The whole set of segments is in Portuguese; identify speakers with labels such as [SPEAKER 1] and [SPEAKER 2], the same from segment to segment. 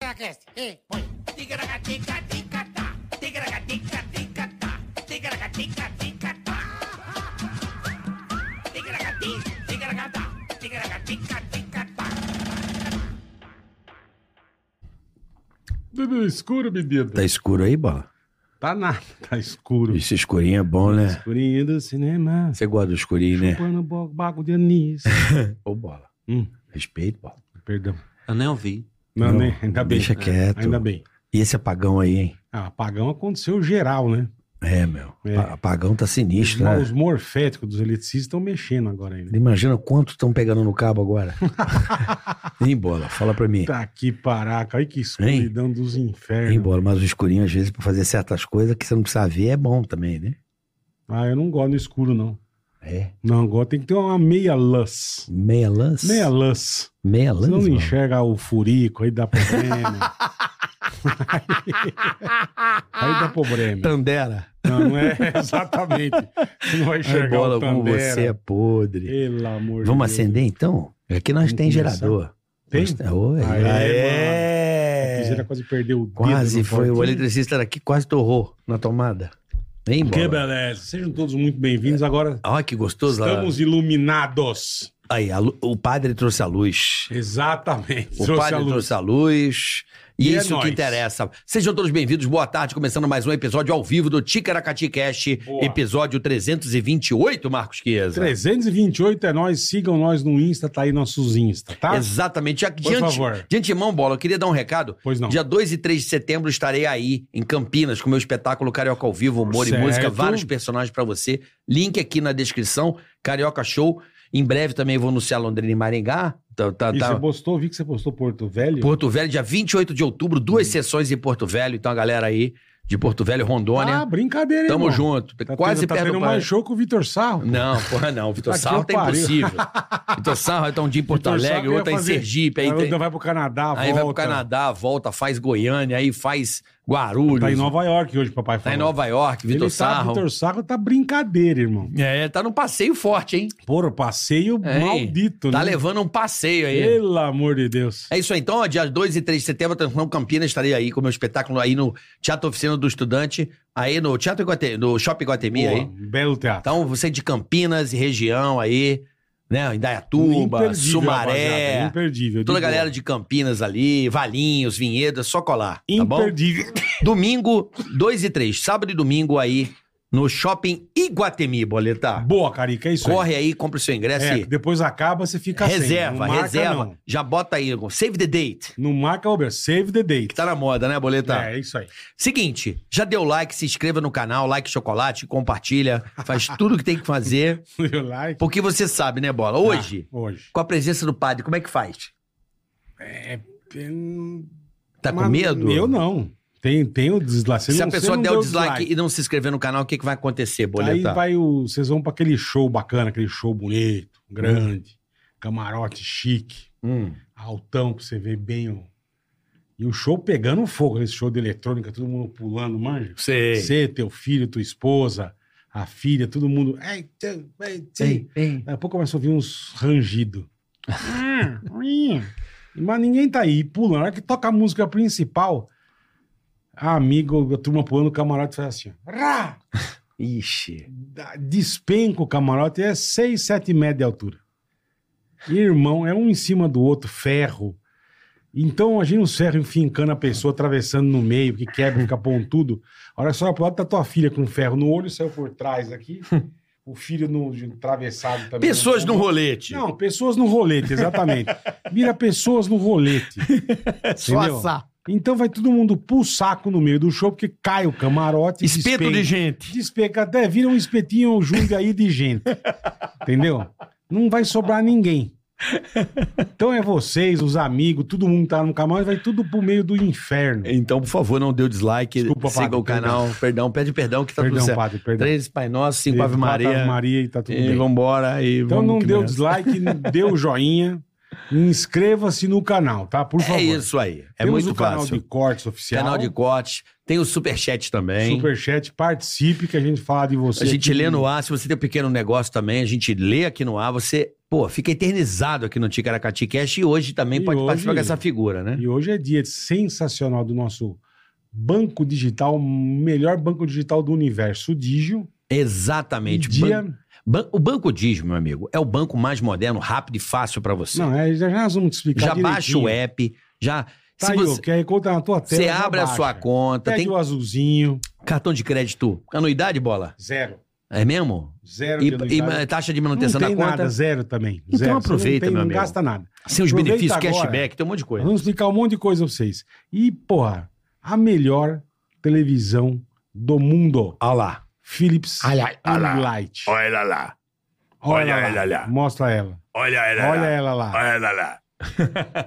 [SPEAKER 1] Ticaracast. Ei, põe.
[SPEAKER 2] Ticaracatica-ticatá, ticaracatica-ticatá, ticaracatica-ticatá. Ticaracati, ticaracatá, ticaracatica-ticatá.
[SPEAKER 3] Tudo escuro, menino.
[SPEAKER 4] Tá escuro aí, bola?
[SPEAKER 3] Tá nada, tá escuro.
[SPEAKER 4] Esse escurinho é bom, né?
[SPEAKER 3] Escurinho do cinema.
[SPEAKER 4] Você gosta do escurinho, né?
[SPEAKER 3] Quando o bago de anis.
[SPEAKER 4] Ô, bola.
[SPEAKER 3] Hum.
[SPEAKER 4] Respeito, bola.
[SPEAKER 3] Perdão.
[SPEAKER 5] Eu nem ouvi.
[SPEAKER 3] Não,
[SPEAKER 4] Não,
[SPEAKER 3] né? Ainda bem.
[SPEAKER 4] Deixa quieto.
[SPEAKER 3] Ainda bem.
[SPEAKER 4] E esse apagão aí, hein?
[SPEAKER 3] Ah, apagão aconteceu geral, né?
[SPEAKER 4] É, meu.
[SPEAKER 3] É.
[SPEAKER 4] Pa- Apagão tá
[SPEAKER 3] Os,
[SPEAKER 4] sinistro,
[SPEAKER 3] mo-
[SPEAKER 4] né?
[SPEAKER 3] os morféticos dos eletricistas estão mexendo agora ainda.
[SPEAKER 4] Imagina quanto estão pegando no cabo agora. hein, bola? Fala pra mim.
[SPEAKER 3] Tá aqui, paraca. Ai, que escuridão dos
[SPEAKER 4] Hein,
[SPEAKER 3] infernos.
[SPEAKER 4] bola? Mas o escurinho, às vezes, pra fazer certas coisas que você não precisa ver, é bom também, né?
[SPEAKER 3] Ah, eu não gosto no escuro, não.
[SPEAKER 4] É.
[SPEAKER 3] Não, agora tem que ter uma meia luz.
[SPEAKER 4] Meia lança.
[SPEAKER 3] Meia luz.
[SPEAKER 4] Meia
[SPEAKER 3] Você
[SPEAKER 4] lança.
[SPEAKER 3] não
[SPEAKER 4] bola?
[SPEAKER 3] enxerga o furico, aí dá problema. aí dá problema.
[SPEAKER 4] Tandera.
[SPEAKER 3] Não, não é exatamente. Você não vai
[SPEAKER 4] Ai,
[SPEAKER 3] enxergar
[SPEAKER 4] bola,
[SPEAKER 3] o
[SPEAKER 4] como
[SPEAKER 3] Tandera.
[SPEAKER 4] você é podre.
[SPEAKER 3] Pelo amor de
[SPEAKER 4] Vamos
[SPEAKER 3] Deus.
[SPEAKER 4] acender, então? Aqui nós
[SPEAKER 3] Vamos
[SPEAKER 4] tem
[SPEAKER 3] começar?
[SPEAKER 4] gerador.
[SPEAKER 3] Tem?
[SPEAKER 4] Nós tem- Oi.
[SPEAKER 3] Aê, é.
[SPEAKER 4] Aê.
[SPEAKER 3] A Piseira quase perdeu o dedo
[SPEAKER 4] Quase
[SPEAKER 3] no
[SPEAKER 4] foi, o
[SPEAKER 3] porquinho.
[SPEAKER 4] eletricista daqui quase torrou na tomada. Vem
[SPEAKER 3] Que
[SPEAKER 4] embora.
[SPEAKER 3] beleza. Sejam todos muito bem-vindos. Agora
[SPEAKER 4] Olha que gostoso. lá.
[SPEAKER 3] estamos iluminados.
[SPEAKER 4] Aí, a lu- o padre trouxe a luz.
[SPEAKER 3] Exatamente.
[SPEAKER 4] O
[SPEAKER 3] Trouxe
[SPEAKER 4] padre
[SPEAKER 3] a luz.
[SPEAKER 4] trouxe a luz. E,
[SPEAKER 3] E é
[SPEAKER 4] isso que
[SPEAKER 3] nóis.
[SPEAKER 4] interessa. Sejam todos bem-vindos. Boa tarde. Começando mais um episódio ao vivo do Ticaracati Cast.
[SPEAKER 3] Boa.
[SPEAKER 4] Episódio 328, Marcos Chiesa.
[SPEAKER 3] 328 é nós. Sigam nós no Insta, tá aí nossos Insta, tá?
[SPEAKER 4] Exatamente. Já, de,
[SPEAKER 3] Por
[SPEAKER 4] ante-
[SPEAKER 3] favor.
[SPEAKER 4] de antemão, Bola, eu queria dar um recado.
[SPEAKER 3] Pois não.
[SPEAKER 4] Dia 2 e 3 de setembro estarei aí, em Campinas, com meu espetáculo Carioca ao Vivo, Humor e
[SPEAKER 3] Certo.
[SPEAKER 4] Música, vários personagens pra você. Link aqui na descrição, Carioca Show. Em breve também vou anunciar Londrina e Maringá. Tá, tá-
[SPEAKER 3] E
[SPEAKER 4] tá-
[SPEAKER 3] você postou, vi que você postou Porto Velho.
[SPEAKER 4] Porto Velho, dia 28 de outubro,
[SPEAKER 3] Hum.
[SPEAKER 4] duas sessões em Porto Velho. Então a galera aí de Porto Velho, Rondônia,
[SPEAKER 3] Ah, brincadeira, hein,
[SPEAKER 4] tamo
[SPEAKER 3] irmão?
[SPEAKER 4] junto.
[SPEAKER 3] Tá
[SPEAKER 4] Quase
[SPEAKER 3] tendo, tá
[SPEAKER 4] perto
[SPEAKER 3] tendo
[SPEAKER 4] do
[SPEAKER 3] mais
[SPEAKER 4] Pará.
[SPEAKER 3] show que o Vitor Sarro.
[SPEAKER 4] Não, porra não. Vitor
[SPEAKER 3] Aqui
[SPEAKER 4] Sarro
[SPEAKER 3] eu
[SPEAKER 4] tá
[SPEAKER 3] pariu.
[SPEAKER 4] impossível. Vitor Sarro tá um dia em Porto
[SPEAKER 3] Vitor
[SPEAKER 4] Alegre,
[SPEAKER 3] Sarro ia
[SPEAKER 4] outro tá em
[SPEAKER 3] fazer-
[SPEAKER 4] Sergipe. Aí
[SPEAKER 3] Aí
[SPEAKER 4] tem-
[SPEAKER 3] vai pro Canadá,
[SPEAKER 4] Aí vai pro
[SPEAKER 3] volta.
[SPEAKER 4] Canadá, volta, faz Goiânia, aí faz Guarulhos.
[SPEAKER 3] Tá em Nova York hoje, papai
[SPEAKER 4] tá
[SPEAKER 3] falou.
[SPEAKER 4] em Nova York, Vitor
[SPEAKER 3] Ele
[SPEAKER 4] Sarro.
[SPEAKER 3] Tá, Vitor Sarro tá brincadeira, irmão.
[SPEAKER 4] É, tá num passeio forte, hein?
[SPEAKER 3] Porra, passeio
[SPEAKER 4] É, hein?
[SPEAKER 3] maldito,
[SPEAKER 4] Tá
[SPEAKER 3] né?
[SPEAKER 4] levando um passeio aí.
[SPEAKER 3] Pelo amor de Deus.
[SPEAKER 4] É isso aí, então, ó, dia 2 e 3 de setembro, Transmão Campinas, estarei aí com o meu espetáculo aí no Teatro Oficina do Estudante, aí no Teatro Iguatemi, no Shopping Iguatemi
[SPEAKER 3] Boa,
[SPEAKER 4] aí.
[SPEAKER 3] um belo teatro.
[SPEAKER 4] Então, você de Campinas e região aí, né, Indaiatuba,
[SPEAKER 3] Imperdível,
[SPEAKER 4] Sumaré,
[SPEAKER 3] rapaziada, Imperdível.
[SPEAKER 4] toda a
[SPEAKER 3] de
[SPEAKER 4] galera
[SPEAKER 3] boa.
[SPEAKER 4] de Campinas ali, Valinhos, Vinhedas, só colar, tá bom?
[SPEAKER 3] Imperdível.
[SPEAKER 4] Domingo, 2 e 3. Sábado e domingo aí no Shopping Iguatemi, Boleta.
[SPEAKER 3] Boa, Carica, é isso
[SPEAKER 4] Tá. Corre aí, compra o seu
[SPEAKER 3] aí.
[SPEAKER 4] ingresso
[SPEAKER 3] É,
[SPEAKER 4] e
[SPEAKER 3] depois acaba, você fica sem.
[SPEAKER 4] reserva,
[SPEAKER 3] Não marca,
[SPEAKER 4] reserva.
[SPEAKER 3] Não.
[SPEAKER 4] Já bota aí, save the date.
[SPEAKER 3] não marca, Uber. Save the date.
[SPEAKER 4] Que tá na moda, né, Boleta?
[SPEAKER 3] É, é isso aí.
[SPEAKER 4] Seguinte, já deu like, se inscreva no canal, like chocolate, compartilha, faz tudo o que tem que fazer.
[SPEAKER 3] Meu like.
[SPEAKER 4] Porque você sabe, né, Bola? Hoje,
[SPEAKER 3] Ah, hoje.
[SPEAKER 4] com a presença do padre, como é que faz?
[SPEAKER 3] Hum,
[SPEAKER 4] Tá com
[SPEAKER 3] mas
[SPEAKER 4] medo?
[SPEAKER 3] Eu não. Tem, tem o dislike. Você
[SPEAKER 4] Se a
[SPEAKER 3] não- você
[SPEAKER 4] pessoa
[SPEAKER 3] não
[SPEAKER 4] der
[SPEAKER 3] deu
[SPEAKER 4] o dislike, tá. e não se inscrever no canal, o que, que vai acontecer,
[SPEAKER 3] Aí
[SPEAKER 4] Boleta?
[SPEAKER 3] vai o. Vocês vão pra aquele show bacana, aquele show bonito, grande, camarote chique,
[SPEAKER 4] Hum.
[SPEAKER 3] altão, pra você ver bem o. E o show pegando fogo, esse show de eletrônica, todo mundo pulando, manja.
[SPEAKER 4] Sei.
[SPEAKER 3] Você, teu filho, tua esposa, a filha, todo mundo. Ei, tê, ei, tê.
[SPEAKER 4] Ei, ei.
[SPEAKER 3] Daqui a pouco começa a ouvir uns rangidos. Mas ninguém tá aí, pulando. Na hora que toca a música principal, a amigo, a turma pulando, o camarote faz assim: ó. Rá!
[SPEAKER 4] Ixi.
[SPEAKER 3] da- despenca o camarote, é 6, 7 metros de altura. Irmão, é um em cima do outro, ferro. Então, imagina os ferros fincando a pessoa, atravessando no meio, que quebra, fica pontudo. Olha só, pro lado tá tua filha com ferro no olho, saiu por trás aqui. o filho no de- atravessado também.
[SPEAKER 4] Pessoas no rolete.
[SPEAKER 3] Não, pessoas no rolete, exatamente. Mira pessoas no rolete. Entendeu? Então vai todo mundo pro saco no meio do show, porque cai o camarote.
[SPEAKER 4] Espeto
[SPEAKER 3] despenca.
[SPEAKER 4] de gente.
[SPEAKER 3] Despeca até vira um espetinho junto aí de gente. Entendeu? Não vai sobrar ninguém. Então é vocês, os amigos, todo mundo tá no camarote, vai tudo pro meio do inferno.
[SPEAKER 4] Então, por favor, não dê o dislike.
[SPEAKER 3] Desculpa,
[SPEAKER 4] siga
[SPEAKER 3] padre,
[SPEAKER 4] o canal. Perdão. pede perdão que tá tudo
[SPEAKER 3] perdão,
[SPEAKER 4] certo.
[SPEAKER 3] padre, perdão.
[SPEAKER 4] Três Pai Nosso, cinco
[SPEAKER 3] Quatro
[SPEAKER 4] Ave Maria.
[SPEAKER 3] Ave Maria e tá tudo
[SPEAKER 4] E
[SPEAKER 3] bem.
[SPEAKER 4] vambora. E
[SPEAKER 3] Então
[SPEAKER 4] vamos
[SPEAKER 3] não
[SPEAKER 4] que
[SPEAKER 3] deu
[SPEAKER 4] merece.
[SPEAKER 3] dislike, não deu joinha. Inscreva-se no canal, tá? Por favor.
[SPEAKER 4] É isso aí. É
[SPEAKER 3] Temos
[SPEAKER 4] muito
[SPEAKER 3] o canal
[SPEAKER 4] fácil.
[SPEAKER 3] de cortes oficial.
[SPEAKER 4] Canal de corte. Tem o superchat também.
[SPEAKER 3] Superchat, participe que a gente fala de você.
[SPEAKER 4] A gente
[SPEAKER 3] aqui.
[SPEAKER 4] lê no ar, se você tem um pequeno negócio também, a gente lê aqui no ar, você, pô, fica eternizado aqui no Ticaracati Cash e hoje também
[SPEAKER 3] E
[SPEAKER 4] pode
[SPEAKER 3] hoje-
[SPEAKER 4] participar com essa figura, né?
[SPEAKER 3] E hoje é dia sensacional do nosso banco digital, o melhor banco digital do universo, o Digio. E
[SPEAKER 4] Exatamente.
[SPEAKER 3] dia...
[SPEAKER 4] Ban- ban- o Banco Diz, meu amigo, é o banco mais moderno, rápido e fácil pra você.
[SPEAKER 3] Não, é, já, já nós vamos te explicar
[SPEAKER 4] já baixa o
[SPEAKER 3] direitinho.
[SPEAKER 4] app, já.
[SPEAKER 3] Tá
[SPEAKER 4] se
[SPEAKER 3] aí, o
[SPEAKER 4] você,
[SPEAKER 3] QR Code tá na tua tela.
[SPEAKER 4] você
[SPEAKER 3] já
[SPEAKER 4] abre a
[SPEAKER 3] baixa.
[SPEAKER 4] sua conta,
[SPEAKER 3] Pede
[SPEAKER 4] tem
[SPEAKER 3] o azulzinho.
[SPEAKER 4] cartão de crédito, anuidade, bola?
[SPEAKER 3] Zero.
[SPEAKER 4] É mesmo?
[SPEAKER 3] Zero
[SPEAKER 4] E,
[SPEAKER 3] de
[SPEAKER 4] e
[SPEAKER 3] anuidade.
[SPEAKER 4] ma- taxa de
[SPEAKER 3] Não
[SPEAKER 4] manutenção
[SPEAKER 3] tem
[SPEAKER 4] na conta.
[SPEAKER 3] nada, zero também.
[SPEAKER 4] Então
[SPEAKER 3] zero. Você
[SPEAKER 4] aproveita,
[SPEAKER 3] não
[SPEAKER 4] meu
[SPEAKER 3] Não
[SPEAKER 4] amigo.
[SPEAKER 3] gasta nada.
[SPEAKER 4] Sem os
[SPEAKER 3] Aproveita
[SPEAKER 4] benefícios,
[SPEAKER 3] agora.
[SPEAKER 4] cashback, tem um monte de
[SPEAKER 3] Nós
[SPEAKER 4] coisa.
[SPEAKER 3] vamos explicar um monte de coisa pra vocês. E, porra, a melhor televisão do mundo.
[SPEAKER 4] Olha lá.
[SPEAKER 3] Philips
[SPEAKER 4] Olha
[SPEAKER 3] Light.
[SPEAKER 2] Olha lá,
[SPEAKER 3] Olha,
[SPEAKER 2] olha
[SPEAKER 3] ela
[SPEAKER 2] ela lá.
[SPEAKER 3] Mostra ela.
[SPEAKER 2] olha ela
[SPEAKER 3] Olha
[SPEAKER 2] lá,
[SPEAKER 3] ela lá.
[SPEAKER 2] olha ela lá.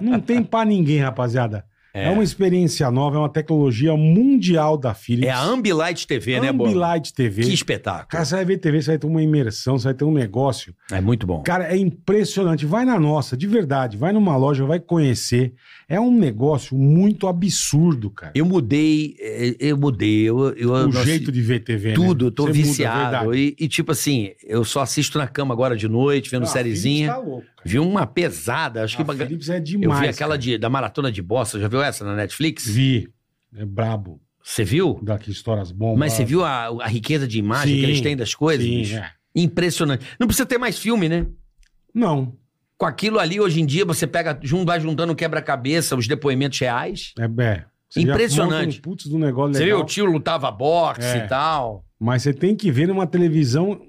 [SPEAKER 3] Não tem pra ninguém, rapaziada. É.
[SPEAKER 4] É.
[SPEAKER 3] uma experiência nova, é uma tecnologia mundial da Philips.
[SPEAKER 4] É a Ambilight TV, né, Bola?
[SPEAKER 3] Ambilight TV.
[SPEAKER 4] Que espetáculo.
[SPEAKER 3] Cara, você vai ver TV, você vai ter uma imersão, você vai ter um negócio.
[SPEAKER 4] É muito bom.
[SPEAKER 3] Cara, é impressionante. Vai na nossa, de verdade. Vai numa loja, vai conhecer. É um negócio muito absurdo, cara.
[SPEAKER 4] Eu mudei, eh, eu mudei, eu, eu
[SPEAKER 3] o
[SPEAKER 4] eu-
[SPEAKER 3] jeito de ver TV, né?
[SPEAKER 4] tudo, eu tô
[SPEAKER 3] Você muda, é
[SPEAKER 4] viciado.
[SPEAKER 3] verdade.
[SPEAKER 4] e, e, tipo assim, eu só assisto na cama agora de noite, vendo
[SPEAKER 3] Ah,
[SPEAKER 4] sériezinha.
[SPEAKER 3] A Philips tá louco, cara.
[SPEAKER 4] Vi uma pesada, acho que
[SPEAKER 3] a Philips é
[SPEAKER 4] eu
[SPEAKER 3] demais.
[SPEAKER 4] vi aquela
[SPEAKER 3] cara.
[SPEAKER 4] de, da maratona de bossa, já viu essa na Netflix?
[SPEAKER 3] Vi. É brabo.
[SPEAKER 4] Você viu?
[SPEAKER 3] Daqui estoura as bombas.
[SPEAKER 4] Mas você viu a, a riqueza de imagem
[SPEAKER 3] Sim,
[SPEAKER 4] que eles têm das coisas?
[SPEAKER 3] Sim,
[SPEAKER 4] bicho?
[SPEAKER 3] é.
[SPEAKER 4] Impressionante. Não precisa ter mais filme, né?
[SPEAKER 3] Não.
[SPEAKER 4] Com aquilo ali, hoje em dia, você pega, jun- vai juntando quebra-cabeça, os depoimentos reais.
[SPEAKER 3] É, é. Você já
[SPEAKER 4] Impressionante.
[SPEAKER 3] monta um putz do negócio
[SPEAKER 4] Você viu?
[SPEAKER 3] legal,
[SPEAKER 4] O tio lutava boxe
[SPEAKER 3] É.
[SPEAKER 4] e tal.
[SPEAKER 3] mas você tem que ver numa televisão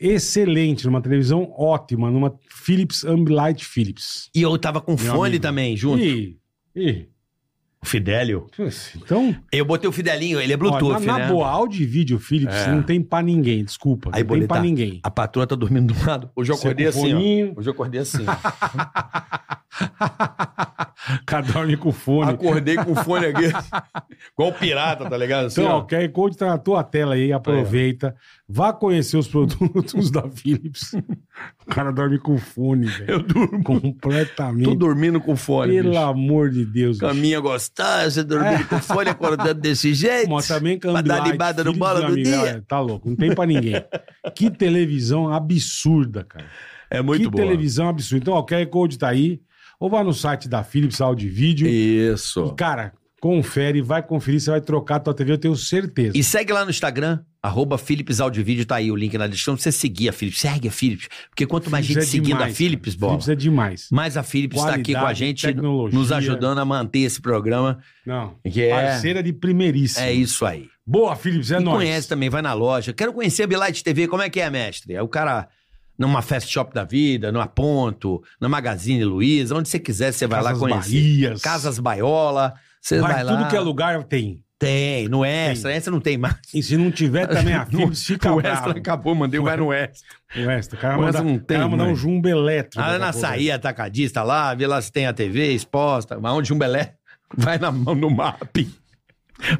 [SPEAKER 3] excelente, numa televisão ótima, numa Philips Ambilight Philips.
[SPEAKER 4] E eu tava com fone
[SPEAKER 3] amigo.
[SPEAKER 4] também, junto.
[SPEAKER 3] Ih, ih.
[SPEAKER 4] O Fidelio.
[SPEAKER 3] putz, Então,
[SPEAKER 4] Eu botei o Fidelinho, ele é
[SPEAKER 3] ó,
[SPEAKER 4] Bluetooth,
[SPEAKER 3] na,
[SPEAKER 4] né?
[SPEAKER 3] na boa, áudio e vídeo Philips
[SPEAKER 4] É.
[SPEAKER 3] não tem pra ninguém, desculpa.
[SPEAKER 4] Aí,
[SPEAKER 3] não tem
[SPEAKER 4] Boleta,
[SPEAKER 3] pra ninguém.
[SPEAKER 4] A patroa tá dormindo do lado. Hoje eu
[SPEAKER 3] Você
[SPEAKER 4] acordei
[SPEAKER 3] com
[SPEAKER 4] assim, ó.
[SPEAKER 3] foninho,
[SPEAKER 4] Hoje eu acordei assim. ó.
[SPEAKER 3] Cada dorme com fone.
[SPEAKER 4] acordei com o fone aqui. Igual o pirata, tá ligado? Assim,
[SPEAKER 3] Então, ó,
[SPEAKER 4] ó.
[SPEAKER 3] o QR Code tá na tua tela aí, aproveita. Vá conhecer os produtos da Philips. O cara dorme com fone, velho.
[SPEAKER 4] Eu durmo.
[SPEAKER 3] Completamente.
[SPEAKER 4] Tô dormindo com o fone.
[SPEAKER 3] Pelo
[SPEAKER 4] bicho.
[SPEAKER 3] amor de Deus, bicho.
[SPEAKER 4] Caminha gostosa, dormindo com o fone, acordando desse jeito.
[SPEAKER 3] Mas também com
[SPEAKER 4] Pra dar
[SPEAKER 3] Ambilight,
[SPEAKER 4] libada no
[SPEAKER 3] Philips,
[SPEAKER 4] bola
[SPEAKER 3] meu
[SPEAKER 4] do
[SPEAKER 3] amigo,
[SPEAKER 4] dia.
[SPEAKER 3] é, Tá louco, não tem pra ninguém. que televisão absurda, cara.
[SPEAKER 4] É
[SPEAKER 3] que
[SPEAKER 4] muito bom.
[SPEAKER 3] televisão absurda. Então, ó, o QR Code tá aí. Ou vá no site da Philips Audio e Vídeo. E...
[SPEAKER 4] Isso.
[SPEAKER 3] cara, confere, vai conferir, você vai trocar a tua TV, eu tenho certeza.
[SPEAKER 4] E segue lá no Instagram, arroba Philips Audiovídeo, tá aí o link na descrição. Pra Você seguir a Philips, segue a Philips. Porque quanto mais
[SPEAKER 3] Philips é
[SPEAKER 4] gente seguindo
[SPEAKER 3] demais,
[SPEAKER 4] a Philips,
[SPEAKER 3] cara.
[SPEAKER 4] bola,
[SPEAKER 3] Philips é demais.
[SPEAKER 4] mais a Philips tá aqui com a
[SPEAKER 3] Qualidade,
[SPEAKER 4] gente,
[SPEAKER 3] tecnologia.
[SPEAKER 4] nos ajudando a manter esse programa.
[SPEAKER 3] Não.
[SPEAKER 4] Que é,
[SPEAKER 3] Parceira de primeiríssimo.
[SPEAKER 4] é isso aí.
[SPEAKER 3] Boa, Philips, é
[SPEAKER 4] e
[SPEAKER 3] nóis.
[SPEAKER 4] conhece também, vai na loja. Quero conhecer a Bilight TV, como é que é, mestre? É o cara numa fast shop da vida, no Aponto, na Magazine Luiza, onde você quiser, você vai
[SPEAKER 3] Casas
[SPEAKER 4] lá conhecer.
[SPEAKER 3] Bahias.
[SPEAKER 4] Casas Baiola, você vai,
[SPEAKER 3] Vai,
[SPEAKER 4] lá.
[SPEAKER 3] tudo que é lugar tem.
[SPEAKER 4] Tem, no Extra, Extra não tem mais.
[SPEAKER 3] E se não tiver também a Philips, fica
[SPEAKER 4] o
[SPEAKER 3] Tá bravo.
[SPEAKER 4] Extra acabou, mandei, vai no Extra.
[SPEAKER 3] O Extra, o cara
[SPEAKER 4] O
[SPEAKER 3] manda,
[SPEAKER 4] Extra não
[SPEAKER 3] o cara
[SPEAKER 4] tem,
[SPEAKER 3] manda um
[SPEAKER 4] mãe.
[SPEAKER 3] jumbo elétrico.
[SPEAKER 4] Ah,
[SPEAKER 3] daqui
[SPEAKER 4] na
[SPEAKER 3] a pouco.
[SPEAKER 4] açaí atacadista lá, vê lá se tem a TV exposta, mas onde um belé vai na mão no map.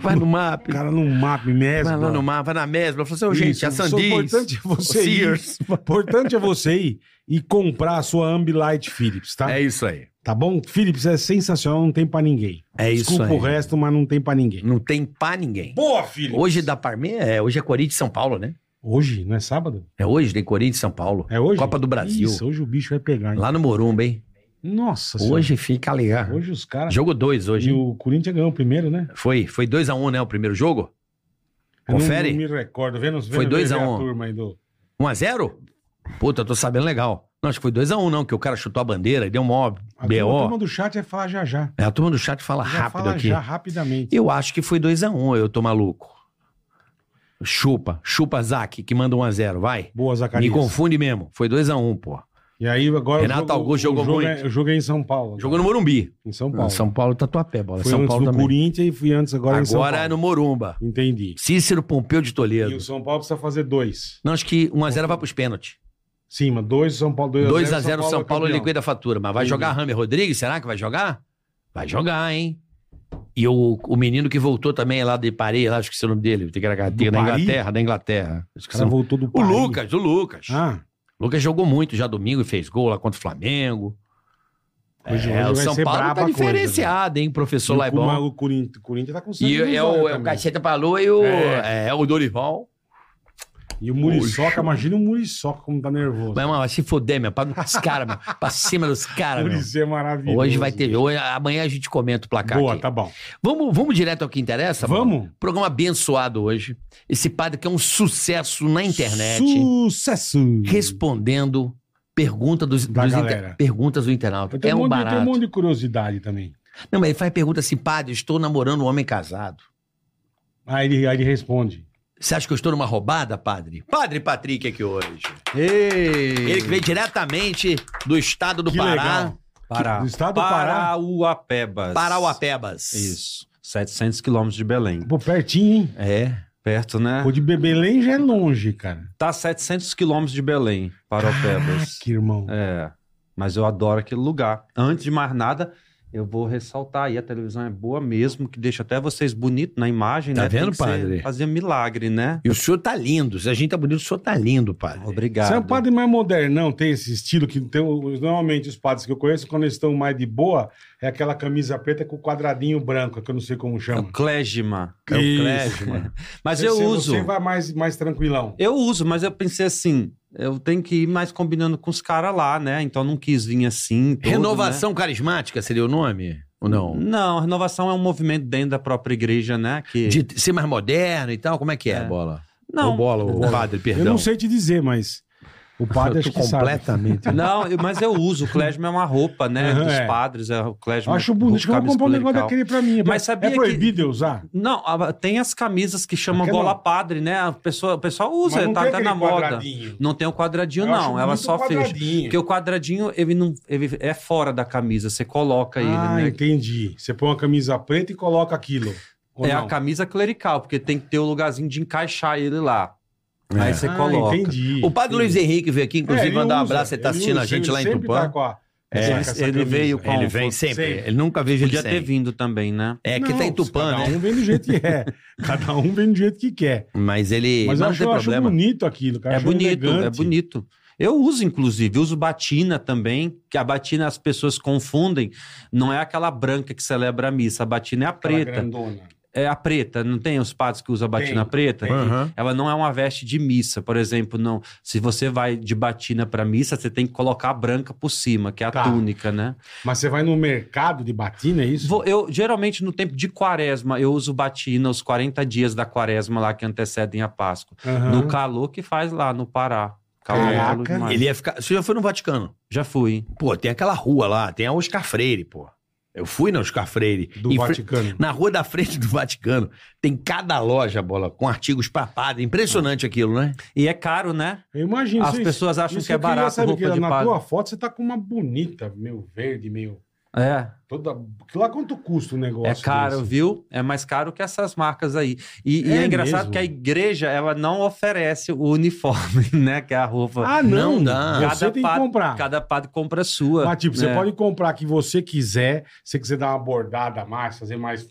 [SPEAKER 4] Vai no map.
[SPEAKER 3] O cara no mapa mesmo.
[SPEAKER 4] Vai lá no mapa, vai na mesma. Falou assim, ô, gente,
[SPEAKER 3] Isso,
[SPEAKER 4] a
[SPEAKER 3] o
[SPEAKER 4] Sandiz.
[SPEAKER 3] importante é você
[SPEAKER 4] o
[SPEAKER 3] ir.
[SPEAKER 4] Sears.
[SPEAKER 3] O importante é você ir e comprar a sua Ambilight Philips, tá?
[SPEAKER 4] É isso aí.
[SPEAKER 3] Tá bom? Philips é sensacional, não tem pra ninguém.
[SPEAKER 4] É isso
[SPEAKER 3] Desculpa
[SPEAKER 4] aí.
[SPEAKER 3] o resto, mas não tem pra ninguém.
[SPEAKER 4] Não tem pra ninguém.
[SPEAKER 3] Boa, Philips!
[SPEAKER 4] Hoje da Parmeia, é, hoje é Corinthians e São Paulo, né?
[SPEAKER 3] Hoje? Não é sábado?
[SPEAKER 4] É hoje, tem Corinthians e São Paulo.
[SPEAKER 3] É hoje?
[SPEAKER 4] Copa do Brasil.
[SPEAKER 3] Isso, hoje o bicho vai pegar, hein?
[SPEAKER 4] Lá no Morumba, hein?
[SPEAKER 3] Nossa
[SPEAKER 4] Hoje fica ligado.
[SPEAKER 3] Senhora. Hoje os caras...
[SPEAKER 4] Jogo 2
[SPEAKER 3] E
[SPEAKER 4] hoje.
[SPEAKER 3] o Corinthians ganhou o primeiro, né?
[SPEAKER 4] Foi 2x1, foi 2 a um, né? O primeiro jogo?
[SPEAKER 3] Eu não-
[SPEAKER 4] Confere.
[SPEAKER 3] Não, me recordo. Vendo, vendo
[SPEAKER 4] Foi dois a
[SPEAKER 3] TV
[SPEAKER 4] um.
[SPEAKER 3] turma aí do...
[SPEAKER 4] 1x0? Puta, eu tô sabendo legal. Não, acho que foi 2x1, não, que o cara chutou a bandeira e deu um maior
[SPEAKER 3] A turma, a turma
[SPEAKER 4] BO.
[SPEAKER 3] do chat é falar já já.
[SPEAKER 4] É, a turma do chat fala
[SPEAKER 3] Já
[SPEAKER 4] rápido
[SPEAKER 3] fala
[SPEAKER 4] aqui.
[SPEAKER 3] já, rapidamente.
[SPEAKER 4] Eu acho que foi 2x1, eu tô maluco. Chupa, chupa Zac, que manda 1x0, vai.
[SPEAKER 3] Boa,
[SPEAKER 4] Me
[SPEAKER 3] Zacarias.
[SPEAKER 4] confunde mesmo. Foi 2x1, pô.
[SPEAKER 3] E aí agora... o
[SPEAKER 4] Renato
[SPEAKER 3] jogo-
[SPEAKER 4] Augusto
[SPEAKER 3] o
[SPEAKER 4] jogou
[SPEAKER 3] jogo
[SPEAKER 4] muito.
[SPEAKER 3] é- Eu joguei em São Paulo.
[SPEAKER 4] Jogou no Morumbi.
[SPEAKER 3] Em São Paulo.
[SPEAKER 4] São Paulo tá tua pé, bola.
[SPEAKER 3] Foi
[SPEAKER 4] São
[SPEAKER 3] antes
[SPEAKER 4] Paulo
[SPEAKER 3] do
[SPEAKER 4] também.
[SPEAKER 3] Corinthians e fui antes agora, em São Paulo.
[SPEAKER 4] Agora é no Morumba.
[SPEAKER 3] Entendi.
[SPEAKER 4] Cícero Pompeu de
[SPEAKER 3] E
[SPEAKER 4] Toledo.
[SPEAKER 3] o São Paulo precisa fazer dois.
[SPEAKER 4] Não, acho que 1x0 vai pros pênaltis.
[SPEAKER 3] Sim, mas dois São Paulo, dois
[SPEAKER 4] 2x0
[SPEAKER 3] é
[SPEAKER 4] São Paulo
[SPEAKER 3] campeão.
[SPEAKER 4] liquida a fatura. Mas vai
[SPEAKER 3] Entendi.
[SPEAKER 4] jogar Rami Rodrigues? Será que vai jogar? Vai jogar, hein? E o, o menino que voltou também lá de Paris, lá, esqueci o nome dele. Tem que era
[SPEAKER 3] Do
[SPEAKER 4] da
[SPEAKER 3] Paris?
[SPEAKER 4] Inglaterra, da Inglaterra.
[SPEAKER 3] O
[SPEAKER 4] Esqueci
[SPEAKER 3] cara
[SPEAKER 4] o nome.
[SPEAKER 3] voltou do
[SPEAKER 4] O
[SPEAKER 3] Paris.
[SPEAKER 4] Lucas, o Lucas.
[SPEAKER 3] Ah,
[SPEAKER 4] O Lucas jogou muito já domingo e fez gol lá contra o Flamengo.
[SPEAKER 3] Hoje,
[SPEAKER 4] É,
[SPEAKER 3] hoje
[SPEAKER 4] o
[SPEAKER 3] vai
[SPEAKER 4] São
[SPEAKER 3] ser
[SPEAKER 4] Paulo
[SPEAKER 3] braba
[SPEAKER 4] tá
[SPEAKER 3] a coisa,
[SPEAKER 4] diferenciado, hein,
[SPEAKER 3] velho.
[SPEAKER 4] professor
[SPEAKER 3] E é O
[SPEAKER 4] Laibon.
[SPEAKER 3] Mago Corinthians, Corinthians tá com sangue
[SPEAKER 4] E
[SPEAKER 3] nos
[SPEAKER 4] é
[SPEAKER 3] olhos
[SPEAKER 4] o, é o
[SPEAKER 3] também.
[SPEAKER 4] Cacheta Palu e o,
[SPEAKER 3] É.
[SPEAKER 4] é. o Dorival.
[SPEAKER 3] E o Muriçoca, imagina o Muriçoca como tá nervoso.
[SPEAKER 4] Mas, mano, vai se fuder, meu. Pra, os caras, meu. Pra cima dos caras, meu.
[SPEAKER 3] Muricy é maravilhoso.
[SPEAKER 4] Hoje vai ter. Hoje, amanhã a gente comenta o placar.
[SPEAKER 3] Boa,
[SPEAKER 4] aqui.
[SPEAKER 3] tá
[SPEAKER 4] Tá
[SPEAKER 3] bom.
[SPEAKER 4] Vamos, vamos direto ao que interessa? Mauro?
[SPEAKER 3] Vamos?
[SPEAKER 4] Programa abençoado hoje. Esse padre que é um sucesso na internet,
[SPEAKER 3] Sucesso.
[SPEAKER 4] respondendo pergunta dos,
[SPEAKER 3] Da
[SPEAKER 4] dos
[SPEAKER 3] galera.
[SPEAKER 4] perguntas do internauta.
[SPEAKER 3] Eu tenho
[SPEAKER 4] É um,
[SPEAKER 3] monte de-
[SPEAKER 4] barato.
[SPEAKER 3] Tem um monte de curiosidade também.
[SPEAKER 4] Não, mas ele faz pergunta assim, padre, estou namorando um homem casado.
[SPEAKER 3] Aí ele, aí ele responde.
[SPEAKER 4] Você acha que eu estou numa roubada, padre? Padre Patrick aqui hoje. Ele
[SPEAKER 1] Ele
[SPEAKER 4] que veio diretamente do estado do
[SPEAKER 3] Que
[SPEAKER 4] Pará,
[SPEAKER 3] legal.
[SPEAKER 1] Pará.
[SPEAKER 3] Do estado do Pará.
[SPEAKER 1] Parauapebas.
[SPEAKER 4] Parauapebas.
[SPEAKER 1] Isso. 700 quilômetros de Belém.
[SPEAKER 3] Pô, pertinho, hein?
[SPEAKER 4] É.
[SPEAKER 1] Perto, né?
[SPEAKER 3] Pô, de Bebelém já é longe, cara.
[SPEAKER 1] Tá 700 quilômetros de Belém, Parauapebas.
[SPEAKER 3] Que irmão.
[SPEAKER 1] É. Mas eu adoro aquele lugar. Antes de mais nada, eu vou ressaltar aí, a televisão é boa mesmo, que deixa até vocês bonitos na imagem,
[SPEAKER 4] Tá
[SPEAKER 1] né? Tem
[SPEAKER 4] vendo,
[SPEAKER 1] que ser-
[SPEAKER 4] padre?
[SPEAKER 1] Fazer milagre, né?
[SPEAKER 4] E o senhor tá lindo. Se a gente tá bonito, o senhor tá lindo, padre.
[SPEAKER 1] Obrigado.
[SPEAKER 3] Você é um padre mais modernão, tem esse estilo que tem, os- normalmente os padres que eu conheço, quando eles estão mais de boa, é aquela camisa preta com o quadradinho branco, que eu não sei como
[SPEAKER 1] É
[SPEAKER 3] chama.
[SPEAKER 1] o clésima.
[SPEAKER 4] É o
[SPEAKER 3] Isso.
[SPEAKER 4] Clésima.
[SPEAKER 1] Mas
[SPEAKER 3] Você-
[SPEAKER 1] eu
[SPEAKER 3] você-
[SPEAKER 1] uso.
[SPEAKER 3] Você vai mais, mais tranquilão.
[SPEAKER 1] Eu uso, mas eu pensei assim, eu tenho que ir mais combinando com os caras lá, né? Então não quis vir assim.
[SPEAKER 3] né?
[SPEAKER 1] todo,
[SPEAKER 4] Renovação carismática seria o nome? Ou
[SPEAKER 1] né?
[SPEAKER 4] não?
[SPEAKER 1] Não, a renovação é um movimento dentro da própria igreja, né? Que...
[SPEAKER 4] De ser mais moderno e tal? Como é que é,
[SPEAKER 1] É.
[SPEAKER 4] bola? O
[SPEAKER 1] Não,
[SPEAKER 4] bola, o padre, perdão.
[SPEAKER 3] Eu não sei te dizer, mas o padre acho
[SPEAKER 4] Tu
[SPEAKER 3] que sabe.
[SPEAKER 4] completamente.
[SPEAKER 1] não, eu- mas eu uso. O clésima é uma roupa, né?
[SPEAKER 3] Aham,
[SPEAKER 1] dos
[SPEAKER 3] é.
[SPEAKER 1] padres. É, o clésima,
[SPEAKER 4] né?
[SPEAKER 3] Acho bonito. Acho que eu vou
[SPEAKER 1] camisa
[SPEAKER 3] comprar um negócio
[SPEAKER 1] clerical.
[SPEAKER 3] daquele pra mim.
[SPEAKER 1] Mas sabia
[SPEAKER 3] é
[SPEAKER 1] que-
[SPEAKER 3] proibido eu usar?
[SPEAKER 1] Não, a- tem as camisas que chamam
[SPEAKER 3] Aquela-
[SPEAKER 1] gola padre, né? A pessoa, o pessoal usa,
[SPEAKER 3] Mas não
[SPEAKER 1] tá,
[SPEAKER 3] tem
[SPEAKER 1] tá
[SPEAKER 3] aquele
[SPEAKER 1] na moda.
[SPEAKER 3] quadradinho.
[SPEAKER 1] Não tem o quadradinho,
[SPEAKER 3] Eu acho
[SPEAKER 1] não. Ela
[SPEAKER 3] bonito
[SPEAKER 1] só
[SPEAKER 3] o
[SPEAKER 1] fecha.
[SPEAKER 3] quadradinho.
[SPEAKER 1] Porque o quadradinho, ele não. Ele é fora da camisa, você coloca ele,
[SPEAKER 3] Ah,
[SPEAKER 1] né?
[SPEAKER 3] entendi. Você põe uma camisa preta e coloca aquilo. ou
[SPEAKER 1] É
[SPEAKER 3] não?
[SPEAKER 1] a camisa clerical, porque tem que ter o lugarzinho de encaixar ele lá.
[SPEAKER 4] É.
[SPEAKER 1] Aí você
[SPEAKER 3] Ah,
[SPEAKER 1] coloca.
[SPEAKER 3] entendi.
[SPEAKER 4] O padre Luiz
[SPEAKER 3] Entendi.
[SPEAKER 4] Henrique veio aqui, inclusive,
[SPEAKER 3] É, ele
[SPEAKER 4] mandar um
[SPEAKER 3] usa,
[SPEAKER 4] abraço. Ele tá
[SPEAKER 3] ele
[SPEAKER 4] assistindo
[SPEAKER 3] usa,
[SPEAKER 4] a gente
[SPEAKER 3] ele
[SPEAKER 4] lá em
[SPEAKER 3] sempre
[SPEAKER 4] Tupã.
[SPEAKER 3] tá com a-
[SPEAKER 1] É,
[SPEAKER 3] com essa
[SPEAKER 1] ele
[SPEAKER 3] camisa.
[SPEAKER 1] veio com-
[SPEAKER 4] Ele vem sempre. Ele nunca veio
[SPEAKER 1] Podia
[SPEAKER 4] ele
[SPEAKER 1] ter
[SPEAKER 4] sem.
[SPEAKER 1] vindo também, né?
[SPEAKER 4] É que
[SPEAKER 3] Não,
[SPEAKER 4] tá em Tupã,
[SPEAKER 3] cada
[SPEAKER 4] né?
[SPEAKER 3] um vem do jeito que é. Cada um vem do jeito que quer.
[SPEAKER 4] Mas ele.
[SPEAKER 3] Mas eu
[SPEAKER 4] não
[SPEAKER 3] acho,
[SPEAKER 4] tem
[SPEAKER 3] eu acho
[SPEAKER 4] problema.
[SPEAKER 3] bonito aquilo, cara.
[SPEAKER 1] é
[SPEAKER 3] Acho
[SPEAKER 1] bonito, é
[SPEAKER 3] elegante.
[SPEAKER 1] bonito. Eu uso, inclusive, uso batina também, que a batina as pessoas confundem. Não é aquela branca que celebra a missa, a batina é a
[SPEAKER 3] Aquela
[SPEAKER 1] preta.
[SPEAKER 3] grandona.
[SPEAKER 1] É a preta, não tem os padres que usam a batina
[SPEAKER 3] Tem,
[SPEAKER 1] preta?
[SPEAKER 3] tem.
[SPEAKER 4] Aham.
[SPEAKER 1] Ela não é uma veste de missa, por exemplo, não. Se você vai de batina pra missa, você tem que colocar a branca por cima, que é a
[SPEAKER 3] Tá.
[SPEAKER 1] túnica, né?
[SPEAKER 3] Mas você vai no mercado de batina, é isso?
[SPEAKER 1] Vou- eu geralmente no tempo de quaresma eu uso batina os 40 dias da quaresma lá que antecedem a Páscoa.
[SPEAKER 3] Aham.
[SPEAKER 1] No calor que faz lá no Pará. Calor,
[SPEAKER 3] Caraca.
[SPEAKER 1] calor demais.
[SPEAKER 4] Ele ia ficar. Você já foi no Vaticano?
[SPEAKER 1] já fui.
[SPEAKER 4] Pô, tem aquela rua lá, tem a Oscar Freire, pô. Eu fui na Oscar Freire.
[SPEAKER 3] Do
[SPEAKER 4] Em fre-
[SPEAKER 3] Vaticano.
[SPEAKER 4] Na rua da frente do Vaticano, tem cada loja, bola, com artigos pra padre. Impressionante aquilo, né?
[SPEAKER 1] E é caro, né?
[SPEAKER 3] Eu imagino.
[SPEAKER 1] As
[SPEAKER 3] isso-
[SPEAKER 1] pessoas acham
[SPEAKER 3] isso
[SPEAKER 1] que é
[SPEAKER 3] eu queria,
[SPEAKER 1] barato
[SPEAKER 3] sabe,
[SPEAKER 1] roupa
[SPEAKER 3] que
[SPEAKER 1] de
[SPEAKER 3] Na
[SPEAKER 1] padre.
[SPEAKER 3] tua foto você tá com uma bonita, meio verde, meio...
[SPEAKER 1] É,
[SPEAKER 3] Toda... Lá quanto custa o negócio
[SPEAKER 1] é caro,
[SPEAKER 3] desse?
[SPEAKER 1] viu? É mais caro que essas marcas aí. E e é,
[SPEAKER 3] É
[SPEAKER 1] engraçado
[SPEAKER 3] mesmo.
[SPEAKER 1] que a igreja ela não oferece o uniforme, né? Que é a roupa.
[SPEAKER 3] Ah, não.
[SPEAKER 4] Não dá.
[SPEAKER 3] Você tem
[SPEAKER 1] Cada
[SPEAKER 3] que
[SPEAKER 1] padre-
[SPEAKER 3] comprar.
[SPEAKER 1] Cada padre compra a sua.
[SPEAKER 3] Mas, tipo, você
[SPEAKER 1] né?
[SPEAKER 3] pode comprar que você quiser. Se você quiser dar uma bordada a mais, fazer mais,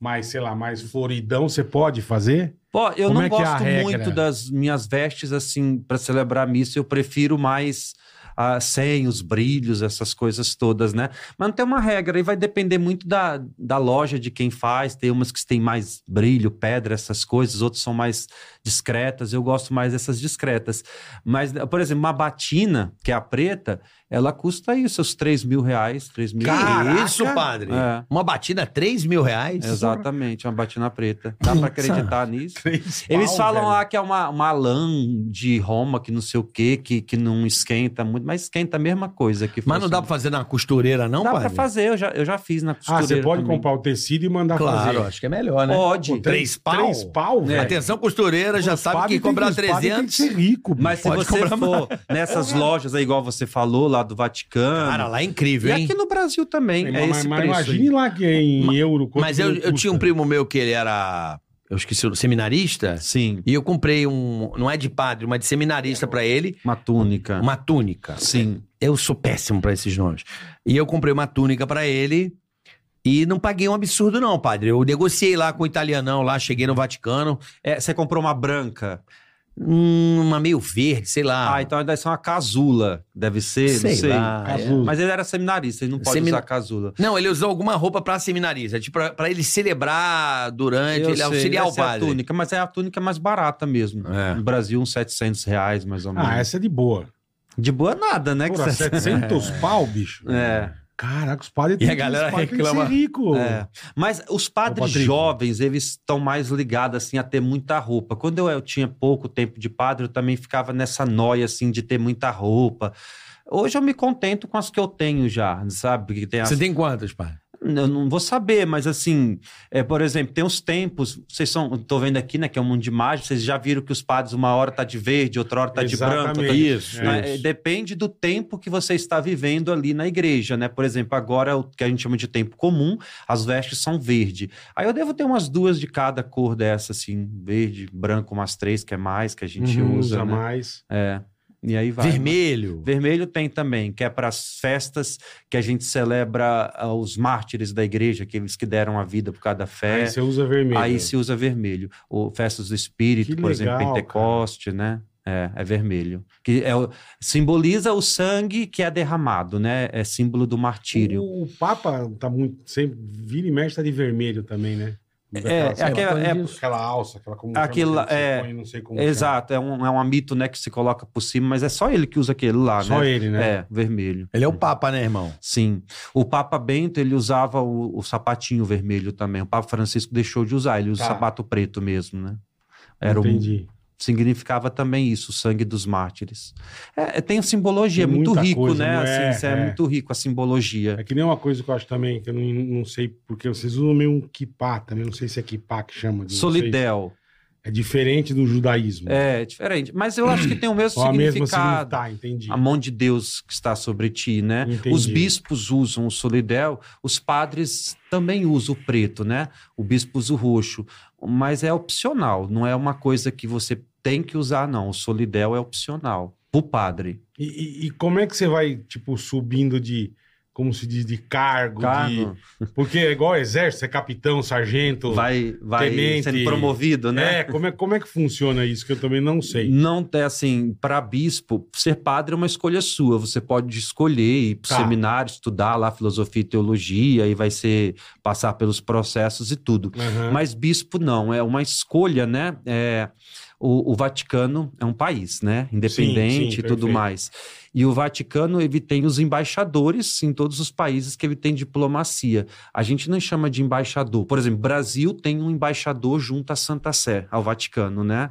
[SPEAKER 3] mais, sei lá, mais floridão, você pode fazer?
[SPEAKER 1] Pô, eu
[SPEAKER 3] Como
[SPEAKER 1] não
[SPEAKER 3] é que é a
[SPEAKER 1] gosto
[SPEAKER 3] regra?
[SPEAKER 1] muito das minhas vestes assim para celebrar a missa. Eu prefiro mais ah, sem os brilhos, essas coisas todas, né? Mas não tem uma regra e vai depender muito da, da loja de quem faz. Tem umas que têm mais brilho, pedra, essas coisas. Outros são mais discretas. Eu gosto mais dessas discretas. Mas, por exemplo, uma batina que é a preta, ela custa aí os seus 3 mil reais, 3 mil.
[SPEAKER 4] Que isso, padre?
[SPEAKER 1] É.
[SPEAKER 4] Uma batida, 3 mil reais?
[SPEAKER 1] Exatamente, uma batina preta. Dá para acreditar nisso?
[SPEAKER 3] Três
[SPEAKER 1] Eles
[SPEAKER 3] pau,
[SPEAKER 1] falam
[SPEAKER 3] velho.
[SPEAKER 1] lá que é uma, uma lã de Roma, que não sei o quê, que, que não esquenta muito, mas esquenta a mesma coisa. Que
[SPEAKER 4] Mas não dá
[SPEAKER 1] fosse-
[SPEAKER 4] pra fazer na costureira, não,
[SPEAKER 1] Dá
[SPEAKER 4] padre?
[SPEAKER 1] pra fazer, eu já, eu já fiz na
[SPEAKER 3] Ah,
[SPEAKER 1] costureira
[SPEAKER 3] você pode
[SPEAKER 1] também.
[SPEAKER 3] comprar o tecido e mandar
[SPEAKER 4] Claro,
[SPEAKER 3] fazer.
[SPEAKER 4] acho que é melhor, né?
[SPEAKER 1] Pode,
[SPEAKER 4] Pô, três pau?
[SPEAKER 3] Três pau, velho.
[SPEAKER 4] Atenção, costureira, já
[SPEAKER 3] Os
[SPEAKER 4] sabe
[SPEAKER 3] padres
[SPEAKER 4] que
[SPEAKER 3] tem
[SPEAKER 4] cobrar
[SPEAKER 3] os padres Tem que
[SPEAKER 4] 300.
[SPEAKER 3] ser rico, bicho.
[SPEAKER 1] Mas se
[SPEAKER 4] Pode
[SPEAKER 1] você
[SPEAKER 4] comprar
[SPEAKER 1] for nessas lojas aí, igual você falou, lá do Vaticano...
[SPEAKER 4] Cara, lá é
[SPEAKER 1] e
[SPEAKER 4] incrível, hein?
[SPEAKER 1] aqui no Brasil também,
[SPEAKER 3] Mas-
[SPEAKER 1] é
[SPEAKER 3] mas-
[SPEAKER 1] esse
[SPEAKER 3] mas
[SPEAKER 1] preço
[SPEAKER 3] imagine
[SPEAKER 1] aí.
[SPEAKER 3] lá que é em euro. quanto
[SPEAKER 4] Mas
[SPEAKER 3] que
[SPEAKER 4] eu,
[SPEAKER 3] não
[SPEAKER 4] eu tinha um
[SPEAKER 3] custa.
[SPEAKER 4] primo meu que ele era, eu esqueci, o- seminarista.
[SPEAKER 1] Sim,
[SPEAKER 4] E eu comprei um, não é de padre, mas de seminarista pra ele,
[SPEAKER 1] uma túnica.
[SPEAKER 4] uma túnica.
[SPEAKER 1] Sim.
[SPEAKER 4] Eu sou péssimo pra esses nomes. E eu comprei uma túnica pra ele e não paguei um absurdo não, padre. Eu negociei lá com o italianão lá, cheguei no Vaticano.
[SPEAKER 1] É, você comprou uma branca.
[SPEAKER 4] hum, uma meio verde, sei lá.
[SPEAKER 1] Ah, então deve ser uma casula. Deve ser,
[SPEAKER 4] sei,
[SPEAKER 1] não sei.
[SPEAKER 4] lá. é.
[SPEAKER 3] Azul.
[SPEAKER 1] Mas ele era seminarista, ele não pode
[SPEAKER 4] Semina-
[SPEAKER 1] usar casula.
[SPEAKER 4] Não, ele usou alguma roupa pra seminarista, tipo, pra, pra ele celebrar durante,
[SPEAKER 1] Eu
[SPEAKER 4] ele
[SPEAKER 1] sei,
[SPEAKER 4] auxiliar o
[SPEAKER 1] essa é a
[SPEAKER 4] padre.
[SPEAKER 1] túnica, mas é a túnica mais barata mesmo.
[SPEAKER 4] É.
[SPEAKER 1] No Brasil, uns 700 reais, mais ou menos.
[SPEAKER 3] Ah, essa é de boa.
[SPEAKER 1] De boa nada, né? que
[SPEAKER 3] Porra,
[SPEAKER 1] você-
[SPEAKER 3] 700 pau, bicho.
[SPEAKER 1] É.
[SPEAKER 3] Caraca, os padres
[SPEAKER 4] E a
[SPEAKER 3] que-
[SPEAKER 4] galera
[SPEAKER 3] os padres têm que
[SPEAKER 4] reclama.
[SPEAKER 3] ser rico.
[SPEAKER 1] É. Mas os
[SPEAKER 3] Ô,
[SPEAKER 1] padres
[SPEAKER 3] Patrick.
[SPEAKER 1] jovens, eles estão mais ligados assim a ter muita roupa. Quando eu, eu tinha pouco tempo de padre, eu também ficava nessa noia assim de ter muita roupa. Hoje eu me contento com as que eu tenho já, sabe? Que tem as...
[SPEAKER 4] Você tem quantas, pai?
[SPEAKER 1] Eu não vou saber, mas assim, é, por exemplo, tem uns tempos, vocês são, tô vendo aqui, né, que é um mundo de imagem, vocês já viram que os padres uma hora tá de verde, outra hora tá de branco, outra
[SPEAKER 3] Exatamente.
[SPEAKER 4] Isso,
[SPEAKER 1] mas,
[SPEAKER 3] É
[SPEAKER 1] eh,
[SPEAKER 3] isso.
[SPEAKER 1] Depende do tempo que você está vivendo ali na igreja, né? Por exemplo, agora o que a gente chama de tempo comum, as vestes são verde. Aí eu devo ter umas duas de cada cor dessa, assim, verde, branco, umas três, que é mais, que a gente
[SPEAKER 3] Uhum,
[SPEAKER 1] usa, né?
[SPEAKER 3] mais.
[SPEAKER 1] É. E aí vai.
[SPEAKER 4] Vermelho.
[SPEAKER 1] Vermelho tem também, que é para as festas que a gente celebra ah, os mártires da igreja, aqueles que deram a vida por cada fé.
[SPEAKER 3] Aí você usa Ah, é vermelho.
[SPEAKER 1] né? É. Aí se usa vermelho. O Festas do Espírito,
[SPEAKER 3] Que
[SPEAKER 1] por exemplo,
[SPEAKER 3] legal,
[SPEAKER 1] Pentecoste, né? É, é vermelho. Que é, o- simboliza o sangue que é derramado, né? É símbolo do martírio.
[SPEAKER 3] O, o Papa tá muito. Sempre, vira e mexe, tá de vermelho também, né?
[SPEAKER 1] É, é, aquela- é-
[SPEAKER 3] Aquela alça, aquela como
[SPEAKER 1] Aquilo
[SPEAKER 3] chama, que você
[SPEAKER 1] é-
[SPEAKER 3] põe, não sei como
[SPEAKER 1] exato, é um, é um mito, né? Que se coloca por cima, mas é só ele que usa aquele lá,
[SPEAKER 3] chama. Só
[SPEAKER 1] né?
[SPEAKER 3] ele, né?
[SPEAKER 1] É, vermelho.
[SPEAKER 4] Ele é o Papa, né, irmão?
[SPEAKER 1] Sim. O Papa Bento, ele usava o, o sapatinho vermelho também. O Papa Francisco deixou de usar, ele usa
[SPEAKER 3] Tá.
[SPEAKER 1] o sapato preto mesmo, né? Era um,
[SPEAKER 3] Entendi.
[SPEAKER 1] significava também isso, o sangue dos mártires. É, é, tem simbologia, é
[SPEAKER 3] Tem
[SPEAKER 1] muito
[SPEAKER 3] muita
[SPEAKER 1] rico,
[SPEAKER 3] coisa,
[SPEAKER 1] né?
[SPEAKER 3] não é?
[SPEAKER 1] assim, isso é,
[SPEAKER 3] É.
[SPEAKER 1] muito rico a simbologia.
[SPEAKER 3] É que nem uma coisa que eu acho também, que eu não, não sei, porque vocês usam meio um kipá também, não sei se é kipá que chama. de vocês.
[SPEAKER 1] Solidel.
[SPEAKER 3] É diferente do judaísmo.
[SPEAKER 1] É, diferente. Mas eu acho que tem o mesmo
[SPEAKER 3] Ou a mesma
[SPEAKER 1] significado.
[SPEAKER 3] significar, entendi.
[SPEAKER 1] a mão de Deus que está sobre ti, né?
[SPEAKER 3] Entendi.
[SPEAKER 1] Os bispos usam o solidel, os padres também usam o preto, né? O bispo usa o roxo, mas é opcional, não é uma coisa que você tem que usar, não. O solidel é opcional, pro padre.
[SPEAKER 3] E, e- e como é que você vai, tipo, subindo de, como se diz, de cargo?
[SPEAKER 1] Cargo,
[SPEAKER 3] de- Porque é igual exército, você é capitão, sargento.
[SPEAKER 1] vai, vai
[SPEAKER 3] Tenente.
[SPEAKER 1] sendo promovido, né?
[SPEAKER 3] É, como é, como é que funciona isso? Que eu também não sei.
[SPEAKER 1] Não é assim, para bispo, ser padre é uma escolha sua. Você pode escolher ir para
[SPEAKER 3] Tá.
[SPEAKER 1] seminário, estudar lá filosofia e teologia, e vai ser passar pelos processos e tudo.
[SPEAKER 3] Aham.
[SPEAKER 1] Mas bispo não, é uma escolha, né? É, o, o Vaticano é um país, né? Independente
[SPEAKER 3] sim,
[SPEAKER 1] e tudo
[SPEAKER 3] perfeito.
[SPEAKER 1] mais. E o Vaticano, ele tem os embaixadores em todos os países que ele tem diplomacia. A gente não chama de embaixador. Por exemplo, Brasil tem um embaixador junto à Santa Sé, ao Vaticano, né?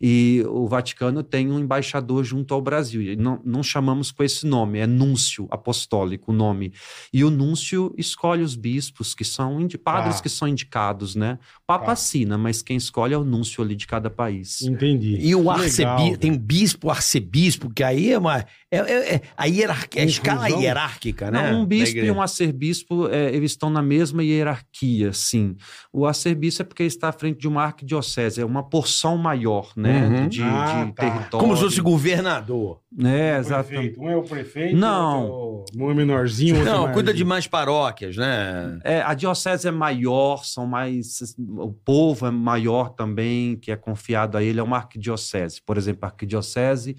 [SPEAKER 1] E o Vaticano tem um embaixador junto ao Brasil. E não, não chamamos com esse nome, é núncio apostólico o nome. E o núncio escolhe os bispos, que são indi- padres
[SPEAKER 3] Tá.
[SPEAKER 1] que são indicados, né? Papa
[SPEAKER 3] Tá.
[SPEAKER 1] assina, mas quem escolhe é o núncio ali de cada país.
[SPEAKER 3] Entendi.
[SPEAKER 4] E o
[SPEAKER 3] Que legal,
[SPEAKER 4] arcebispo,
[SPEAKER 3] velho.
[SPEAKER 4] tem o bispo, o arcebispo, que aí é uma. É, é- é a hierarquia, a escala
[SPEAKER 3] Confusão.
[SPEAKER 4] hierárquica,
[SPEAKER 1] Não,
[SPEAKER 4] né?
[SPEAKER 1] um
[SPEAKER 4] da
[SPEAKER 1] bispo e
[SPEAKER 4] igreja.
[SPEAKER 1] um arcebispo, é, eles estão na mesma hierarquia, sim. O arcebispo é porque ele está à frente de uma arquidiocese, é uma porção maior, né,
[SPEAKER 4] Uhum.
[SPEAKER 1] de,
[SPEAKER 3] Ah,
[SPEAKER 1] de
[SPEAKER 3] tá.
[SPEAKER 1] território.
[SPEAKER 4] Como se fosse governador.
[SPEAKER 1] É, exatamente.
[SPEAKER 3] Prefeito. Um é o prefeito,
[SPEAKER 1] Não.
[SPEAKER 3] outro é o- um é menorzinho, outro é
[SPEAKER 4] Não,
[SPEAKER 3] maiorzinho.
[SPEAKER 4] cuida de mais paróquias, né?
[SPEAKER 1] É, a diocese é maior, são mais o povo é maior também, que é confiado a ele, é uma arquidiocese. Por exemplo, a arquidiocese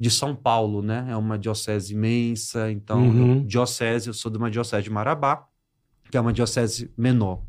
[SPEAKER 1] de São Paulo, né? É uma diocese imensa, então,
[SPEAKER 3] Uhum.
[SPEAKER 1] eu- diocese, eu sou de uma diocese de Marabá, que é uma diocese menor.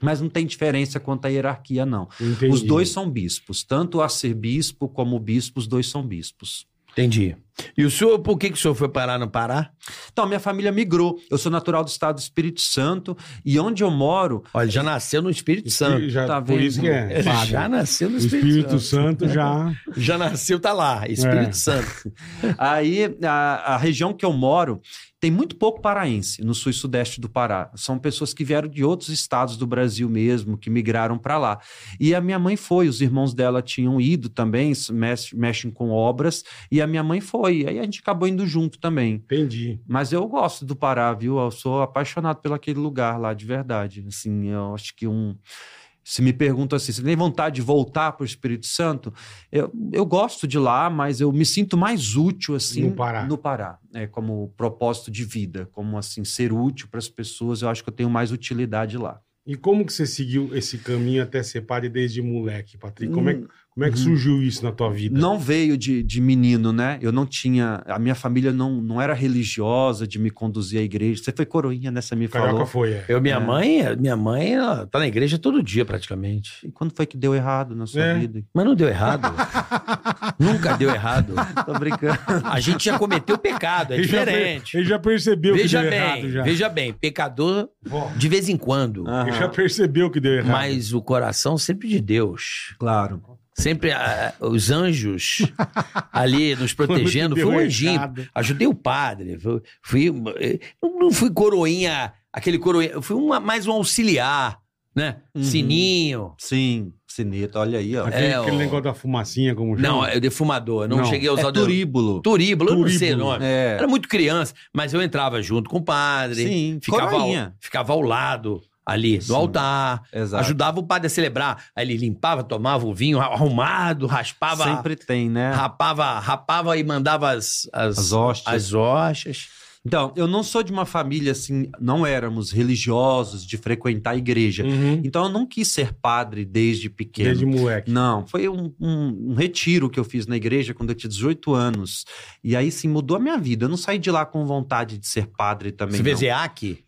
[SPEAKER 1] Mas não tem diferença quanto à hierarquia, não.
[SPEAKER 3] Entendi.
[SPEAKER 1] Os dois são bispos, tanto o arcebispo como o bispo, os dois são bispos.
[SPEAKER 4] Entendi. E o senhor, por que, que o senhor foi parar no Pará?
[SPEAKER 1] Então, minha família migrou. Eu sou natural do estado do Espírito Santo e onde eu moro,
[SPEAKER 4] Olha, ele já nasceu no Espírito Santo.
[SPEAKER 3] Espí- já-
[SPEAKER 1] tá
[SPEAKER 3] por
[SPEAKER 1] vendo?
[SPEAKER 3] isso que é.
[SPEAKER 4] Ele
[SPEAKER 3] padre.
[SPEAKER 4] já nasceu no
[SPEAKER 3] O
[SPEAKER 4] Espírito,
[SPEAKER 3] Espírito
[SPEAKER 4] Santo.
[SPEAKER 3] Santo já.
[SPEAKER 4] Já nasceu, tá lá, Espírito
[SPEAKER 3] É.
[SPEAKER 4] Santo.
[SPEAKER 1] Aí, a, a região que eu moro tem muito pouco paraense no sul e sudeste do Pará. São pessoas que vieram de outros estados do Brasil mesmo, que migraram para lá. E a minha mãe foi, os irmãos dela tinham ido também, se mexe- mexem com obras, e a minha mãe foi. Aí a gente acabou indo junto também.
[SPEAKER 3] Entendi.
[SPEAKER 1] Mas eu gosto do Pará, viu? Eu sou apaixonado pelo aquele lugar lá, de verdade. Assim, eu acho que um. Se me perguntam assim, você tem vontade de voltar para o Espírito Santo? Eu, eu gosto de lá, mas eu me sinto mais útil assim
[SPEAKER 3] No Pará.
[SPEAKER 1] no Pará, né? como propósito de vida, como assim ser útil para as pessoas. Eu acho que eu tenho mais utilidade lá.
[SPEAKER 3] E como que você seguiu esse caminho até ser padre desde moleque, Patrick? Como é,
[SPEAKER 1] Hum.
[SPEAKER 3] Como é
[SPEAKER 4] Uhum.
[SPEAKER 3] que surgiu isso na tua vida?
[SPEAKER 1] Não veio de, de menino, né? Eu não tinha. A minha família não, não era religiosa de me conduzir à igreja. Você foi coroinha nessa, me
[SPEAKER 3] Carioca
[SPEAKER 1] falou.
[SPEAKER 3] foi, é.
[SPEAKER 4] Eu, minha
[SPEAKER 1] É.
[SPEAKER 4] mãe, minha mãe ela tá na igreja todo dia praticamente.
[SPEAKER 1] E quando foi que deu errado na sua
[SPEAKER 3] É.
[SPEAKER 1] vida?
[SPEAKER 4] Mas não deu errado. Nunca deu errado.
[SPEAKER 1] Tô brincando.
[SPEAKER 4] A gente já cometeu pecado, é
[SPEAKER 3] Ele já per-
[SPEAKER 4] diferente.
[SPEAKER 3] ele já percebeu
[SPEAKER 4] Veja
[SPEAKER 3] que deu errado
[SPEAKER 4] bem,
[SPEAKER 3] já.
[SPEAKER 4] veja bem, pecador
[SPEAKER 3] Ó,
[SPEAKER 4] de vez em quando,
[SPEAKER 1] Ah,
[SPEAKER 3] Ele já percebeu que deu errado.
[SPEAKER 4] mas o coração sempre de Deus.
[SPEAKER 1] Claro.
[SPEAKER 4] Sempre ah, os anjos ali nos protegendo.
[SPEAKER 3] Quando
[SPEAKER 4] Foi
[SPEAKER 3] deu
[SPEAKER 4] um anjinho.
[SPEAKER 3] errado.
[SPEAKER 4] Ajudei o padre. Fui, fui- eh, não fui coroinha, aquele coroinha. eu Fui uma, mais um auxiliar, né?
[SPEAKER 1] Uhum.
[SPEAKER 4] Sininho.
[SPEAKER 1] Sim, Sineta, olha aí, ó.
[SPEAKER 3] Aquele,
[SPEAKER 4] É,
[SPEAKER 3] aquele
[SPEAKER 4] ó.
[SPEAKER 3] negócio da fumacinha, como
[SPEAKER 4] Não,
[SPEAKER 3] chama.
[SPEAKER 4] é defumador. Não,
[SPEAKER 3] Não,
[SPEAKER 4] cheguei a usar
[SPEAKER 1] É
[SPEAKER 4] o dedo-
[SPEAKER 1] turíbulo.
[SPEAKER 4] Turíbulo, eu não sei o
[SPEAKER 3] Turíbulo.
[SPEAKER 4] nome.
[SPEAKER 1] É.
[SPEAKER 4] Era muito criança, mas eu entrava junto com o padre.
[SPEAKER 1] Sim,
[SPEAKER 4] É. ficava, ao,
[SPEAKER 1] coroinha.
[SPEAKER 4] ficava ao lado ali do
[SPEAKER 1] Sim.
[SPEAKER 4] altar.
[SPEAKER 1] Exato.
[SPEAKER 4] Ajudava o padre a celebrar. Aí ele limpava, tomava o vinho arrumado, raspava,
[SPEAKER 1] Sempre tem, né?
[SPEAKER 4] rapava, rapava e mandava as, as,
[SPEAKER 1] As hóstias.
[SPEAKER 4] as hostias.
[SPEAKER 1] Então, eu não sou de uma família assim, não éramos religiosos de frequentar a igreja.
[SPEAKER 3] Uhum.
[SPEAKER 1] Então, eu não quis ser padre desde pequeno.
[SPEAKER 3] Desde moleque.
[SPEAKER 1] Não, foi um, um- um retiro que eu fiz na igreja quando eu tinha 18 anos. E aí, sim, mudou a minha vida. Eu não saí de lá com vontade de ser padre também.
[SPEAKER 4] Você
[SPEAKER 1] não.
[SPEAKER 4] fez EAC?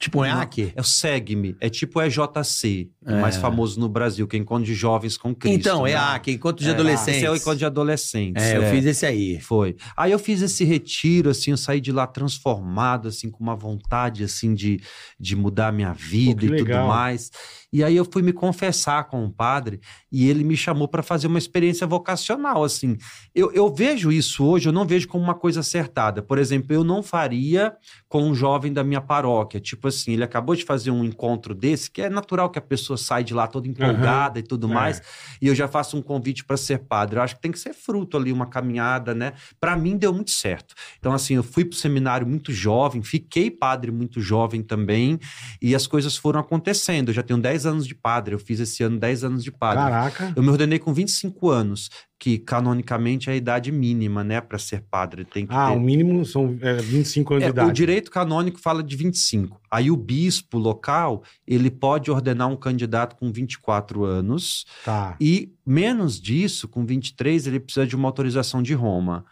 [SPEAKER 4] Tipo um
[SPEAKER 1] Não.
[SPEAKER 4] EAC?
[SPEAKER 1] É o Segue-me. É tipo o EJC, o
[SPEAKER 4] É.
[SPEAKER 1] mais famoso no Brasil, que é Encontro de Jovens com Cristo.
[SPEAKER 4] Então,
[SPEAKER 1] né?
[SPEAKER 4] EAC, encontro de
[SPEAKER 1] É,
[SPEAKER 4] adolescentes.
[SPEAKER 1] Esse é o Encontro de Adolescentes.
[SPEAKER 4] É, eu
[SPEAKER 1] é.
[SPEAKER 4] fiz esse aí.
[SPEAKER 1] Foi. Aí eu fiz esse retiro, assim, eu saí de lá transformado, assim, com uma vontade, assim, de, de mudar a minha vida
[SPEAKER 3] que
[SPEAKER 1] e
[SPEAKER 3] legal.
[SPEAKER 1] tudo mais. E aí eu fui me confessar com o padre e ele me chamou para fazer uma experiência vocacional, assim. Eu, eu vejo isso hoje, eu não vejo como uma coisa acertada. Por exemplo, eu não faria com um jovem da minha paróquia. Tipo assim, ele acabou de fazer um encontro desse, que é natural que a pessoa sai de lá toda empolgada e tudo
[SPEAKER 3] É.
[SPEAKER 1] mais, e eu já faço um convite para ser padre. Eu acho que tem que ser fruto ali, uma caminhada, né? Para mim deu muito certo. Então, assim, eu fui pro seminário muito jovem, fiquei padre muito jovem também, e as coisas foram acontecendo. Eu já tenho 10 anos de padre, eu fiz esse ano 10 anos de padre.
[SPEAKER 3] Caraca.
[SPEAKER 1] Eu me ordenei com 25 anos, que canonicamente é a idade mínima, né, para ser padre. Tem que
[SPEAKER 3] Ah,
[SPEAKER 1] ter
[SPEAKER 3] o mínimo são é, 25 anos
[SPEAKER 1] é,
[SPEAKER 3] de idade.
[SPEAKER 1] O direito canônico fala de 25. Aí o bispo local, ele pode ordenar um candidato com 24 anos
[SPEAKER 3] Tá.
[SPEAKER 1] e menos disso, com 23, ele precisa de uma autorização de Roma,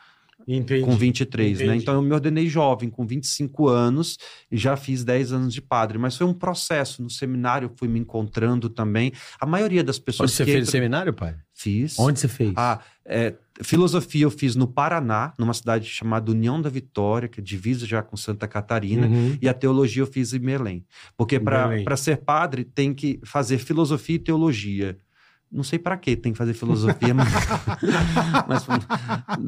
[SPEAKER 3] Entendi.
[SPEAKER 1] com 23, né?
[SPEAKER 3] Entendi.
[SPEAKER 1] Então eu me ordenei jovem, com 25 anos, e já fiz 10 anos de padre, mas foi um processo, no seminário eu fui me encontrando também. A maioria das pessoas
[SPEAKER 4] Onde você
[SPEAKER 1] que
[SPEAKER 4] fez o
[SPEAKER 1] entra-
[SPEAKER 4] seminário, pai?
[SPEAKER 1] Fiz.
[SPEAKER 4] Onde você fez?
[SPEAKER 1] Ah, é, filosofia eu fiz no Paraná, numa cidade chamada União da Vitória, que é divisa já com Santa Catarina.
[SPEAKER 3] Uhum.
[SPEAKER 1] E a teologia eu fiz em Belém. Porque
[SPEAKER 3] Belém.
[SPEAKER 1] para ser padre tem que fazer filosofia e teologia. Não sei para que tem que fazer filosofia, mas, mas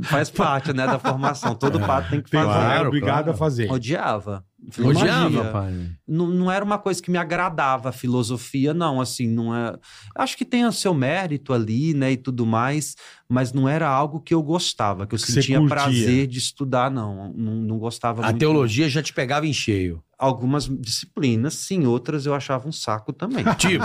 [SPEAKER 1] faz parte né, da formação. Todo padre tem que
[SPEAKER 3] Tem,
[SPEAKER 1] fazer.
[SPEAKER 4] Claro,
[SPEAKER 3] é obrigado
[SPEAKER 4] claro.
[SPEAKER 3] a fazer.
[SPEAKER 1] Odiava.
[SPEAKER 4] Odiava,
[SPEAKER 1] Filosofia.
[SPEAKER 4] pai.
[SPEAKER 1] Não, não era uma coisa que me agradava a filosofia, não. Assim, não é. Acho que tem o seu mérito ali, né, e tudo mais, mas não era algo que eu gostava, que eu
[SPEAKER 3] Que você
[SPEAKER 1] sentia
[SPEAKER 3] curtia.
[SPEAKER 1] prazer de estudar, não. Não, não gostava
[SPEAKER 4] A
[SPEAKER 1] muito,
[SPEAKER 4] teologia já te pegava em cheio.
[SPEAKER 1] algumas disciplinas, sim, outras eu achava um saco também.
[SPEAKER 4] Tipo,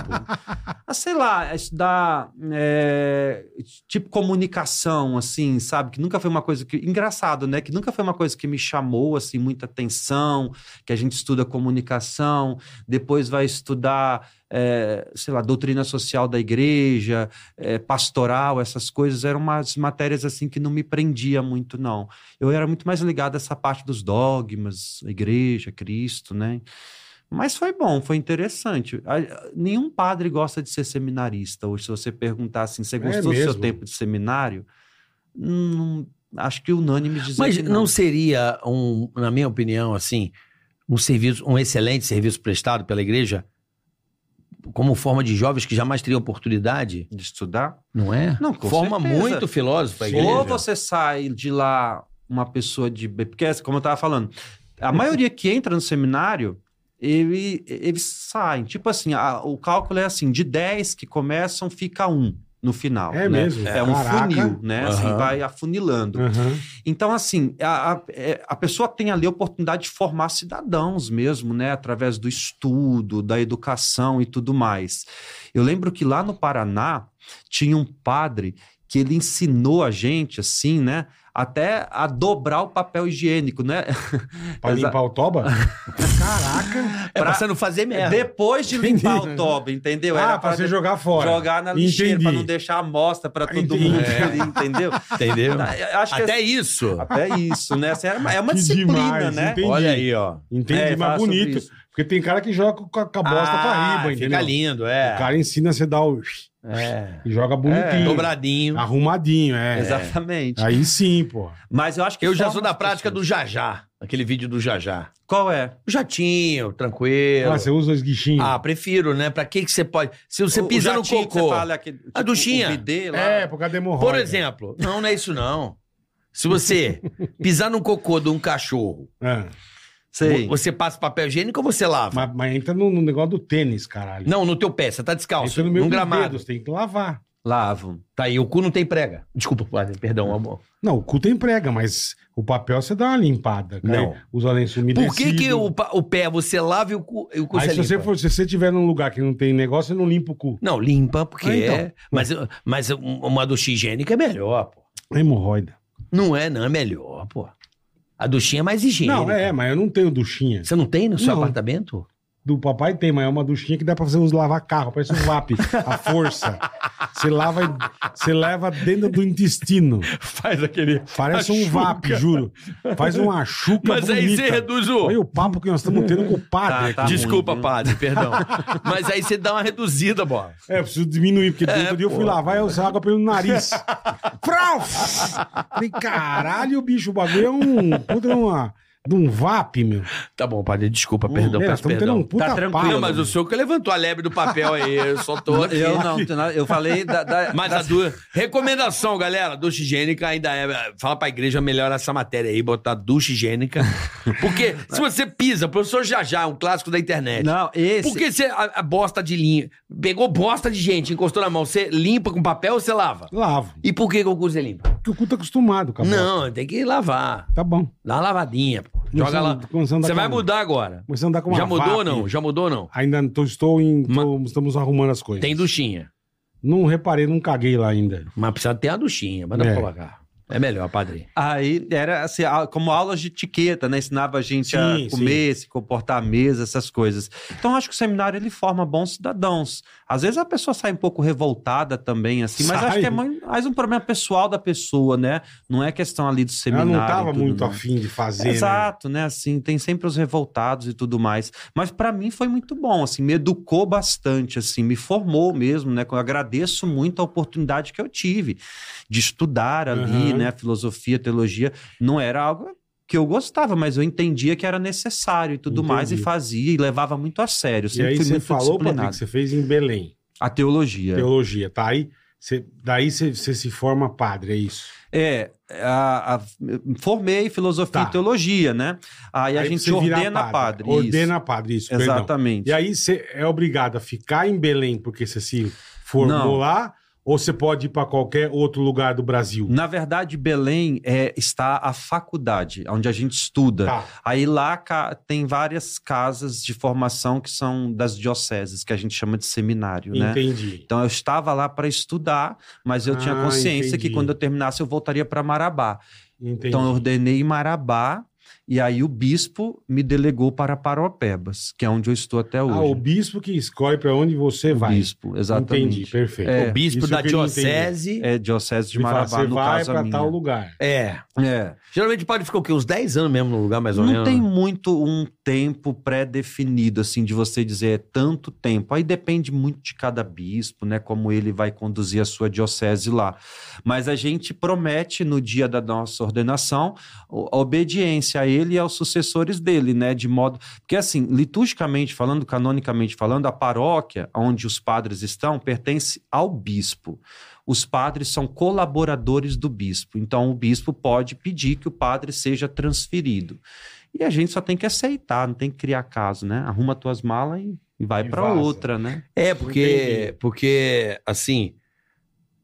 [SPEAKER 1] Ah, sei lá, estudar é, tipo comunicação, assim, sabe? Que nunca foi uma coisa que. Engraçado, né? Que nunca foi uma coisa que me chamou, assim, muita atenção, que a gente estuda comunicação, depois vai estudar, é, sei lá, doutrina social da igreja, é, pastoral, essas coisas. Eram umas matérias, assim, que não me prendia muito, não. Eu era muito mais ligado a essa parte dos dogmas, a igreja, Cristo, né? Mas foi bom, foi interessante. A- Nenhum padre gosta de ser seminarista. Hoje, se você perguntar assim, você gostou do
[SPEAKER 3] mesmo?
[SPEAKER 1] seu tempo de seminário? Hum, acho que unânime dizer
[SPEAKER 4] mas
[SPEAKER 1] que
[SPEAKER 4] não seria um, na minha opinião, assim, um serviço, um excelente serviço prestado pela igreja como forma de jovens que jamais teriam oportunidade,
[SPEAKER 1] de estudar.
[SPEAKER 4] não é?
[SPEAKER 1] Não, com
[SPEAKER 4] forma
[SPEAKER 1] certeza.
[SPEAKER 4] muito filósofo a igreja.
[SPEAKER 1] Ou você sai de lá uma pessoa de... Porque, é assim, como eu estava falando, a maioria que entra no seminário, ele, eles saem. Tipo assim, a- o cálculo é assim, de 10 que começam, fica um no final.
[SPEAKER 3] É
[SPEAKER 1] né?
[SPEAKER 3] mesmo.
[SPEAKER 1] É um
[SPEAKER 3] Caraca.
[SPEAKER 1] funil, né? Assim,
[SPEAKER 4] Aham.
[SPEAKER 1] vai afunilando.
[SPEAKER 3] Uhum.
[SPEAKER 1] Então, assim, a, a- é, a pessoa tem ali a oportunidade de formar cidadãos mesmo, né? Através do estudo, da educação e tudo mais. Eu lembro que lá no Paraná tinha um padre que ele ensinou a gente, assim, né? até a dobrar o papel higiênico, né?
[SPEAKER 3] Pra
[SPEAKER 1] Exa-
[SPEAKER 3] limpar o toba? Caraca!
[SPEAKER 4] É pra
[SPEAKER 1] pra-
[SPEAKER 4] você não fazer merda.
[SPEAKER 1] Depois de limpar o toba, entendeu?
[SPEAKER 3] Ah,
[SPEAKER 1] Era
[SPEAKER 3] pra
[SPEAKER 1] pra
[SPEAKER 3] você
[SPEAKER 1] de-
[SPEAKER 3] jogar fora.
[SPEAKER 1] jogar na lixeira, pra
[SPEAKER 3] Entendi.
[SPEAKER 1] não deixar amostra pra todo
[SPEAKER 3] Entendi.
[SPEAKER 1] mundo,
[SPEAKER 3] É.
[SPEAKER 1] ali, entendeu?
[SPEAKER 4] Entendeu?
[SPEAKER 1] Eu Acho que é assim,
[SPEAKER 4] Até isso.
[SPEAKER 1] Até isso, né? Assim, era uma- é uma
[SPEAKER 3] Que
[SPEAKER 1] disciplina,
[SPEAKER 3] demais,
[SPEAKER 1] né?
[SPEAKER 3] entendi.
[SPEAKER 4] Olha aí, ó.
[SPEAKER 3] Entendi,
[SPEAKER 1] É, fala
[SPEAKER 3] mas
[SPEAKER 1] sobre
[SPEAKER 3] bonito.
[SPEAKER 1] isso.
[SPEAKER 3] Porque tem cara que joga com a, com a bosta pra riba,
[SPEAKER 4] Ah, fica
[SPEAKER 3] entendeu?
[SPEAKER 4] lindo,
[SPEAKER 3] O
[SPEAKER 4] é.
[SPEAKER 3] cara ensina você a dar o...
[SPEAKER 4] É.
[SPEAKER 3] E joga bonitinho.
[SPEAKER 4] Dobradinho.
[SPEAKER 3] Arrumadinho, é.
[SPEAKER 1] Exatamente.
[SPEAKER 3] Aí sim, pô.
[SPEAKER 1] Mas eu acho que.
[SPEAKER 4] Eu já
[SPEAKER 1] forma
[SPEAKER 4] sou da
[SPEAKER 1] as
[SPEAKER 4] prática do
[SPEAKER 1] pessoas.
[SPEAKER 4] Jajá. Aquele vídeo do Jajá.
[SPEAKER 1] Qual é?
[SPEAKER 4] O Jatinho, tranquilo.
[SPEAKER 3] Ah, você usa os guichinhos.
[SPEAKER 4] Ah, prefiro, né? Pra que que você pode... Se você
[SPEAKER 1] O- o
[SPEAKER 4] pisa no
[SPEAKER 1] jatinho que
[SPEAKER 4] cocô...
[SPEAKER 1] Você fala, um aquele, tipo,
[SPEAKER 4] A duchinha.
[SPEAKER 1] O bidê lá.
[SPEAKER 3] é, por causa da hemorroida.
[SPEAKER 4] Por exemplo, não, não é isso não. Se você pisar no cocô de um cachorro,
[SPEAKER 3] É.
[SPEAKER 1] Sei.
[SPEAKER 4] vo- você passa papel higiênico ou você lava?
[SPEAKER 3] Mas, mas entra no, no negócio do tênis, caralho.
[SPEAKER 4] Não, no teu pé, você tá
[SPEAKER 3] entra
[SPEAKER 4] descalço,
[SPEAKER 3] no meio
[SPEAKER 4] num
[SPEAKER 3] dos
[SPEAKER 4] gramado.
[SPEAKER 3] dedos, tem que lavar.
[SPEAKER 1] Lavo.
[SPEAKER 4] Tá aí, o cu não tem prega. Desculpa, padre, perdão, amor.
[SPEAKER 3] Não, o cu tem prega, mas o papel você dá uma limpada. cara.
[SPEAKER 4] Não.
[SPEAKER 3] Usa lenço umedecido.
[SPEAKER 4] Por que, que o, pa- o pé você lava e o cu, e o cu
[SPEAKER 3] Aí
[SPEAKER 4] você
[SPEAKER 3] se você,
[SPEAKER 4] limpa?
[SPEAKER 3] for, se você tiver num lugar que não tem negócio, você não limpa o cu.
[SPEAKER 4] Não, limpa, porque
[SPEAKER 3] Ah, então.
[SPEAKER 4] é. Mas, mas uma duchinha higiênica é melhor, pô.
[SPEAKER 3] É hemorroida.
[SPEAKER 4] Não é, não, é melhor, pô. A duchinha é mais higiênica.
[SPEAKER 3] Não, é, mas eu não tenho duchinha.
[SPEAKER 4] Você não tem no
[SPEAKER 3] Não.
[SPEAKER 4] seu apartamento?
[SPEAKER 3] Do papai tem, mas é uma duchinha que dá pra fazer uns lavar carro, parece um VAP, a força. Você lava, e- você leva dentro do intestino.
[SPEAKER 4] Faz aquele.
[SPEAKER 3] Parece um
[SPEAKER 4] Achuca.
[SPEAKER 3] VAP, juro. Faz uma chuca
[SPEAKER 4] Mas aí você
[SPEAKER 3] bonita.
[SPEAKER 4] reduz o.
[SPEAKER 3] Olha o papo que nós estamos tendo com o padre.
[SPEAKER 1] Tá, tá.
[SPEAKER 3] aqui.
[SPEAKER 4] Desculpa,
[SPEAKER 1] ruim, viu?
[SPEAKER 4] padre, perdão. Mas aí você dá uma reduzida, bola.
[SPEAKER 3] É, eu preciso diminuir, porque
[SPEAKER 4] É,
[SPEAKER 3] outro dia eu fui
[SPEAKER 4] pô.
[SPEAKER 3] lavar e eu usei água pelo nariz. Frau! Falei, caralho, bicho, o bagulho é um puta de uma- de um VAP, meu.
[SPEAKER 4] Tá bom, padre, desculpa, perdão,
[SPEAKER 3] É, nós
[SPEAKER 4] peço
[SPEAKER 3] estamos tendo
[SPEAKER 4] perdão.
[SPEAKER 3] um puta
[SPEAKER 1] Tá tranquilo,
[SPEAKER 3] papo.
[SPEAKER 4] Não, mas o senhor que levantou a lebre do papel aí, eu só tô aqui.
[SPEAKER 1] Eu não, tem nada- eu falei da. da-
[SPEAKER 4] Mas
[SPEAKER 1] da-
[SPEAKER 4] a du... recomendação, galera, ducha higiênica ainda é. Fala pra igreja melhorar essa matéria aí, botar ducha higiênica. Porque se você pisa, professor Jajá, é um clássico da internet.
[SPEAKER 1] Não, esse.
[SPEAKER 4] Porque você, a, a bosta de linha. Pegou bosta de gente, encostou na mão. Você limpa com papel ou você lava?
[SPEAKER 3] Lavo,
[SPEAKER 4] E por que que o cu você limpa?
[SPEAKER 3] porque o cu tá acostumado com a bosta.
[SPEAKER 4] Não, tem que lavar.
[SPEAKER 3] Tá bom.
[SPEAKER 4] Dá uma lavadinha, pô. Joga
[SPEAKER 3] Começando-
[SPEAKER 4] lá.
[SPEAKER 3] começando é a
[SPEAKER 4] Você vai
[SPEAKER 3] dar-
[SPEAKER 4] mudar agora.
[SPEAKER 3] Começando a andar com uma
[SPEAKER 4] Já mudou ou
[SPEAKER 3] vape.
[SPEAKER 4] não? Já mudou ou não?
[SPEAKER 3] Ainda não tô- estou em. tô- estamos arrumando as coisas.
[SPEAKER 4] Tem duchinha.
[SPEAKER 3] Não reparei, não caguei lá ainda.
[SPEAKER 4] Mas precisa ter uma duchinha. Manda
[SPEAKER 3] É.
[SPEAKER 4] colocar. É melhor, padre.
[SPEAKER 1] Aí era assim, a- como aulas de etiqueta, né? Ensinava a gente
[SPEAKER 3] Sim,
[SPEAKER 1] a comer, se comportar à mesa, essas coisas. Então acho que o seminário ele forma bons cidadãos. Às vezes a pessoa sai um pouco revoltada também, assim, mas
[SPEAKER 3] Sai.
[SPEAKER 1] acho que é mais mais um problema pessoal da pessoa, né? Não é questão ali do
[SPEAKER 3] Ela
[SPEAKER 1] seminário.
[SPEAKER 3] não
[SPEAKER 1] e
[SPEAKER 3] tava
[SPEAKER 1] tudo
[SPEAKER 3] muito
[SPEAKER 1] mais.
[SPEAKER 3] afim de fazer. né?
[SPEAKER 1] Exato, né? Assim, tem sempre os revoltados e tudo mais. Mas pra mim foi muito bom, assim, me educou bastante, assim, me formou mesmo, né? Eu agradeço muito a oportunidade que eu tive de estudar ali,
[SPEAKER 3] Uhum.
[SPEAKER 1] né? Filosofia, teologia, não era algo que eu gostava, mas eu entendia que era necessário e tudo mais e
[SPEAKER 3] Entendi.
[SPEAKER 1] fazia e levava muito a sério.
[SPEAKER 3] E
[SPEAKER 1] Eu Sempre
[SPEAKER 3] aí
[SPEAKER 1] fui
[SPEAKER 3] você
[SPEAKER 1] muito
[SPEAKER 3] falou, Patrick,
[SPEAKER 1] disciplinado. É.
[SPEAKER 3] que você fez em Belém,
[SPEAKER 1] A teologia.
[SPEAKER 3] teologia, tá? Aí você, daí você, você se forma padre, é isso.
[SPEAKER 1] É, a- a- formei filosofia
[SPEAKER 3] Tá.
[SPEAKER 1] e teologia, né? Aí, a gente
[SPEAKER 3] você vira
[SPEAKER 1] ordena padre. isso.
[SPEAKER 3] Ordena padre, isso, perdão.
[SPEAKER 1] Exatamente.
[SPEAKER 3] E aí você é obrigado a ficar em Belém porque você se formou
[SPEAKER 1] Não.
[SPEAKER 3] lá, ou você pode ir pra qualquer outro lugar do Brasil?
[SPEAKER 1] Na verdade, Belém é, está a faculdade, onde a gente estuda.
[SPEAKER 3] Tá.
[SPEAKER 1] Aí lá ca- tem várias casas de formação que são das dioceses, que a gente chama de seminário, né?
[SPEAKER 3] Entendi.
[SPEAKER 1] Então eu estava lá para estudar, mas eu tinha
[SPEAKER 3] Ah,
[SPEAKER 1] consciência
[SPEAKER 3] entendi.
[SPEAKER 1] que quando eu terminasse eu voltaria para Marabá.
[SPEAKER 3] Entendi.
[SPEAKER 1] Então eu ordenei em Marabá e aí o bispo me delegou para Paropebas, que é onde eu estou até
[SPEAKER 3] ah, o
[SPEAKER 1] hoje.
[SPEAKER 3] bispo que escolhe pra onde você
[SPEAKER 1] o
[SPEAKER 3] vai.
[SPEAKER 1] bispo, exatamente.
[SPEAKER 3] Entendi, perfeito.
[SPEAKER 1] É,
[SPEAKER 4] o bispo
[SPEAKER 3] isso
[SPEAKER 4] da
[SPEAKER 3] eu queria
[SPEAKER 4] diocese.
[SPEAKER 1] É diocese de
[SPEAKER 3] Ele fala,
[SPEAKER 1] Marabá
[SPEAKER 3] você
[SPEAKER 1] no
[SPEAKER 3] vai
[SPEAKER 1] caso a
[SPEAKER 3] pra
[SPEAKER 1] minha.
[SPEAKER 3] tal lugar.
[SPEAKER 4] É.
[SPEAKER 1] É.
[SPEAKER 4] Geralmente o padre fica o quê? Uns 10 anos mesmo no lugar, mais ou
[SPEAKER 1] Não
[SPEAKER 4] menos? né?
[SPEAKER 1] tem muito um tempo pré-definido, assim, de você dizer é tanto tempo. Aí depende muito de cada bispo, né? Como ele vai conduzir a sua diocese lá. Mas a gente promete no dia da nossa ordenação o- a obediência a ele e aos sucessores dele, né? De modo. Porque, assim, liturgicamente falando, canonicamente falando, a paróquia onde os padres estão pertence ao bispo. Os padres são colaboradores do bispo. Então, o bispo pode pedir que o padre seja transferido. E a gente só tem que aceitar, não tem que criar caso, né? Arruma tuas malas e, e vai
[SPEAKER 3] E
[SPEAKER 1] pra
[SPEAKER 3] vaza.
[SPEAKER 1] outra, né?
[SPEAKER 4] É, porque,
[SPEAKER 3] Entendi.
[SPEAKER 4] porque assim,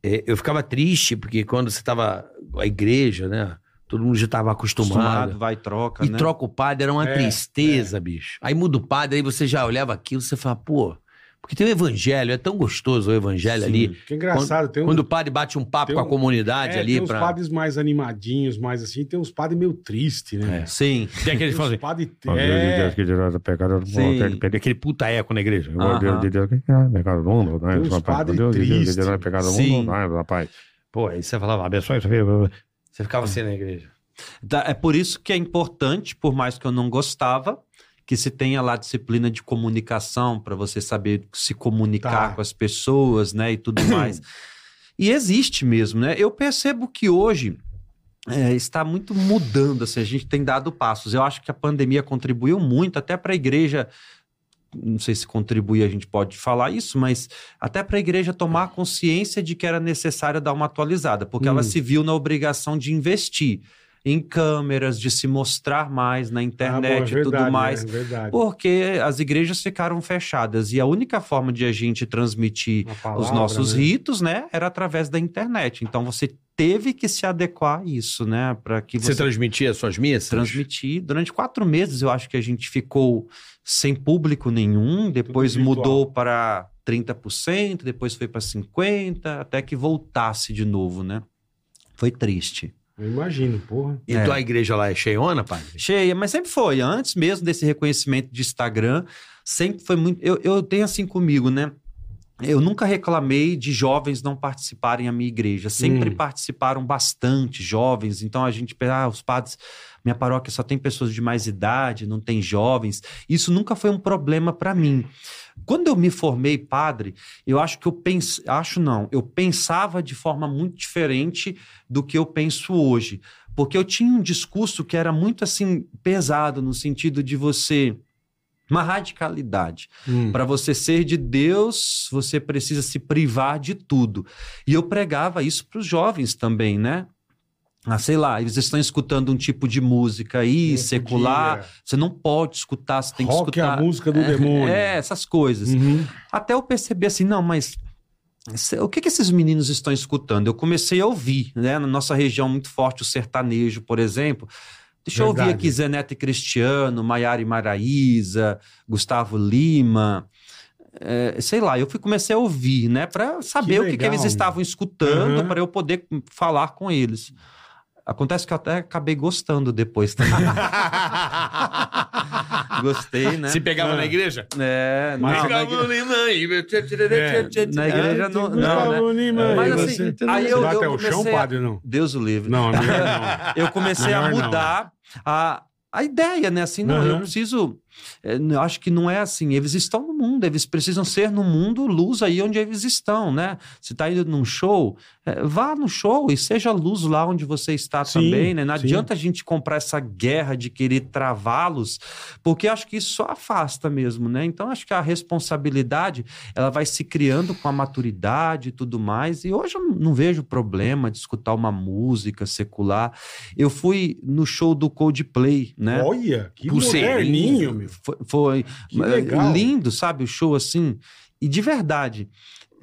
[SPEAKER 4] é, eu ficava triste, porque quando você tava. A igreja, né? Todo mundo já tava acostumado.
[SPEAKER 1] Acostumado, vai, troca,
[SPEAKER 4] e
[SPEAKER 1] né?
[SPEAKER 4] troca o padre, era uma
[SPEAKER 3] É,
[SPEAKER 4] tristeza, bicho. Aí muda o padre, aí você já olhava aquilo, você fala, pô, Porque tem o evangelho, é tão gostoso o evangelho
[SPEAKER 3] Sim.
[SPEAKER 4] ali.
[SPEAKER 3] Que engraçado. tem um-
[SPEAKER 4] Quando o padre bate um papo
[SPEAKER 3] tem
[SPEAKER 4] com a
[SPEAKER 3] um-
[SPEAKER 4] comunidade
[SPEAKER 3] é,
[SPEAKER 4] ali
[SPEAKER 3] tem uns
[SPEAKER 4] pra.
[SPEAKER 3] padres mais animadinhos, mais assim. Tem uns padres meio tristes, né?
[SPEAKER 5] É.
[SPEAKER 4] Sim.
[SPEAKER 5] Tem
[SPEAKER 3] Tem
[SPEAKER 5] aquele que
[SPEAKER 3] uns
[SPEAKER 5] fala assim,
[SPEAKER 3] padres-
[SPEAKER 5] "Ó Deus de
[SPEAKER 3] É,
[SPEAKER 5] Deus, que tirou da pecado do
[SPEAKER 1] Sim.
[SPEAKER 5] mundo, aquele pecado", aquele puta eco na igreja. Ó Deus
[SPEAKER 1] Aham.
[SPEAKER 5] de Deus, que tirou da pecado do mundo, né?
[SPEAKER 3] Tem uns
[SPEAKER 5] Só paz com
[SPEAKER 3] padre
[SPEAKER 5] Deus de Deus, que tirou da
[SPEAKER 3] triste.
[SPEAKER 5] pecado do
[SPEAKER 1] Sim.
[SPEAKER 5] mundo, né, rapaz. Pô, aí você falava, abençoe isso aí.
[SPEAKER 4] Você ficava assim na igreja.
[SPEAKER 1] Da- É por isso que é importante, por mais que eu não gostava, que se tenha lá disciplina de comunicação para você saber se comunicar
[SPEAKER 3] Tá.
[SPEAKER 1] com as pessoas, né, e tudo mais. E existe mesmo, né? Eu percebo que hoje é, está muito mudando, assim, a gente tem dado passos. Eu acho que a pandemia contribuiu muito, até para a igreja. Não sei se contribuir a gente pode falar isso, mas até para a igreja tomar consciência de que era necessário dar uma atualizada, porque ela
[SPEAKER 3] Hum.
[SPEAKER 1] se viu na obrigação de investir em câmeras, de se mostrar mais na
[SPEAKER 3] Ah,
[SPEAKER 1] internet
[SPEAKER 3] bom, é
[SPEAKER 1] e
[SPEAKER 3] verdade,
[SPEAKER 1] tudo mais.
[SPEAKER 3] É verdade.
[SPEAKER 1] Porque as igrejas ficaram fechadas e a única forma de a gente transmitir
[SPEAKER 3] Uma palavra,
[SPEAKER 1] os nossos
[SPEAKER 3] né?
[SPEAKER 1] ritos, né, era através da internet. Então você teve que se adequar a isso, né, para que
[SPEAKER 4] Você
[SPEAKER 1] você,
[SPEAKER 4] transmitia as suas missas?
[SPEAKER 1] transmitir. Durante quatro meses eu acho que a gente ficou sem público nenhum, depois
[SPEAKER 3] virtual.
[SPEAKER 1] mudou para 30%, depois foi para 50%, até que voltasse de novo, né. Foi triste.
[SPEAKER 3] Eu imagino, porra.
[SPEAKER 4] E
[SPEAKER 1] É.
[SPEAKER 4] tua igreja lá é cheiona, padre?
[SPEAKER 1] Cheia, mas sempre foi. Antes mesmo desse reconhecimento de Instagram, sempre foi muito. Eu, eu tenho assim comigo, né? Eu nunca reclamei de jovens não participarem da minha igreja. Sempre
[SPEAKER 3] Hum.
[SPEAKER 1] participaram bastante jovens. Então a gente, pensa, ah, os padres, minha paróquia só tem pessoas de mais idade, não tem jovens. Isso nunca foi um problema para mim. Quando eu me formei padre, eu acho que eu penso, acho não, eu pensava de forma muito diferente do que eu penso hoje, porque eu tinha um discurso que era muito assim pesado no sentido de você uma radicalidade.
[SPEAKER 3] Hum.
[SPEAKER 1] Para você ser de Deus, você precisa se privar de tudo. E eu pregava isso para os jovens também, né? Ah, sei lá, eles estão escutando um tipo de música aí,
[SPEAKER 3] Não
[SPEAKER 1] secular.
[SPEAKER 3] podia.
[SPEAKER 1] Você não pode escutar, você tem
[SPEAKER 3] Rock
[SPEAKER 1] que
[SPEAKER 3] é
[SPEAKER 1] escutar.
[SPEAKER 3] a música do demônio.
[SPEAKER 1] É, essas coisas.
[SPEAKER 3] Uhum.
[SPEAKER 1] Até eu percebi assim, não, mas se- o que, que esses meninos estão escutando? Eu comecei a ouvir, né? Na nossa região muito forte, o sertanejo, por exemplo. Deixa eu
[SPEAKER 3] Verdade.
[SPEAKER 1] ouvir aqui Zé Neto e Cristiano, Maiara e Maraíza, Gustavo Lima. eh, sei lá, eu fui, comecei a ouvir, né? Pra saber o que, Uhum. que
[SPEAKER 3] legal,
[SPEAKER 1] eles
[SPEAKER 3] meu.
[SPEAKER 1] estavam escutando,
[SPEAKER 3] Aham.
[SPEAKER 1] pra eu poder falar com eles. Acontece que eu até acabei gostando depois também. Gostei, né?
[SPEAKER 4] Se pegava
[SPEAKER 3] Ah.
[SPEAKER 4] na igreja?
[SPEAKER 1] É,
[SPEAKER 3] Mas
[SPEAKER 1] não,
[SPEAKER 3] na
[SPEAKER 1] na igreja-
[SPEAKER 3] É.
[SPEAKER 1] na igreja não- não, né?
[SPEAKER 3] Gustavo Lima,
[SPEAKER 1] Mas
[SPEAKER 3] e
[SPEAKER 1] assim, aí
[SPEAKER 3] Você
[SPEAKER 1] eu-
[SPEAKER 3] vai
[SPEAKER 1] eu
[SPEAKER 3] até o chão,
[SPEAKER 1] comecei a-
[SPEAKER 3] padre, não?
[SPEAKER 1] Deus o livre.
[SPEAKER 3] Não, é melhor não.
[SPEAKER 1] eu comecei
[SPEAKER 3] Melhor
[SPEAKER 1] a
[SPEAKER 3] não. né? Uhum.
[SPEAKER 1] mudar a, a ideia, né? Assim, não, eu
[SPEAKER 3] Aham.
[SPEAKER 1] preciso. é, Eu acho que não é assim. Eles estão no mundo, eles precisam ser no mundo luz aí onde eles estão, né? Se tá indo num show, é, vá no show e seja luz lá onde você está
[SPEAKER 3] Sim,
[SPEAKER 1] também, né? Não
[SPEAKER 3] sim.
[SPEAKER 1] adianta a gente comprar essa guerra de querer travá-los, porque acho que isso só afasta mesmo, né? Então acho que a responsabilidade ela vai se criando com a maturidade e tudo mais. E hoje eu não vejo problema de escutar uma música secular. Eu fui no show do Coldplay, né?
[SPEAKER 3] Olha, que
[SPEAKER 4] Pulseirinha.
[SPEAKER 3] moderninho, meu.
[SPEAKER 1] Foi, foi,
[SPEAKER 3] Que
[SPEAKER 1] eh,
[SPEAKER 3] legal.
[SPEAKER 1] lindo, sabe? O show assim. E de verdade,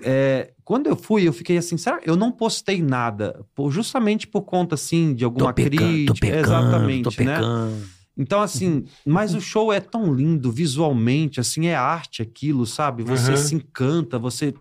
[SPEAKER 1] eh, quando eu fui, eu fiquei assim, será? Eu não postei nada, por- justamente por conta assim de alguma crítica, exatamente, né? Então, assim, mas o show é tão lindo visualmente, assim, é arte aquilo, sabe? Você
[SPEAKER 3] Aham.
[SPEAKER 1] se encanta, você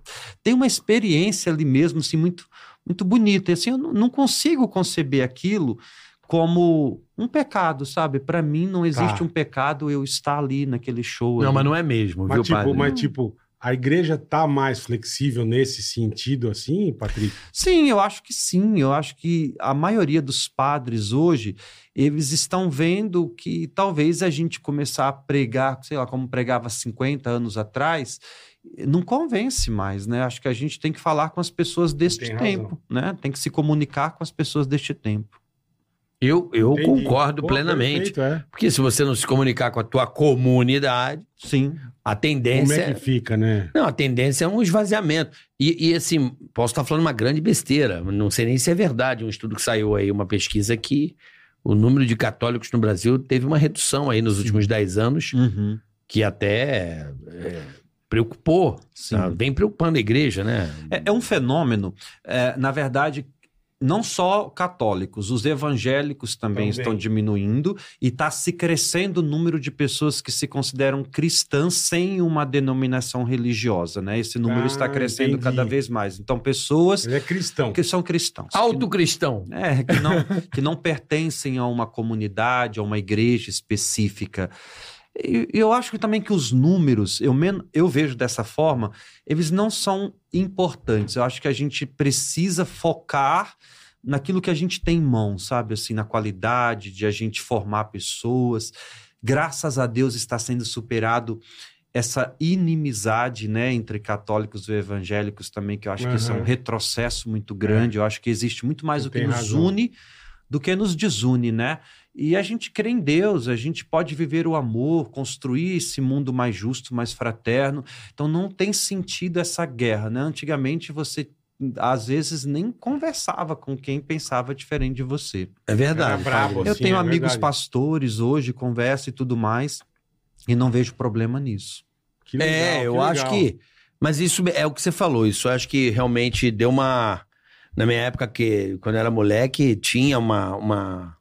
[SPEAKER 1] tem uma experiência ali mesmo, assim, muito, muito bonita. E, assim, eu não não consigo conceber aquilo como um pecado, sabe? Pra mim, não existe
[SPEAKER 3] Tá.
[SPEAKER 1] um pecado eu estar ali naquele show.
[SPEAKER 4] Não,
[SPEAKER 1] ali.
[SPEAKER 4] mas não é mesmo,
[SPEAKER 3] Mas
[SPEAKER 4] viu,
[SPEAKER 3] tipo,
[SPEAKER 4] padre?
[SPEAKER 3] mas tipo, a igreja tá mais flexível nesse sentido assim, Patrick?
[SPEAKER 1] Sim, eu acho que sim. Eu acho que a maioria dos padres hoje, eles estão vendo que talvez a gente começar a pregar, sei lá, como pregava 50 anos atrás, não convence mais, né? Acho que a gente tem que falar com as pessoas deste
[SPEAKER 3] Tem razão.
[SPEAKER 1] tempo, né? Tem que se comunicar com as pessoas deste tempo.
[SPEAKER 4] Eu, eu
[SPEAKER 3] Entendi.
[SPEAKER 4] concordo
[SPEAKER 3] Pô,
[SPEAKER 4] plenamente.
[SPEAKER 3] perfeito, é.
[SPEAKER 4] Porque se você não se comunicar com a tua comunidade,
[SPEAKER 1] Sim.
[SPEAKER 4] a
[SPEAKER 3] Como
[SPEAKER 4] tendência.
[SPEAKER 3] é que fica, né?
[SPEAKER 4] Não, a tendência é um esvaziamento. E, e, assim, posso estar falando uma grande besteira. Não sei nem se é verdade. Um estudo que saiu aí, uma pesquisa que o número de católicos no Brasil teve uma redução aí nos últimos 10 anos,
[SPEAKER 1] Uhum.
[SPEAKER 4] que até é, preocupou.
[SPEAKER 1] Sim.
[SPEAKER 4] tá? Vem preocupando a igreja, né?
[SPEAKER 1] É, é um fenômeno, é, na verdade, não só católicos, os evangélicos também,
[SPEAKER 3] Também.
[SPEAKER 1] estão diminuindo e está se crescendo o número de pessoas que se consideram cristãs sem uma denominação religiosa, né? Esse número
[SPEAKER 3] Ah,
[SPEAKER 1] está crescendo
[SPEAKER 3] entendi.
[SPEAKER 1] cada vez mais. Então, pessoas
[SPEAKER 3] Ele é cristão.
[SPEAKER 1] que são cristãos. que-
[SPEAKER 4] Autocristão.
[SPEAKER 1] é, que não, que não pertencem a uma comunidade, a uma igreja específica. E e eu acho que também que os números, eu, men- eu vejo dessa forma, eles não são importantes. Eu acho que a gente precisa focar naquilo que a gente tem em mão, sabe? Assim, na qualidade de a gente formar pessoas. Graças a Deus está sendo superado essa inimizade, né, entre católicos e evangélicos também, que eu acho que isso é um
[SPEAKER 3] Aham.
[SPEAKER 1] retrocesso muito grande. Eu acho que existe muito mais
[SPEAKER 3] Você
[SPEAKER 1] o que
[SPEAKER 3] tem
[SPEAKER 1] nos
[SPEAKER 3] razão.
[SPEAKER 1] une do que nos desune, né? E a gente crê em Deus, a gente pode viver o amor, construir esse mundo mais justo, mais fraterno. Então não tem sentido essa guerra, né? Antigamente você às vezes nem conversava com quem pensava diferente de você.
[SPEAKER 4] É verdade.
[SPEAKER 3] Era brabo,
[SPEAKER 1] Eu
[SPEAKER 3] assim,
[SPEAKER 1] tenho
[SPEAKER 3] é
[SPEAKER 1] amigos
[SPEAKER 3] verdade.
[SPEAKER 1] pastores hoje, conversa e tudo mais, e não vejo problema nisso.
[SPEAKER 3] Que
[SPEAKER 4] é,
[SPEAKER 3] legal,
[SPEAKER 4] eu
[SPEAKER 3] que
[SPEAKER 4] acho
[SPEAKER 3] legal.
[SPEAKER 4] que. Mas isso é o que você falou. Isso eu acho que realmente deu uma. Na minha época, que quando eu era moleque, tinha uma. uma...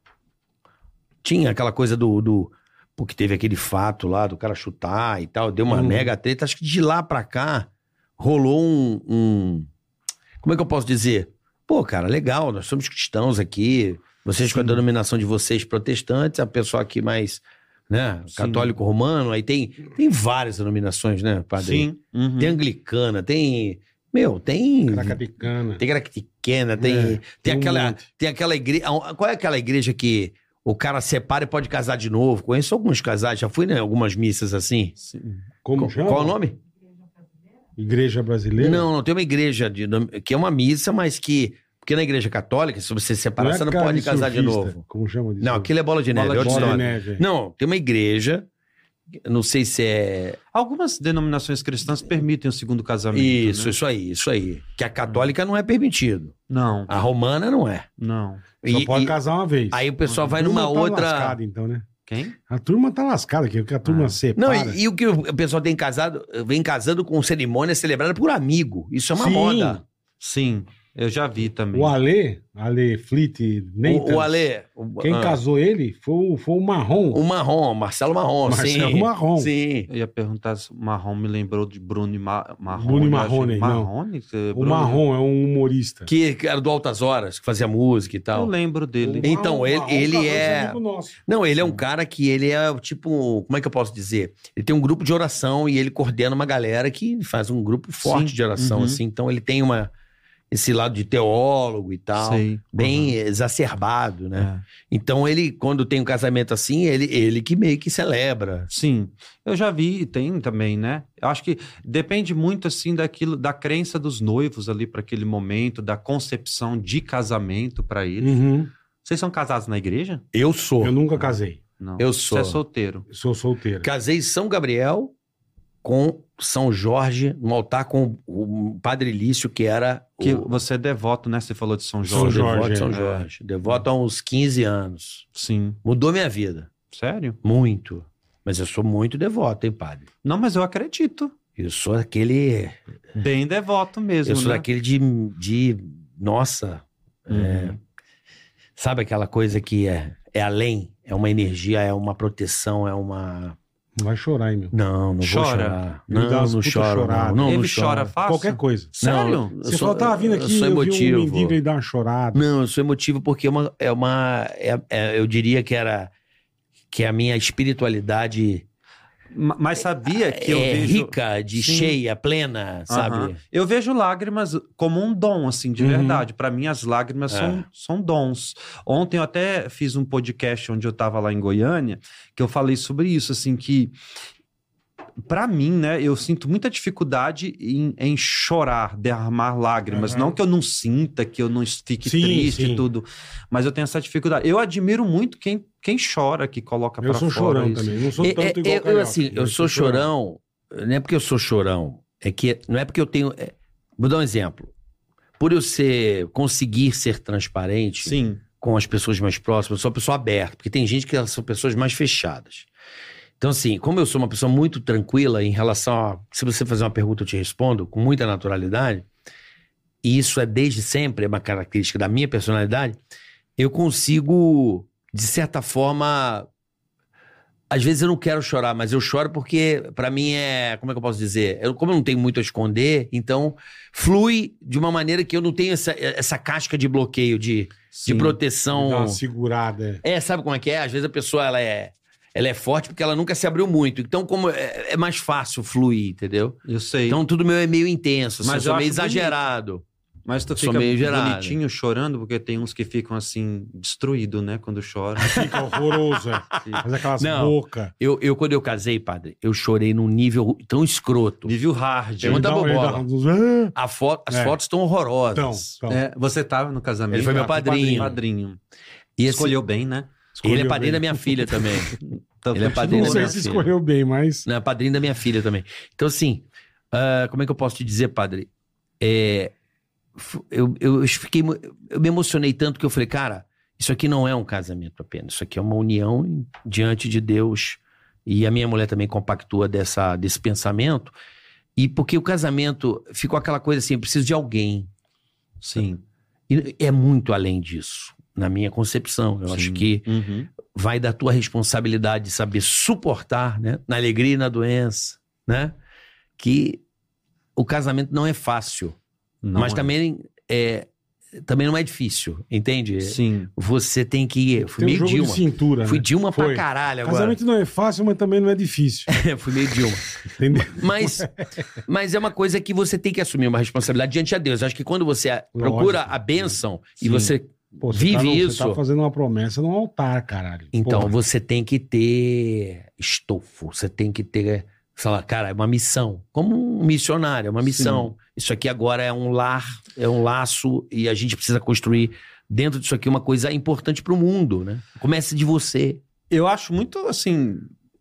[SPEAKER 4] Tinha aquela coisa do, do. Porque teve aquele fato lá do cara chutar e tal, deu uma
[SPEAKER 3] Uhum.
[SPEAKER 4] mega treta. Acho que de lá pra cá rolou um, um- Como é que eu posso dizer? Pô, cara, legal, nós somos cristãos aqui. Vocês com a denominação de vocês protestantes, a pessoa aqui mais. Né?
[SPEAKER 1] Sim.
[SPEAKER 4] Católico romano, aí tem, tem várias denominações, né, padre?
[SPEAKER 1] Sim. Uhum.
[SPEAKER 4] Tem anglicana, tem. Meu, tem.
[SPEAKER 3] Caracabicana.
[SPEAKER 4] Tem caractequena, tem.
[SPEAKER 3] É,
[SPEAKER 4] tem,
[SPEAKER 3] tem um
[SPEAKER 4] aquela,
[SPEAKER 3] monte.
[SPEAKER 4] tem aquela igreja. Qual é aquela igreja que o cara separa e pode casar de novo? Conheço alguns casais, já fui em algumas missas assim.
[SPEAKER 1] Sim.
[SPEAKER 3] Como
[SPEAKER 4] Qual-
[SPEAKER 3] chama?
[SPEAKER 4] Qual é o nome?
[SPEAKER 3] Igreja brasileira?
[SPEAKER 4] Não, não, tem uma igreja de nome- que é uma missa, mas que. Porque na igreja católica, se você separar,
[SPEAKER 3] é
[SPEAKER 4] você não
[SPEAKER 3] cara
[SPEAKER 4] pode
[SPEAKER 3] de
[SPEAKER 4] casar de
[SPEAKER 3] surfista?
[SPEAKER 4] novo.
[SPEAKER 3] Como chama disso?
[SPEAKER 4] Não, aquilo é bola de neve,
[SPEAKER 1] Bola
[SPEAKER 4] é outra
[SPEAKER 3] Bola de
[SPEAKER 4] história.
[SPEAKER 3] neve. é.
[SPEAKER 4] Não, tem uma igreja, não sei se é
[SPEAKER 1] Algumas denominações cristãs permitem o segundo casamento.
[SPEAKER 4] Isso,
[SPEAKER 1] né?
[SPEAKER 4] isso aí, isso aí. Que a católica não é permitido.
[SPEAKER 1] Não,
[SPEAKER 4] A romana não é.
[SPEAKER 1] não.
[SPEAKER 3] Só
[SPEAKER 4] E-
[SPEAKER 3] pode
[SPEAKER 4] e-
[SPEAKER 3] casar uma vez.
[SPEAKER 4] aí o pessoal
[SPEAKER 3] A
[SPEAKER 4] vai
[SPEAKER 3] turma
[SPEAKER 4] numa
[SPEAKER 3] tá
[SPEAKER 4] outra.
[SPEAKER 3] Lascada, então, né?
[SPEAKER 1] Quem?
[SPEAKER 3] A turma tá lascada, que que a turma
[SPEAKER 1] Ah.
[SPEAKER 3] separa.
[SPEAKER 4] Não, e, e o que o pessoal tem casado, vem casando com cerimônia celebrada por amigo. Isso é uma
[SPEAKER 3] Sim.
[SPEAKER 4] moda.
[SPEAKER 1] Sim, eu já vi também.
[SPEAKER 3] O Ale, Ale Fleet,
[SPEAKER 4] O,
[SPEAKER 3] Nathan,
[SPEAKER 4] o Ale. o-
[SPEAKER 3] quem
[SPEAKER 4] ah,
[SPEAKER 3] casou ele foi, o- foi o Marrom.
[SPEAKER 4] O Marrom, Marcelo Marrom,
[SPEAKER 3] Marcelo
[SPEAKER 4] sim.
[SPEAKER 3] Marrom.
[SPEAKER 4] Sim.
[SPEAKER 1] Eu ia perguntar se o Marrom me lembrou de Bruno e Ma Marrone.
[SPEAKER 3] Bruno e
[SPEAKER 1] eu achei-
[SPEAKER 3] Marrone, não.
[SPEAKER 1] Marrone? Você-
[SPEAKER 3] O
[SPEAKER 1] Bruno-
[SPEAKER 3] Marrom é um humorista.
[SPEAKER 4] Que que era do Altas Horas, que fazia música e
[SPEAKER 1] Eu
[SPEAKER 4] tal.
[SPEAKER 1] lembro dele.
[SPEAKER 4] Ele-
[SPEAKER 3] O
[SPEAKER 4] Então,
[SPEAKER 3] Marrom
[SPEAKER 4] ele
[SPEAKER 3] casou com
[SPEAKER 4] é-
[SPEAKER 3] esse amigo nosso.
[SPEAKER 4] Não, ele é um cara que ele é tipo, como é que eu posso dizer? Ele tem um grupo de oração e ele coordena uma galera que faz um grupo forte
[SPEAKER 1] Sim,
[SPEAKER 4] de oração,
[SPEAKER 1] uhum.
[SPEAKER 4] assim. Então ele tem uma esse lado de teólogo e tal,
[SPEAKER 1] Sei.
[SPEAKER 4] bem exacerbado,
[SPEAKER 1] Uhum.
[SPEAKER 4] né?
[SPEAKER 1] É.
[SPEAKER 4] Então ele, quando tem um casamento assim, ele, ele que meio que celebra.
[SPEAKER 1] Sim, eu já vi, e tem também, né? Eu acho que depende muito assim daquilo, da crença dos noivos ali para aquele momento, da concepção de casamento para ele.
[SPEAKER 3] Uhum.
[SPEAKER 1] Vocês são casados na igreja?
[SPEAKER 4] Eu sou.
[SPEAKER 3] Eu
[SPEAKER 4] Eu,
[SPEAKER 3] nunca casei.
[SPEAKER 1] Não.
[SPEAKER 4] sou.
[SPEAKER 1] Você é solteiro.
[SPEAKER 3] Sou solteiro.
[SPEAKER 4] Casei em São Gabriel com São Jorge, no altar com o padre Lício, que era
[SPEAKER 1] Que
[SPEAKER 4] o
[SPEAKER 1] você é devoto, né? Você falou de São
[SPEAKER 3] Sou
[SPEAKER 1] Jorge.
[SPEAKER 3] Jorge.
[SPEAKER 4] devoto de São
[SPEAKER 1] é.
[SPEAKER 4] Jorge. Devoto há uns 15 anos.
[SPEAKER 1] Sim.
[SPEAKER 4] Mudou minha vida.
[SPEAKER 1] Sério?
[SPEAKER 4] Muito. Mas eu sou muito devoto, hein, padre?
[SPEAKER 1] Não, mas eu acredito.
[SPEAKER 4] Eu sou aquele.
[SPEAKER 1] Bem devoto mesmo,
[SPEAKER 4] Eu sou
[SPEAKER 1] né? Uhum.
[SPEAKER 4] daquele de. de nossa. é, sabe aquela coisa que é, é além? É uma energia, é uma proteção, é uma.
[SPEAKER 3] Não vai chorar, hein, meu.
[SPEAKER 4] Não, não vou
[SPEAKER 1] Chora.
[SPEAKER 4] chorar.
[SPEAKER 3] Ele
[SPEAKER 4] Não,
[SPEAKER 3] dá umas
[SPEAKER 4] não
[SPEAKER 3] puta
[SPEAKER 4] choro.
[SPEAKER 3] chorada.
[SPEAKER 4] Não, não,
[SPEAKER 1] Ele
[SPEAKER 4] não
[SPEAKER 1] chora
[SPEAKER 4] choro.
[SPEAKER 1] fácil?
[SPEAKER 3] Qualquer coisa.
[SPEAKER 1] Sério?
[SPEAKER 4] Não, eu
[SPEAKER 3] Você
[SPEAKER 4] sou-
[SPEAKER 3] falou, tava vindo aqui,
[SPEAKER 4] eu sou
[SPEAKER 3] eu, vi um
[SPEAKER 4] emotivo.
[SPEAKER 3] mendigo, ele dá uma chorada.
[SPEAKER 4] Não, eu sou emotivo porque é uma. É uma é- é- eu diria que era. Que a minha espiritualidade
[SPEAKER 1] Ma- Mas sabia que
[SPEAKER 4] é
[SPEAKER 1] eu vejo.
[SPEAKER 4] rica, de
[SPEAKER 1] Sim.
[SPEAKER 4] cheia, plena, sabe?
[SPEAKER 1] Aham. Eu vejo lágrimas como um dom, assim, de
[SPEAKER 3] Uhum.
[SPEAKER 1] verdade. Pra mim, as lágrimas
[SPEAKER 4] É.
[SPEAKER 1] são, são dons. Ontem eu até fiz um podcast onde eu tava lá em Goiânia, que eu falei sobre isso, assim, que pra mim, né, eu sinto muita dificuldade em, em chorar, derramar lágrimas.
[SPEAKER 3] Uhum.
[SPEAKER 1] Não que eu não sinta, que eu não fique
[SPEAKER 3] Sim,
[SPEAKER 1] triste
[SPEAKER 3] sim.
[SPEAKER 1] e tudo, mas eu tenho essa dificuldade. Eu admiro muito quem, quem chora, que coloca
[SPEAKER 3] Eu
[SPEAKER 1] pra
[SPEAKER 3] sou um
[SPEAKER 1] fora
[SPEAKER 3] chorão
[SPEAKER 1] isso.
[SPEAKER 3] também. Não sou
[SPEAKER 4] É,
[SPEAKER 3] tanto
[SPEAKER 4] é,
[SPEAKER 3] igual
[SPEAKER 4] eu,
[SPEAKER 3] carioca,
[SPEAKER 4] assim, eu
[SPEAKER 3] mas
[SPEAKER 4] sou chorão, não é porque eu sou chorão, é que não é porque eu tenho. é- vou dar um exemplo. Por eu ser, conseguir ser transparente
[SPEAKER 1] Sim.
[SPEAKER 4] com as pessoas mais próximas, eu sou uma pessoa aberta, porque tem gente que elas são pessoas mais fechadas. Então, assim, como eu sou uma pessoa muito tranquila em relação a. Se você fazer uma pergunta, eu te respondo com muita naturalidade. e isso é desde sempre, é uma característica da minha personalidade, eu consigo, de certa forma. Às vezes eu não quero chorar, mas eu choro porque, pra mim, é. Como é que eu posso dizer? Eu, como eu não tenho muito a esconder, então flui de uma maneira que eu não tenho essa, essa casca de bloqueio, de, de
[SPEAKER 1] Sim.
[SPEAKER 3] Dá
[SPEAKER 4] proteção.
[SPEAKER 3] uma segurada.
[SPEAKER 4] É, sabe como é que é? Às vezes a pessoa ela é, ela é forte porque ela nunca se abriu muito. Então, como é, é mais fácil fluir, entendeu?
[SPEAKER 1] Eu sei.
[SPEAKER 4] Então tudo meu é meio intenso, assim,
[SPEAKER 1] Mas
[SPEAKER 4] eu sou
[SPEAKER 1] eu
[SPEAKER 4] meio
[SPEAKER 1] acho bonito.
[SPEAKER 4] exagerado.
[SPEAKER 1] Mas tu
[SPEAKER 4] Sou
[SPEAKER 1] fica
[SPEAKER 4] meio gerado.
[SPEAKER 1] bonitinho chorando, porque tem uns que ficam assim, destruído, né? Quando choram.
[SPEAKER 4] Ah,
[SPEAKER 3] Fica horroroso. é. Faz aquelas
[SPEAKER 4] Não.
[SPEAKER 3] bocas.
[SPEAKER 4] Eu, eu, quando eu casei, padre, eu chorei num nível tão escroto.
[SPEAKER 1] Nível hard.
[SPEAKER 4] Pergunta
[SPEAKER 3] Ele dá um- ele
[SPEAKER 4] bobola.
[SPEAKER 3] dá uns- Ah,
[SPEAKER 4] A fo- as
[SPEAKER 3] É.
[SPEAKER 4] fotos estão
[SPEAKER 3] Então,
[SPEAKER 4] horrorosas.
[SPEAKER 3] então.
[SPEAKER 1] É, você tava no casamento?
[SPEAKER 4] Ele foi meu
[SPEAKER 1] Ah, foi
[SPEAKER 4] padrinho.
[SPEAKER 1] Padrinho.
[SPEAKER 4] E esse-
[SPEAKER 1] Escolheu bem,
[SPEAKER 4] ele
[SPEAKER 1] né?
[SPEAKER 4] é
[SPEAKER 3] escolheu
[SPEAKER 4] padrinho da
[SPEAKER 3] bem.
[SPEAKER 4] minha filha também.
[SPEAKER 1] Então,
[SPEAKER 4] Ele é
[SPEAKER 1] continua.
[SPEAKER 4] padrinho
[SPEAKER 3] Não
[SPEAKER 4] da minha
[SPEAKER 3] sei se
[SPEAKER 4] filha.
[SPEAKER 3] escolheu bem, mas.
[SPEAKER 4] Não, é padrinho da minha filha também. Então, assim, ah, como é que eu posso te dizer, padre? É, f- eu, eu, eu fiquei, mu- eu me emocionei tanto que eu falei, cara, isso aqui não é um casamento apenas, isso aqui é uma união em- diante de Deus. E a minha mulher também compactua dessa, desse pensamento. E porque o casamento ficou aquela coisa assim, eu preciso de alguém.
[SPEAKER 1] Sim.
[SPEAKER 4] E é muito além disso, na minha concepção. Eu acho
[SPEAKER 1] Sim.
[SPEAKER 4] que
[SPEAKER 1] Uhum.
[SPEAKER 4] vai da tua responsabilidade de saber suportar, né? Na alegria e na doença, né? Que o casamento não é fácil,
[SPEAKER 1] Não
[SPEAKER 4] mas
[SPEAKER 1] é.
[SPEAKER 4] também é também não é difícil, entende?
[SPEAKER 1] É. Sim.
[SPEAKER 4] Você tem que ir. Fui
[SPEAKER 3] Tem um
[SPEAKER 4] meio
[SPEAKER 3] jogo de
[SPEAKER 4] Dilma.
[SPEAKER 3] cintura.
[SPEAKER 4] Fui
[SPEAKER 3] né?
[SPEAKER 4] Dilma pra
[SPEAKER 3] Foi.
[SPEAKER 4] caralho agora.
[SPEAKER 3] Casamento não é fácil, mas também não é difícil.
[SPEAKER 4] Fui meio Dilma.
[SPEAKER 3] Entendeu?
[SPEAKER 4] Mas, mas é uma coisa que você tem que assumir uma responsabilidade diante de Deus. Acho que quando você procura a bênção e
[SPEAKER 1] Sim.
[SPEAKER 4] você
[SPEAKER 3] Pô, você
[SPEAKER 4] Vive
[SPEAKER 3] tá num-
[SPEAKER 4] isso.
[SPEAKER 3] Você tá fazendo uma promessa num altar, caralho.
[SPEAKER 4] Então,
[SPEAKER 3] Porra.
[SPEAKER 4] você tem que ter estofo, você tem que ter, sei lá, cara, é uma missão. Como um missionário, é uma missão. Isso aqui agora é um lar, é um laço, e a gente precisa construir dentro disso aqui uma coisa importante pro mundo, né? Comece de você.
[SPEAKER 1] Eu acho muito, assim,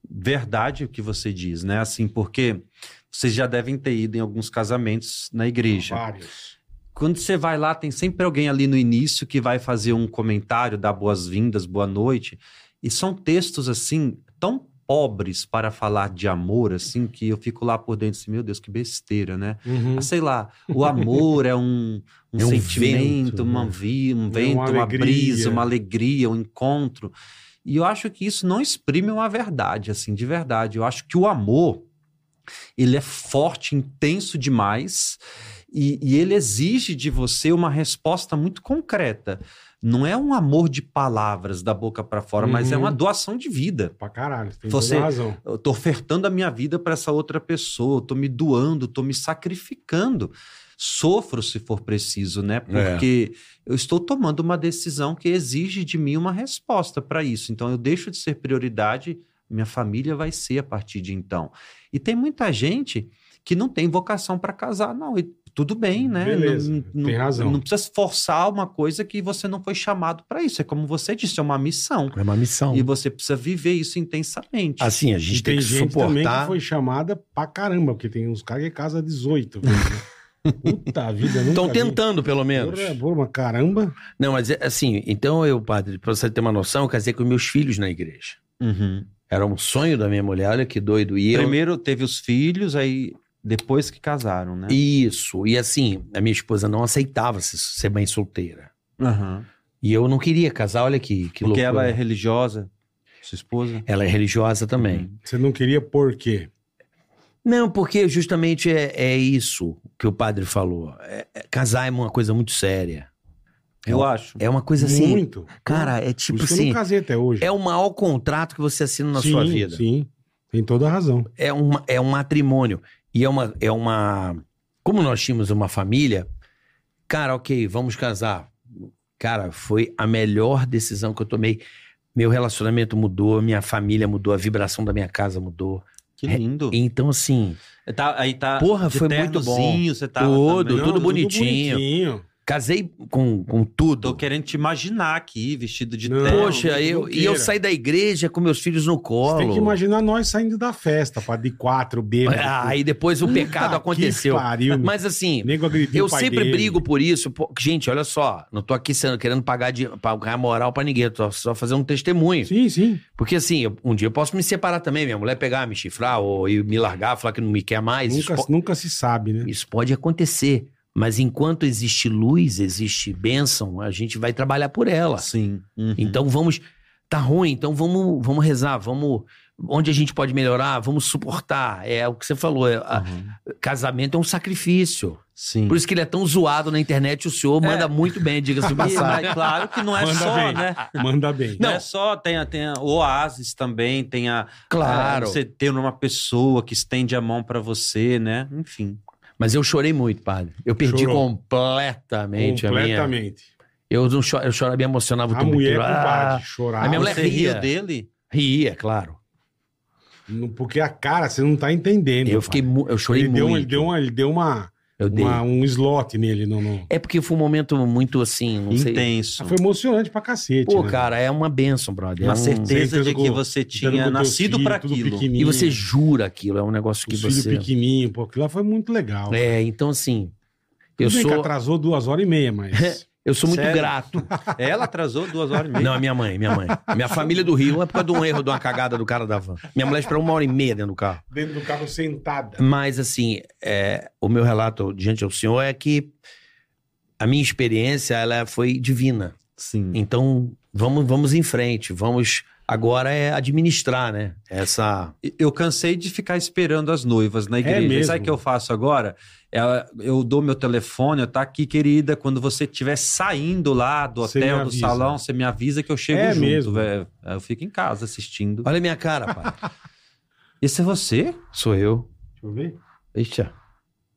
[SPEAKER 1] verdade o que você diz, né? Assim, porque vocês já devem ter ido em alguns casamentos na igreja.
[SPEAKER 3] Vários.
[SPEAKER 1] quando você vai lá, tem sempre alguém ali no início que vai fazer um comentário, dar boas-vindas, boa noite. E são textos, assim, tão pobres para falar de amor, assim, que eu fico lá por dentro assim, meu Deus, que besteira, né?
[SPEAKER 3] Uhum.
[SPEAKER 1] Ah, sei lá, o amor é um, um
[SPEAKER 4] É um
[SPEAKER 1] sentimento,
[SPEAKER 4] vento,
[SPEAKER 1] uma
[SPEAKER 4] né?
[SPEAKER 1] vi, um
[SPEAKER 3] Uma
[SPEAKER 1] vento, uma,
[SPEAKER 3] alegria.
[SPEAKER 1] brisa, uma alegria, um encontro. E eu acho que isso não exprime uma verdade, assim, de verdade. Eu acho que o amor, ele é forte, intenso demais, e, e ele exige de você uma resposta muito concreta. Não é um amor de palavras da boca para fora, mas é
[SPEAKER 3] Uhum.
[SPEAKER 1] uma doação de vida.
[SPEAKER 3] Pra caralho, tem
[SPEAKER 1] Você-
[SPEAKER 3] toda a razão.
[SPEAKER 1] Eu tô ofertando a minha vida para essa outra pessoa, eu tô me doando, tô me sacrificando. Sofro se for preciso, né?
[SPEAKER 3] É.
[SPEAKER 1] Porque eu estou tomando uma decisão que exige de mim uma resposta para isso. Então eu deixo de ser prioridade, minha família vai ser a partir de então. E tem muita gente que não tem vocação para casar, não. E tudo bem, né?
[SPEAKER 3] Beleza,
[SPEAKER 1] Não- não-
[SPEAKER 3] tem razão.
[SPEAKER 1] Não precisa forçar uma coisa que você não foi chamado para isso. É como você disse, é uma missão.
[SPEAKER 5] É uma missão.
[SPEAKER 1] E você precisa viver isso intensamente.
[SPEAKER 5] Assim, a
[SPEAKER 3] E
[SPEAKER 5] gente tem,
[SPEAKER 3] tem
[SPEAKER 5] que
[SPEAKER 3] gente também que
[SPEAKER 5] suportar.
[SPEAKER 3] foi chamada pra caramba, porque tem uns caras que casa 18. velho, né? Puta vida, nunca
[SPEAKER 4] Estão
[SPEAKER 3] vi.
[SPEAKER 4] tentando, né? pelo menos.
[SPEAKER 3] Porra, é porra, mas caramba.
[SPEAKER 4] Não, mas é assim, então eu, padre, pra você ter uma noção, eu casei com meus filhos na igreja.
[SPEAKER 1] Uhum.
[SPEAKER 4] Era um sonho da minha mulher, olha que doido. E eu,
[SPEAKER 1] Primeiro teve os filhos, aí depois que casaram, né?
[SPEAKER 4] Isso. E assim, a minha esposa não aceitava se- ser mãe solteira.
[SPEAKER 1] Aham.
[SPEAKER 4] E eu não queria casar, olha que, que
[SPEAKER 1] Porque
[SPEAKER 4] loucura.
[SPEAKER 1] ela é religiosa, sua esposa.
[SPEAKER 4] Ela é religiosa também.
[SPEAKER 3] Você não queria por quê?
[SPEAKER 4] Não, porque justamente é, é isso que o padre falou. É- é- casar é uma coisa muito séria.
[SPEAKER 1] Eu acho.
[SPEAKER 4] É uma coisa assim.
[SPEAKER 3] Muito.
[SPEAKER 4] Cara, é
[SPEAKER 3] Por
[SPEAKER 4] tipo
[SPEAKER 3] isso que eu
[SPEAKER 4] assim.
[SPEAKER 3] não casei até hoje.
[SPEAKER 4] É o maior contrato que você assina na
[SPEAKER 3] Sim,
[SPEAKER 4] sua vida.
[SPEAKER 3] Sim, tem toda a razão.
[SPEAKER 4] É, uma, é um matrimônio. E é uma, é uma. Como nós tínhamos uma família, cara, ok, vamos casar. Cara, foi a melhor decisão que eu tomei. Meu relacionamento mudou, minha família mudou, a vibração da minha casa mudou.
[SPEAKER 1] Que lindo.
[SPEAKER 4] Então, assim,
[SPEAKER 1] Tá- aí tá.
[SPEAKER 4] Porra,
[SPEAKER 1] de
[SPEAKER 4] foi muito bom.
[SPEAKER 1] ternozinho, Você tá tava
[SPEAKER 4] Tudo,
[SPEAKER 1] também.
[SPEAKER 4] tudo bonitinho.
[SPEAKER 3] bonitinho.
[SPEAKER 4] casei com, com
[SPEAKER 1] Tô
[SPEAKER 4] tudo.
[SPEAKER 1] querendo te imaginar aqui, vestido de
[SPEAKER 3] Não.
[SPEAKER 1] terno.
[SPEAKER 4] Poxa, eu, e eu
[SPEAKER 3] doideira.
[SPEAKER 4] saí da igreja com meus filhos no
[SPEAKER 3] Você
[SPEAKER 4] colo.
[SPEAKER 3] tem que imaginar nós saindo da festa, pá, de quatro, bêbado.
[SPEAKER 4] Ah, Aí depois o pecado
[SPEAKER 3] Puta
[SPEAKER 4] aconteceu.
[SPEAKER 3] que pariu,
[SPEAKER 4] Mas assim,
[SPEAKER 3] meu. Nego agrediu
[SPEAKER 4] Eu
[SPEAKER 3] o pai
[SPEAKER 4] sempre
[SPEAKER 3] dele.
[SPEAKER 4] brigo por isso. Pô, gente, olha só, não tô aqui sendo, querendo pagar, de, pagar moral pra ninguém, eu tô só fazendo um testemunho.
[SPEAKER 3] Sim, sim.
[SPEAKER 4] Porque assim, eu- um dia eu posso me separar também, minha mulher pegar, me chifrar ou eu me largar, falar que não me quer mais.
[SPEAKER 3] Nunca,
[SPEAKER 4] isso, po-
[SPEAKER 3] nunca se sabe, né?
[SPEAKER 4] isso pode acontecer. Mas enquanto existe luz, existe bênção, a gente vai trabalhar por ela.
[SPEAKER 1] Sim. Uhum.
[SPEAKER 4] Então vamos. Tá ruim, então vamos, vamos rezar, vamos. Onde a gente pode melhorar, vamos suportar. É o que você falou. é, a-
[SPEAKER 1] Uhum.
[SPEAKER 4] casamento é um sacrifício.
[SPEAKER 1] Sim.
[SPEAKER 4] Por isso que ele é tão zoado na internet, o senhor
[SPEAKER 3] É.
[SPEAKER 4] manda muito bem, diga-se de
[SPEAKER 1] E,
[SPEAKER 4] passagem.
[SPEAKER 1] mas claro que não é
[SPEAKER 3] Manda
[SPEAKER 1] só,
[SPEAKER 3] bem.
[SPEAKER 1] né?
[SPEAKER 3] Manda bem.
[SPEAKER 1] Não, é só, tem, a- tem a- o Oasis também, tem a. eh,
[SPEAKER 4] Claro.
[SPEAKER 1] Você ter uma pessoa que estende a mão pra você, né? Enfim.
[SPEAKER 4] Mas eu chorei muito, padre. Eu perdi
[SPEAKER 3] Chorou.
[SPEAKER 4] completamente, a minha.
[SPEAKER 3] completamente.
[SPEAKER 4] Eu não chorava, eu chorava, me emocionava o
[SPEAKER 3] A
[SPEAKER 4] tempo
[SPEAKER 3] mulher
[SPEAKER 4] inteiro.
[SPEAKER 3] com o
[SPEAKER 4] Ah,
[SPEAKER 3] padre chorava.
[SPEAKER 4] a minha mulher
[SPEAKER 1] você
[SPEAKER 4] ria.
[SPEAKER 1] riu dele?
[SPEAKER 4] ria, claro.
[SPEAKER 3] Não, Porque a cara, você não tá entendendo.
[SPEAKER 4] Eu fiquei,
[SPEAKER 3] cara.
[SPEAKER 4] mu- eu chorei
[SPEAKER 3] ele
[SPEAKER 4] muito.
[SPEAKER 3] deu, um- Ele deu, uma, ele deu uma,
[SPEAKER 4] eu dei.
[SPEAKER 3] uma- um slot nele. No, no-
[SPEAKER 4] É porque foi um momento muito assim, não sei.
[SPEAKER 1] Intenso.
[SPEAKER 3] Ah, Foi emocionante pra cacete.
[SPEAKER 4] Pô,
[SPEAKER 3] né?
[SPEAKER 4] cara, é uma benção, brother. É
[SPEAKER 1] Uma
[SPEAKER 4] um-
[SPEAKER 1] certeza
[SPEAKER 3] Sentando
[SPEAKER 1] de
[SPEAKER 3] com-
[SPEAKER 1] que você
[SPEAKER 3] Ficando
[SPEAKER 1] tinha
[SPEAKER 3] com teus
[SPEAKER 1] nascido
[SPEAKER 3] filhos,
[SPEAKER 1] pra
[SPEAKER 3] tudo
[SPEAKER 1] aquilo.
[SPEAKER 4] E
[SPEAKER 3] pequenininho,
[SPEAKER 4] você jura aquilo, é um negócio que
[SPEAKER 3] os filhos
[SPEAKER 4] você.
[SPEAKER 3] pequenininho, pô, aquilo lá foi muito legal.
[SPEAKER 4] É, então assim, eu
[SPEAKER 3] Tudo bem que
[SPEAKER 4] sou, É.
[SPEAKER 3] atrasou duas horas e meia, mas...
[SPEAKER 4] eu sou muito
[SPEAKER 1] Sério?
[SPEAKER 4] grato.
[SPEAKER 1] Ela atrasou duas horas e meia.
[SPEAKER 4] Não, é minha mãe, minha mãe. Minha família do Rio é por causa de um erro, de uma cagada do cara da van. Minha mulher esperou uma hora e meia dentro do carro.
[SPEAKER 3] Dentro do carro sentada.
[SPEAKER 4] Mas, assim, é, o meu relato diante ao senhor é que a minha experiência ela foi divina.
[SPEAKER 1] Sim.
[SPEAKER 4] Então, vamos, vamos em frente. Vamos. Agora é administrar, né? Essa.
[SPEAKER 1] Eu cansei de ficar esperando as noivas na igreja.
[SPEAKER 3] É mesmo?
[SPEAKER 1] Sabe o que eu faço agora? É, Eu dou meu telefone, eu tá aqui, querida. Quando você estiver saindo lá do
[SPEAKER 3] Você me
[SPEAKER 1] hotel, do
[SPEAKER 3] avisa.
[SPEAKER 1] salão, você me avisa que eu chego
[SPEAKER 3] É
[SPEAKER 1] junto,
[SPEAKER 3] mesmo?
[SPEAKER 1] velho. Aí Eu fico em casa assistindo.
[SPEAKER 4] Olha a minha cara, pai.
[SPEAKER 1] Esse é você?
[SPEAKER 4] Sou eu.
[SPEAKER 3] Deixa eu ver.
[SPEAKER 4] Eita.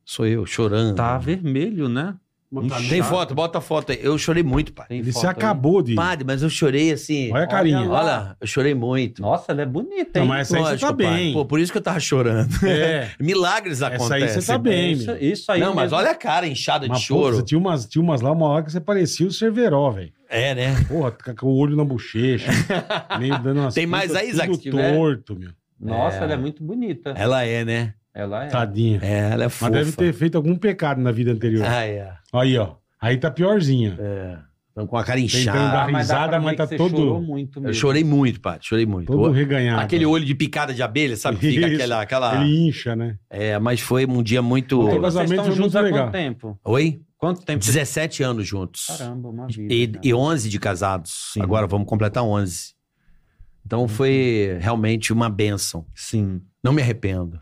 [SPEAKER 4] Sou eu, chorando.
[SPEAKER 1] Tá vermelho, né?
[SPEAKER 3] Mas
[SPEAKER 1] Ixi.
[SPEAKER 3] tá-
[SPEAKER 4] Tem foto, bota a foto aí. Eu chorei muito, pai.
[SPEAKER 1] Tem
[SPEAKER 3] Ele se
[SPEAKER 1] foto aí.
[SPEAKER 3] acabou de...
[SPEAKER 4] Padre, mas eu chorei assim.
[SPEAKER 3] Olha a carinha.
[SPEAKER 1] Olha
[SPEAKER 4] Olha, lá, eu chorei muito.
[SPEAKER 1] Nossa, ela é bonita,
[SPEAKER 3] Não,
[SPEAKER 1] hein?
[SPEAKER 3] mas essa aí você tá
[SPEAKER 4] padre.
[SPEAKER 3] bem.
[SPEAKER 4] Pô, por isso que eu tava chorando.
[SPEAKER 3] É,
[SPEAKER 4] Milagres
[SPEAKER 3] essa
[SPEAKER 4] acontecem.
[SPEAKER 3] aí você tá
[SPEAKER 4] né?
[SPEAKER 3] bem,
[SPEAKER 1] isso,
[SPEAKER 3] meu.
[SPEAKER 1] isso aí.
[SPEAKER 4] Não, mas
[SPEAKER 1] mesmo.
[SPEAKER 4] olha a cara inchada é de
[SPEAKER 3] Mas, pô,
[SPEAKER 4] choro.
[SPEAKER 3] você tinha umas, tinha umas lá, uma hora que você parecia o Cerveró, velho.
[SPEAKER 4] É, né?
[SPEAKER 3] Porra, tá com o olho na bochecha. meio dando umas
[SPEAKER 4] Tem mais
[SPEAKER 3] putas,
[SPEAKER 4] aí, Isaac,
[SPEAKER 3] tudo
[SPEAKER 4] se tiver?
[SPEAKER 3] torto, meu.
[SPEAKER 1] Nossa,
[SPEAKER 4] É.
[SPEAKER 1] ela é muito bonita.
[SPEAKER 4] Ela é, né?
[SPEAKER 1] Ela é.
[SPEAKER 3] Tadinha.
[SPEAKER 4] É, ela é fofa.
[SPEAKER 3] Mas deve ter feito algum pecado na vida anterior.
[SPEAKER 4] Ah, é.
[SPEAKER 3] Aí, ó. Aí tá piorzinha.
[SPEAKER 4] é. Então, com a cara
[SPEAKER 3] Tentando
[SPEAKER 4] inchada.
[SPEAKER 3] dar-
[SPEAKER 1] Ah, mas dá
[SPEAKER 3] risada,
[SPEAKER 1] pra ver
[SPEAKER 3] mas
[SPEAKER 1] que
[SPEAKER 3] tá
[SPEAKER 1] você
[SPEAKER 3] todo-
[SPEAKER 1] chorou muito mesmo.
[SPEAKER 4] Eu chorei muito, Paty. Chorei muito.
[SPEAKER 3] Todo
[SPEAKER 4] O-
[SPEAKER 3] reganhado.
[SPEAKER 4] Aquele Ah. olho de picada de abelha, sabe? Fica
[SPEAKER 3] Isso.
[SPEAKER 4] aquela... aquela...
[SPEAKER 3] Ele incha, né?
[SPEAKER 4] É, mas foi um dia muito...
[SPEAKER 3] Ontem
[SPEAKER 1] Vocês
[SPEAKER 3] casamento
[SPEAKER 1] estão
[SPEAKER 3] foi muito
[SPEAKER 1] juntos há
[SPEAKER 3] legal.
[SPEAKER 1] quanto tempo?
[SPEAKER 4] Oi?
[SPEAKER 1] Quanto tempo?
[SPEAKER 4] 17 anos juntos.
[SPEAKER 1] Caramba, uma vida.
[SPEAKER 4] E,
[SPEAKER 1] cara.
[SPEAKER 4] e 11 de casados. Agora vamos completar 11.
[SPEAKER 3] Uhum.
[SPEAKER 4] Então foi realmente uma benção.
[SPEAKER 1] Sim.
[SPEAKER 4] Não me arrependo.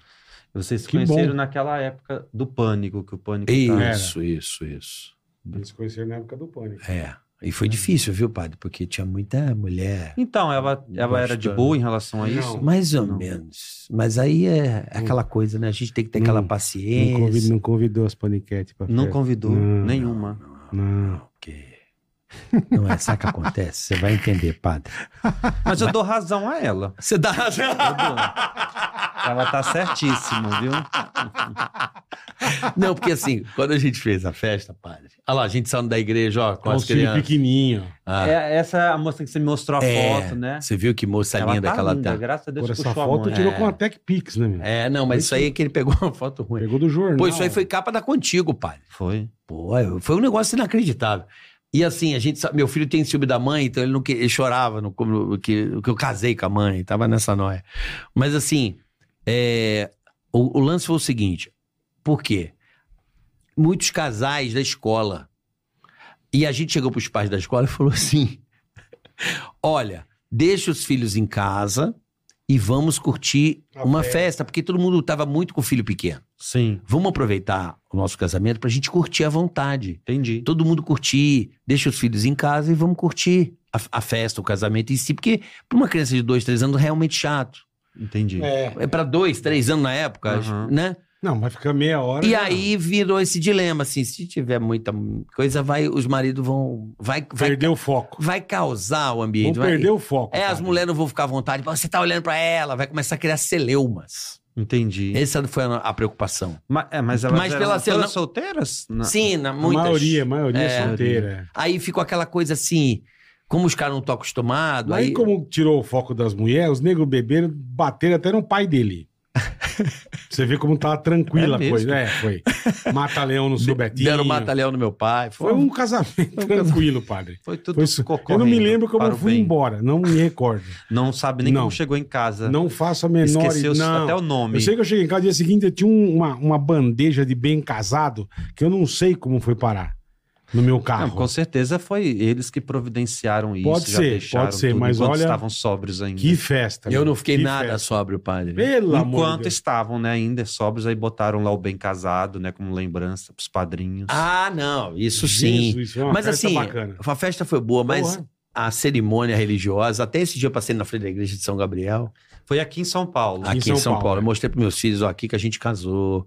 [SPEAKER 1] Vocês se
[SPEAKER 3] Que
[SPEAKER 1] conheceram
[SPEAKER 3] bom.
[SPEAKER 1] naquela época do pânico, que o pânico tá...
[SPEAKER 4] Isso, isso, isso.
[SPEAKER 3] Eles se conheceram na época do pânico.
[SPEAKER 4] É. E foi difícil, viu, padre? Porque tinha muita mulher.
[SPEAKER 1] Então, ela, ela era de
[SPEAKER 4] Bastante.
[SPEAKER 1] boa em relação a isso?
[SPEAKER 3] Não.
[SPEAKER 4] Mais ou
[SPEAKER 1] Não.
[SPEAKER 4] menos. Mas aí é aquela coisa, né? A gente tem que ter
[SPEAKER 3] Não.
[SPEAKER 4] aquela
[SPEAKER 3] Não
[SPEAKER 4] paciência.
[SPEAKER 3] Não, convidou, não convidou as paniquete pra
[SPEAKER 1] Não
[SPEAKER 3] festa.
[SPEAKER 1] convidou
[SPEAKER 3] Não.
[SPEAKER 1] nenhuma.
[SPEAKER 3] Não.
[SPEAKER 4] Não, porque. Não é sabe o que acontece. Você vai entender, padre.
[SPEAKER 1] Mas eu dou razão a ela.
[SPEAKER 4] Você dá razão.
[SPEAKER 1] Eu dou. Ela tá certíssima, viu?
[SPEAKER 4] Não, porque assim, quando a gente fez a festa, padre. Olha lá, a gente saindo da igreja, ó, com
[SPEAKER 3] Com
[SPEAKER 4] as
[SPEAKER 3] os filhos
[SPEAKER 4] crianças.
[SPEAKER 3] pequenininho.
[SPEAKER 4] Ah,
[SPEAKER 1] É, essa é a moça que você me mostrou a
[SPEAKER 4] É,
[SPEAKER 1] foto, né?
[SPEAKER 4] Você viu que moça
[SPEAKER 1] Ela
[SPEAKER 4] linda
[SPEAKER 1] tá
[SPEAKER 4] que ela
[SPEAKER 1] linda,
[SPEAKER 4] tá.
[SPEAKER 1] Graças a Deus
[SPEAKER 3] Por essa
[SPEAKER 1] puxou a
[SPEAKER 3] foto
[SPEAKER 1] mão.
[SPEAKER 3] tirou
[SPEAKER 4] É.
[SPEAKER 3] com a Tech Pix, né, meu?
[SPEAKER 4] É, não, mas isso aí é que ele pegou uma foto ruim.
[SPEAKER 3] Pegou do jornal.
[SPEAKER 4] Pô, isso aí foi capa da Contigo, padre.
[SPEAKER 1] Foi.
[SPEAKER 4] Pô, foi um negócio inacreditável. E assim, a gente sabe, meu filho tem ciúme da mãe, então ele não que- ele chorava no, como, que, que eu casei com a mãe, tava nessa noia. Mas assim, é, o, o lance foi o seguinte: por quê? Muitos casais da escola. E a gente chegou pros pais da escola e falou assim: olha, deixa os filhos em casa e vamos curtir
[SPEAKER 3] A
[SPEAKER 4] uma
[SPEAKER 3] festa.
[SPEAKER 4] festa, porque todo mundo tava muito com o filho pequeno.
[SPEAKER 1] Sim,
[SPEAKER 4] Vamos aproveitar o nosso casamento pra gente curtir à vontade
[SPEAKER 1] entendi.
[SPEAKER 4] todo mundo curtir, deixa os filhos em casa e vamos curtir a, a festa, o casamento em si, porque para uma criança de dois, três anos é realmente chato.
[SPEAKER 1] Entendi.
[SPEAKER 3] É.
[SPEAKER 4] É para dois, três anos na época,
[SPEAKER 1] Uhum.
[SPEAKER 4] né?
[SPEAKER 3] Não, vai ficar meia hora.
[SPEAKER 4] E
[SPEAKER 3] já-
[SPEAKER 4] aí virou esse dilema assim, se tiver muita coisa, vai os maridos vão vai vai,
[SPEAKER 3] Perdeu o foco.
[SPEAKER 4] vai causar o
[SPEAKER 3] Vão
[SPEAKER 4] ambiente. vai-
[SPEAKER 3] perder o foco.
[SPEAKER 4] é,
[SPEAKER 3] cara.
[SPEAKER 4] as mulheres não vão ficar à vontade. Você tá olhando pra ela, vai começar a criar celeumas.
[SPEAKER 1] Entendi.
[SPEAKER 4] Essa foi a, a preocupação.
[SPEAKER 1] Mas, é, mas elas
[SPEAKER 4] Mas
[SPEAKER 1] eram
[SPEAKER 4] pela-
[SPEAKER 1] todas
[SPEAKER 4] não-
[SPEAKER 1] solteiras? Na-
[SPEAKER 4] Sim, na,
[SPEAKER 3] A
[SPEAKER 4] muitas.
[SPEAKER 3] maioria, a maioria
[SPEAKER 4] É.
[SPEAKER 3] é solteira.
[SPEAKER 4] Aí ficou aquela coisa assim, como os caras não estão acostumados.
[SPEAKER 3] Aí, como tirou o foco das mulheres, os negros beberam, bateram até no pai dele. Você vê como tava tranquila
[SPEAKER 4] É
[SPEAKER 3] a
[SPEAKER 4] mesmo.
[SPEAKER 3] coisa. É, foi. Mata-leão no seu Betinho.
[SPEAKER 4] Deram mata-leão no meu pai. Foi
[SPEAKER 3] assim? Foi um casamento tranquilo, padre.
[SPEAKER 1] Foi tudo
[SPEAKER 3] Foi isso.
[SPEAKER 1] cocô.
[SPEAKER 3] Eu não me
[SPEAKER 1] correndo
[SPEAKER 3] lembro como
[SPEAKER 1] para
[SPEAKER 3] eu
[SPEAKER 1] o
[SPEAKER 3] fui
[SPEAKER 1] bem.
[SPEAKER 3] embora. Não me recordo.
[SPEAKER 1] Não sabe nem
[SPEAKER 3] Não.
[SPEAKER 1] como chegou em casa.
[SPEAKER 3] Não faço a menor
[SPEAKER 1] Esqueceu
[SPEAKER 3] não.
[SPEAKER 1] até o nome.
[SPEAKER 3] Eu sei que eu cheguei em casa, dia seguinte eu tinha um- uma, uma bandeja de bem casado que eu não sei como foi parar no meu carro.
[SPEAKER 1] Não, com certeza foi eles que providenciaram isso.
[SPEAKER 3] Pode
[SPEAKER 1] já
[SPEAKER 3] ser,
[SPEAKER 1] deixaram
[SPEAKER 3] pode ser,
[SPEAKER 1] tudo,
[SPEAKER 3] mas
[SPEAKER 1] enquanto
[SPEAKER 3] olha-
[SPEAKER 1] estavam sóbrios ainda.
[SPEAKER 3] Que festa.
[SPEAKER 4] um, Eu
[SPEAKER 3] meu.
[SPEAKER 4] não fiquei
[SPEAKER 3] Que
[SPEAKER 4] nada
[SPEAKER 3] festa.
[SPEAKER 4] sóbrio, padre.
[SPEAKER 3] Pelo amor de
[SPEAKER 1] Enquanto
[SPEAKER 3] Deus.
[SPEAKER 1] estavam, né, ainda sóbrios, aí botaram lá o bem casado, né, como lembrança pros padrinhos.
[SPEAKER 4] Ah, não, isso sim.
[SPEAKER 3] Jesus, isso é uma
[SPEAKER 4] mas
[SPEAKER 3] festa
[SPEAKER 4] assim,
[SPEAKER 3] bacana.
[SPEAKER 4] a festa foi boa, mas
[SPEAKER 3] Porra.
[SPEAKER 4] a cerimônia religiosa, até esse dia eu passei na frente da igreja de São Gabriel,
[SPEAKER 1] Foi aqui em São Paulo.
[SPEAKER 4] aqui em São, Paulo.
[SPEAKER 3] né?
[SPEAKER 4] Eu mostrei para meus filhos ó, aqui que a gente casou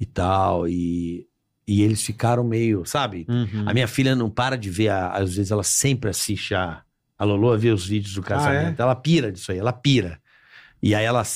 [SPEAKER 4] e tal, e, e eles ficaram meio, sabe?
[SPEAKER 1] Uhum.
[SPEAKER 4] A minha filha não para de ver, a- às vezes ela sempre assiste a, a Lolo a ver os vídeos do casamento. Ela pira disso aí, ela pira. E aí ela
[SPEAKER 3] Que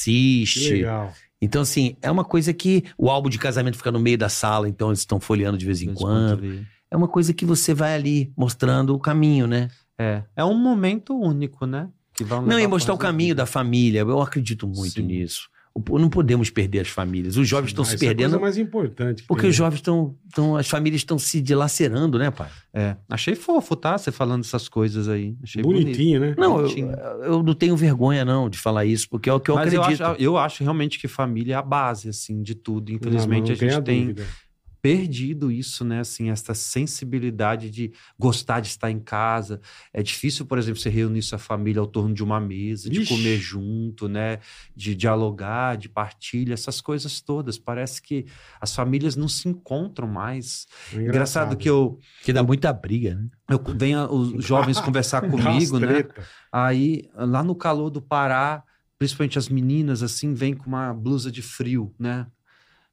[SPEAKER 4] assiste.
[SPEAKER 3] legal.
[SPEAKER 4] Então, assim, é uma coisa que o álbum de casamento fica no meio da sala, então eles estão folheando de vez em
[SPEAKER 1] Eles
[SPEAKER 4] quando.
[SPEAKER 1] contam ali.
[SPEAKER 4] É uma coisa que você vai ali mostrando o caminho, né?
[SPEAKER 1] É. É um momento único, né? Que vão
[SPEAKER 4] Não,
[SPEAKER 1] levar
[SPEAKER 4] e
[SPEAKER 1] pro
[SPEAKER 4] mostrar o
[SPEAKER 1] resto da
[SPEAKER 4] caminho
[SPEAKER 1] vida.
[SPEAKER 4] da família. Eu acredito muito
[SPEAKER 1] Sim.
[SPEAKER 4] nisso. O- Não podemos perder as famílias. Os jovens estão
[SPEAKER 3] Ah,
[SPEAKER 4] se
[SPEAKER 3] essa é a coisa
[SPEAKER 4] perdendo
[SPEAKER 3] mais importante. que
[SPEAKER 4] porque
[SPEAKER 3] tem.
[SPEAKER 4] os jovens estão. estão- As famílias estão se dilacerando, né, pai?
[SPEAKER 1] É. Achei fofo, tá? Você falando essas coisas aí. Achei é bonito.
[SPEAKER 3] Bonitinho, né?
[SPEAKER 4] Não, eu,
[SPEAKER 1] Bonitinho.
[SPEAKER 4] eu não tenho vergonha, não, de falar isso, porque é o que eu
[SPEAKER 1] Mas eu
[SPEAKER 4] acredito.
[SPEAKER 1] acho, eu acho realmente que família é a base, assim, de tudo. Infelizmente,
[SPEAKER 3] Não, não
[SPEAKER 1] a gente
[SPEAKER 3] tenha
[SPEAKER 1] tem
[SPEAKER 3] dúvida. É
[SPEAKER 1] perdido isso, né? Assim, essa sensibilidade de gostar de estar em casa. É difícil, por exemplo, você reunir sua família ao torno de uma mesa, de
[SPEAKER 3] Ixi.
[SPEAKER 1] comer junto, né? De dialogar, de partilha, essas coisas todas. Parece que as famílias não se encontram mais.
[SPEAKER 3] É
[SPEAKER 1] Engraçado, que eu,
[SPEAKER 4] Que dá muita briga, né?
[SPEAKER 1] eu venho os jovens conversar
[SPEAKER 3] Dá umas
[SPEAKER 1] comigo, né?
[SPEAKER 3] treta.
[SPEAKER 1] Aí, lá no calor do Pará, principalmente as meninas, assim, vêm com uma blusa de frio, né?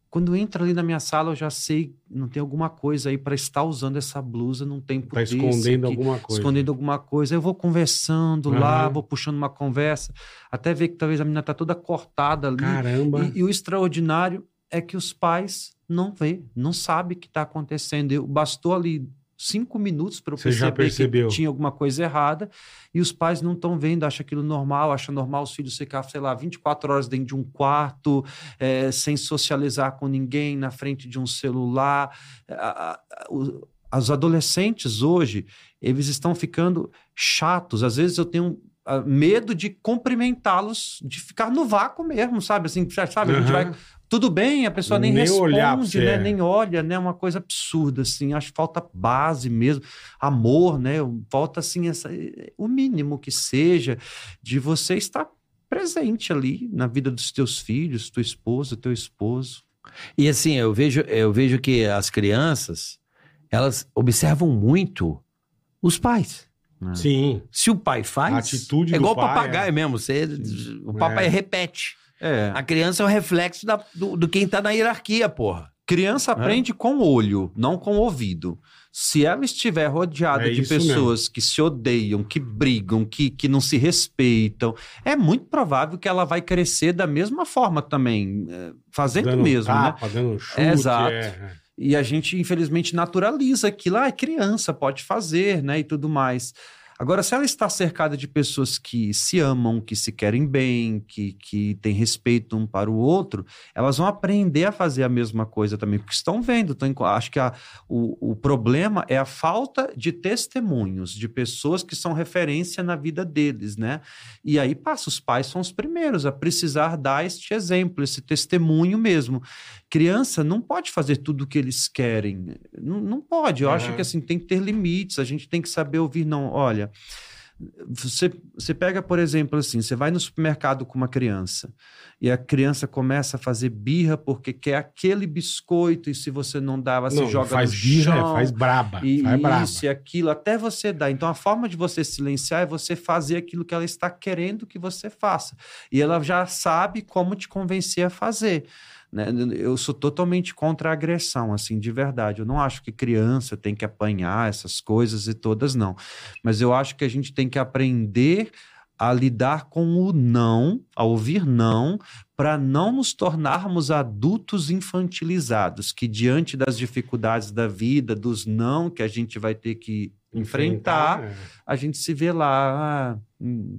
[SPEAKER 1] Quando entra ali na minha sala, eu já sei, não tem alguma coisa aí para estar usando essa blusa num tempo
[SPEAKER 3] Tá
[SPEAKER 1] desse
[SPEAKER 3] escondendo
[SPEAKER 1] aqui,
[SPEAKER 3] alguma coisa.
[SPEAKER 1] escondendo alguma coisa. Eu vou conversando lá,
[SPEAKER 3] Aham.
[SPEAKER 1] vou puxando uma conversa, até ver que talvez a menina tá toda cortada ali.
[SPEAKER 3] Caramba.
[SPEAKER 1] E, e o extraordinário é que os pais não vê, não sabe o que está acontecendo. Eu, bastou ali cinco minutos para eu
[SPEAKER 3] Você já
[SPEAKER 1] perceber
[SPEAKER 3] percebeu.
[SPEAKER 1] que tinha alguma coisa errada e os pais não estão vendo, acham aquilo normal, acham normal os filhos ficar, sei lá, 24 horas dentro de um quarto, eh, sem socializar com ninguém, na frente de um celular. A- a- a- o- os adolescentes hoje, eles estão ficando chatos. Às vezes eu tenho ah, medo de cumprimentá-los, de ficar no vácuo mesmo, sabe? Assim, sabe? A gente vai
[SPEAKER 3] Aham.
[SPEAKER 1] tudo bem, a pessoa nem,
[SPEAKER 3] Nem
[SPEAKER 1] responde,
[SPEAKER 3] olhar pra você,
[SPEAKER 1] né?
[SPEAKER 3] é.
[SPEAKER 1] Nem olha, né? Uma coisa absurda, assim. Acho que falta base mesmo, amor, né? Falta, assim, essa, o mínimo que seja de você estar presente ali na vida dos teus filhos, tua esposa, teu esposo.
[SPEAKER 4] E assim, eu vejo, eu vejo que as crianças, elas observam muito os pais.
[SPEAKER 1] né?
[SPEAKER 3] Sim.
[SPEAKER 4] Se o pai faz,
[SPEAKER 3] A atitude
[SPEAKER 4] é
[SPEAKER 3] do
[SPEAKER 4] igual o
[SPEAKER 3] pai,
[SPEAKER 4] papagaio
[SPEAKER 3] é.
[SPEAKER 4] mesmo. Você, o papai
[SPEAKER 3] É.
[SPEAKER 4] repete.
[SPEAKER 1] É.
[SPEAKER 4] A criança é o reflexo da- do, do quem tá na hierarquia, porra.
[SPEAKER 1] Criança
[SPEAKER 3] É.
[SPEAKER 1] aprende com o olho, não com o ouvido. Se ela estiver rodeada
[SPEAKER 3] É
[SPEAKER 1] de
[SPEAKER 3] isso
[SPEAKER 1] pessoas que se odeiam, que brigam, que, que não se respeitam, é muito provável que ela vai crescer da mesma forma também, é, fazendo o mesmo, né?
[SPEAKER 3] tapa, Dando chute,
[SPEAKER 1] Exato.
[SPEAKER 3] é.
[SPEAKER 1] E a gente, infelizmente, naturaliza aquilo. Ah, é criança, pode fazer, né? E tudo mais. Agora, se ela está cercada de pessoas que se amam, que se querem bem, que, que têm respeito um para o outro, elas vão aprender a fazer a mesma coisa também, porque estão vendo. Estão, em co- acho que a, o, o problema é a falta de testemunhos, de pessoas que são referência na vida deles, né? E aí passa, os pais são os primeiros a precisar dar este exemplo, esse testemunho mesmo criança não pode fazer tudo o que eles querem. Não, não pode. Eu acho
[SPEAKER 3] Aham.
[SPEAKER 1] que assim tem que ter limites. A gente tem que saber ouvir. Não, olha. Você, você pega, por exemplo, assim, você vai no supermercado com uma criança e a criança começa a fazer birra porque quer aquele biscoito e se você não dá, ela
[SPEAKER 3] Não,
[SPEAKER 1] se joga
[SPEAKER 3] faz
[SPEAKER 1] no
[SPEAKER 3] birra,
[SPEAKER 1] chão.
[SPEAKER 3] é, faz braba.
[SPEAKER 1] E
[SPEAKER 3] faz braba.
[SPEAKER 1] isso é e aquilo, até você dar. Então, a forma de você silenciar é você fazer aquilo que ela está querendo que você faça. E ela já sabe como te convencer a fazer. né? Eu sou totalmente contra a agressão, assim, de verdade. Eu não acho que criança tem que apanhar essas coisas e todas, não. Mas eu acho que a gente tem que aprender a lidar com o não, a ouvir não, para não nos tornarmos adultos infantilizados, que diante das dificuldades da vida, dos não
[SPEAKER 4] né?
[SPEAKER 1] que a gente vai ter que enfrentar,
[SPEAKER 3] é.
[SPEAKER 1] a gente se vê lá, ah, hum,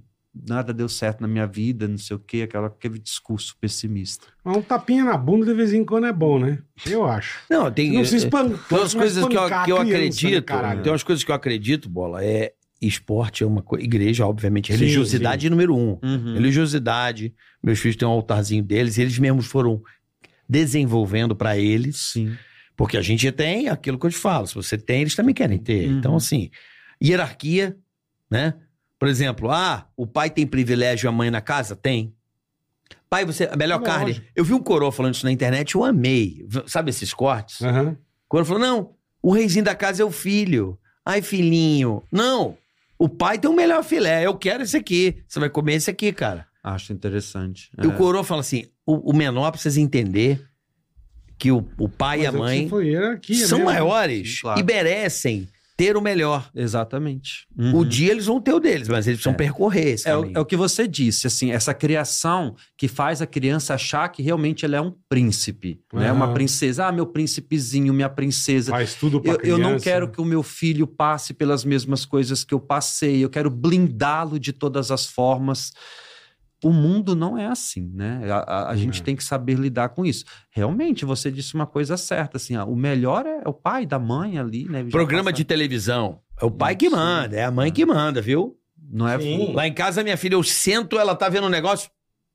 [SPEAKER 1] nada deu certo na minha vida, não sei o quê, aquela, aquele discurso pessimista.
[SPEAKER 3] Mas um tapinha na bunda de vez em quando é bom, né? Eu acho.
[SPEAKER 4] Não, tem.
[SPEAKER 3] Não se
[SPEAKER 4] eh,
[SPEAKER 3] espantar.
[SPEAKER 4] Tem umas
[SPEAKER 3] não
[SPEAKER 4] coisas que eu,
[SPEAKER 3] espancar
[SPEAKER 4] que eu
[SPEAKER 3] a criança, né,
[SPEAKER 4] acredito.
[SPEAKER 3] caralho?
[SPEAKER 4] tem umas coisas que eu acredito, bola. É esporte é uma coisa. Igreja, obviamente.
[SPEAKER 3] Sim,
[SPEAKER 4] Religiosidade número um.
[SPEAKER 1] Uhum.
[SPEAKER 4] Religiosidade. Meus filhos têm um altarzinho deles. Eles mesmos foram desenvolvendo pra eles.
[SPEAKER 1] Sim.
[SPEAKER 4] Porque a gente tem aquilo que eu te falo. Se você tem, eles também querem ter.
[SPEAKER 1] Uhum.
[SPEAKER 4] Então, assim, hierarquia, né? Por exemplo, ah, o pai tem privilégio e a mãe na casa? Tem. Pai, você. A melhor
[SPEAKER 3] Lógico.
[SPEAKER 4] carne. Eu vi um coroa falando isso na internet, eu amei. V- Sabe esses cortes?
[SPEAKER 1] Né?
[SPEAKER 3] Aham.
[SPEAKER 4] Quando falou, não, o reizinho da casa é o filho. Ai, filhinho. Não, o pai tem o melhor filé. Eu quero esse aqui. Você vai comer esse aqui, cara.
[SPEAKER 1] Acho interessante.
[SPEAKER 4] E
[SPEAKER 1] É.
[SPEAKER 4] o coroa fala assim: o, o menor precisa entender que o, o pai e a
[SPEAKER 3] Mas é o que
[SPEAKER 4] mãe
[SPEAKER 3] você Foi né? hierarquia
[SPEAKER 4] são
[SPEAKER 3] mesmo.
[SPEAKER 4] maiores
[SPEAKER 1] é Sim, claro.
[SPEAKER 4] e merecem ter o melhor.
[SPEAKER 1] Exatamente.
[SPEAKER 4] O
[SPEAKER 1] Uhum.
[SPEAKER 4] dia eles vão ter o deles, mas eles precisam
[SPEAKER 1] É.
[SPEAKER 4] percorrer esse
[SPEAKER 1] É o,
[SPEAKER 4] caminho.
[SPEAKER 1] é o que você disse, assim, essa criação que faz a criança achar que realmente ela é um príncipe, né?
[SPEAKER 3] Aham.
[SPEAKER 1] Uma princesa. Ah, meu príncipezinho, minha princesa.
[SPEAKER 3] Faz tudo pra
[SPEAKER 1] Eu, eu
[SPEAKER 3] criança.
[SPEAKER 1] não quero que o meu filho passe pelas mesmas coisas que eu passei. Eu quero blindá-lo de todas as formas. O mundo não é assim, né? A, a- a gente
[SPEAKER 3] É.
[SPEAKER 1] tem que saber lidar com isso. Realmente, você disse uma coisa certa, assim, ah, o melhor é o pai da mãe ali, né? Já
[SPEAKER 4] Programa
[SPEAKER 1] passa-
[SPEAKER 4] de televisão. É o pai que
[SPEAKER 1] Sim.
[SPEAKER 4] manda, é a mãe
[SPEAKER 1] Uhum.
[SPEAKER 4] que manda, viu?
[SPEAKER 1] Não é...
[SPEAKER 3] Sim.
[SPEAKER 4] Lá em casa, minha filha, eu sento, ela tá vendo um negócio.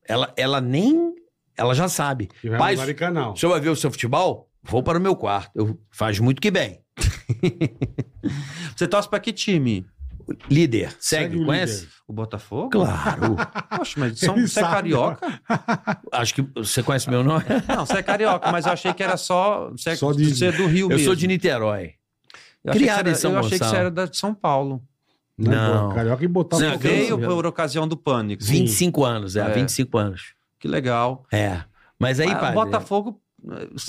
[SPEAKER 4] Ela, ela nem. Ela já sabe.
[SPEAKER 3] Que vai
[SPEAKER 4] Pais-
[SPEAKER 3] mudar de canal.
[SPEAKER 4] O senhor vai ver o seu futebol? Vou para o meu quarto. Eu faz muito que bem.
[SPEAKER 1] Você torce pra que time?
[SPEAKER 4] Líder,
[SPEAKER 3] Segue
[SPEAKER 4] segue,
[SPEAKER 3] o
[SPEAKER 4] conhece?
[SPEAKER 3] líder.
[SPEAKER 1] O Botafogo?
[SPEAKER 4] Claro.
[SPEAKER 1] Poxa, mas são,
[SPEAKER 3] Ele
[SPEAKER 1] você é
[SPEAKER 3] sabe.
[SPEAKER 1] carioca?
[SPEAKER 4] Acho que você conhece meu nome.
[SPEAKER 1] Não, você é carioca, mas eu achei que era só. Você é,
[SPEAKER 3] Só de-
[SPEAKER 1] você é do Rio
[SPEAKER 4] Eu
[SPEAKER 1] mesmo.
[SPEAKER 4] sou de Niterói.
[SPEAKER 1] Eu achei que
[SPEAKER 4] criado em
[SPEAKER 1] você era-
[SPEAKER 4] São
[SPEAKER 1] Eu achei que você
[SPEAKER 4] Gonçalo.
[SPEAKER 1] era da de São Paulo.
[SPEAKER 4] Não.
[SPEAKER 3] pô, Carioca e botar né?
[SPEAKER 4] Não,
[SPEAKER 3] fogo.
[SPEAKER 1] Veio
[SPEAKER 4] eu-
[SPEAKER 1] por ocasião do pânico.
[SPEAKER 3] Sim.
[SPEAKER 4] 25 anos, é,
[SPEAKER 1] É.
[SPEAKER 4] 25 anos.
[SPEAKER 1] Que legal.
[SPEAKER 4] É. Mas aí,
[SPEAKER 1] Ah,
[SPEAKER 4] padre,
[SPEAKER 1] Botafogo.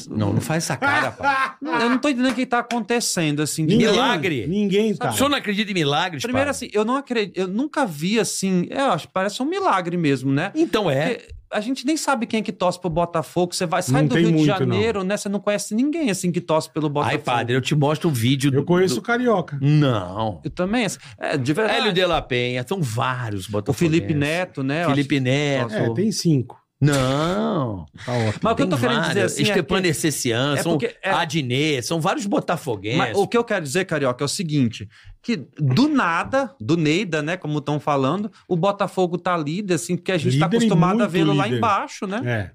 [SPEAKER 4] Não, não faz essa cara, pai.
[SPEAKER 1] Eu não tô entendendo o que tá acontecendo, assim. de-
[SPEAKER 4] Ninguém- Milagre.
[SPEAKER 3] Ninguém tá.
[SPEAKER 4] O senhor não acredita em milagres,
[SPEAKER 1] Primeiro,
[SPEAKER 4] padre?
[SPEAKER 1] assim, eu não acredito. Eu nunca vi assim. Eu acho que parece um milagre mesmo, né?
[SPEAKER 4] Então é.
[SPEAKER 1] Porque a gente nem sabe quem é que torce pro Botafogo. Você vai, sai
[SPEAKER 3] Não
[SPEAKER 1] do
[SPEAKER 3] tem
[SPEAKER 1] Rio de
[SPEAKER 3] muito,
[SPEAKER 1] Janeiro, né? Você não conhece ninguém assim que torce pelo Botafogo.
[SPEAKER 4] Ai, padre, eu te mostro o vídeo.
[SPEAKER 3] Eu
[SPEAKER 4] do-
[SPEAKER 3] conheço
[SPEAKER 4] do-
[SPEAKER 3] o Carioca. É,
[SPEAKER 4] Não.
[SPEAKER 1] Eu também. assim, É, de verdade.
[SPEAKER 4] Hélio de La Penha, são vários
[SPEAKER 1] O
[SPEAKER 4] botafoguenses.
[SPEAKER 1] Felipe Neto, né? Eu
[SPEAKER 4] Felipe Neto.
[SPEAKER 1] Nossa,
[SPEAKER 3] É,
[SPEAKER 1] Sou.
[SPEAKER 3] tem cinco.
[SPEAKER 4] Não.
[SPEAKER 3] Tá ótimo.
[SPEAKER 1] Mas o que eu tô querendo dizer assim é que-
[SPEAKER 4] Estepan Essecian,
[SPEAKER 1] É
[SPEAKER 4] são
[SPEAKER 1] porque- é-
[SPEAKER 4] Adnet, são vários botafoguenses.
[SPEAKER 1] Mas o que eu quero dizer, Carioca, é o seguinte: que do nada, do Neida, né? Como estão falando, o Botafogo tá líder, assim, porque a gente tá
[SPEAKER 3] Líder e
[SPEAKER 1] acostumado a
[SPEAKER 3] muito
[SPEAKER 1] vê-lo lá
[SPEAKER 3] líder.
[SPEAKER 1] embaixo, né?
[SPEAKER 3] É,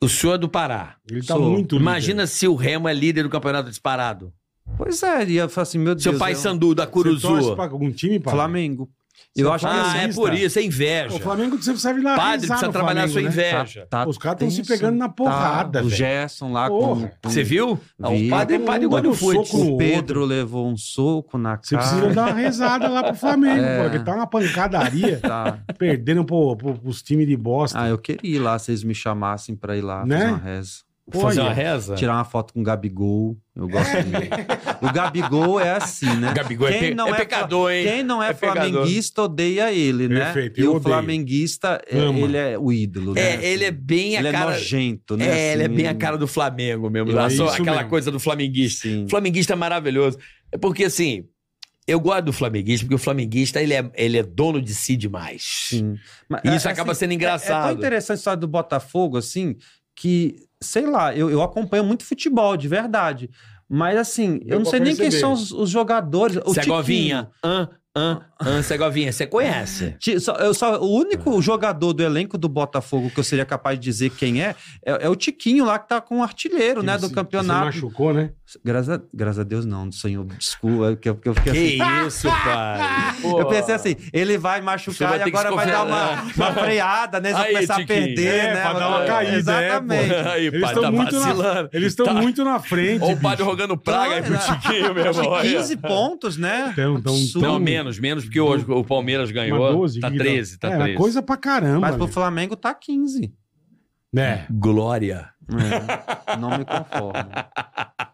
[SPEAKER 4] O senhor é do Pará.
[SPEAKER 3] ele tá
[SPEAKER 1] Sou.
[SPEAKER 3] muito líder.
[SPEAKER 4] Imagina se o Remo é líder do campeonato disparado.
[SPEAKER 1] Pois é, e eu falo assim, meu Deus.
[SPEAKER 4] Seu pai
[SPEAKER 1] eu-
[SPEAKER 4] Sandu da
[SPEAKER 3] Você torce
[SPEAKER 4] Curuzu.
[SPEAKER 3] pra algum time, pai?
[SPEAKER 1] Flamengo.
[SPEAKER 3] Você
[SPEAKER 1] eu
[SPEAKER 3] é
[SPEAKER 1] acho que assim, tá-
[SPEAKER 4] Ah, é
[SPEAKER 3] flamenguista.
[SPEAKER 4] por isso, é inveja.
[SPEAKER 3] O Flamengo sempre serve lá.
[SPEAKER 4] Padre,
[SPEAKER 3] rezar
[SPEAKER 4] precisa
[SPEAKER 3] no
[SPEAKER 4] trabalhar a
[SPEAKER 3] Flamengo,
[SPEAKER 4] sua
[SPEAKER 3] né?
[SPEAKER 4] inveja.
[SPEAKER 1] tá
[SPEAKER 3] Os caras estão se
[SPEAKER 1] tenso,
[SPEAKER 3] pegando na porrada,
[SPEAKER 1] tá. O
[SPEAKER 3] velho.
[SPEAKER 1] Gerson lá com,
[SPEAKER 3] Porra.
[SPEAKER 1] com-
[SPEAKER 4] Você viu? Ah,
[SPEAKER 1] Vi.
[SPEAKER 4] O padre, o padre
[SPEAKER 3] Um
[SPEAKER 4] igual do
[SPEAKER 3] dando
[SPEAKER 4] fute.
[SPEAKER 3] soco no-
[SPEAKER 1] O Pedro levou um soco na
[SPEAKER 3] Você
[SPEAKER 1] cara.
[SPEAKER 3] precisa dar uma rezada lá pro Flamengo,
[SPEAKER 1] É.
[SPEAKER 3] porque tá uma pancadaria,
[SPEAKER 1] Tá.
[SPEAKER 3] perdendo pro, pro, pros times de bosta.
[SPEAKER 1] Ah, eu queria ir lá, se eles me chamassem pra ir lá
[SPEAKER 3] Né?
[SPEAKER 1] fazer uma reza.
[SPEAKER 4] Fazer
[SPEAKER 3] Olha,
[SPEAKER 4] uma reza?
[SPEAKER 1] Tirar uma foto com o Gabigol. Eu gosto dele. O Gabigol é assim, né?
[SPEAKER 4] É. Gabigol é
[SPEAKER 1] Quem
[SPEAKER 4] pe-
[SPEAKER 1] não
[SPEAKER 4] é
[SPEAKER 1] é
[SPEAKER 4] pecador, hein?
[SPEAKER 1] Quem não é,
[SPEAKER 4] É pecador.
[SPEAKER 1] flamenguista odeia ele, né?
[SPEAKER 3] Perfeito,
[SPEAKER 1] e
[SPEAKER 3] eu
[SPEAKER 1] o
[SPEAKER 3] odeio.
[SPEAKER 1] flamenguista, é-
[SPEAKER 3] Ama.
[SPEAKER 1] ele é o ídolo, né?
[SPEAKER 4] É, ele é bem a
[SPEAKER 1] Ele é
[SPEAKER 4] cara.
[SPEAKER 1] nojento, né?
[SPEAKER 4] É, ele é
[SPEAKER 1] Assim,
[SPEAKER 4] bem a cara do Flamengo mesmo.
[SPEAKER 3] É
[SPEAKER 4] lá, só
[SPEAKER 3] isso
[SPEAKER 4] aquela
[SPEAKER 3] mesmo.
[SPEAKER 4] coisa do flamenguista.
[SPEAKER 1] Sim.
[SPEAKER 4] Flamenguista é maravilhoso. É porque, assim, eu gosto do flamenguista, porque o flamenguista, ele é, ele é dono de si demais.
[SPEAKER 1] Sim. Mas,
[SPEAKER 4] E isso
[SPEAKER 1] é,
[SPEAKER 4] acaba
[SPEAKER 1] assim,
[SPEAKER 4] sendo
[SPEAKER 1] É, é tão
[SPEAKER 4] engraçado.
[SPEAKER 1] interessante a história do Botafogo, assim, que, sei lá, eu, eu acompanho muito futebol, de verdade. Mas, assim,
[SPEAKER 3] Deu
[SPEAKER 1] eu não
[SPEAKER 3] pra
[SPEAKER 1] sei nem quem
[SPEAKER 3] perceber.
[SPEAKER 1] são os, os jogadores.
[SPEAKER 4] é
[SPEAKER 1] O
[SPEAKER 4] Segovinha. Hã, hã, hã, Segovinha. Ah, Você conhece?
[SPEAKER 1] Ti- só- eu só- o único jogador do elenco do Botafogo que eu seria capaz de dizer quem é, é, é o Tiquinho lá que tá com o artilheiro, né, do
[SPEAKER 3] se- Se
[SPEAKER 1] campeonato.
[SPEAKER 3] machucou, né?
[SPEAKER 1] Graças a, graças a Deus não, senhor, desculpa, que eu, que eu fiquei assim.
[SPEAKER 4] Que isso, pai.
[SPEAKER 1] Eu pensei assim, ele
[SPEAKER 4] Você
[SPEAKER 1] vai
[SPEAKER 4] vai
[SPEAKER 1] machucar e
[SPEAKER 4] ter que
[SPEAKER 1] agora vai dar uma,
[SPEAKER 4] escorrer-
[SPEAKER 1] uma freada, né? Eles vão
[SPEAKER 4] Aí,
[SPEAKER 1] começar
[SPEAKER 4] Tiquinho.
[SPEAKER 1] a perder,
[SPEAKER 3] É,
[SPEAKER 1] né?
[SPEAKER 3] pra
[SPEAKER 1] vai
[SPEAKER 3] dar uma caída, é,
[SPEAKER 1] Exatamente.
[SPEAKER 3] pô.
[SPEAKER 4] Aí,
[SPEAKER 3] Eles
[SPEAKER 4] pai, tá
[SPEAKER 3] estão muito, na...
[SPEAKER 4] vacilando.
[SPEAKER 3] Eles estão
[SPEAKER 4] Tá.
[SPEAKER 3] muito na frente.
[SPEAKER 4] Olha o padre
[SPEAKER 3] bicho.
[SPEAKER 4] jogando praga aí pro
[SPEAKER 1] Então,
[SPEAKER 4] Tiquinho, meu
[SPEAKER 1] Acho
[SPEAKER 4] irmão.
[SPEAKER 1] que
[SPEAKER 4] olha.
[SPEAKER 1] 15 pontos, né?
[SPEAKER 3] Então, então,
[SPEAKER 1] Absurdo.
[SPEAKER 4] Não, menos, menos, porque hoje o Palmeiras
[SPEAKER 3] Uma
[SPEAKER 4] ganhou.
[SPEAKER 3] 12,
[SPEAKER 4] tá
[SPEAKER 3] que dá.
[SPEAKER 4] 13, tá
[SPEAKER 3] é,
[SPEAKER 4] 13.
[SPEAKER 3] É coisa pra caramba.
[SPEAKER 1] Mas pro
[SPEAKER 3] velho.
[SPEAKER 1] Flamengo tá 15.
[SPEAKER 3] É.
[SPEAKER 4] Glória.
[SPEAKER 1] É, não me conformo. É,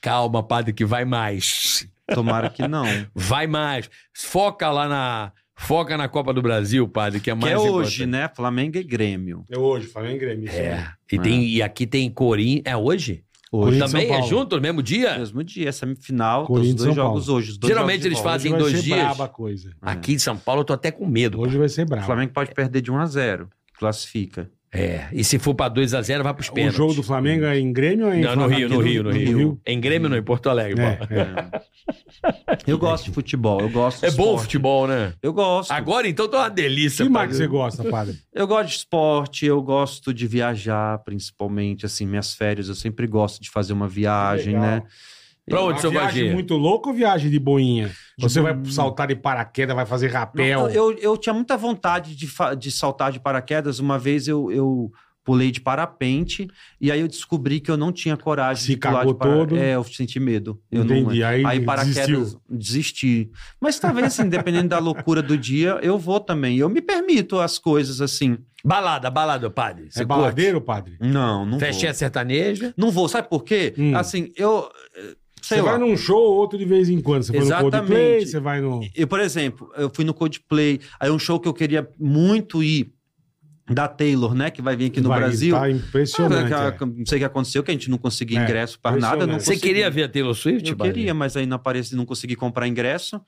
[SPEAKER 4] Calma, padre, que vai mais.
[SPEAKER 1] tomara que não.
[SPEAKER 4] Vai mais. Foca lá na. Foca na Copa do Brasil, padre, que é
[SPEAKER 1] Que
[SPEAKER 4] mais
[SPEAKER 1] é hoje,
[SPEAKER 4] importante.
[SPEAKER 1] né? Flamengo e Grêmio.
[SPEAKER 3] É hoje, Flamengo e Grêmio.
[SPEAKER 4] É. E, tem, e aqui tem Corinthians. É hoje?
[SPEAKER 1] Hoje,
[SPEAKER 3] Corinthians-
[SPEAKER 4] Também
[SPEAKER 3] São
[SPEAKER 4] é
[SPEAKER 3] Paulo.
[SPEAKER 4] junto, no mesmo dia?
[SPEAKER 1] mesmo dia, semifinal, tá os
[SPEAKER 3] Corinthians e
[SPEAKER 1] dois
[SPEAKER 3] São Paulo.
[SPEAKER 1] jogos hoje. os dois
[SPEAKER 4] Geralmente
[SPEAKER 1] jogos de
[SPEAKER 4] eles
[SPEAKER 1] volta.
[SPEAKER 4] fazem
[SPEAKER 3] Hoje vai
[SPEAKER 4] dois
[SPEAKER 3] ser
[SPEAKER 4] dias.
[SPEAKER 3] braba a coisa.
[SPEAKER 4] Aqui em São Paulo eu tô até com medo.
[SPEAKER 3] Hoje vai ser
[SPEAKER 1] O
[SPEAKER 3] brabo.
[SPEAKER 1] Flamengo pode perder de 1 a 0 classifica.
[SPEAKER 4] É, e se for pra 2x0, vai pros
[SPEAKER 3] O
[SPEAKER 4] pênaltis.
[SPEAKER 3] jogo do Flamengo é em Grêmio ou é em
[SPEAKER 4] Não, no
[SPEAKER 3] Flamengo?
[SPEAKER 4] Rio, no
[SPEAKER 3] Aqui
[SPEAKER 4] Rio, no Rio. Em Grêmio, não, em Porto Alegre. É,
[SPEAKER 3] É, é.
[SPEAKER 1] Eu gosto de futebol, eu gosto de
[SPEAKER 4] é bom o
[SPEAKER 1] esporte.
[SPEAKER 4] futebol, né?
[SPEAKER 1] Eu gosto.
[SPEAKER 4] Agora então tá uma delícia.
[SPEAKER 3] Que
[SPEAKER 4] pra-
[SPEAKER 3] mais que você gosta, padre?
[SPEAKER 1] Eu gosto de esporte, eu gosto de viajar, principalmente, assim, minhas férias, eu sempre gosto de fazer uma viagem,
[SPEAKER 3] Legal.
[SPEAKER 1] né?
[SPEAKER 4] Pra onde você vai
[SPEAKER 3] viagem
[SPEAKER 4] ir?
[SPEAKER 3] muito louca ou viagem de boinha? Você vai
[SPEAKER 1] boinha.
[SPEAKER 3] saltar de paraquedas, vai fazer rapel.
[SPEAKER 4] um-
[SPEAKER 1] Não, eu, eu tinha muita vontade de, fa- de saltar de paraquedas. Uma vez eu, eu pulei de parapente e aí eu descobri que eu não tinha coragem
[SPEAKER 3] Se
[SPEAKER 1] de pular
[SPEAKER 3] cagou
[SPEAKER 1] de para-
[SPEAKER 3] todo.
[SPEAKER 1] É, eu senti medo. Eu não
[SPEAKER 3] Entendi. aí
[SPEAKER 1] Aí paraquedas
[SPEAKER 3] desistiu.
[SPEAKER 1] desisti. Mas talvez, assim, dependendo da loucura do dia, eu vou também. Eu me permito as coisas assim.
[SPEAKER 4] Balada, balada, padre. Você
[SPEAKER 3] É
[SPEAKER 4] curte?
[SPEAKER 3] baladeiro, padre?
[SPEAKER 1] Não, não
[SPEAKER 4] Festinha sertaneja.
[SPEAKER 1] vou. Não vou, sabe por quê?
[SPEAKER 3] Hum.
[SPEAKER 1] Assim, eu. eh, Sei
[SPEAKER 3] você
[SPEAKER 1] lá.
[SPEAKER 3] vai num show ou outro de vez em quando. Você vai no
[SPEAKER 1] Exatamente.
[SPEAKER 3] Coldplay, você vai no...
[SPEAKER 1] Eu, por exemplo, eu fui no Coldplay, aí um show que eu queria muito ir da Taylor, né? Que vai vir aqui no
[SPEAKER 3] vai,
[SPEAKER 1] Brasil.
[SPEAKER 3] Tá impressionante.
[SPEAKER 1] Ah,
[SPEAKER 3] é.
[SPEAKER 1] que- Não sei o que aconteceu, que a gente não conseguia
[SPEAKER 3] É,
[SPEAKER 1] ingresso para nada. Não
[SPEAKER 3] impressionante.
[SPEAKER 4] Você
[SPEAKER 1] consegui.
[SPEAKER 4] queria ver a Taylor Swift,
[SPEAKER 1] Eu
[SPEAKER 4] padre?
[SPEAKER 1] queria, mas aí não apareci, não consegui comprar ingresso.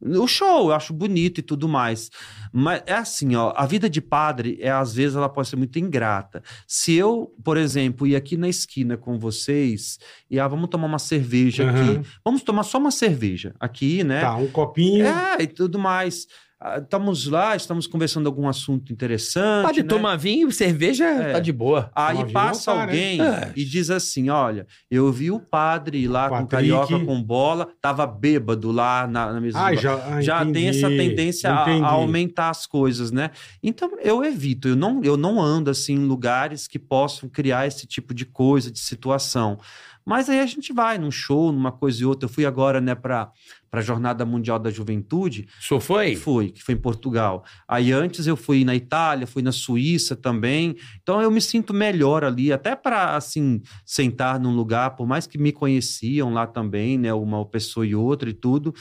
[SPEAKER 1] O show, eu acho bonito e tudo mais. Mas é assim, ó, a vida de padre, é, às vezes, ela pode ser muito ingrata. Se eu, por exemplo, ir aqui na esquina com vocês e, ah, vamos tomar uma cerveja
[SPEAKER 3] Aham.
[SPEAKER 1] aqui. Vamos tomar só uma cerveja aqui, né?
[SPEAKER 3] Tá, um copinho...
[SPEAKER 1] É, e tudo mais. Ah, Estamos lá, estamos conversando algum assunto interessante.
[SPEAKER 4] Pode
[SPEAKER 1] né?
[SPEAKER 4] tomar vinho, cerveja,
[SPEAKER 1] É.
[SPEAKER 4] tá de boa.
[SPEAKER 1] Aí
[SPEAKER 3] Tomar vinho
[SPEAKER 1] passa
[SPEAKER 3] não tá, né?
[SPEAKER 1] alguém
[SPEAKER 4] É.
[SPEAKER 1] e diz assim: olha, eu vi o padre lá com
[SPEAKER 3] Patrick.
[SPEAKER 1] carioca com bola, tava bêbado lá na, na mesa. do
[SPEAKER 3] Ah,
[SPEAKER 1] bar."
[SPEAKER 3] já ah,
[SPEAKER 1] já tem
[SPEAKER 3] entendi.
[SPEAKER 1] essa tendência a,
[SPEAKER 3] Entendi.
[SPEAKER 1] a aumentar as coisas, né? Então eu evito, eu não, eu não ando assim em lugares que possam criar esse tipo de coisa, de situação. Mas aí a gente vai num show, numa coisa e outra. Eu fui agora, né, para a Jornada Mundial da Juventude.
[SPEAKER 4] Só foi?
[SPEAKER 1] Fui, que foi em Portugal. Aí antes eu fui na Itália, fui na Suíça também. Então eu me sinto melhor ali, até para assim sentar num lugar, por mais que me conheciam lá também, né, uma pessoa e outra e tudo.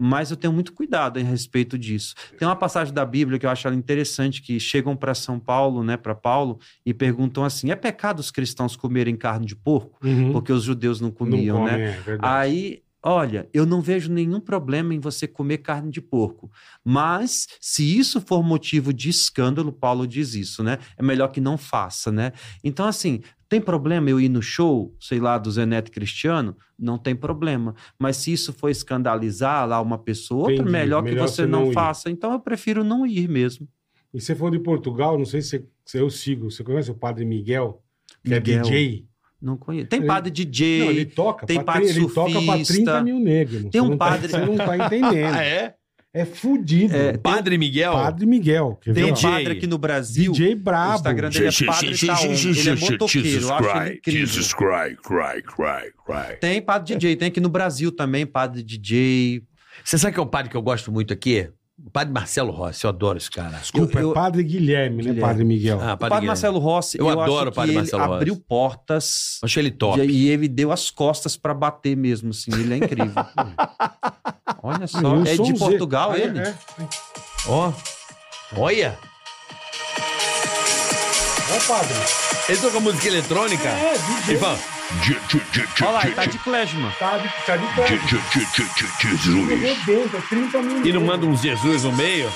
[SPEAKER 1] Mas eu tenho muito cuidado a respeito disso. Tem uma passagem da Bíblia que eu acho ela interessante que chegam para São Paulo, né, para Paulo e perguntam assim: "É pecado os cristãos comerem carne de porco?"
[SPEAKER 3] Uhum.
[SPEAKER 1] Porque os judeus não
[SPEAKER 3] Não
[SPEAKER 1] comiam,
[SPEAKER 3] come,
[SPEAKER 1] um né?
[SPEAKER 3] é verdade.
[SPEAKER 1] Aí, olha, eu não vejo nenhum problema em você comer carne de porco. Mas, se isso for motivo de escândalo, Paulo diz isso, né? É melhor que não faça, né? Então, assim, tem problema eu ir no show, sei lá, do Zeneto Cristiano? Não tem problema. Mas se isso for escandalizar lá uma pessoa, outra,
[SPEAKER 3] Entendi.
[SPEAKER 1] melhor,
[SPEAKER 3] Melhor
[SPEAKER 1] que você
[SPEAKER 3] você
[SPEAKER 1] não,
[SPEAKER 3] não ir.
[SPEAKER 1] faça. Então, eu prefiro não ir mesmo.
[SPEAKER 3] E você falou de Portugal, não sei se, você- se eu sigo. Você conhece o padre Miguel? Que é
[SPEAKER 1] Miguel.
[SPEAKER 3] DJ?
[SPEAKER 1] Não conheço. Tem
[SPEAKER 3] Ele-
[SPEAKER 1] padre DJ.
[SPEAKER 3] Não, ele toca.
[SPEAKER 1] tem
[SPEAKER 3] pra,
[SPEAKER 1] padre
[SPEAKER 3] ele toca pra
[SPEAKER 1] surfista.
[SPEAKER 3] 30 mil negros. irmão.
[SPEAKER 1] Tem
[SPEAKER 3] Você
[SPEAKER 1] um
[SPEAKER 3] não tá-
[SPEAKER 1] padre- É,
[SPEAKER 3] você não tá entendendo.
[SPEAKER 4] Ah,
[SPEAKER 3] é?
[SPEAKER 4] é?
[SPEAKER 3] fudido.
[SPEAKER 4] Padre Miguel?
[SPEAKER 3] Padre Miguel. Quer
[SPEAKER 1] Tem
[SPEAKER 3] ver,
[SPEAKER 1] um
[SPEAKER 3] ó?
[SPEAKER 4] DJ.
[SPEAKER 1] padre aqui no Brasil.
[SPEAKER 3] DJ
[SPEAKER 1] O
[SPEAKER 3] brabo.
[SPEAKER 1] Instagram dele é padre Itaú. Ele é motoqueiro. Eu acho ele incrível.
[SPEAKER 5] Jesus Christ, Christ, Christ, Christ.
[SPEAKER 1] Tem padre DJ, tem aqui no Brasil também, padre DJ.
[SPEAKER 4] Você sabe que é um padre que eu gosto muito aqui? O padre Marcelo Rossi, eu adoro esse cara.
[SPEAKER 3] Desculpa,
[SPEAKER 1] eu-
[SPEAKER 3] é padre Guilherme, né,
[SPEAKER 1] Guilherme.
[SPEAKER 3] padre Miguel?
[SPEAKER 4] Ah,
[SPEAKER 1] O padre
[SPEAKER 4] Guilherme.
[SPEAKER 1] Marcelo Rossi,
[SPEAKER 4] Eu
[SPEAKER 1] eu,
[SPEAKER 4] adoro
[SPEAKER 1] acho
[SPEAKER 4] o
[SPEAKER 1] que
[SPEAKER 4] padre
[SPEAKER 1] ele
[SPEAKER 4] Marcelo Rossi.
[SPEAKER 1] abriu portas
[SPEAKER 4] Acho ele
[SPEAKER 1] e,
[SPEAKER 4] top.
[SPEAKER 1] e ele deu as costas pra bater mesmo, assim. Ele é incrível. Olha só,
[SPEAKER 3] Eu
[SPEAKER 1] é
[SPEAKER 3] sou
[SPEAKER 1] de
[SPEAKER 3] um Z.
[SPEAKER 1] Portugal
[SPEAKER 3] Ah, é,
[SPEAKER 1] ele?
[SPEAKER 3] é.
[SPEAKER 4] Ó. Olha,
[SPEAKER 3] Ó, padre.
[SPEAKER 4] ele toca música
[SPEAKER 1] Tá.
[SPEAKER 4] eletrônica.
[SPEAKER 3] É, DJ.
[SPEAKER 4] Ele fala,
[SPEAKER 1] Olha lá, ele tá de Klesman.
[SPEAKER 3] Tá de- tá de é pé. Arrebenta, 30 mil
[SPEAKER 4] e não
[SPEAKER 3] negros.
[SPEAKER 4] manda um Jesus no meio?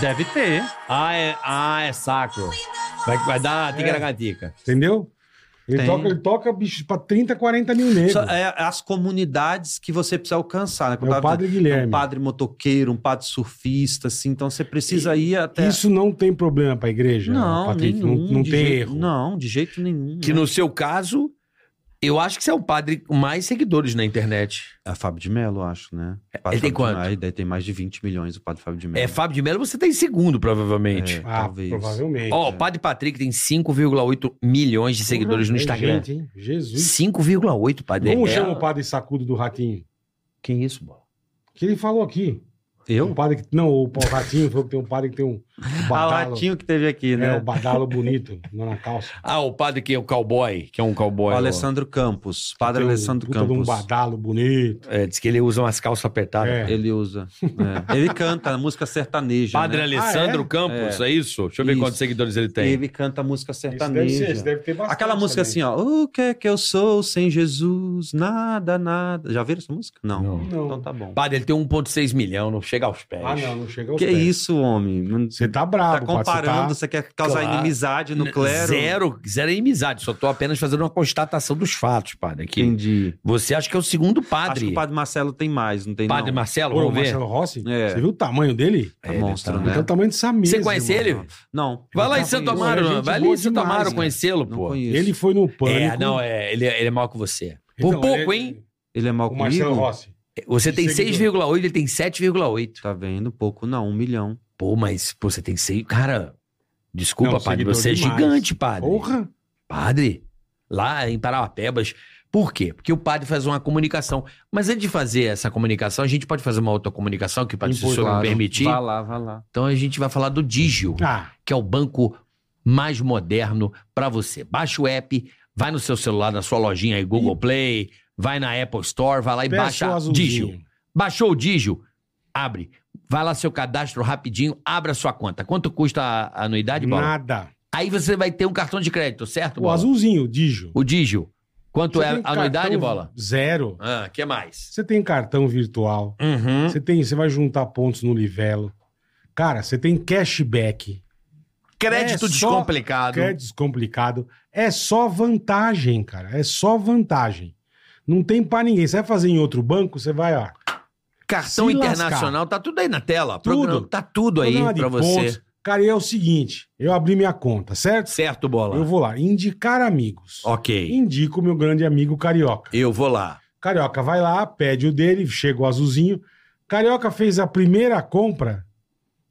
[SPEAKER 1] Deve ter.
[SPEAKER 4] Ah, é, ah, é sacro. Vai, vai dar tica-tica.
[SPEAKER 3] Entendeu? Ele
[SPEAKER 1] Tem.
[SPEAKER 3] toca, ele toca, bicho, pra 30, 40 mil negros.
[SPEAKER 1] Só, é, as comunidades que você precisa alcançar, né?
[SPEAKER 3] É
[SPEAKER 1] Como eu
[SPEAKER 3] o
[SPEAKER 1] tava
[SPEAKER 3] padre
[SPEAKER 1] dizendo,
[SPEAKER 3] Guilherme.
[SPEAKER 1] Um padre motoqueiro, um padre surfista, assim. Então você precisa ir até...
[SPEAKER 3] Isso não tem problema pra igreja,
[SPEAKER 1] é. não,
[SPEAKER 3] Patrick.
[SPEAKER 1] nenhum.
[SPEAKER 3] não não
[SPEAKER 1] de
[SPEAKER 3] tem
[SPEAKER 1] jeito-
[SPEAKER 3] erro.
[SPEAKER 1] Não, de jeito nenhum.
[SPEAKER 3] Né?
[SPEAKER 4] Que no seu caso, eu acho que você é o padre com mais seguidores na internet.
[SPEAKER 1] É Fábio de Mello, eu acho, né? O
[SPEAKER 4] É, ele tem
[SPEAKER 1] Fábio de
[SPEAKER 4] quanto?
[SPEAKER 1] Mello, daí tem mais de 20 milhões o padre Fábio de Mello.
[SPEAKER 4] É, Fábio de Mello você tá em segundo, provavelmente.
[SPEAKER 1] É,
[SPEAKER 3] Ah,
[SPEAKER 1] talvez.
[SPEAKER 3] provavelmente.
[SPEAKER 4] Ó, o padre Patrick tem 5,8 milhões de seguidores no
[SPEAKER 3] É
[SPEAKER 4] Instagram.
[SPEAKER 3] gente, hein? Jesus.
[SPEAKER 4] 5,8, padre.
[SPEAKER 3] Como
[SPEAKER 4] É-
[SPEAKER 3] chama o padre sacudo do ratinho?
[SPEAKER 4] Que isso, bola? Hum.
[SPEAKER 3] Que ele falou aqui. O
[SPEAKER 1] Eu?
[SPEAKER 3] padre que. Não, o, o ratinho falou que tem um padre que tem um. O
[SPEAKER 1] Ah, o
[SPEAKER 3] badalo,
[SPEAKER 1] ratinho que teve aqui,
[SPEAKER 3] é,
[SPEAKER 1] né?
[SPEAKER 3] o badalo bonito, não na calça.
[SPEAKER 4] Ah, o padre que é o cowboy, que é um
[SPEAKER 1] o
[SPEAKER 4] cowboy. ó.
[SPEAKER 1] Alessandro Campos, padre
[SPEAKER 3] Tem um
[SPEAKER 1] Alessandro
[SPEAKER 3] puta de
[SPEAKER 1] Campos.
[SPEAKER 3] um badalo bonito.
[SPEAKER 4] É, diz que ele usa umas calças apertadas.
[SPEAKER 3] É.
[SPEAKER 1] Ele usa. é. Ele canta música sertaneja.
[SPEAKER 4] Padre
[SPEAKER 1] né?
[SPEAKER 4] Alessandro
[SPEAKER 3] Ah, é?
[SPEAKER 4] Campos, é. isso? Deixa eu ver
[SPEAKER 1] Isso.
[SPEAKER 4] quantos seguidores ele tem.
[SPEAKER 1] Ele canta música
[SPEAKER 3] Isso deve,
[SPEAKER 1] sertaneja.
[SPEAKER 3] ser, isso deve ter bastante.
[SPEAKER 1] Aquela música assim, ó. O que é que eu sou sem Jesus? Nada, nada. Já viram essa música? Não.
[SPEAKER 4] Não.
[SPEAKER 3] Não.
[SPEAKER 1] Então tá bom.
[SPEAKER 4] Padre, ele tem 1,6 milhão, não chega aos pés.
[SPEAKER 3] Ah, não, não chega aos
[SPEAKER 1] Que
[SPEAKER 3] pés.
[SPEAKER 1] isso, homem? Não-
[SPEAKER 3] Você tá
[SPEAKER 1] Tá
[SPEAKER 3] brabo, padre,
[SPEAKER 1] comparando,
[SPEAKER 3] Você
[SPEAKER 1] você quer causar
[SPEAKER 4] Claro.
[SPEAKER 1] inimizade no clero?
[SPEAKER 4] Zero, zero inimizade. Só tô apenas fazendo uma constatação dos fatos, padre. Aqui.
[SPEAKER 1] Entendi.
[SPEAKER 4] Você acha que é o segundo
[SPEAKER 1] Acho
[SPEAKER 4] padre?
[SPEAKER 1] que o Padre Marcelo tem mais, não tem
[SPEAKER 4] Padre
[SPEAKER 1] não.
[SPEAKER 3] tá...
[SPEAKER 4] Marcelo,
[SPEAKER 3] Pô, o
[SPEAKER 4] vamos ver.
[SPEAKER 3] Marcelo Rossi?
[SPEAKER 1] É.
[SPEAKER 3] Você viu o tamanho dele?
[SPEAKER 1] É
[SPEAKER 4] Ele
[SPEAKER 1] monstro,
[SPEAKER 4] tá-
[SPEAKER 1] né?
[SPEAKER 3] Então, o tamanho dessa mesa.
[SPEAKER 4] Você conhece
[SPEAKER 3] irmão.
[SPEAKER 4] ele?
[SPEAKER 1] Não,
[SPEAKER 4] Vai lá em
[SPEAKER 3] Não
[SPEAKER 4] Santo
[SPEAKER 3] conheço.
[SPEAKER 4] Amaro,
[SPEAKER 3] É gente
[SPEAKER 4] vai ali em
[SPEAKER 3] boa
[SPEAKER 4] Santo
[SPEAKER 3] demais,
[SPEAKER 4] Amaro
[SPEAKER 3] né?
[SPEAKER 4] conhecê-lo,
[SPEAKER 1] não
[SPEAKER 4] pô.
[SPEAKER 1] conheço.
[SPEAKER 3] Ele foi no pânico.
[SPEAKER 4] É, não, é, ele, ele é maior que você. Por
[SPEAKER 3] Então,
[SPEAKER 4] pouco,
[SPEAKER 3] ele-
[SPEAKER 4] hein?
[SPEAKER 1] Ele é mal
[SPEAKER 3] O Marcelo
[SPEAKER 1] comigo?
[SPEAKER 3] Rossi.
[SPEAKER 4] Você
[SPEAKER 3] de
[SPEAKER 4] tem
[SPEAKER 3] seguidor.
[SPEAKER 4] 6,8, ele tem 7,8.
[SPEAKER 1] Tá vendo? Pouco não, um milhão.
[SPEAKER 4] Pô, mas pô, você tem 6. Cara, desculpa,
[SPEAKER 3] Não,
[SPEAKER 4] padre.
[SPEAKER 3] seguidor
[SPEAKER 4] Você é
[SPEAKER 3] demais.
[SPEAKER 4] gigante, padre.
[SPEAKER 3] Porra!
[SPEAKER 4] Padre, lá em Parauapebas. Por quê? Porque o padre faz uma comunicação. Mas antes de fazer essa comunicação, a gente pode fazer uma outra comunicação que o padre, se o senhor me
[SPEAKER 3] Claro.
[SPEAKER 4] permitir.
[SPEAKER 1] Vá lá, vá lá.
[SPEAKER 4] Então a gente vai falar do Digio.
[SPEAKER 3] Ah,
[SPEAKER 4] que é o banco mais moderno para você. Baixa o app, vai no seu celular, na sua lojinha aí, Google Play, vai na Apple Store, vai lá e
[SPEAKER 3] Ah, peça o
[SPEAKER 4] baixa o Digio.
[SPEAKER 3] azulzinho.
[SPEAKER 4] Baixou o Digio? Abre. Vai lá seu cadastro rapidinho, abra a sua conta. Quanto custa a anuidade, Tá Bola?
[SPEAKER 3] Nada.
[SPEAKER 4] Aí você vai ter um cartão de crédito, certo,
[SPEAKER 3] O
[SPEAKER 4] Bola?
[SPEAKER 3] azulzinho, o Digio.
[SPEAKER 4] O Digio. Quanto
[SPEAKER 3] Você
[SPEAKER 4] é
[SPEAKER 3] tem
[SPEAKER 4] a anuidade,
[SPEAKER 3] cartão
[SPEAKER 4] Bola?
[SPEAKER 3] Zero.
[SPEAKER 4] Ah, que mais?
[SPEAKER 3] Você tem cartão virtual.
[SPEAKER 4] Uhum.
[SPEAKER 3] Você tem, você vai juntar pontos no livelo. Cara, você tem cashback.
[SPEAKER 4] Crédito
[SPEAKER 3] É só
[SPEAKER 4] descomplicado.
[SPEAKER 3] Crédito descomplicado. É só vantagem, cara. É só vantagem. Não tem pra ninguém. Você vai fazer em outro banco, você vai, ó.
[SPEAKER 4] Cartão
[SPEAKER 3] Se
[SPEAKER 4] internacional, tá tudo aí na tela.
[SPEAKER 3] Tudo.
[SPEAKER 4] Programa, tá tudo aí
[SPEAKER 3] programa de
[SPEAKER 4] pra você.
[SPEAKER 3] pontos. Cara, e é o seguinte: eu abri minha conta, certo?
[SPEAKER 4] Certo, Bola?
[SPEAKER 3] Eu vou lá, indicar amigos.
[SPEAKER 4] Ok.
[SPEAKER 3] Indico meu grande amigo carioca.
[SPEAKER 4] Eu vou lá.
[SPEAKER 3] Carioca vai lá, pede o dele, chega o azulzinho. Carioca fez a primeira compra,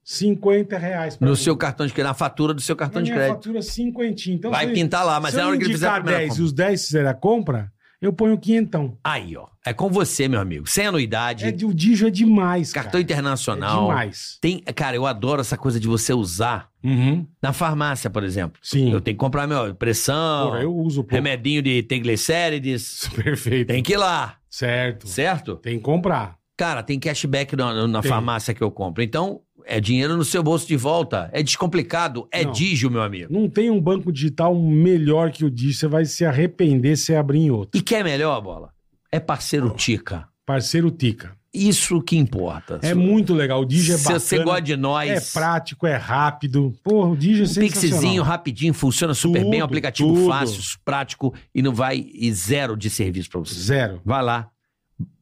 [SPEAKER 3] 50 reais. pra
[SPEAKER 4] No
[SPEAKER 3] mim.
[SPEAKER 4] seu cartão de crédito, na fatura do seu
[SPEAKER 3] Na
[SPEAKER 4] cartão de
[SPEAKER 3] minha
[SPEAKER 4] crédito.
[SPEAKER 3] fatura, cinquentinho. Então,
[SPEAKER 4] Vai
[SPEAKER 3] se-
[SPEAKER 4] pintar lá, mas
[SPEAKER 3] se
[SPEAKER 4] é a
[SPEAKER 3] eu
[SPEAKER 4] hora que ele fizer a
[SPEAKER 3] indicar
[SPEAKER 4] primeira
[SPEAKER 3] 10 e
[SPEAKER 4] compra.
[SPEAKER 3] os 10 fizer a compra, eu ponho quinhentão.
[SPEAKER 4] Aí, ó. É com você, meu amigo. Sem anuidade,
[SPEAKER 3] É, de- o Digio é demais,
[SPEAKER 4] cartão
[SPEAKER 3] cara. É
[SPEAKER 4] internacional.
[SPEAKER 3] demais.
[SPEAKER 4] tem, cara, eu adoro essa coisa de você usar
[SPEAKER 3] Uhum.
[SPEAKER 4] na farmácia, por exemplo.
[SPEAKER 3] Sim.
[SPEAKER 4] Eu tenho que comprar meu pressão,
[SPEAKER 3] Porra, eu uso pouco.
[SPEAKER 4] remedinho de tem glicérides.
[SPEAKER 3] Perfeito.
[SPEAKER 4] Tem que ir lá,
[SPEAKER 3] Certo.
[SPEAKER 4] certo?
[SPEAKER 3] Tem que comprar.
[SPEAKER 4] Cara, tem cashback na, na
[SPEAKER 3] Tem.
[SPEAKER 4] farmácia que eu compro. Então, é dinheiro no seu bolso de volta. É descomplicado. É
[SPEAKER 3] Não.
[SPEAKER 4] Digio, meu amigo.
[SPEAKER 3] Não tem um banco digital melhor que o Digio. Você vai se arrepender se abrir em outro.
[SPEAKER 4] E quer melhor, bola? É parceiro Tica.
[SPEAKER 3] Parceiro Tica.
[SPEAKER 4] Isso que importa.
[SPEAKER 3] É muito legal. O Digio é
[SPEAKER 4] Se
[SPEAKER 3] bacana.
[SPEAKER 4] você gosta de nós,
[SPEAKER 3] É prático, é rápido. Porra, o Digio é
[SPEAKER 4] um pixezinho
[SPEAKER 3] sensacional.
[SPEAKER 4] rapidinho, funciona super
[SPEAKER 3] Tudo,
[SPEAKER 4] bem, um aplicativo
[SPEAKER 3] tudo.
[SPEAKER 4] fácil, prático e não vai e zero de serviço pra você.
[SPEAKER 3] Zero.
[SPEAKER 4] Vai lá,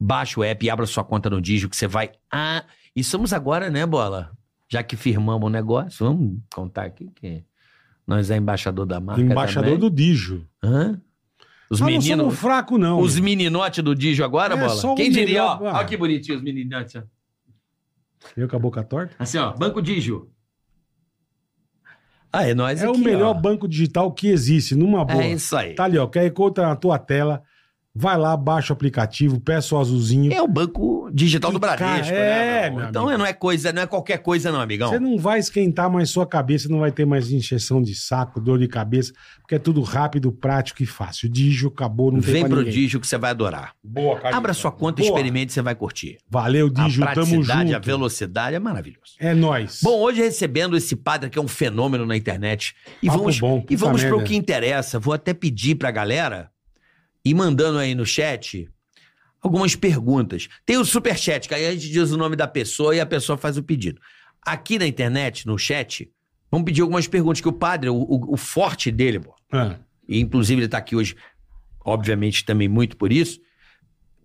[SPEAKER 4] baixa o app e abra sua conta no Digio que você vai. Ah, e estamos agora, né, Bola? Já que firmamos o negócio, vamos contar aqui que nós é embaixador da marca.
[SPEAKER 3] Embaixador do Digio.
[SPEAKER 4] do. Hã? Os
[SPEAKER 3] Mas não
[SPEAKER 4] meninos.
[SPEAKER 3] somos fraco, não.
[SPEAKER 4] Os meninotes do Digio agora,
[SPEAKER 3] É, só
[SPEAKER 4] Bola?
[SPEAKER 3] o
[SPEAKER 4] Quem diria, ó?
[SPEAKER 3] melhor-
[SPEAKER 4] Olha que bonitinho os meninotes. ó.
[SPEAKER 3] Eu com a boca torta.
[SPEAKER 4] Assim, ó, Banco Digio. Ah, é nós
[SPEAKER 3] É o
[SPEAKER 4] aqui,
[SPEAKER 3] melhor
[SPEAKER 4] ó.
[SPEAKER 3] banco digital que existe, numa boa.
[SPEAKER 4] É isso aí.
[SPEAKER 3] Tá ali, ó. QR Code tá na tua tela. Vai lá, baixa o aplicativo, peça o azulzinho.
[SPEAKER 4] É o banco digital do
[SPEAKER 3] Que cara, é,
[SPEAKER 4] Bradesco, né? meu?
[SPEAKER 3] meu
[SPEAKER 4] Então
[SPEAKER 3] amigo.
[SPEAKER 4] não é coisa, não é qualquer coisa, não, amigão.
[SPEAKER 3] Você não vai esquentar mais sua cabeça, não vai ter mais injeção de saco, dor de cabeça, porque é tudo rápido, prático e fácil. Digio acabou, não tem
[SPEAKER 4] Vem
[SPEAKER 3] pra
[SPEAKER 4] pro
[SPEAKER 3] ninguém.
[SPEAKER 4] Digio que você vai adorar.
[SPEAKER 3] Boa, cara.
[SPEAKER 4] Abra sua conta,
[SPEAKER 3] Boa.
[SPEAKER 4] experimente, você vai curtir.
[SPEAKER 3] Valeu, Digio,
[SPEAKER 4] a
[SPEAKER 3] tamo
[SPEAKER 4] praticidade,
[SPEAKER 3] junto.
[SPEAKER 4] a velocidade é maravilhoso.
[SPEAKER 3] É nóis.
[SPEAKER 4] Bom, hoje recebendo esse padre que é um fenômeno na internet. E
[SPEAKER 3] Papo
[SPEAKER 4] vamos,
[SPEAKER 3] bom,
[SPEAKER 4] e
[SPEAKER 3] puta
[SPEAKER 4] vamos pro
[SPEAKER 3] merda.
[SPEAKER 4] que interessa. Vou até pedir pra galera ir mandando aí no chat algumas perguntas. Tem o superchat, que aí a gente diz o nome da pessoa e a pessoa faz o pedido. Aqui na internet, no chat, vamos pedir algumas perguntas, que o padre, o, o- o forte dele, pô,
[SPEAKER 3] Ah,
[SPEAKER 4] e inclusive ele está aqui hoje, obviamente também muito por isso,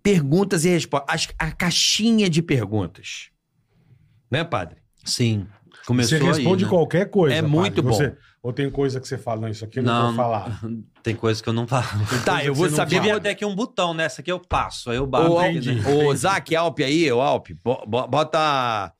[SPEAKER 4] perguntas e respostas. As- A caixinha de perguntas. Né, padre?
[SPEAKER 1] Sim. Começou
[SPEAKER 3] você responde
[SPEAKER 1] aí, né?
[SPEAKER 3] qualquer coisa.
[SPEAKER 4] É muito bom.
[SPEAKER 3] Você- Ou tem coisa que você fala, não, isso aqui eu não,
[SPEAKER 1] Não,
[SPEAKER 3] vou falar.
[SPEAKER 1] Tem coisa que eu não falo.
[SPEAKER 4] Tá, eu vou
[SPEAKER 3] você não
[SPEAKER 4] saber.
[SPEAKER 1] Devia ter aqui um botão
[SPEAKER 4] né?
[SPEAKER 1] nessa aqui eu passo, aí eu bato.
[SPEAKER 4] Ô,
[SPEAKER 1] aqui, né?
[SPEAKER 4] Alp, ô, Zac Alp aí, ô Alp, bo- bo- bota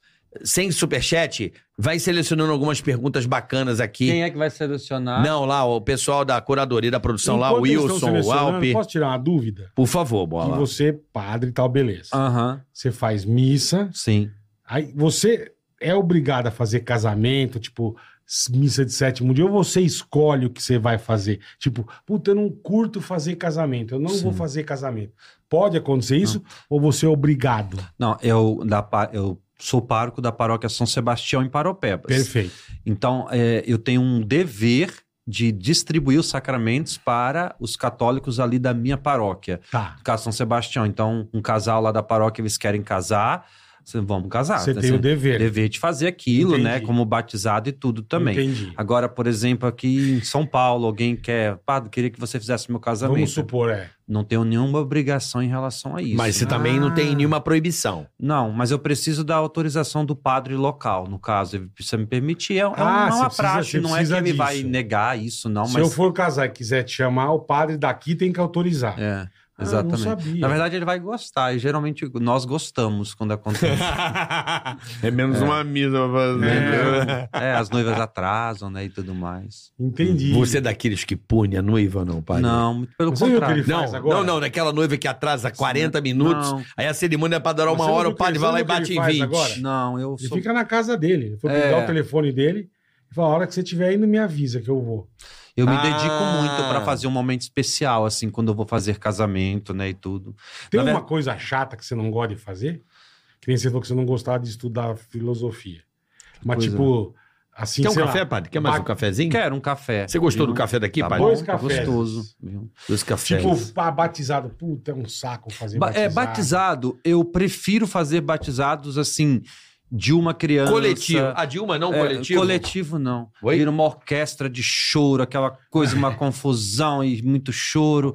[SPEAKER 4] sem superchat, vai selecionando algumas perguntas bacanas aqui.
[SPEAKER 1] Quem é que vai selecionar?
[SPEAKER 4] Não, lá, o pessoal da curadoria da produção lá,
[SPEAKER 3] Enquanto
[SPEAKER 4] o
[SPEAKER 3] eles estão
[SPEAKER 4] Wilson, o
[SPEAKER 3] selecionando,
[SPEAKER 4] Alp.
[SPEAKER 3] Posso tirar uma dúvida?
[SPEAKER 4] Por favor, bola. Ah.
[SPEAKER 3] Que você, padre e tal, beleza.
[SPEAKER 1] Aham,
[SPEAKER 3] Você faz missa,
[SPEAKER 1] sim.
[SPEAKER 3] aí você é obrigado a fazer casamento, tipo, s- missa de sétimo dia, ou você escolhe o que você vai fazer? Tipo, puta, eu não curto fazer casamento, eu não
[SPEAKER 1] Sim.
[SPEAKER 3] vou fazer casamento. Pode acontecer isso, ou você é obrigado?
[SPEAKER 1] Não, eu, da, pa- eu sou pároco da paróquia São Sebastião em Paropebas.
[SPEAKER 3] Perfeito.
[SPEAKER 1] Então, é, eu tenho um dever de distribuir os sacramentos para os católicos ali da minha paróquia,
[SPEAKER 3] Tá.
[SPEAKER 1] no caso São Sebastião. Então, um casal lá da paróquia, eles querem casar, cê- vamos
[SPEAKER 4] Tá,
[SPEAKER 1] casar.
[SPEAKER 3] você
[SPEAKER 1] né?
[SPEAKER 3] tem
[SPEAKER 1] Cê-
[SPEAKER 3] o dever.
[SPEAKER 1] dever de fazer aquilo, né?
[SPEAKER 3] Entendi.
[SPEAKER 1] Como batizado e tudo também.
[SPEAKER 3] Entendi.
[SPEAKER 1] Agora, por exemplo, aqui em São Paulo, alguém quer, padre, queria que você fizesse meu casamento.
[SPEAKER 3] Vamos supor, é.
[SPEAKER 1] Não tenho nenhuma obrigação em relação a isso.
[SPEAKER 4] Mas você
[SPEAKER 1] né?
[SPEAKER 4] também não tem
[SPEAKER 3] Ah.
[SPEAKER 4] nenhuma proibição.
[SPEAKER 1] Não, mas eu preciso da autorização do padre local, no caso. Ele precisa me permitir. É, é um-
[SPEAKER 3] Ah,
[SPEAKER 1] é
[SPEAKER 3] você
[SPEAKER 1] uma
[SPEAKER 3] precisa-
[SPEAKER 1] praxe,
[SPEAKER 3] você
[SPEAKER 1] não é que
[SPEAKER 3] precisa
[SPEAKER 1] ele vai
[SPEAKER 3] disso.
[SPEAKER 1] negar isso, não.
[SPEAKER 3] Se
[SPEAKER 1] mas
[SPEAKER 3] eu for casar e quiser te chamar, o padre daqui tem que autorizar.
[SPEAKER 1] É,
[SPEAKER 3] Ah,
[SPEAKER 1] exatamente.
[SPEAKER 3] não sabia.
[SPEAKER 1] Na verdade, ele vai gostar. E geralmente nós gostamos quando acontece.
[SPEAKER 4] É menos uma misa pra
[SPEAKER 3] É.
[SPEAKER 1] é, as noivas atrasam, né? E tudo mais.
[SPEAKER 3] Entendi.
[SPEAKER 4] Você é daqueles que pune a noiva, não, padre?
[SPEAKER 3] né?
[SPEAKER 1] Não, muito pelo
[SPEAKER 3] Você viu que
[SPEAKER 1] contrário.
[SPEAKER 3] ele
[SPEAKER 4] Não,
[SPEAKER 3] faz agora?
[SPEAKER 4] não, não, daquela noiva que atrasa 40 minutos,
[SPEAKER 1] Não.
[SPEAKER 4] aí a cerimônia é pra durar
[SPEAKER 3] Você
[SPEAKER 4] uma
[SPEAKER 3] não
[SPEAKER 4] hora,
[SPEAKER 3] viu
[SPEAKER 4] o padre
[SPEAKER 3] que-
[SPEAKER 4] vai lá e
[SPEAKER 3] sabe o que
[SPEAKER 4] bate
[SPEAKER 3] ele
[SPEAKER 4] em
[SPEAKER 3] faz
[SPEAKER 4] 20.
[SPEAKER 3] agora?
[SPEAKER 1] Não, eu
[SPEAKER 3] Ele
[SPEAKER 1] sou.
[SPEAKER 3] fica na casa dele. Ele foi
[SPEAKER 1] É.
[SPEAKER 3] pegar o telefone dele e fala: a hora que você tiver aí, não me avisa que eu vou.
[SPEAKER 1] Eu me
[SPEAKER 4] Ah.
[SPEAKER 1] dedico muito pra fazer um momento especial, assim, quando eu vou fazer casamento, né? E tudo.
[SPEAKER 3] Tem
[SPEAKER 1] Na
[SPEAKER 3] uma
[SPEAKER 1] ver-
[SPEAKER 3] coisa chata que você não gosta de fazer? Que nem você falou que você não gostava de estudar filosofia. Mas,
[SPEAKER 1] coisa.
[SPEAKER 3] tipo, assim.
[SPEAKER 4] Quer um
[SPEAKER 3] sei
[SPEAKER 4] café,
[SPEAKER 3] lá,
[SPEAKER 4] padre? Quer mais um
[SPEAKER 3] Ba-
[SPEAKER 4] cafezinho?
[SPEAKER 1] Quero um café.
[SPEAKER 4] Você gostou
[SPEAKER 1] viu?
[SPEAKER 4] do café daqui,
[SPEAKER 1] Tá
[SPEAKER 4] padre?
[SPEAKER 1] bom,
[SPEAKER 3] Dois
[SPEAKER 1] tá
[SPEAKER 3] cafés.
[SPEAKER 1] gostoso. viu?
[SPEAKER 4] Dos cafés.
[SPEAKER 3] Tipo, pá, batizado. Puta, é um saco fazer
[SPEAKER 1] Ba-
[SPEAKER 3] batizado.
[SPEAKER 1] É, batizado, eu prefiro fazer batizados, assim, de uma criança.
[SPEAKER 4] coletivo. A Dilma não, um
[SPEAKER 1] É,
[SPEAKER 4] coletivo.
[SPEAKER 1] coletivo não.
[SPEAKER 4] Oi?
[SPEAKER 1] Vira uma orquestra de choro, aquela coisa, uma confusão e muito choro.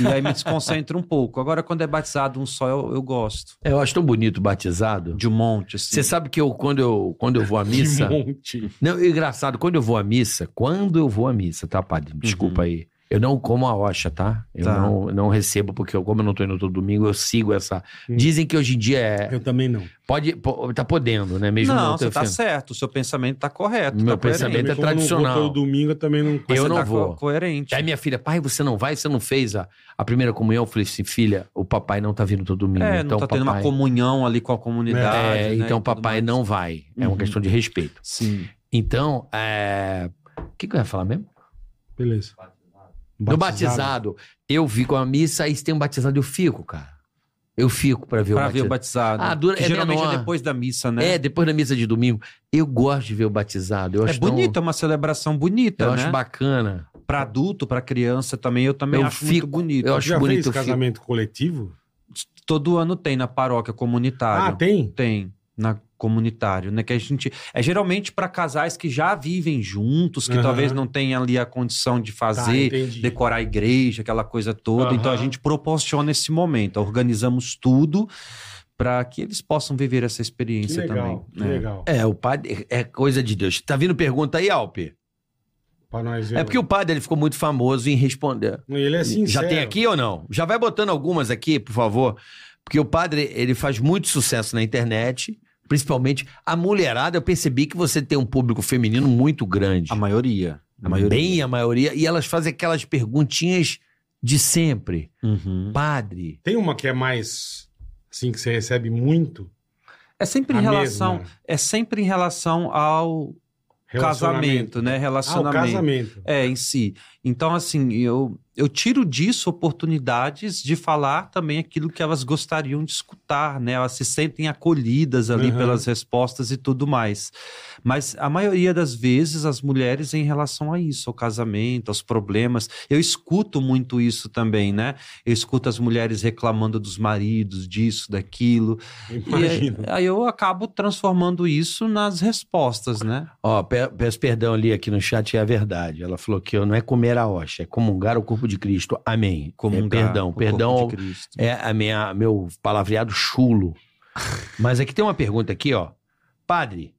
[SPEAKER 1] E aí me desconcentra um pouco. Agora, quando é batizado um só, eu, eu gosto.
[SPEAKER 4] É, Eu acho tão bonito o batizado.
[SPEAKER 1] De um monte, assim.
[SPEAKER 4] Você sabe que eu, quando eu, quando eu vou à missa.
[SPEAKER 3] Que monte.
[SPEAKER 4] Não, e engraçado, quando eu vou à missa, quando eu vou à missa, tá, padre? Desculpa aí. Eu não como a hoxa, tá? Eu
[SPEAKER 1] Tá.
[SPEAKER 4] Não, não recebo, porque eu, como eu não tô indo todo domingo, eu sigo essa.
[SPEAKER 3] Hum.
[SPEAKER 4] Dizem que hoje em dia é.
[SPEAKER 3] Eu também não.
[SPEAKER 4] Pode, po- tá podendo, né? Mesmo
[SPEAKER 1] não,
[SPEAKER 4] ter
[SPEAKER 1] você tá
[SPEAKER 4] fim.
[SPEAKER 1] certo. O seu pensamento tá correto.
[SPEAKER 4] Meu
[SPEAKER 1] tá coerente.
[SPEAKER 4] pensamento
[SPEAKER 3] Também,
[SPEAKER 4] é
[SPEAKER 3] como eu não vou
[SPEAKER 4] tradicional.
[SPEAKER 3] Todo domingo eu também não.
[SPEAKER 1] Mas
[SPEAKER 4] Eu
[SPEAKER 1] você
[SPEAKER 4] não
[SPEAKER 1] tá
[SPEAKER 4] vou.
[SPEAKER 1] co- coerente.
[SPEAKER 4] Aí minha filha, pai, você não vai? Você não fez a, a primeira comunhão? Eu falei assim, filha, o papai não tá vindo todo domingo.
[SPEAKER 1] É,
[SPEAKER 4] então
[SPEAKER 1] não tá
[SPEAKER 4] papai...
[SPEAKER 1] tendo uma comunhão ali com a comunidade.
[SPEAKER 4] É,
[SPEAKER 1] né,
[SPEAKER 4] então
[SPEAKER 1] e tudo
[SPEAKER 4] papai
[SPEAKER 1] mais.
[SPEAKER 4] não vai. É uma
[SPEAKER 1] Uhum.
[SPEAKER 4] questão de respeito.
[SPEAKER 1] Sim.
[SPEAKER 4] Então, é... o que, que eu ia falar mesmo?
[SPEAKER 3] Beleza.
[SPEAKER 4] No batizado, eu vi com a missa, aí se tem um batizado, eu fico, cara. Eu fico pra ver
[SPEAKER 1] Pra
[SPEAKER 4] o
[SPEAKER 1] ver o
[SPEAKER 4] batizado.
[SPEAKER 1] batizado.
[SPEAKER 4] Ah, dura-
[SPEAKER 1] Que
[SPEAKER 4] é
[SPEAKER 1] geralmente
[SPEAKER 4] menor.
[SPEAKER 1] é depois da missa, né?
[SPEAKER 4] É, depois da missa de domingo. Eu gosto de ver o batizado. Eu
[SPEAKER 1] É
[SPEAKER 4] acho tão-
[SPEAKER 1] bonito, é uma celebração bonita,
[SPEAKER 4] Eu
[SPEAKER 1] né?
[SPEAKER 4] acho bacana.
[SPEAKER 1] Pra adulto, pra criança também, eu também
[SPEAKER 4] Eu
[SPEAKER 1] acho
[SPEAKER 4] fico-
[SPEAKER 1] muito bonito.
[SPEAKER 4] eu
[SPEAKER 3] Eu
[SPEAKER 4] acho
[SPEAKER 3] Já
[SPEAKER 4] bonito, eu
[SPEAKER 3] fez casamento coletivo?
[SPEAKER 1] Todo ano tem na paróquia comunitário.
[SPEAKER 3] Ah, tem?
[SPEAKER 1] Tem. Na comunitário, né? Que a gente. É geralmente pra casais que já vivem juntos, que
[SPEAKER 3] Aham.
[SPEAKER 1] talvez não tenham ali a condição de
[SPEAKER 3] Tá,
[SPEAKER 1] fazer,
[SPEAKER 3] entendi.
[SPEAKER 1] decorar a igreja, aquela coisa toda.
[SPEAKER 3] Aham.
[SPEAKER 1] Então a gente proporciona esse momento, organizamos tudo pra que eles possam viver essa
[SPEAKER 3] Que
[SPEAKER 1] experiência
[SPEAKER 3] legal, que
[SPEAKER 1] também. né?
[SPEAKER 3] legal.
[SPEAKER 4] É, o padre é coisa de Deus. Tá vindo pergunta aí, Alpe?
[SPEAKER 3] Pra nós ver.
[SPEAKER 4] É porque o padre ele ficou muito famoso em responder.
[SPEAKER 3] Ele é sincero.
[SPEAKER 4] Já tem aqui ou não? Já vai botando algumas aqui, por favor. Porque o padre, ele faz muito sucesso na internet, principalmente a mulherada. Eu percebi que você tem um público feminino muito grande.
[SPEAKER 1] A maioria. A maioria.
[SPEAKER 4] Bem a maioria. E elas fazem aquelas perguntinhas de sempre.
[SPEAKER 1] Uhum.
[SPEAKER 4] Padre.
[SPEAKER 3] Tem uma que é mais assim que você recebe muito.
[SPEAKER 1] É sempre em
[SPEAKER 3] a
[SPEAKER 1] relação.
[SPEAKER 3] mesma.
[SPEAKER 1] É sempre em relação ao
[SPEAKER 3] Relacionamento.
[SPEAKER 1] casamento, né?
[SPEAKER 3] Ah, o
[SPEAKER 1] Relacionamento.
[SPEAKER 3] casamento.
[SPEAKER 1] É, em si. Então, assim, eu, eu tiro disso oportunidades de falar também aquilo que elas gostariam de escutar, né? Elas se sentem acolhidas ali
[SPEAKER 3] Uhum.
[SPEAKER 1] pelas respostas e tudo mais. Mas a maioria das vezes, as mulheres em relação a isso, ao casamento, aos problemas. Eu escuto muito isso também, né? Eu escuto as mulheres reclamando dos maridos, disso, daquilo.
[SPEAKER 3] Imagina.
[SPEAKER 1] E aí eu acabo transformando isso nas respostas, né?
[SPEAKER 4] Ó, pe- peço perdão ali aqui no chat, é a verdade. Ela falou que não é comer a hoxa, é comungar o corpo de Cristo. Amém.
[SPEAKER 1] Comungar
[SPEAKER 4] É, perdão,
[SPEAKER 1] o um corpo
[SPEAKER 4] perdão
[SPEAKER 1] de
[SPEAKER 4] ao-
[SPEAKER 1] Cristo.
[SPEAKER 4] É a minha, meu palavreado chulo. Mas aqui tem uma pergunta aqui, ó. Padre,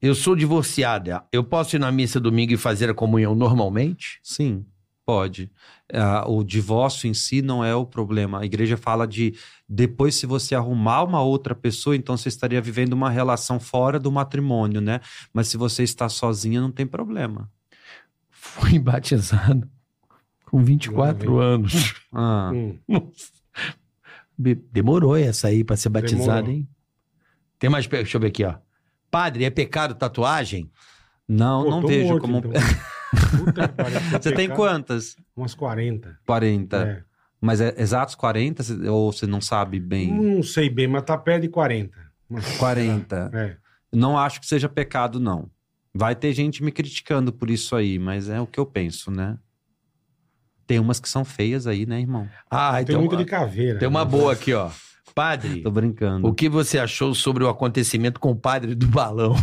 [SPEAKER 4] eu sou divorciada. Eu posso ir na missa domingo e fazer a comunhão normalmente?
[SPEAKER 1] Sim, pode. Ah, o divórcio em si não é o problema. A igreja fala de depois, se você arrumar uma outra pessoa, então você estaria vivendo uma relação fora do matrimônio, né? Mas se você está sozinha, não tem problema.
[SPEAKER 4] Fui batizado com 24
[SPEAKER 3] Maravilha.
[SPEAKER 4] anos.
[SPEAKER 1] Ah,
[SPEAKER 3] Hum.
[SPEAKER 4] Be- Demorou essa aí pra ser batizado,
[SPEAKER 3] Demorou.
[SPEAKER 4] hein? Tem mais. pe- Deixa eu ver aqui, ó.
[SPEAKER 6] Padre, é pecado tatuagem?
[SPEAKER 1] Não,
[SPEAKER 3] Pô,
[SPEAKER 1] não
[SPEAKER 3] tô
[SPEAKER 1] vejo
[SPEAKER 3] morto,
[SPEAKER 1] como.
[SPEAKER 3] então. Puta que pariu, tô
[SPEAKER 1] Você tem
[SPEAKER 3] pecado.
[SPEAKER 1] quantas?
[SPEAKER 3] Umas 40.
[SPEAKER 1] 40.
[SPEAKER 3] É.
[SPEAKER 1] Mas é exatos 40? cê- Ou você não sabe bem?
[SPEAKER 3] Não sei bem, mas tá perto de 40. Mas-
[SPEAKER 1] 40.
[SPEAKER 3] É.
[SPEAKER 1] Não acho que seja pecado, não. Vai ter gente me criticando por isso aí, mas é o que eu penso, né? Tem umas que são feias aí, né, irmão?
[SPEAKER 4] Ah,
[SPEAKER 3] Tem
[SPEAKER 4] então.
[SPEAKER 3] muito de caveira.
[SPEAKER 4] Tem uma boa aqui, ó. Padre,
[SPEAKER 1] Tô brincando.
[SPEAKER 4] o que você achou sobre o acontecimento com o padre do balão?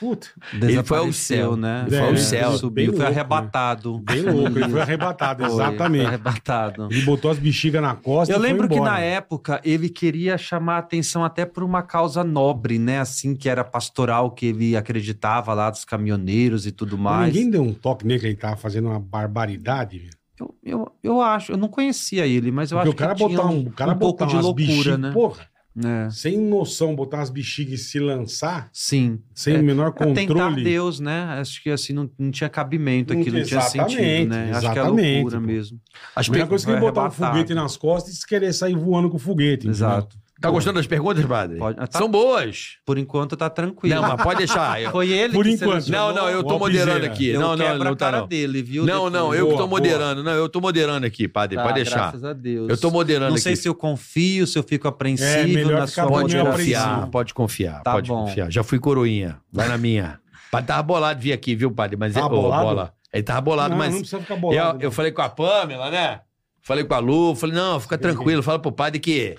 [SPEAKER 3] Puta,
[SPEAKER 1] Desapareceu,
[SPEAKER 4] Ele foi ao céu.
[SPEAKER 1] né?
[SPEAKER 3] Ele foi ao
[SPEAKER 1] É,
[SPEAKER 4] céu.
[SPEAKER 1] Subiu,
[SPEAKER 3] Bem
[SPEAKER 1] foi
[SPEAKER 3] louco, né?
[SPEAKER 1] arrebatado.
[SPEAKER 3] bem louco. Ele foi arrebatado,
[SPEAKER 1] Foi, foi
[SPEAKER 3] exatamente.
[SPEAKER 1] arrebatado.
[SPEAKER 3] Ele botou as bexigas na costa
[SPEAKER 1] Eu
[SPEAKER 3] e foi
[SPEAKER 1] lembro que
[SPEAKER 3] embora.
[SPEAKER 1] na época ele queria chamar a atenção até por uma causa nobre, né? Assim, que era pastoral, que ele acreditava lá dos caminhoneiros e tudo
[SPEAKER 3] Mas
[SPEAKER 1] mais.
[SPEAKER 3] Ninguém deu um toque nele que ele tava fazendo uma barbaridade. velho?
[SPEAKER 1] Eu, eu, eu acho, eu não conhecia ele, mas eu
[SPEAKER 3] Porque
[SPEAKER 1] acho
[SPEAKER 3] o cara
[SPEAKER 1] que tinha
[SPEAKER 3] botar
[SPEAKER 1] um,
[SPEAKER 3] um, o cara
[SPEAKER 1] um pouco
[SPEAKER 3] botar
[SPEAKER 1] de
[SPEAKER 3] umas
[SPEAKER 1] loucura,
[SPEAKER 3] bexigas,
[SPEAKER 1] né?
[SPEAKER 3] porra,
[SPEAKER 1] É,
[SPEAKER 3] sem noção, botar as bexigas e se lançar,
[SPEAKER 1] sim.
[SPEAKER 3] sem
[SPEAKER 1] É,
[SPEAKER 3] o menor
[SPEAKER 1] Era tentar
[SPEAKER 3] controle.
[SPEAKER 1] Deus, né? Acho que assim, não, não tinha cabimento
[SPEAKER 3] Não-
[SPEAKER 1] aquilo, não tinha
[SPEAKER 3] exatamente,
[SPEAKER 1] sentido, né? Acho que é
[SPEAKER 3] exatamente,
[SPEAKER 1] loucura
[SPEAKER 3] pô.
[SPEAKER 1] mesmo.
[SPEAKER 4] As
[SPEAKER 3] A melhor
[SPEAKER 4] per...
[SPEAKER 3] coisa que ele
[SPEAKER 1] vai
[SPEAKER 3] botar um
[SPEAKER 1] arrebatar. né?
[SPEAKER 3] foguete nas costas e querer sair voando com o foguete. entendeu?
[SPEAKER 1] Exato.
[SPEAKER 4] Tá gostando das perguntas, padre?
[SPEAKER 1] Pode- ah, tá.
[SPEAKER 4] São boas.
[SPEAKER 1] Por enquanto tá tranquilo.
[SPEAKER 4] Não, mas pode deixar. Eu-
[SPEAKER 1] Foi ele
[SPEAKER 3] Por
[SPEAKER 1] que
[SPEAKER 3] enquanto.
[SPEAKER 4] Não, não, eu
[SPEAKER 3] O
[SPEAKER 4] tô
[SPEAKER 3] Alpizeira.
[SPEAKER 4] moderando aqui.
[SPEAKER 1] Eu
[SPEAKER 4] Não, não,
[SPEAKER 1] quebro
[SPEAKER 4] não
[SPEAKER 1] a
[SPEAKER 4] tá
[SPEAKER 1] cara
[SPEAKER 4] não.
[SPEAKER 1] dele, viu?
[SPEAKER 4] Não,
[SPEAKER 1] Depois.
[SPEAKER 4] não, eu que
[SPEAKER 3] Boa, boa.
[SPEAKER 4] tô moderando. Não, eu tô moderando aqui, padre.
[SPEAKER 1] Tá,
[SPEAKER 4] Pode deixar.
[SPEAKER 1] Graças a Deus.
[SPEAKER 4] Eu tô moderando
[SPEAKER 1] Não
[SPEAKER 4] aqui.
[SPEAKER 1] sei se eu confio, se eu fico apreensível
[SPEAKER 3] É, melhor
[SPEAKER 1] na
[SPEAKER 3] ficar
[SPEAKER 1] sua
[SPEAKER 4] Pode
[SPEAKER 3] Amanhã eu
[SPEAKER 4] confiar,
[SPEAKER 3] preciso.
[SPEAKER 4] pode confiar,
[SPEAKER 1] Tá
[SPEAKER 4] pode
[SPEAKER 1] bom.
[SPEAKER 4] confiar. Já fui coroinha, vai na minha. Padre tava bolado vir aqui, viu, padre? Mas é-
[SPEAKER 3] Tava
[SPEAKER 4] ô,
[SPEAKER 3] bolado?
[SPEAKER 4] bola. Ele tava bolado,
[SPEAKER 3] Não,
[SPEAKER 4] mas
[SPEAKER 3] não precisa ficar
[SPEAKER 4] eu,
[SPEAKER 1] né?
[SPEAKER 3] bolado. né?
[SPEAKER 4] eu falei com a Pamela, né? Falei com a Lu, falei, não, fica tranquilo, fala pro padre que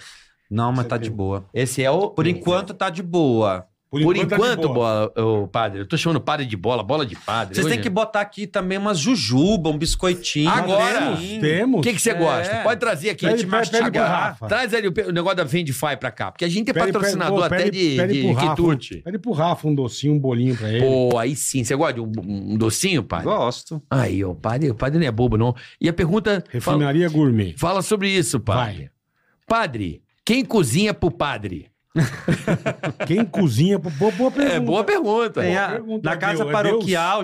[SPEAKER 1] Não, mas
[SPEAKER 3] Você
[SPEAKER 1] tá de
[SPEAKER 3] tem-
[SPEAKER 1] boa.
[SPEAKER 4] esse é o...
[SPEAKER 1] Por enquanto tá de boa.
[SPEAKER 4] Por
[SPEAKER 3] tá de
[SPEAKER 4] enquanto,
[SPEAKER 3] boa.
[SPEAKER 4] bola, ô, padre, eu tô chamando padre de bola, bola de padre.
[SPEAKER 1] Vocês
[SPEAKER 4] Hoje- é
[SPEAKER 1] têm que botar aqui também umas jujuba, um biscoitinho.
[SPEAKER 3] Mas
[SPEAKER 4] Agora!
[SPEAKER 3] Temos, temos.
[SPEAKER 4] O que que você
[SPEAKER 1] É.
[SPEAKER 4] gosta? Pode trazer aqui.
[SPEAKER 3] Pede-
[SPEAKER 4] te
[SPEAKER 3] pede- pede
[SPEAKER 4] mastigar.
[SPEAKER 3] pro Rafa.
[SPEAKER 4] Traz ali o, pe- o negócio da Vendify pra cá, porque a gente é
[SPEAKER 3] Pede- pede-
[SPEAKER 4] patrocinador
[SPEAKER 3] pô,
[SPEAKER 4] até
[SPEAKER 3] pede-
[SPEAKER 4] de,
[SPEAKER 3] pede
[SPEAKER 4] de
[SPEAKER 3] pro Rafa.
[SPEAKER 4] quitute.
[SPEAKER 3] Pede pro Rafa um docinho, um bolinho pra ele.
[SPEAKER 4] Pô, aí sim. Você gosta de um, um docinho,
[SPEAKER 1] né?
[SPEAKER 4] padre?
[SPEAKER 1] Gosto.
[SPEAKER 4] Aí, ó, o padre, o padre não é bobo, não. E a pergunta fala,
[SPEAKER 3] Refinaria Gourmet.
[SPEAKER 4] fala sobre isso, padre. Padre, quem cozinha pro padre?
[SPEAKER 3] Quem cozinha? pro- Boa, boa pergunta.
[SPEAKER 4] É boa pergunta.
[SPEAKER 1] Tem
[SPEAKER 3] Boa
[SPEAKER 1] a-
[SPEAKER 3] pergunta,
[SPEAKER 1] na
[SPEAKER 3] é
[SPEAKER 1] casa
[SPEAKER 3] Deus, é
[SPEAKER 1] paroquial,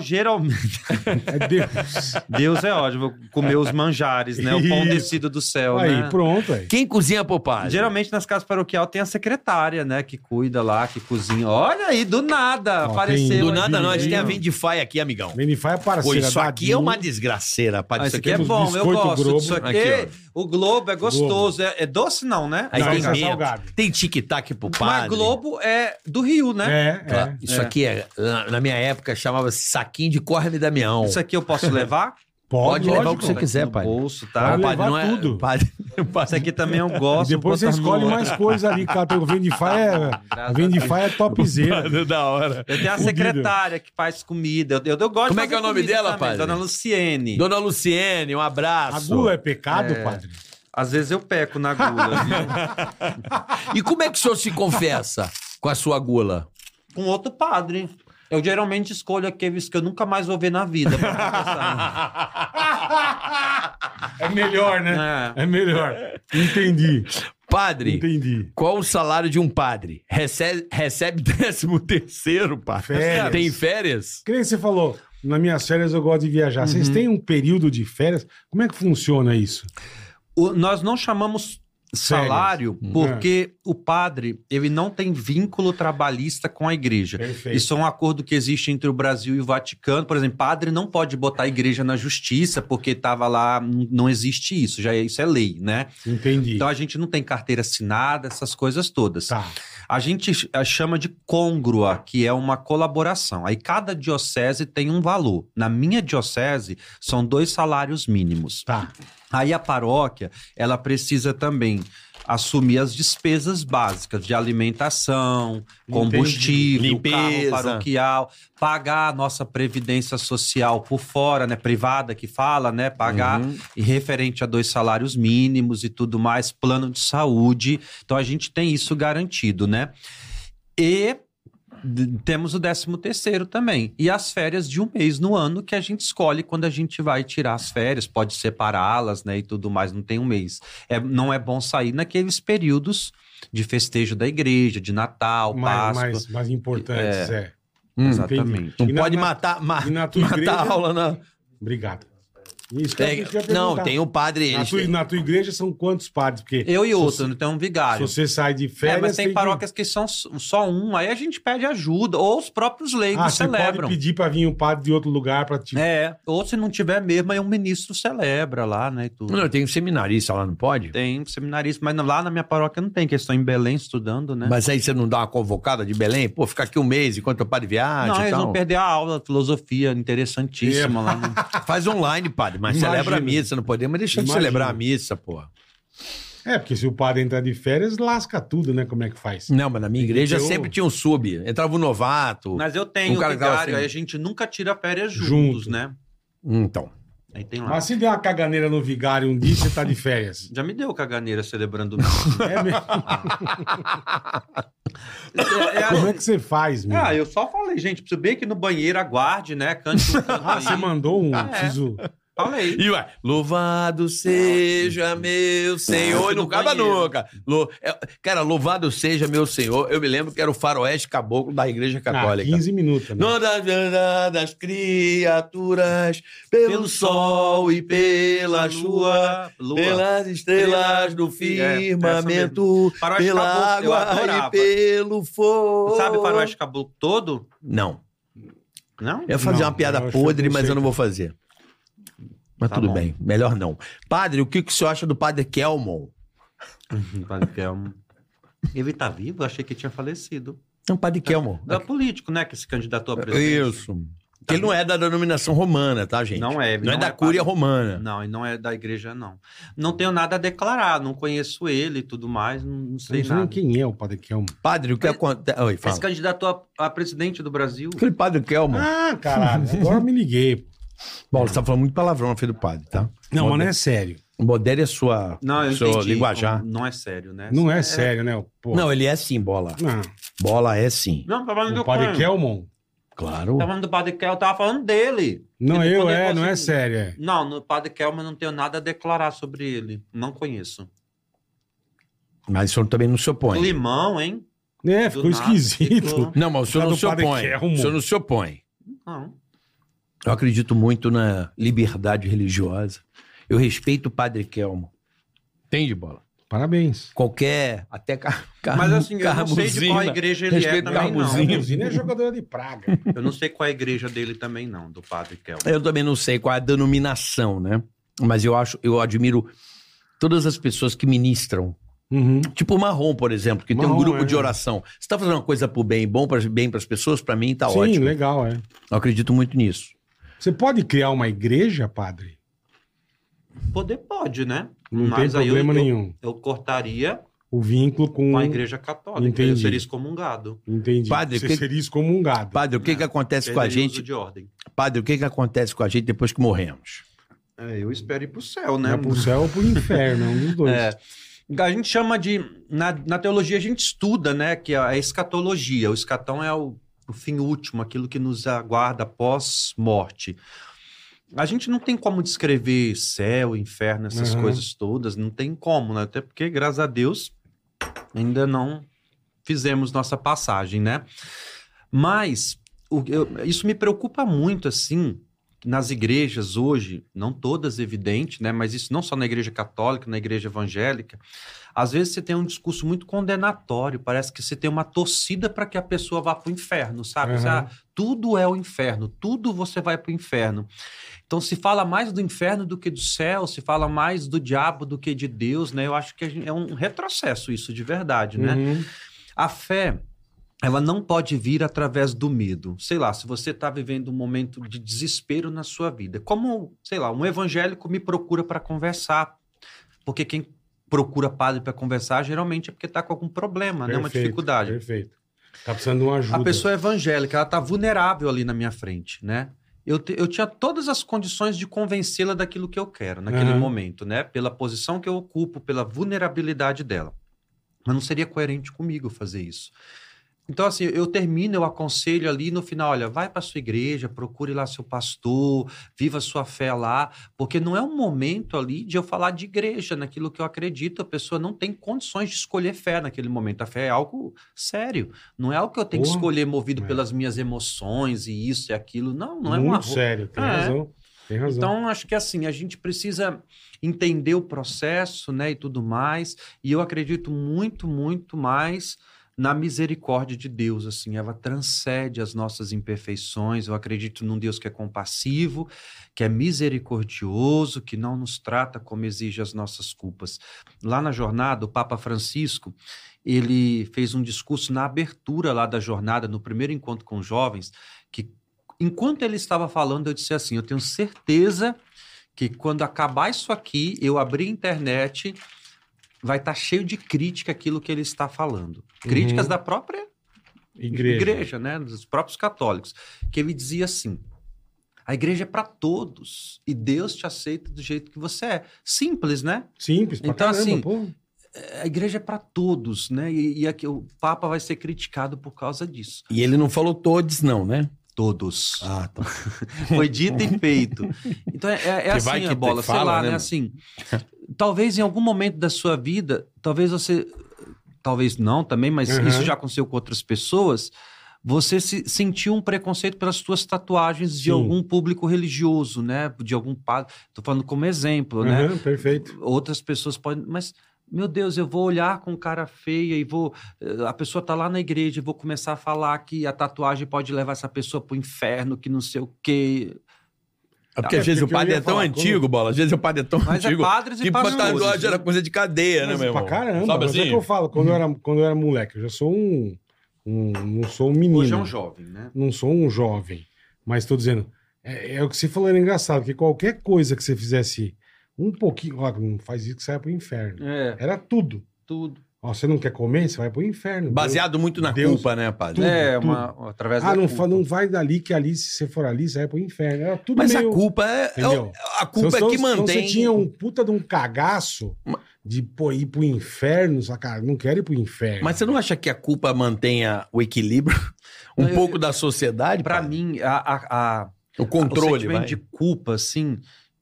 [SPEAKER 1] geralmente.
[SPEAKER 3] É Deus.
[SPEAKER 1] Deus é ótimo. Vou comer os manjares, né? O pão
[SPEAKER 3] Isso.
[SPEAKER 1] descido do céu,
[SPEAKER 3] aí,
[SPEAKER 1] né?
[SPEAKER 3] pronto. Aí.
[SPEAKER 4] Quem cozinha pro padre?
[SPEAKER 1] Geralmente nas casas paroquial tem a secretária, né? Que cuida lá, que cozinha. Olha aí, do nada
[SPEAKER 3] Ó,
[SPEAKER 1] apareceu.
[SPEAKER 3] tem-
[SPEAKER 4] Do nada não, a gente tem a
[SPEAKER 1] vender.
[SPEAKER 4] Vendify aqui, amigão.
[SPEAKER 3] Benify é parceira.
[SPEAKER 4] Pô, isso
[SPEAKER 3] da
[SPEAKER 4] aqui é
[SPEAKER 3] Dil.
[SPEAKER 4] uma desgraceira,
[SPEAKER 1] Ah,
[SPEAKER 4] padre. Isso
[SPEAKER 1] isso aqui
[SPEAKER 4] aqui
[SPEAKER 1] é
[SPEAKER 3] temos
[SPEAKER 1] bom, eu
[SPEAKER 3] biscoito
[SPEAKER 1] gosto
[SPEAKER 3] Globo.
[SPEAKER 1] disso aqui.
[SPEAKER 4] Aqui,
[SPEAKER 1] o Globo é gostoso, é, é doce não, né?
[SPEAKER 4] Aí
[SPEAKER 3] Não,
[SPEAKER 4] tem
[SPEAKER 3] isso é
[SPEAKER 4] menta,
[SPEAKER 3] salgado.
[SPEAKER 4] tem tic-tac pro
[SPEAKER 1] Mas
[SPEAKER 4] padre.
[SPEAKER 1] Globo é do Rio, né?
[SPEAKER 3] É,
[SPEAKER 4] Claro,
[SPEAKER 3] é.
[SPEAKER 4] Isso
[SPEAKER 1] É.
[SPEAKER 4] aqui, é, na, na minha época, chamava-se saquinho de corne da Damião.
[SPEAKER 1] Isso aqui eu posso levar?
[SPEAKER 4] Pode levar
[SPEAKER 3] É. lógico.
[SPEAKER 4] o que você
[SPEAKER 1] Tá aqui
[SPEAKER 4] quiser,
[SPEAKER 1] no
[SPEAKER 4] pai.
[SPEAKER 1] bolso,
[SPEAKER 4] Ó,
[SPEAKER 1] tá?
[SPEAKER 3] Pode
[SPEAKER 4] padre,
[SPEAKER 3] levar
[SPEAKER 4] não é-
[SPEAKER 3] tudo.
[SPEAKER 4] Padre,
[SPEAKER 1] Isso aqui também eu gosto.
[SPEAKER 3] E depois você
[SPEAKER 1] vou botar no
[SPEAKER 3] escolhe
[SPEAKER 1] outro.
[SPEAKER 3] mais coisas ali, cara. O Vendify é, a Vendify é topzera.
[SPEAKER 4] padre, da hora.
[SPEAKER 1] Eu tenho a
[SPEAKER 3] Fudido.
[SPEAKER 1] secretária que faz comida. Eu, eu, eu gosto
[SPEAKER 4] Como
[SPEAKER 1] de
[SPEAKER 4] é que é o
[SPEAKER 1] fazer
[SPEAKER 4] nome
[SPEAKER 1] comida
[SPEAKER 4] dela,
[SPEAKER 1] também,
[SPEAKER 4] padre?
[SPEAKER 1] Dona Luciene.
[SPEAKER 4] Dona Luciene, um
[SPEAKER 3] A
[SPEAKER 4] abraço.
[SPEAKER 3] gula é pecado, padre?
[SPEAKER 1] Às vezes eu peco na gula, viu?
[SPEAKER 4] E como é que o senhor se confessa com a sua gula?
[SPEAKER 1] Com outro padre. Eu geralmente escolho aqueles que eu nunca mais vou ver na vida. pra confessar.
[SPEAKER 3] É melhor, né? É, melhor. Entendi.
[SPEAKER 4] Padre,
[SPEAKER 3] Entendi.
[SPEAKER 4] qual o salário de um padre? Recebe, recebe décimo terceiro, padre?
[SPEAKER 3] Férias.
[SPEAKER 4] Tem férias?
[SPEAKER 3] Que nem você falou, nas minhas férias eu gosto de viajar.
[SPEAKER 4] Uhum.
[SPEAKER 3] Vocês têm um período de férias? Como é que funciona isso?
[SPEAKER 1] O- nós não chamamos salário
[SPEAKER 3] Hum.
[SPEAKER 1] porque o padre ele não tem vínculo trabalhista com a igreja.
[SPEAKER 3] Perfeito.
[SPEAKER 1] Isso é um acordo que existe entre o Brasil e o Vaticano. Por exemplo, padre não pode botar a igreja na justiça porque estava lá, n- não existe isso, já é- isso é lei, né?
[SPEAKER 3] Entendi.
[SPEAKER 1] Então a gente não tem carteira assinada, essas coisas todas.
[SPEAKER 3] Tá.
[SPEAKER 1] A gente ch- eh, chama de congrua, que é uma colaboração. Aí cada diocese tem um valor. Na minha diocese são dois salários mínimos.
[SPEAKER 3] Tá.
[SPEAKER 1] Aí a paróquia, ela precisa também assumir as despesas básicas de alimentação, combustível,
[SPEAKER 4] Limpeza.
[SPEAKER 1] carro paroquial, pagar a nossa previdência social por fora, né, privada que fala, né, pagar
[SPEAKER 4] Uhum.
[SPEAKER 1] e referente a dois salários mínimos e tudo mais, plano de saúde. Então a gente tem isso garantido, né? E d- temos o 13 terceiro também. E as férias de um mês no ano que a gente escolhe quando a gente vai tirar as férias, pode separá-las, né, e tudo mais, não tem um mês. É, não é bom sair naqueles períodos de festejo da igreja, de Natal,
[SPEAKER 3] Mais,
[SPEAKER 1] Páscoa.
[SPEAKER 3] mais, mais importantes, é.
[SPEAKER 4] Hum,
[SPEAKER 1] Exatamente.
[SPEAKER 4] Não
[SPEAKER 3] E na-
[SPEAKER 4] pode
[SPEAKER 3] na-
[SPEAKER 4] matar, ma-
[SPEAKER 3] e na tua
[SPEAKER 4] matar
[SPEAKER 3] igreja?
[SPEAKER 4] a aula, não.
[SPEAKER 3] Obrigado. Isso que eu
[SPEAKER 1] É,
[SPEAKER 4] Tem-
[SPEAKER 3] queria
[SPEAKER 4] não,
[SPEAKER 3] perguntar.
[SPEAKER 4] tem o padre.
[SPEAKER 3] Na
[SPEAKER 4] Eles
[SPEAKER 3] tua,
[SPEAKER 4] têm-
[SPEAKER 3] na tua igreja são quantos padres? Porque
[SPEAKER 1] Eu e
[SPEAKER 3] se
[SPEAKER 1] outro,
[SPEAKER 3] você-
[SPEAKER 1] então um
[SPEAKER 3] Se
[SPEAKER 1] vigário.
[SPEAKER 3] você sai de férias.
[SPEAKER 1] é, mas tem
[SPEAKER 3] que-
[SPEAKER 1] paróquias que são s- só um, aí a gente pede ajuda, ou os próprios leigos
[SPEAKER 3] Ah, você
[SPEAKER 1] celebram.
[SPEAKER 3] pode pedir pra vir um padre de outro lugar pra te.
[SPEAKER 1] É, ou se não tiver mesmo, aí um ministro celebra lá, né? e tudo.
[SPEAKER 4] Não, tem um seminarista lá, não pode?
[SPEAKER 1] Tem seminarista, mas lá na minha paróquia não tem, que eu estou em Belém estudando, né?
[SPEAKER 4] Mas aí você não dá uma convocada de Belém? Pô, fica aqui um mês enquanto o padre
[SPEAKER 3] ah,
[SPEAKER 4] viaja
[SPEAKER 1] não,
[SPEAKER 4] e
[SPEAKER 1] eles
[SPEAKER 4] tal.
[SPEAKER 1] vão perder a aula, filosofia
[SPEAKER 3] É.
[SPEAKER 1] interessantíssima lá. no-
[SPEAKER 4] Faz online, padre, mas
[SPEAKER 3] Imagina.
[SPEAKER 4] celebra a missa, não podemos deixar
[SPEAKER 3] Imagina.
[SPEAKER 4] de celebrar a missa, pô.
[SPEAKER 3] É, porque se o padre entrar de férias, lasca tudo, né? Como é que faz?
[SPEAKER 4] Não, mas na minha igreja
[SPEAKER 3] ter um-
[SPEAKER 4] sempre tinha um sub. Entrava um novato.
[SPEAKER 1] Mas eu tenho
[SPEAKER 4] Um cara que tava
[SPEAKER 1] vigário,
[SPEAKER 4] assim-
[SPEAKER 1] aí a gente nunca tira férias juntos,
[SPEAKER 3] Junto.
[SPEAKER 1] né?
[SPEAKER 4] Então.
[SPEAKER 1] Aí tem lá.
[SPEAKER 3] Mas se der uma caganeira no vigário um dia, você tá de férias.
[SPEAKER 1] Já me deu caganeira celebrando o
[SPEAKER 3] É mesmo?
[SPEAKER 1] é,
[SPEAKER 3] Como é que você faz, meu?
[SPEAKER 1] Ah, eu só falei, gente, preciso bem aqui no banheiro, aguarde, né? Cante um canto
[SPEAKER 3] Ah,
[SPEAKER 1] aí.
[SPEAKER 3] você mandou um.
[SPEAKER 1] É.
[SPEAKER 3] Preciso...
[SPEAKER 1] Falei.
[SPEAKER 4] E ué, louvado seja meu Senhor. E não
[SPEAKER 1] No
[SPEAKER 4] acaba
[SPEAKER 1] banheiro.
[SPEAKER 4] nunca. Lo- é- Cara, louvado seja meu Senhor. Eu me lembro que era o faroeste caboclo da igreja
[SPEAKER 3] Ah,
[SPEAKER 4] católica.
[SPEAKER 3] 15 minutos. Né?
[SPEAKER 4] Não das das criaturas, pelo,
[SPEAKER 1] Pelo
[SPEAKER 4] sol e pela lua,
[SPEAKER 1] lua, lua.
[SPEAKER 4] pelas estrelas do
[SPEAKER 1] É, essa
[SPEAKER 4] firmamento,
[SPEAKER 1] Faroeste
[SPEAKER 4] pela
[SPEAKER 1] Caboclo, eu
[SPEAKER 4] água e
[SPEAKER 1] adorava.
[SPEAKER 4] pelo fogo.
[SPEAKER 1] Sabe faroeste caboclo todo?
[SPEAKER 4] Não.
[SPEAKER 1] Não?
[SPEAKER 4] Eu ia fazer
[SPEAKER 3] Não,
[SPEAKER 4] uma piada
[SPEAKER 3] eu acho que
[SPEAKER 4] podre,
[SPEAKER 3] eu não
[SPEAKER 4] mas
[SPEAKER 3] sei.
[SPEAKER 4] eu não vou fazer. Mas
[SPEAKER 1] Tá
[SPEAKER 4] tudo
[SPEAKER 1] bom.
[SPEAKER 4] bem, melhor não. Padre, o que, que o senhor acha do padre Kelmon?
[SPEAKER 1] Padre Kelmo. é um- Ele tá vivo? Eu achei que tinha falecido.
[SPEAKER 4] Não, padre Kelmon.
[SPEAKER 1] É político, né? Que se candidatou a presidente.
[SPEAKER 4] Isso. Que ele não é da denominação romana, tá, gente?
[SPEAKER 1] Tá Não é. ele
[SPEAKER 4] Não é da cúria
[SPEAKER 1] padre.
[SPEAKER 4] romana.
[SPEAKER 1] Não, e não é da igreja, não. Não tenho nada a declarar, não conheço ele e tudo mais, não, não
[SPEAKER 3] Não
[SPEAKER 1] sei
[SPEAKER 3] sei nem
[SPEAKER 1] nada.
[SPEAKER 3] quem é o padre Kelmo.
[SPEAKER 4] Padre, o que
[SPEAKER 1] Mas-
[SPEAKER 4] acontece... Oi,
[SPEAKER 1] Ele se
[SPEAKER 4] fala.
[SPEAKER 1] candidatou a, a presidente do Brasil.
[SPEAKER 4] Aquele padre Kelmon...
[SPEAKER 3] Ah, caralho. Agora eu me liguei.
[SPEAKER 4] Paulo, você tá falando muito palavrão na frente do padre, tá?
[SPEAKER 3] Não, mas
[SPEAKER 4] Modere-
[SPEAKER 3] não é sério.
[SPEAKER 4] Modere a sua...
[SPEAKER 1] Não, eu
[SPEAKER 4] seu
[SPEAKER 1] entendi.
[SPEAKER 4] linguajar.
[SPEAKER 1] Não é sério, né?
[SPEAKER 3] Não é sério, né? Pô. Ah.
[SPEAKER 4] Não, ele é sim, bola.
[SPEAKER 3] Não.
[SPEAKER 4] Bola é sim.
[SPEAKER 1] Não, tava falando
[SPEAKER 3] O
[SPEAKER 1] do
[SPEAKER 3] padre
[SPEAKER 1] Cunha.
[SPEAKER 3] Kelmon?
[SPEAKER 4] Claro.
[SPEAKER 1] Tava falando do Padre Kelmo, tava falando dele.
[SPEAKER 3] Não,
[SPEAKER 1] Ele
[SPEAKER 3] eu
[SPEAKER 1] poder
[SPEAKER 3] é, não é
[SPEAKER 1] conseguir.
[SPEAKER 3] sério. é.
[SPEAKER 1] Não, no Padre Kelmo eu não tenho nada a declarar sobre ele. Não conheço.
[SPEAKER 4] Mas o senhor também não se
[SPEAKER 1] Tá
[SPEAKER 4] opõe.
[SPEAKER 1] Limão, hein?
[SPEAKER 3] É,
[SPEAKER 1] Do
[SPEAKER 3] ficou
[SPEAKER 1] nada,
[SPEAKER 3] esquisito.
[SPEAKER 1] ficou-
[SPEAKER 4] Não, mas o
[SPEAKER 3] Lá
[SPEAKER 4] senhor não
[SPEAKER 3] do
[SPEAKER 4] se
[SPEAKER 3] padre
[SPEAKER 4] opõe.
[SPEAKER 3] Kelmo.
[SPEAKER 4] O senhor não se opõe.
[SPEAKER 1] Não.
[SPEAKER 4] Eu acredito muito na liberdade religiosa. Eu respeito o padre Kelmo. Entende, bola?
[SPEAKER 3] Parabéns.
[SPEAKER 4] Qualquer. Até car car
[SPEAKER 1] Mas assim, eu não sei de qual
[SPEAKER 4] carbuzina.
[SPEAKER 1] igreja ele é
[SPEAKER 4] Respeito
[SPEAKER 1] também,
[SPEAKER 4] Carmuzina.
[SPEAKER 1] não.
[SPEAKER 3] Carmuzina é jogadora de praga.
[SPEAKER 1] Eu não sei qual é a igreja dele também, não, do Padre Kelmo.
[SPEAKER 4] Eu também não sei qual é a denominação, né? Mas eu acho, eu admiro todas as pessoas que ministram.
[SPEAKER 3] Uhum.
[SPEAKER 4] Tipo o Marrom, por exemplo, que tem um
[SPEAKER 3] Marrom,
[SPEAKER 4] grupo
[SPEAKER 3] é.
[SPEAKER 4] de oração. Você está fazendo uma coisa pro bem, bom para bem as pessoas, para mim tá
[SPEAKER 3] Sim,
[SPEAKER 4] ótimo.
[SPEAKER 3] legal, é.
[SPEAKER 4] Eu acredito muito nisso.
[SPEAKER 3] Você pode criar uma igreja, padre?
[SPEAKER 1] Poder pode, né?
[SPEAKER 3] Não
[SPEAKER 1] Mas
[SPEAKER 3] tem
[SPEAKER 1] aí eu-
[SPEAKER 3] problema
[SPEAKER 1] eu-
[SPEAKER 3] nenhum.
[SPEAKER 1] Eu cortaria
[SPEAKER 3] O vínculo com.
[SPEAKER 1] com a igreja católica.
[SPEAKER 3] Entendi.
[SPEAKER 1] Eu seria excomungado.
[SPEAKER 3] Entendi.
[SPEAKER 4] Padre,
[SPEAKER 3] Você
[SPEAKER 4] que-
[SPEAKER 3] seria excomungado.
[SPEAKER 4] Padre, o que,
[SPEAKER 1] Ah,
[SPEAKER 4] que acontece com a
[SPEAKER 1] Perderia o
[SPEAKER 4] gente?
[SPEAKER 1] uso de ordem.
[SPEAKER 4] Padre, o que, que acontece com a gente depois que morremos?
[SPEAKER 1] É, eu espero ir pro céu, né?
[SPEAKER 3] Né? Pro céu ou pro inferno, um dos dois.
[SPEAKER 1] É. A gente chama de. Na, na teologia a gente estuda, né? Que a escatologia. O escatão é o, o fim último, aquilo que nos aguarda pós-morte. A gente não tem como descrever céu, inferno, essas
[SPEAKER 3] Uhum.
[SPEAKER 1] coisas todas. Não tem como, né? Até porque, graças a Deus, ainda não fizemos nossa passagem, né? Mas o- eu- isso me preocupa muito, assim, nas igrejas hoje, não todas, evidente, né? Mas isso não só na igreja católica, na igreja evangélica. Às vezes você tem um discurso muito condenatório, parece que você tem uma torcida para que a pessoa vá para o inferno, sabe?
[SPEAKER 3] Uhum.
[SPEAKER 1] Você, ah, tudo é o inferno, tudo você vai para o inferno. Então se fala mais do inferno do que do céu, se fala mais do diabo do que de Deus, né? Eu acho que a gente- é um retrocesso isso de verdade, né?
[SPEAKER 3] Uhum.
[SPEAKER 1] A fé, ela não pode vir através do medo. Sei lá, se você está vivendo um momento de desespero na sua vida, como, sei lá, um evangélico me procura para conversar, porque quem procura padre para conversar geralmente é porque está com algum problema, né, uma
[SPEAKER 3] Perfeito,
[SPEAKER 1] dificuldade.
[SPEAKER 3] Perfeito. Tá precisando de uma ajuda.
[SPEAKER 1] A pessoa é evangélica, ela está vulnerável ali na minha frente, né? Eu, te- eu tinha todas as condições de convencê-la daquilo que eu quero naquele
[SPEAKER 3] Aham.
[SPEAKER 1] momento, né? Pela posição que eu ocupo, pela vulnerabilidade dela. Mas não seria coerente comigo fazer isso. Então, assim, eu termino, eu aconselho ali no final: olha, vai para sua igreja, procure lá seu pastor, viva sua fé lá, porque não é um momento ali de eu falar de igreja, naquilo que eu acredito. A pessoa não tem condições de escolher fé naquele momento. A fé é algo sério. Não é algo que eu tenho que
[SPEAKER 3] Porra.
[SPEAKER 1] escolher movido
[SPEAKER 3] É.
[SPEAKER 1] pelas minhas emoções e isso e aquilo. Não, não é
[SPEAKER 3] Muito
[SPEAKER 1] uma. ro-
[SPEAKER 3] sério, tem
[SPEAKER 1] É.
[SPEAKER 3] razão. Tem razão.
[SPEAKER 1] Então, acho que assim, a gente precisa entender o processo, né, e tudo mais. E eu acredito muito, muito mais na misericórdia de Deus, assim, ela transcende as nossas imperfeições. Eu acredito num Deus que é compassivo, que é misericordioso, que não nos trata como exige as nossas culpas. Lá na jornada, o Papa Francisco, ele fez um discurso na abertura lá da jornada, no primeiro encontro com os jovens, que enquanto ele estava falando, eu disse assim: eu tenho certeza que quando acabar isso aqui, eu abrir a internet, vai estar cheio de crítica aquilo que ele está falando. Críticas da própria
[SPEAKER 3] igreja.
[SPEAKER 1] né? Dos próprios católicos. Que ele dizia assim: a igreja é para todos e Deus te aceita do jeito que você é. Simples, né?
[SPEAKER 3] Simples, pra
[SPEAKER 1] Então,
[SPEAKER 3] caramba,
[SPEAKER 1] assim,
[SPEAKER 3] pô.
[SPEAKER 1] É, A igreja é para todos, né? E, e aqui, o Papa vai ser criticado por causa disso.
[SPEAKER 4] E ele não falou todos, não, né?
[SPEAKER 1] Todos.
[SPEAKER 4] Ah, tá.
[SPEAKER 1] Foi dito e feito. Então é, é- é
[SPEAKER 4] Que vai
[SPEAKER 1] assim
[SPEAKER 4] que
[SPEAKER 1] a bola,
[SPEAKER 4] te
[SPEAKER 1] sei
[SPEAKER 4] fala,
[SPEAKER 1] lá,
[SPEAKER 4] né,
[SPEAKER 1] né?
[SPEAKER 4] mano?
[SPEAKER 1] Assim, talvez em algum momento da sua vida, talvez você, talvez não também, mas
[SPEAKER 3] Uhum.
[SPEAKER 1] isso já aconteceu com outras pessoas. Você se sentiu um preconceito pelas suas tatuagens
[SPEAKER 3] Sim.
[SPEAKER 1] de algum público religioso, né? De algum padre. Tô falando como exemplo, né?
[SPEAKER 3] Aham, perfeito.
[SPEAKER 1] outras pessoas podem, mas meu Deus, eu vou olhar com cara feia e vou. eh, A pessoa tá lá na igreja e vou começar a falar que a tatuagem pode levar essa pessoa pro inferno, que não sei o quê.
[SPEAKER 4] É porque
[SPEAKER 3] Ah,
[SPEAKER 4] às vezes
[SPEAKER 3] porque
[SPEAKER 4] o padre
[SPEAKER 3] eu
[SPEAKER 4] é
[SPEAKER 3] ia
[SPEAKER 4] tão
[SPEAKER 3] falar,
[SPEAKER 4] antigo,
[SPEAKER 3] como-
[SPEAKER 4] bola. Às vezes o padre é tão
[SPEAKER 1] Mas é
[SPEAKER 4] antigo.
[SPEAKER 1] pastores e
[SPEAKER 4] que
[SPEAKER 1] pastores.
[SPEAKER 4] tatuagem era coisa de cadeia, né,
[SPEAKER 3] Mas é
[SPEAKER 4] meu irmão?
[SPEAKER 3] pra caramba,
[SPEAKER 4] Sabe
[SPEAKER 3] mas
[SPEAKER 4] assim?
[SPEAKER 3] é que eu falo, quando eu, era, quando eu era moleque, eu já sou um. um não sou um menino.
[SPEAKER 1] Hoje é um jovem, né?
[SPEAKER 3] não sou um jovem, mas estou dizendo, é, é o que você falou, era engraçado, que qualquer coisa que você fizesse um pouquinho, ó, não faz isso que você vai pro inferno.
[SPEAKER 1] É,
[SPEAKER 3] Era tudo.
[SPEAKER 1] tudo.
[SPEAKER 3] Ó, você não quer comer, você vai pro inferno.
[SPEAKER 4] Baseado muito na
[SPEAKER 3] Deus-
[SPEAKER 4] culpa, né, padre?
[SPEAKER 3] Tudo,
[SPEAKER 1] é,
[SPEAKER 3] tudo.
[SPEAKER 1] uma, através
[SPEAKER 3] Ah,
[SPEAKER 1] da
[SPEAKER 3] não,
[SPEAKER 1] culpa.
[SPEAKER 3] fa- não vai dali que ali, se você for ali, você vai pro inferno. Era tudo
[SPEAKER 4] Mas
[SPEAKER 3] meio...
[SPEAKER 4] a culpa é. é o-
[SPEAKER 3] Entendeu?
[SPEAKER 4] A culpa
[SPEAKER 3] Então,
[SPEAKER 4] é que
[SPEAKER 3] então
[SPEAKER 4] mantém.
[SPEAKER 3] Você tinha um puta de um cagaço de pô, ir pro inferno, saca? Não quero ir pro inferno.
[SPEAKER 4] Mas você não acha que a culpa mantenha o equilíbrio? Um
[SPEAKER 1] Não, eu-
[SPEAKER 4] pouco da sociedade?
[SPEAKER 1] Pra
[SPEAKER 4] padre?
[SPEAKER 1] mim, a- a- a,
[SPEAKER 4] O
[SPEAKER 1] o
[SPEAKER 4] controle,
[SPEAKER 1] sentimento
[SPEAKER 4] vai.
[SPEAKER 1] de culpa, assim,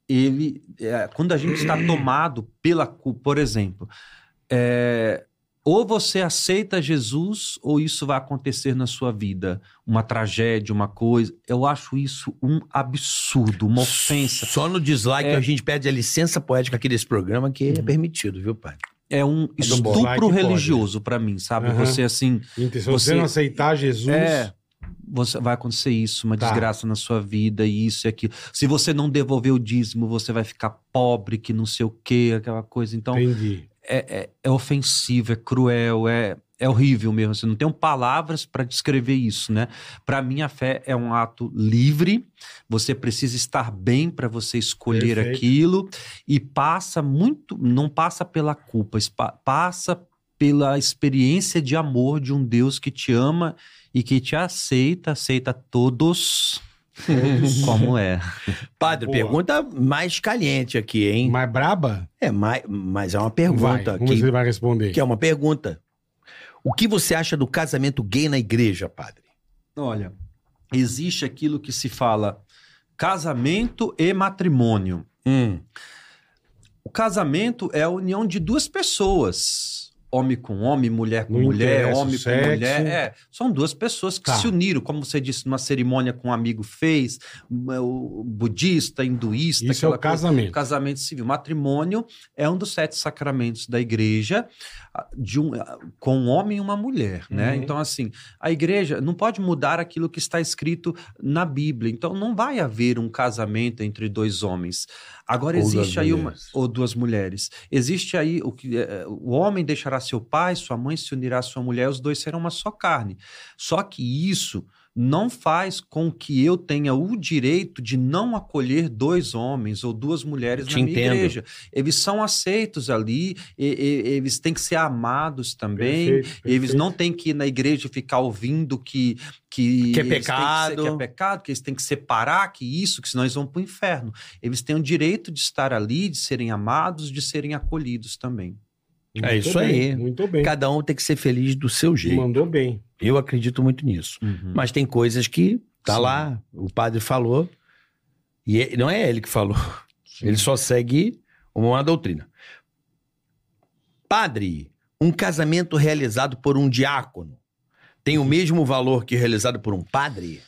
[SPEAKER 1] ele. é, quando a gente está tomado pela culpa, por exemplo, é, ou você aceita Jesus, ou isso vai acontecer na sua vida. Uma tragédia, uma coisa. Eu acho isso um
[SPEAKER 3] é
[SPEAKER 1] absurdo, uma ofensa.
[SPEAKER 4] Só no dislike a gente pede a licença poética aqui desse programa, que
[SPEAKER 3] Uhum.
[SPEAKER 4] é permitido, viu, pai?
[SPEAKER 1] É um
[SPEAKER 3] do Bolsonaro
[SPEAKER 1] estupro
[SPEAKER 3] que pode, né?
[SPEAKER 1] religioso pra mim, sabe?
[SPEAKER 3] Aham.
[SPEAKER 1] Você, assim.
[SPEAKER 3] Então, se você,
[SPEAKER 1] você-
[SPEAKER 3] não aceitar Jesus,
[SPEAKER 1] É, você vai acontecer isso, uma
[SPEAKER 3] Tá.
[SPEAKER 1] desgraça na sua vida, e isso e aquilo. Se você não devolver o dízimo, você vai ficar pobre, que não sei o quê, aquela coisa. Então,
[SPEAKER 3] entendi.
[SPEAKER 1] é, é- é ofensivo, é cruel, é, é horrível mesmo. Assim, não tenho palavras para descrever isso, né? Para mim, a fé é um ato livre. Você precisa estar bem para você escolher
[SPEAKER 3] Perfeito.
[SPEAKER 1] aquilo e passa muito, não passa pela culpa, espa- passa pela experiência de amor de um Deus que te ama e que te aceita, aceita todos como é.
[SPEAKER 4] Padre,
[SPEAKER 3] Boa.
[SPEAKER 4] pergunta mais caliente aqui, hein?
[SPEAKER 3] Mas braba?
[SPEAKER 4] É, mais, mas é uma
[SPEAKER 3] Vai.
[SPEAKER 4] pergunta
[SPEAKER 3] Como
[SPEAKER 4] que,
[SPEAKER 3] você vai responder?
[SPEAKER 4] que é uma pergunta. O que você acha do casamento gay na igreja, padre?
[SPEAKER 1] Olha, existe aquilo que se fala casamento e matrimônio. O casamento é a união de duas pessoas. Homem com homem, mulher com
[SPEAKER 3] Não
[SPEAKER 1] mulher,
[SPEAKER 3] interessa o
[SPEAKER 1] homem com
[SPEAKER 3] sexo.
[SPEAKER 1] mulher. É, são duas pessoas que
[SPEAKER 3] Tá.
[SPEAKER 1] se uniram, como você disse, numa cerimônia que um amigo fez, uma- o budista, hinduísta.
[SPEAKER 3] Isso é o
[SPEAKER 1] aquela coisa.
[SPEAKER 3] casamento.
[SPEAKER 1] O casamento civil. Matrimônio é um dos sete sacramentos da igreja, ah, de um, ah, com um homem e uma mulher, né?
[SPEAKER 3] Uhum.
[SPEAKER 1] Então, assim, a igreja não pode mudar aquilo que está escrito na Bíblia. Então, não vai haver um casamento entre dois homens. Agora,
[SPEAKER 4] Ou duas
[SPEAKER 1] existe aí uma.
[SPEAKER 4] mulheres.
[SPEAKER 1] Ou duas mulheres. Existe aí o que. eh, O homem deixará seu pai, sua mãe se unirá à sua mulher, os dois serão uma só carne. Só que isso não faz com que eu tenha o direito de não acolher dois homens ou duas mulheres
[SPEAKER 4] Te
[SPEAKER 1] na minha
[SPEAKER 4] entendo.
[SPEAKER 1] igreja. Eles são aceitos ali, e- e- eles têm que ser amados também.
[SPEAKER 3] Perfeito,
[SPEAKER 1] Eles
[SPEAKER 3] perfeito.
[SPEAKER 1] não têm que ir na igreja e ficar ouvindo que que,
[SPEAKER 4] Que é
[SPEAKER 1] eles têm
[SPEAKER 4] pecado.
[SPEAKER 1] que, ser- que é pecado, que eles têm que separar, que isso, que senão eles vão para o inferno. Eles têm o direito de estar ali, de serem amados, de serem acolhidos também.
[SPEAKER 3] Muito
[SPEAKER 4] É isso
[SPEAKER 3] bem,
[SPEAKER 4] aí.
[SPEAKER 3] Muito bem.
[SPEAKER 4] Cada um tem que ser feliz do seu jeito.
[SPEAKER 3] Mandou bem.
[SPEAKER 4] Eu acredito muito nisso.
[SPEAKER 1] Uhum.
[SPEAKER 4] Mas tem coisas que tá
[SPEAKER 1] Hum. Sim.
[SPEAKER 4] lá, o padre falou, e e- não é ele que falou. Ele só segue uma doutrina. Padre, um casamento realizado por um diácono tem o mesmo valor que realizado por um padre?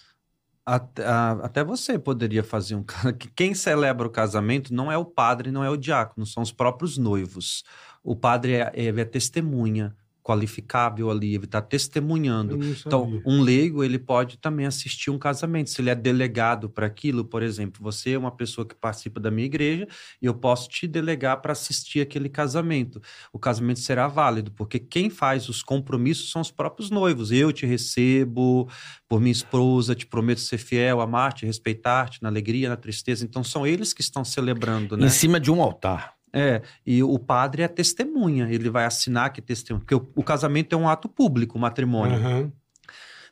[SPEAKER 1] Até, a- até você poderia fazer um cara que quem celebra o casamento não é o padre, não é o diácono, são os próprios noivos. O padre é, é, é testemunha qualificável ali, ele está testemunhando.
[SPEAKER 3] Eu não sabia.
[SPEAKER 1] Então, um leigo, ele pode também assistir um casamento. Se ele é delegado para aquilo, por exemplo, você é uma pessoa que participa da minha igreja e eu posso te delegar para assistir aquele casamento. O casamento será válido, porque quem faz os compromissos são os próprios noivos. Eu te recebo por minha esposa, te prometo ser fiel, amar-te, respeitar-te na alegria, na tristeza. Então, são eles que estão celebrando, né?
[SPEAKER 4] Em cima de um altar.
[SPEAKER 1] É, e o padre é testemunha, ele vai assinar que testemunha, porque o, o casamento é um ato público, o matrimônio.
[SPEAKER 3] Aham.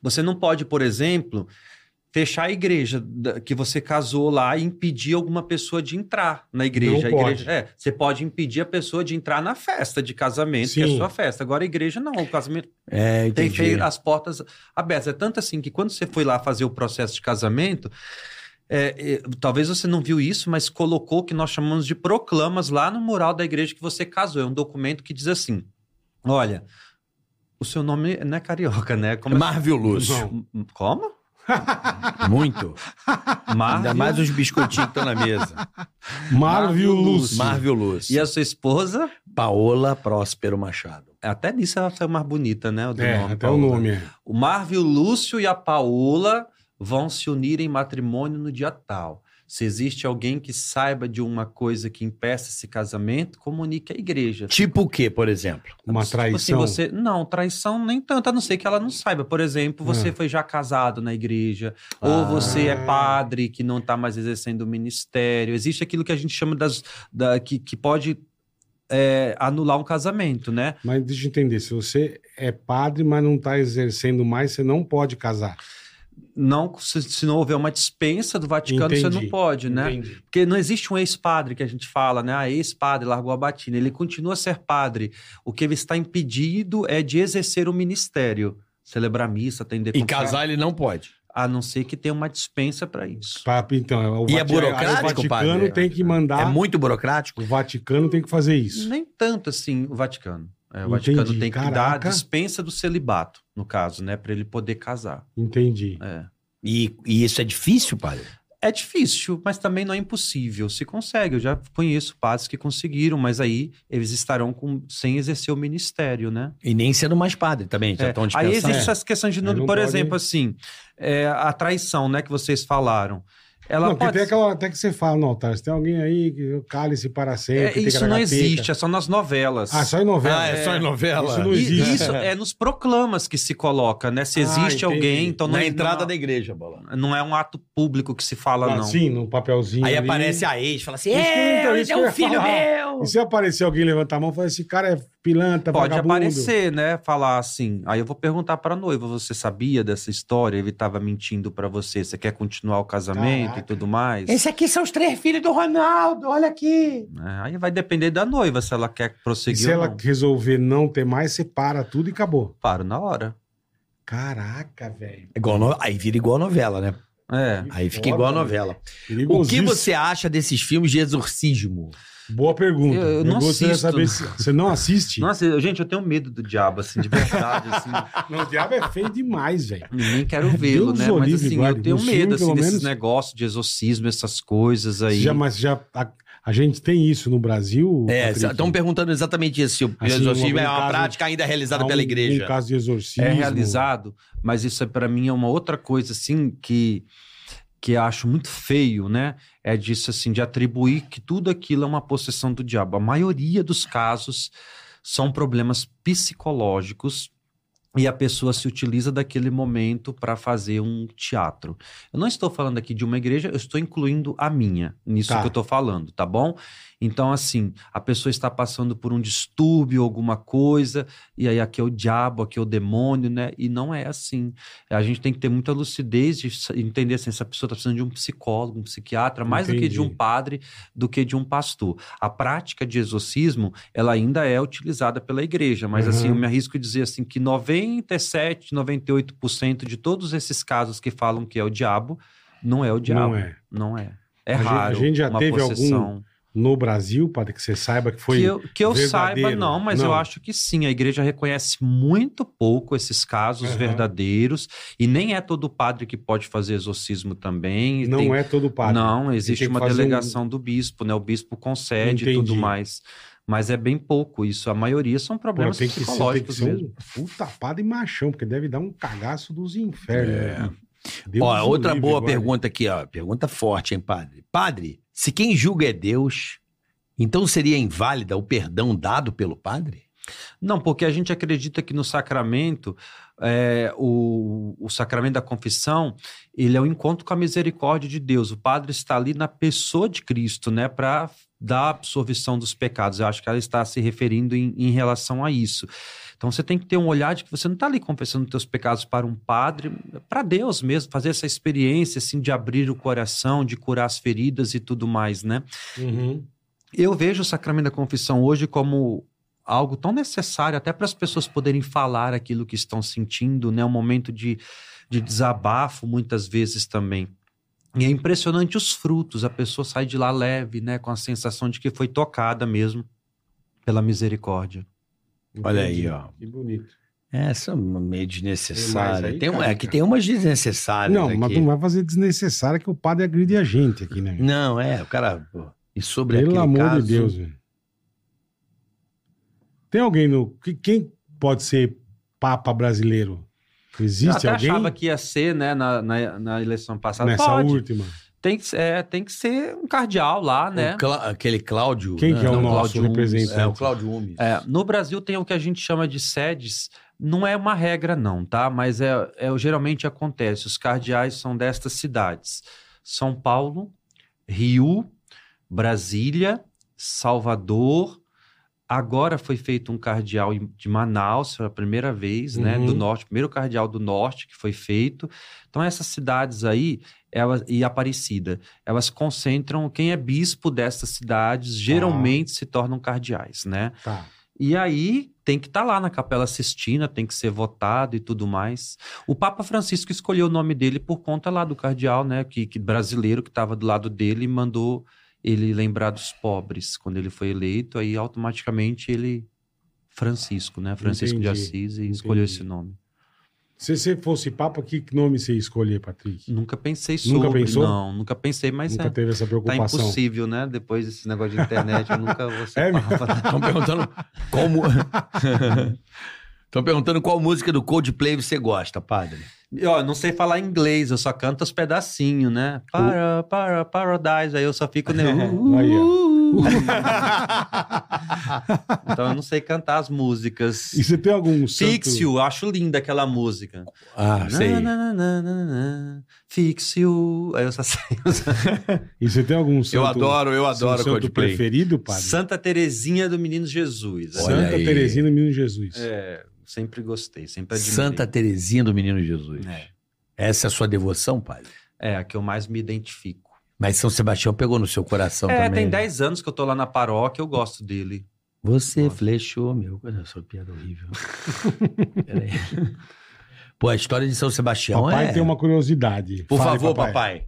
[SPEAKER 1] Você não pode, por exemplo, fechar a igreja da- que você casou lá e impedir alguma pessoa de entrar na igreja.
[SPEAKER 3] Não
[SPEAKER 1] A igreja- é, você pode impedir a pessoa de entrar na festa de casamento, que é
[SPEAKER 3] Sim.
[SPEAKER 1] a sua festa. Agora, a igreja não, o casamento
[SPEAKER 4] É,
[SPEAKER 1] tem feio as portas abertas. É tanto assim que quando você foi lá fazer o processo de casamento. é, é, talvez você não viu isso, mas colocou o que nós chamamos de proclamas lá no mural da igreja que você casou. É um documento que diz assim: olha, o seu nome não é carioca, né? Como é-
[SPEAKER 4] Marvel Lúcio.
[SPEAKER 1] M- m- Hum, Como?
[SPEAKER 4] Muito. Ainda
[SPEAKER 1] Marvel
[SPEAKER 4] mais os biscoitinhos que estão na mesa.
[SPEAKER 3] Marvel
[SPEAKER 1] Marvel
[SPEAKER 3] Lúcio.
[SPEAKER 4] Marvel Lúcio.
[SPEAKER 1] E a sua esposa?
[SPEAKER 4] Paola Próspero Machado.
[SPEAKER 1] Até nisso ela saiu mais bonita, né? O do
[SPEAKER 3] É,
[SPEAKER 1] nome,
[SPEAKER 3] até
[SPEAKER 1] Paola.
[SPEAKER 3] o nome. é.
[SPEAKER 1] O Marvio Lúcio e a Paola vão se unir em matrimônio no dia tal. Se existe alguém que saiba de uma coisa que impeça esse casamento, comunique à igreja.
[SPEAKER 4] Tipo o quê, por exemplo?
[SPEAKER 3] Uma
[SPEAKER 1] Tipo
[SPEAKER 3] traição.
[SPEAKER 1] assim, você... Não, traição nem tanto, a não ser que ela não saiba. Por exemplo, você
[SPEAKER 3] Ah.
[SPEAKER 1] foi já casado na igreja,
[SPEAKER 4] Ah.
[SPEAKER 1] ou você é padre que não está mais exercendo o ministério. Existe aquilo que a gente chama das, da, que, que pode é, anular um casamento, né?
[SPEAKER 3] Mas deixa eu entender, se você é padre, mas não tá exercendo mais, você não pode casar.
[SPEAKER 1] Não, se, se não houver uma dispensa do Vaticano, você
[SPEAKER 3] Entendi.
[SPEAKER 1] não pode, né?
[SPEAKER 3] Entendi.
[SPEAKER 1] Porque não existe um ex-padre que a gente fala, né? Ah, ex-padre largou a batina. Ele continua a ser padre. O que ele está impedido é de exercer o ministério. Celebrar missa, atender
[SPEAKER 4] E
[SPEAKER 1] confrades.
[SPEAKER 4] casar ele não pode.
[SPEAKER 1] A não ser que tenha uma dispensa para isso.
[SPEAKER 3] Pra- então, é o
[SPEAKER 4] E é
[SPEAKER 3] Vati-
[SPEAKER 4] burocrático,
[SPEAKER 3] O Vaticano
[SPEAKER 4] padre?
[SPEAKER 3] tem que
[SPEAKER 4] É
[SPEAKER 3] mandar.
[SPEAKER 4] muito burocrático?
[SPEAKER 3] O Vaticano tem que fazer isso.
[SPEAKER 1] Nem tanto assim o Vaticano. É, o Vaticano
[SPEAKER 3] Entendi.
[SPEAKER 1] tem que dar a
[SPEAKER 3] Caraca.
[SPEAKER 1] dispensa do celibato, no caso, né? Para ele poder casar.
[SPEAKER 3] Entendi.
[SPEAKER 1] É.
[SPEAKER 4] E, e isso é difícil, padre?
[SPEAKER 1] É difícil, mas também não é impossível. Se consegue, eu já conheço padres que conseguiram, mas aí eles estarão com- sem exercer o ministério, né?
[SPEAKER 4] E nem sendo mais padre também, já
[SPEAKER 1] É,
[SPEAKER 4] estão
[SPEAKER 1] Aí
[SPEAKER 4] dispensando.
[SPEAKER 1] existem essas questões de
[SPEAKER 3] Ele
[SPEAKER 1] nulo,
[SPEAKER 3] não
[SPEAKER 1] por
[SPEAKER 3] pode-
[SPEAKER 1] exemplo, assim, é, a traição, né, que vocês falaram. Ela
[SPEAKER 3] não, porque
[SPEAKER 1] pode.
[SPEAKER 3] tem aquela até que você fala no altar, se tem alguém aí que cale-se para
[SPEAKER 1] É,
[SPEAKER 3] sempre. tem
[SPEAKER 1] isso não
[SPEAKER 3] garagateca.
[SPEAKER 1] existe, é só nas novelas.
[SPEAKER 3] Ah, só em novela.
[SPEAKER 4] Ah, é, só em novela?
[SPEAKER 3] Isso não
[SPEAKER 1] E
[SPEAKER 3] existe.
[SPEAKER 1] isso é nos proclamas que se coloca, né? Se
[SPEAKER 3] Ah,
[SPEAKER 1] existe alguém,
[SPEAKER 3] entendi.
[SPEAKER 1] então não,
[SPEAKER 4] Na
[SPEAKER 1] é-
[SPEAKER 4] entrada
[SPEAKER 1] não,
[SPEAKER 4] da igreja, bola.
[SPEAKER 1] é- não é um ato público que se fala,
[SPEAKER 3] Ah,
[SPEAKER 1] não.
[SPEAKER 3] Sim, no papelzinho.
[SPEAKER 4] Aí
[SPEAKER 3] ali.
[SPEAKER 4] aparece a ex, fala assim:
[SPEAKER 3] Isso que eu- então,
[SPEAKER 4] É,
[SPEAKER 3] isso
[SPEAKER 4] ele é
[SPEAKER 3] que eu
[SPEAKER 4] um
[SPEAKER 3] ia
[SPEAKER 4] filho
[SPEAKER 3] falar.
[SPEAKER 4] meu!
[SPEAKER 3] E se aparecer alguém levantar a mão e falar, esse cara é pilanta,
[SPEAKER 1] Pode
[SPEAKER 3] vagabundo.
[SPEAKER 1] aparecer, né? Falar assim. Aí eu vou perguntar pra noiva: você sabia dessa história? Ele tava mentindo pra você. Você quer continuar o casamento
[SPEAKER 3] Caraca.
[SPEAKER 1] e tudo mais?
[SPEAKER 4] aqui são os três filhos do Ronaldo, olha aqui.
[SPEAKER 1] Né? Aí vai depender da noiva se ela quer
[SPEAKER 3] E
[SPEAKER 1] prosseguir
[SPEAKER 3] se
[SPEAKER 1] ou
[SPEAKER 3] ela
[SPEAKER 1] não.
[SPEAKER 3] resolver não ter mais, você para tudo e acabou.
[SPEAKER 1] Paro na hora.
[SPEAKER 3] Caraca, velho.
[SPEAKER 4] Igual no- Aí vira igual a novela, né?
[SPEAKER 1] É.
[SPEAKER 4] Aí fica
[SPEAKER 3] Foda,
[SPEAKER 4] igual a
[SPEAKER 3] né?
[SPEAKER 4] novela. O que
[SPEAKER 3] Perigosíssimo.
[SPEAKER 4] você acha desses filmes de exorcismo?
[SPEAKER 3] Boa pergunta.
[SPEAKER 1] Eu- eu não
[SPEAKER 3] gostaria de
[SPEAKER 1] assisto.
[SPEAKER 3] saber se você não assiste.
[SPEAKER 1] Nossa, eu- gente, eu tenho medo do diabo, assim, de verdade, assim.
[SPEAKER 3] Não, o diabo é feio demais, velho.
[SPEAKER 1] Nem quero vê-lo,
[SPEAKER 3] Deus
[SPEAKER 1] né?
[SPEAKER 3] o
[SPEAKER 1] Mas
[SPEAKER 3] livre,
[SPEAKER 1] assim,
[SPEAKER 3] guarde.
[SPEAKER 1] eu tenho
[SPEAKER 3] No filme,
[SPEAKER 1] medo, assim,
[SPEAKER 3] pelo
[SPEAKER 1] desses
[SPEAKER 3] menos.
[SPEAKER 1] negócios de exorcismo, essas coisas aí.
[SPEAKER 3] Já, mas já a, a gente tem isso no Brasil.
[SPEAKER 4] É,
[SPEAKER 3] Patrick?
[SPEAKER 4] estão perguntando exatamente isso. Se o
[SPEAKER 3] Assim,
[SPEAKER 4] exorcismo
[SPEAKER 3] algum
[SPEAKER 4] é uma
[SPEAKER 3] caso-
[SPEAKER 4] prática ainda realizada
[SPEAKER 3] Há um-
[SPEAKER 4] pela
[SPEAKER 3] Um
[SPEAKER 4] igreja.
[SPEAKER 3] caso de exorcismo.
[SPEAKER 1] é realizado, mas isso é para mim é uma outra coisa assim que que eu acho muito feio, né? É disso assim de atribuir que tudo aquilo é uma possessão do diabo. A maioria dos casos são problemas psicológicos e a pessoa se utiliza daquele momento para fazer um teatro. Eu não estou falando aqui de uma igreja, eu estou incluindo a minha nisso
[SPEAKER 3] Tá.
[SPEAKER 1] que eu estou falando, tá bom? Então, assim, a pessoa está passando por um distúrbio, alguma coisa, e aí aqui é o diabo, aqui é o demônio, né? E não é assim. A gente tem que ter muita lucidez de sa- entender assim, essa pessoa está precisando de um psicólogo, um psiquiatra, mais do que de um
[SPEAKER 3] Entendi.
[SPEAKER 1] padre, do que de um pastor. A prática de exorcismo, ela ainda é utilizada pela igreja, mas assim,
[SPEAKER 3] Uhum.
[SPEAKER 1] eu me arrisco a dizer assim que 97, 98% de todos esses casos que falam que é o diabo, não é o diabo,
[SPEAKER 3] Não é.
[SPEAKER 1] não é. É
[SPEAKER 3] A gente- a
[SPEAKER 1] raro.
[SPEAKER 3] gente já
[SPEAKER 1] uma
[SPEAKER 3] teve algum-
[SPEAKER 1] possessão.
[SPEAKER 3] no Brasil, para que você saiba que foi.
[SPEAKER 1] que eu, que eu
[SPEAKER 3] verdadeiro.
[SPEAKER 1] saiba, não, mas
[SPEAKER 3] Não.
[SPEAKER 1] eu acho que sim. A igreja reconhece muito pouco esses casos
[SPEAKER 3] Aham.
[SPEAKER 1] verdadeiros. E nem é todo padre que pode fazer exorcismo também. e
[SPEAKER 3] não
[SPEAKER 1] tem-
[SPEAKER 3] é todo padre.
[SPEAKER 1] Não, existe
[SPEAKER 3] que
[SPEAKER 1] uma
[SPEAKER 3] fazer um-
[SPEAKER 1] delegação do bispo, né? O bispo concede e tudo
[SPEAKER 3] Entendi.
[SPEAKER 1] mais. Mas é bem pouco isso. A maioria são
[SPEAKER 3] Pô,
[SPEAKER 1] problemas
[SPEAKER 3] tem que ser, tem que
[SPEAKER 1] psicológicos
[SPEAKER 3] ser
[SPEAKER 1] mesmo.
[SPEAKER 3] um puta padre machão, porque deve dar um cagaço dos infernos.
[SPEAKER 1] É.
[SPEAKER 3] né? Deus
[SPEAKER 4] Ó,
[SPEAKER 3] o
[SPEAKER 4] outra
[SPEAKER 3] livre
[SPEAKER 4] boa
[SPEAKER 3] agora.
[SPEAKER 4] pergunta aqui, ó. Pergunta forte, hein, padre? Padre, se quem julga é Deus, então seria inválida o perdão dado pelo padre?
[SPEAKER 1] Não, porque a gente acredita que no sacramento, é, o, o sacramento da confissão, ele é o encontro com a misericórdia de Deus. O padre está ali na pessoa de Cristo, né, para dar a absorvição dos pecados. Eu acho que ela está se referindo em, em relação a isso. Então você tem que ter um olhar de que você não está ali confessando os teus pecados para um padre, para Deus mesmo, fazer essa experiência assim de abrir o coração, de curar as feridas e tudo mais, né?
[SPEAKER 3] Uhum.
[SPEAKER 1] eu vejo o sacramento da confissão hoje como algo tão necessário até para as pessoas poderem falar aquilo que estão sentindo, né? Um momento de, de desabafo muitas vezes também. E é impressionante os frutos, a pessoa sai de lá leve, né? Com a sensação de que foi tocada mesmo pela misericórdia.
[SPEAKER 4] Olha
[SPEAKER 3] Entendi.
[SPEAKER 4] aí, ó.
[SPEAKER 3] Que bonito.
[SPEAKER 4] Essa é uma
[SPEAKER 3] Tem
[SPEAKER 4] meio
[SPEAKER 3] mais
[SPEAKER 4] desnecessária.
[SPEAKER 3] aí,
[SPEAKER 4] Tem um- é
[SPEAKER 3] cara?
[SPEAKER 4] que tem umas desnecessárias
[SPEAKER 3] Não,
[SPEAKER 4] aqui.
[SPEAKER 3] mas não vai fazer desnecessário que o padre agride a gente aqui, né? meu?
[SPEAKER 4] Não, é, o cara... pô, E sobre
[SPEAKER 3] Pelo
[SPEAKER 4] aquele
[SPEAKER 3] amor
[SPEAKER 4] caso,
[SPEAKER 3] de Deus, velho. Tem alguém no. que- Quem pode ser Papa brasileiro?
[SPEAKER 1] Eu
[SPEAKER 3] Existe
[SPEAKER 1] até
[SPEAKER 3] alguém
[SPEAKER 1] achava que ia ser, né? Na, na, na eleição passada.
[SPEAKER 3] nessa
[SPEAKER 1] Pode.
[SPEAKER 3] última?
[SPEAKER 1] Tem, que- é, tem que ser um cardeal lá,
[SPEAKER 4] o
[SPEAKER 1] né?
[SPEAKER 4] Clá- aquele Cláudio...
[SPEAKER 3] Quem
[SPEAKER 4] né?
[SPEAKER 3] que é o
[SPEAKER 1] não,
[SPEAKER 3] nosso
[SPEAKER 1] Claudio Humes.
[SPEAKER 3] representante?
[SPEAKER 4] É, o Cláudio Umes.
[SPEAKER 1] É, no Brasil tem o que a gente chama de sedes. Não é uma regra, não, tá? Mas é, é o- geralmente acontece. Os cardeais são destas cidades: São Paulo, Rio, Brasília, Salvador. Agora foi feito um cardeal em- de Manaus, foi a primeira vez, né?
[SPEAKER 3] Uhum.
[SPEAKER 1] Do norte, primeiro cardeal do norte que foi feito. Então, essas cidades aí, elas, e Aparecida, elas concentram quem é bispo dessas cidades, geralmente se tornam cardeais, né?
[SPEAKER 3] Tá.
[SPEAKER 1] E aí tem que estar lá na Capela Sistina, tem que ser votado e tudo mais. O Papa Francisco escolheu o nome dele por conta lá do cardeal, né? Que, que brasileiro que estava do lado dele e mandou ele lembrar dos pobres quando ele foi eleito. Aí automaticamente ele Francisco, né? Francisco
[SPEAKER 3] Entendi,
[SPEAKER 1] de Assis e escolheu
[SPEAKER 3] entendi.
[SPEAKER 1] esse nome.
[SPEAKER 3] Se você fosse Papa, que nome você ia escolher, Patrick?
[SPEAKER 1] Nunca pensei sobre.
[SPEAKER 3] Nunca pensou?
[SPEAKER 1] Não, nunca pensei, mas
[SPEAKER 3] Nunca
[SPEAKER 1] é.
[SPEAKER 3] teve essa
[SPEAKER 1] Tá
[SPEAKER 3] preocupação.
[SPEAKER 1] impossível, né? Depois desse negócio de internet, eu nunca vou ser
[SPEAKER 3] É mesmo?
[SPEAKER 1] papa. né.
[SPEAKER 4] Estão perguntando como... Estão perguntando qual música do Coldplay você gosta, padre.
[SPEAKER 1] Ó, eu não sei falar inglês, eu só canto os pedacinhos, né? Para, para, paradise. Aí eu só fico. Né?
[SPEAKER 3] Aí, ó.
[SPEAKER 1] Então eu não sei cantar as músicas.
[SPEAKER 3] E você tem algum santo-
[SPEAKER 1] Fix you, eu acho linda aquela música.
[SPEAKER 4] Ah, sei.
[SPEAKER 1] Na, na, na, na, na, Fix you. Aí eu só sei.
[SPEAKER 3] E você tem algum santo...
[SPEAKER 4] eu adoro, eu
[SPEAKER 3] seu
[SPEAKER 4] adoro
[SPEAKER 3] santo
[SPEAKER 4] Coldplay.
[SPEAKER 3] preferido, padre?
[SPEAKER 1] Santa Terezinha do Menino Jesus.
[SPEAKER 4] Olha
[SPEAKER 3] Santa
[SPEAKER 4] aí.
[SPEAKER 3] Teresina e Menino Jesus.
[SPEAKER 1] É, sempre gostei, sempre admirei.
[SPEAKER 4] Santa Terezinha do Menino Jesus.
[SPEAKER 1] É.
[SPEAKER 4] Essa é a sua devoção, padre?
[SPEAKER 1] É, a que eu mais me identifico.
[SPEAKER 4] Mas São Sebastião pegou no seu
[SPEAKER 3] Então
[SPEAKER 4] coração
[SPEAKER 1] é,
[SPEAKER 4] também.
[SPEAKER 1] tem
[SPEAKER 4] né?
[SPEAKER 1] 10 anos que eu tô lá na paróquia, eu gosto dele.
[SPEAKER 4] Você
[SPEAKER 1] Nossa.
[SPEAKER 4] flechou, meu. Olha só, piada horrível. Peraí. Pô, a história de São Sebastião
[SPEAKER 3] Papai
[SPEAKER 4] é...
[SPEAKER 3] tem uma curiosidade.
[SPEAKER 4] Por
[SPEAKER 3] Fale,
[SPEAKER 4] favor, papai.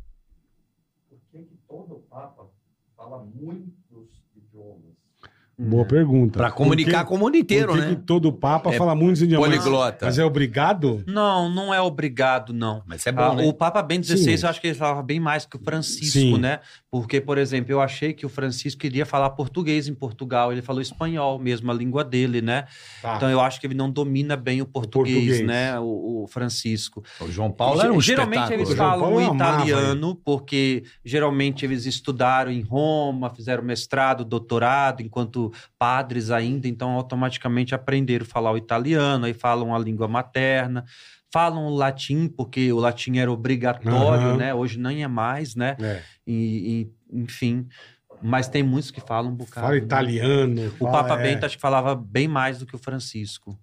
[SPEAKER 3] Boa pergunta.
[SPEAKER 4] Pra comunicar
[SPEAKER 3] Por
[SPEAKER 4] com o mundo
[SPEAKER 3] que-
[SPEAKER 4] inteiro,
[SPEAKER 3] por que
[SPEAKER 4] né?
[SPEAKER 3] que todo papa
[SPEAKER 4] É
[SPEAKER 3] fala muitos idiomas?
[SPEAKER 4] Poliglota.
[SPEAKER 3] Mas é obrigado?
[SPEAKER 1] Não, não é obrigado, não.
[SPEAKER 4] Mas é
[SPEAKER 1] Ah,
[SPEAKER 4] bom, né?
[SPEAKER 1] O Papa Bento
[SPEAKER 3] Sim.
[SPEAKER 1] XVI, eu acho que ele falava bem mais que o Francisco,
[SPEAKER 3] Sim.
[SPEAKER 1] né? Porque, por exemplo, eu achei que o Francisco iria falar português em Portugal, ele falou espanhol mesmo, a língua dele, né?
[SPEAKER 4] Ah.
[SPEAKER 3] Tá.
[SPEAKER 1] Então eu acho que ele não domina bem o português,
[SPEAKER 3] português.
[SPEAKER 1] né? O, o Francisco.
[SPEAKER 4] O João Paulo era um
[SPEAKER 1] geralmente
[SPEAKER 4] espetáculo.
[SPEAKER 1] eles
[SPEAKER 3] João
[SPEAKER 1] falam
[SPEAKER 3] Paulo eu amava
[SPEAKER 1] italiano, porque geralmente eles estudaram em Roma, fizeram mestrado, doutorado, enquanto padres ainda, então automaticamente aprenderam a falar o italiano, aí falam a língua materna, falam o latim, porque o latim era obrigatório,
[SPEAKER 3] Aham.
[SPEAKER 1] né? Hoje nem é mais, né?
[SPEAKER 3] É.
[SPEAKER 1] E, e, enfim, mas tem muitos que falam um bocado.
[SPEAKER 3] Fala
[SPEAKER 1] né?
[SPEAKER 3] italiano.
[SPEAKER 1] O
[SPEAKER 3] fala-
[SPEAKER 1] Papa
[SPEAKER 3] é.
[SPEAKER 4] tá-
[SPEAKER 1] Bento acho que falava bem mais do que o Francisco.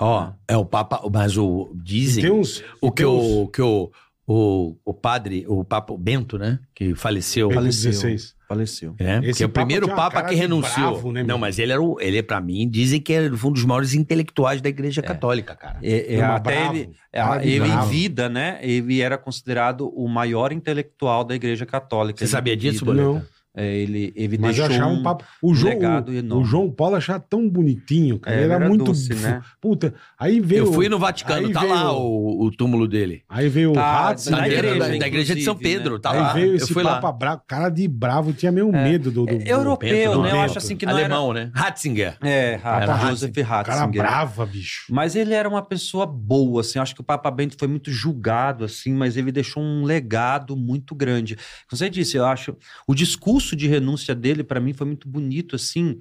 [SPEAKER 4] Ó, é o Papa... Mas o... Dizem...
[SPEAKER 3] Tem uns...
[SPEAKER 4] O que,
[SPEAKER 3] tem uns-
[SPEAKER 4] o, que o, o, o padre, o Papa Bento, né? Que faleceu.
[SPEAKER 3] Bento
[SPEAKER 1] faleceu.
[SPEAKER 3] 16.
[SPEAKER 1] Faleceu.
[SPEAKER 4] né?
[SPEAKER 3] Esse
[SPEAKER 4] que é o
[SPEAKER 3] Papa
[SPEAKER 4] primeiro
[SPEAKER 3] tinha uma
[SPEAKER 4] Papa
[SPEAKER 3] cara
[SPEAKER 4] que
[SPEAKER 3] de
[SPEAKER 4] renunciou.
[SPEAKER 3] bravo, né, meu?
[SPEAKER 4] não, mas ele era o, ele, pra mim, dizem que ele foi um dos maiores intelectuais da Igreja Católica, cara.
[SPEAKER 1] É, é,
[SPEAKER 3] Turma
[SPEAKER 1] até
[SPEAKER 3] bravo,
[SPEAKER 1] ele, é,
[SPEAKER 3] cara de
[SPEAKER 1] ele em
[SPEAKER 3] bravo.
[SPEAKER 1] vida, né? Ele era considerado o maior intelectual da Igreja Católica.
[SPEAKER 4] Você
[SPEAKER 1] Ele em
[SPEAKER 4] sabia disso,
[SPEAKER 1] vida.
[SPEAKER 4] Boleta?
[SPEAKER 3] Não.
[SPEAKER 1] É, ele ele
[SPEAKER 3] Mas eu
[SPEAKER 1] deixou
[SPEAKER 3] achava um papo. O, Jo-
[SPEAKER 1] legado
[SPEAKER 3] o,
[SPEAKER 1] enorme.
[SPEAKER 3] João Paulo achava tão bonitinho, cara.
[SPEAKER 1] É,
[SPEAKER 3] ele era,
[SPEAKER 1] era
[SPEAKER 3] muito.
[SPEAKER 1] doce, né?
[SPEAKER 3] Puta. Aí veio.
[SPEAKER 4] Eu fui no Vaticano,
[SPEAKER 3] aí
[SPEAKER 4] tá
[SPEAKER 3] veio-
[SPEAKER 4] lá o, o túmulo dele.
[SPEAKER 3] Aí veio o
[SPEAKER 1] Tá,
[SPEAKER 3] Ratz,
[SPEAKER 1] Na
[SPEAKER 4] Na
[SPEAKER 1] igreja,
[SPEAKER 4] igreja, da, da igreja de São
[SPEAKER 1] inclusive,
[SPEAKER 4] Pedro,
[SPEAKER 1] né?
[SPEAKER 4] tá
[SPEAKER 3] aí
[SPEAKER 4] lá.
[SPEAKER 3] veio
[SPEAKER 4] eu
[SPEAKER 3] esse
[SPEAKER 4] fui lá.
[SPEAKER 3] papa bravo, cara de bravo, tinha meio medo do, do, do-
[SPEAKER 1] É europeu,
[SPEAKER 4] do
[SPEAKER 1] né? Eu
[SPEAKER 4] Bento.
[SPEAKER 1] acho assim que não
[SPEAKER 4] Alemão, né? Ratzinger.
[SPEAKER 1] era... É,
[SPEAKER 4] Era
[SPEAKER 1] Ra- Joseph
[SPEAKER 3] Cara
[SPEAKER 1] Ratzinger.
[SPEAKER 3] brava, bicho.
[SPEAKER 1] Mas ele era uma pessoa boa, assim. Acho que o Papa Bento foi muito julgado, assim, mas ele deixou um legado muito grande. Como você disse, eu acho. O discurso de renúncia dele, para mim, foi muito bonito, assim.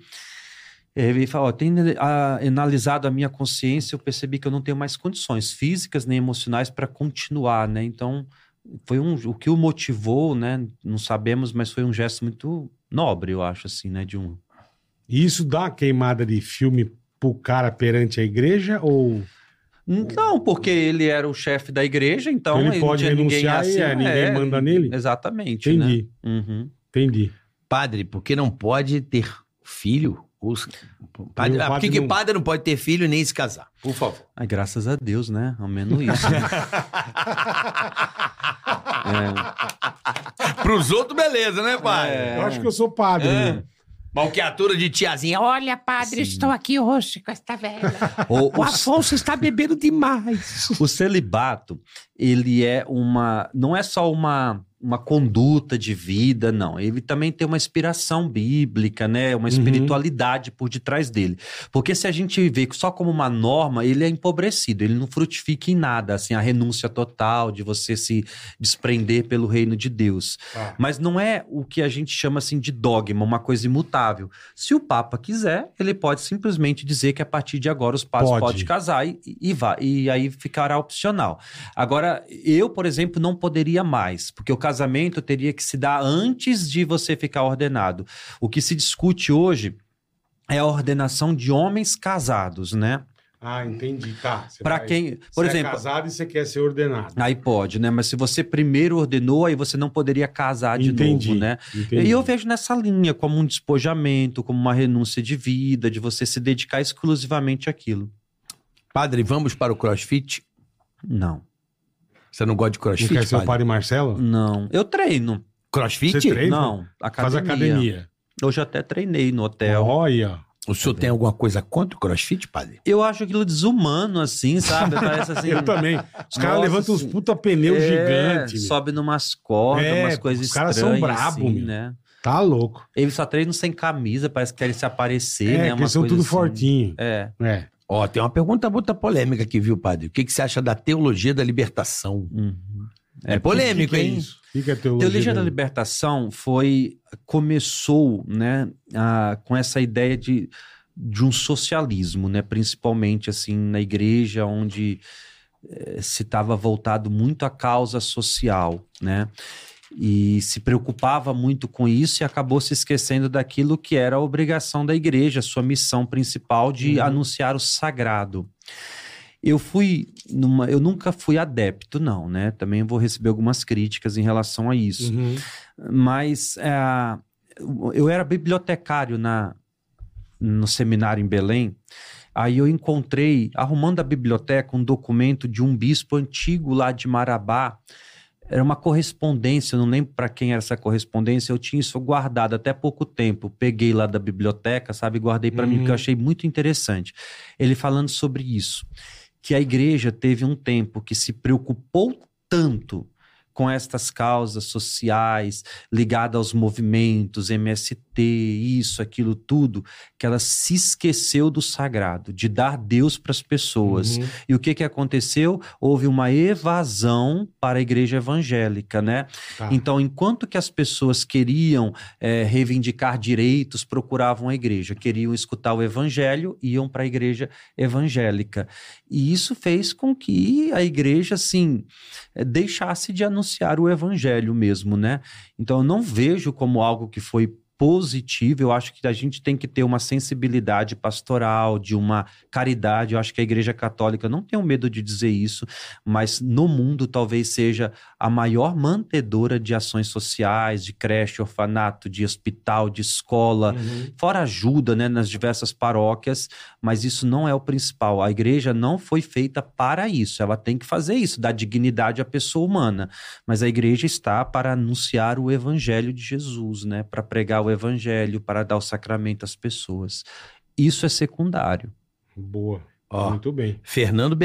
[SPEAKER 1] Ele fala: ó, tendo ah, analisado a minha consciência, eu percebi que eu não tenho mais condições físicas nem emocionais para continuar, né? Então, foi um, o que o motivou, né? Não sabemos, mas foi um gesto muito nobre, eu acho, assim, né? De um.
[SPEAKER 3] E isso dá uma queimada de filme pro cara perante a igreja ou.
[SPEAKER 1] Não, Então, porque ele era o chefe da igreja, então
[SPEAKER 3] Ele
[SPEAKER 1] não
[SPEAKER 3] pode
[SPEAKER 1] tinha ninguém assim,
[SPEAKER 3] renunciar e, é, ninguém manda nele?
[SPEAKER 1] Exatamente, né?
[SPEAKER 3] Entendi,
[SPEAKER 1] Uhum.
[SPEAKER 3] entendi.
[SPEAKER 4] Padre, porque não pode ter filho? Os- Padre,
[SPEAKER 3] E o
[SPEAKER 4] ah, por que
[SPEAKER 3] padre
[SPEAKER 4] que
[SPEAKER 3] não-
[SPEAKER 4] padre não pode ter filho nem se casar? Por favor.
[SPEAKER 1] Ai, graças a Deus, né? Ao menos isso. É.
[SPEAKER 4] Pros outros, beleza, né, padre?
[SPEAKER 1] É.
[SPEAKER 3] Eu acho que eu sou padre. né?
[SPEAKER 4] Malquiatura de tiazinha. Olha, padre,
[SPEAKER 1] Sim.
[SPEAKER 4] estou aqui hoje com esta velha.
[SPEAKER 1] O,
[SPEAKER 4] O
[SPEAKER 1] o-
[SPEAKER 4] Afonso está bebendo demais.
[SPEAKER 1] o celibato, ele é uma. Não é só uma, uma conduta de vida, não. Ele também tem uma inspiração bíblica, né?
[SPEAKER 4] Uhum.
[SPEAKER 1] Uma espiritualidade por detrás dele. Porque se a gente vê só como uma norma, ele é empobrecido, ele não frutifica em nada. Assim, a renúncia total de você se desprender pelo reino de Deus.
[SPEAKER 3] Tá.
[SPEAKER 1] Mas não é o que a gente chama assim de dogma, uma coisa imutável. Se o Papa quiser, ele pode simplesmente dizer que a partir de agora os padres
[SPEAKER 3] Pode.
[SPEAKER 1] podem casar e, e vá, e aí ficará opcional. Agora, eu, por exemplo, não poderia mais, porque o casamento teria que se dar antes de você ficar ordenado. O que se discute hoje é a ordenação de homens casados, né?
[SPEAKER 3] Ah, entendi. Tá. Você
[SPEAKER 1] Para
[SPEAKER 3] vai-
[SPEAKER 1] quem,
[SPEAKER 3] você
[SPEAKER 1] por
[SPEAKER 3] é
[SPEAKER 1] exemplo,
[SPEAKER 3] casado e você quer ser ordenado.
[SPEAKER 1] aí pode, né? Mas se você primeiro ordenou, aí você não poderia casar de
[SPEAKER 3] Entendi.
[SPEAKER 1] novo, né?
[SPEAKER 3] Entendi.
[SPEAKER 1] E eu vejo nessa linha como um despojamento, como uma renúncia de vida, de você se dedicar exclusivamente àquilo.
[SPEAKER 4] Padre, vamos para o crossfit?
[SPEAKER 1] Não,
[SPEAKER 4] Você não gosta de
[SPEAKER 3] Não quer
[SPEAKER 4] crossfit,
[SPEAKER 3] ser o
[SPEAKER 4] padre?
[SPEAKER 3] padre Marcelo?
[SPEAKER 1] não. Eu treino.
[SPEAKER 4] Crossfit?
[SPEAKER 3] Você treina? Treino?
[SPEAKER 1] Não, academia. um-
[SPEAKER 3] Faz academia.
[SPEAKER 1] Hoje até treinei no hotel.
[SPEAKER 3] Olha.
[SPEAKER 4] O senhor tem alguma coisa contra o crossfit, padre?
[SPEAKER 1] Eu acho aquilo desumano, assim, sabe? Parece assim.
[SPEAKER 3] Eu também. Os caras
[SPEAKER 1] Nossa,
[SPEAKER 3] levantam uns
[SPEAKER 1] assim,
[SPEAKER 3] puta pneu
[SPEAKER 1] é,
[SPEAKER 3] gigante. meu.
[SPEAKER 1] Sobe numas cordas,
[SPEAKER 3] É,
[SPEAKER 1] umas coisas
[SPEAKER 3] os caras são
[SPEAKER 1] estranhas.
[SPEAKER 3] brabo,
[SPEAKER 1] assim,
[SPEAKER 3] meu.
[SPEAKER 1] né?
[SPEAKER 3] Tá louco.
[SPEAKER 1] Eles só treinam sem camisa, parece que querem se aparecer,
[SPEAKER 3] É,
[SPEAKER 1] né?
[SPEAKER 3] que
[SPEAKER 1] Uma
[SPEAKER 3] são
[SPEAKER 1] coisa
[SPEAKER 3] tudo
[SPEAKER 1] assim.
[SPEAKER 3] fortinho.
[SPEAKER 1] É.
[SPEAKER 3] É.
[SPEAKER 4] Ó, tem uma pergunta outra polêmica aqui, viu, padre? O que, que você acha da teologia da libertação?
[SPEAKER 1] Uhum.
[SPEAKER 4] É, polêmico,
[SPEAKER 3] Que que é
[SPEAKER 4] hein?
[SPEAKER 3] isso? Fica a teologia.
[SPEAKER 1] Teologia da
[SPEAKER 3] dele.
[SPEAKER 1] libertação foi começou, né, a- com essa ideia de, de um socialismo, né, principalmente assim na igreja onde eh, se estava voltado muito à causa social, né? E se preocupava muito com isso e acabou se esquecendo daquilo que era a obrigação da igreja, sua missão principal de anunciar o sagrado. Eu fui numa, eu nunca fui adepto, não, né? Também vou receber algumas críticas em relação a isso
[SPEAKER 3] Uhum.
[SPEAKER 1] mas é, eu era bibliotecário na, no seminário em Belém. Aí eu encontrei, arrumando a biblioteca, um documento de um bispo antigo lá de Marabá. Era uma correspondência, eu não lembro para quem era essa correspondência, eu tinha isso guardado até pouco tempo. Peguei lá da biblioteca, sabe, guardei para mim,
[SPEAKER 3] Uhum.
[SPEAKER 1] porque eu achei muito interessante. Ele falando sobre isso, que a igreja teve um tempo que se preocupou tanto com estas causas sociais ligadas aos movimentos, MST, isso, aquilo tudo, que ela se esqueceu do sagrado, de dar Deus para as pessoas.
[SPEAKER 3] Uhum.
[SPEAKER 1] E o que, que aconteceu? Houve uma evasão para a igreja evangélica, né?
[SPEAKER 3] Tá.
[SPEAKER 1] Então, enquanto que as pessoas queriam eh, reivindicar direitos, procuravam a igreja, queriam escutar o evangelho, iam para a igreja evangélica. E isso fez com que a igreja, assim, eh, deixasse de anunciar o evangelho mesmo, né? Então, eu não vejo como algo que foi positivo. Eu acho que a gente tem que ter uma sensibilidade pastoral, de uma caridade. Eu acho que a Igreja Católica, não tenho medo de dizer isso, mas no mundo talvez seja a maior mantedora de ações sociais, de creche, orfanato, de hospital, de escola,
[SPEAKER 3] Uhum.
[SPEAKER 1] fora ajuda né, nas diversas paróquias, mas isso não é o principal. A igreja não foi feita para isso, ela tem que fazer isso, dar dignidade à pessoa humana. Mas a igreja está para anunciar o evangelho de Jesus, né? Para pregar o evangelho, para dar o sacramento às pessoas. Isso é secundário.
[SPEAKER 3] Boa.
[SPEAKER 4] Ó.
[SPEAKER 3] Muito bem.
[SPEAKER 4] Fernando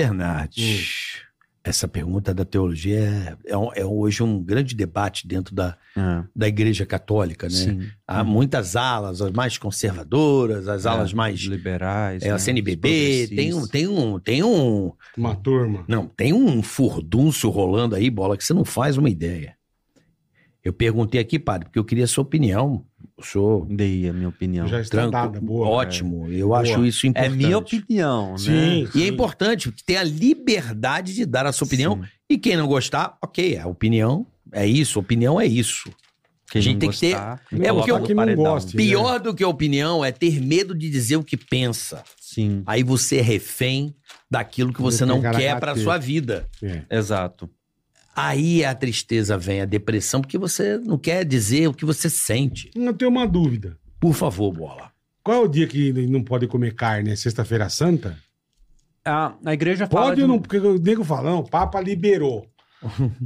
[SPEAKER 4] Bernardes. Essa pergunta da teologia é, é um- é hoje um grande debate dentro da,
[SPEAKER 1] Ah,
[SPEAKER 4] da Igreja Católica, né?
[SPEAKER 1] Sim.
[SPEAKER 4] É,
[SPEAKER 1] Hum.
[SPEAKER 4] Há muitas alas, as mais conservadoras, as alas
[SPEAKER 1] É,
[SPEAKER 4] mais.
[SPEAKER 1] liberais.
[SPEAKER 4] É,
[SPEAKER 1] né,
[SPEAKER 4] a
[SPEAKER 1] os
[SPEAKER 4] CNBB, tem um,
[SPEAKER 1] progressistas.
[SPEAKER 4] tem um, tem um.
[SPEAKER 3] Uma turma.
[SPEAKER 4] Não, tem um furdunço rolando aí, bola, que você não faz uma ideia. Eu perguntei aqui, padre, porque eu queria a sua opinião. Eu sou
[SPEAKER 1] Dei a minha opinião.
[SPEAKER 3] Já está
[SPEAKER 4] tranco,
[SPEAKER 3] dada. Boa.
[SPEAKER 4] ótimo. Eu
[SPEAKER 3] Boa.
[SPEAKER 4] acho isso
[SPEAKER 1] É
[SPEAKER 4] importante.
[SPEAKER 1] minha opinião,
[SPEAKER 3] Sim.
[SPEAKER 1] né?
[SPEAKER 4] E é importante ter a liberdade de dar a sua opinião.
[SPEAKER 1] Sim.
[SPEAKER 4] E quem não gostar, ok, a opinião é isso, opinião é isso.
[SPEAKER 1] Quem
[SPEAKER 4] A gente
[SPEAKER 1] não
[SPEAKER 4] tem que ter-
[SPEAKER 1] gostar,
[SPEAKER 4] É,
[SPEAKER 1] coloca
[SPEAKER 4] porque o
[SPEAKER 1] no
[SPEAKER 3] que é. não
[SPEAKER 1] paredão.
[SPEAKER 3] gosta. Sim,
[SPEAKER 4] Pior do que a opinião é ter medo de dizer o que pensa.
[SPEAKER 1] Sim,
[SPEAKER 4] Aí você é refém daquilo que você
[SPEAKER 3] Vou
[SPEAKER 4] não
[SPEAKER 3] pegar na
[SPEAKER 4] quer para
[SPEAKER 3] gaveta.
[SPEAKER 4] sua vida.
[SPEAKER 3] É.
[SPEAKER 1] exato.
[SPEAKER 4] Aí a tristeza vem, a depressão, porque você não quer dizer o que você sente.
[SPEAKER 3] Eu tenho uma dúvida.
[SPEAKER 4] Por favor, bola.
[SPEAKER 3] Qual é o dia que não pode comer carne? É sexta-feira santa?
[SPEAKER 1] A, a igreja fala
[SPEAKER 3] Pode
[SPEAKER 1] de
[SPEAKER 3] ou
[SPEAKER 1] um-
[SPEAKER 3] não? Porque o nego fala, não, o Papa liberou.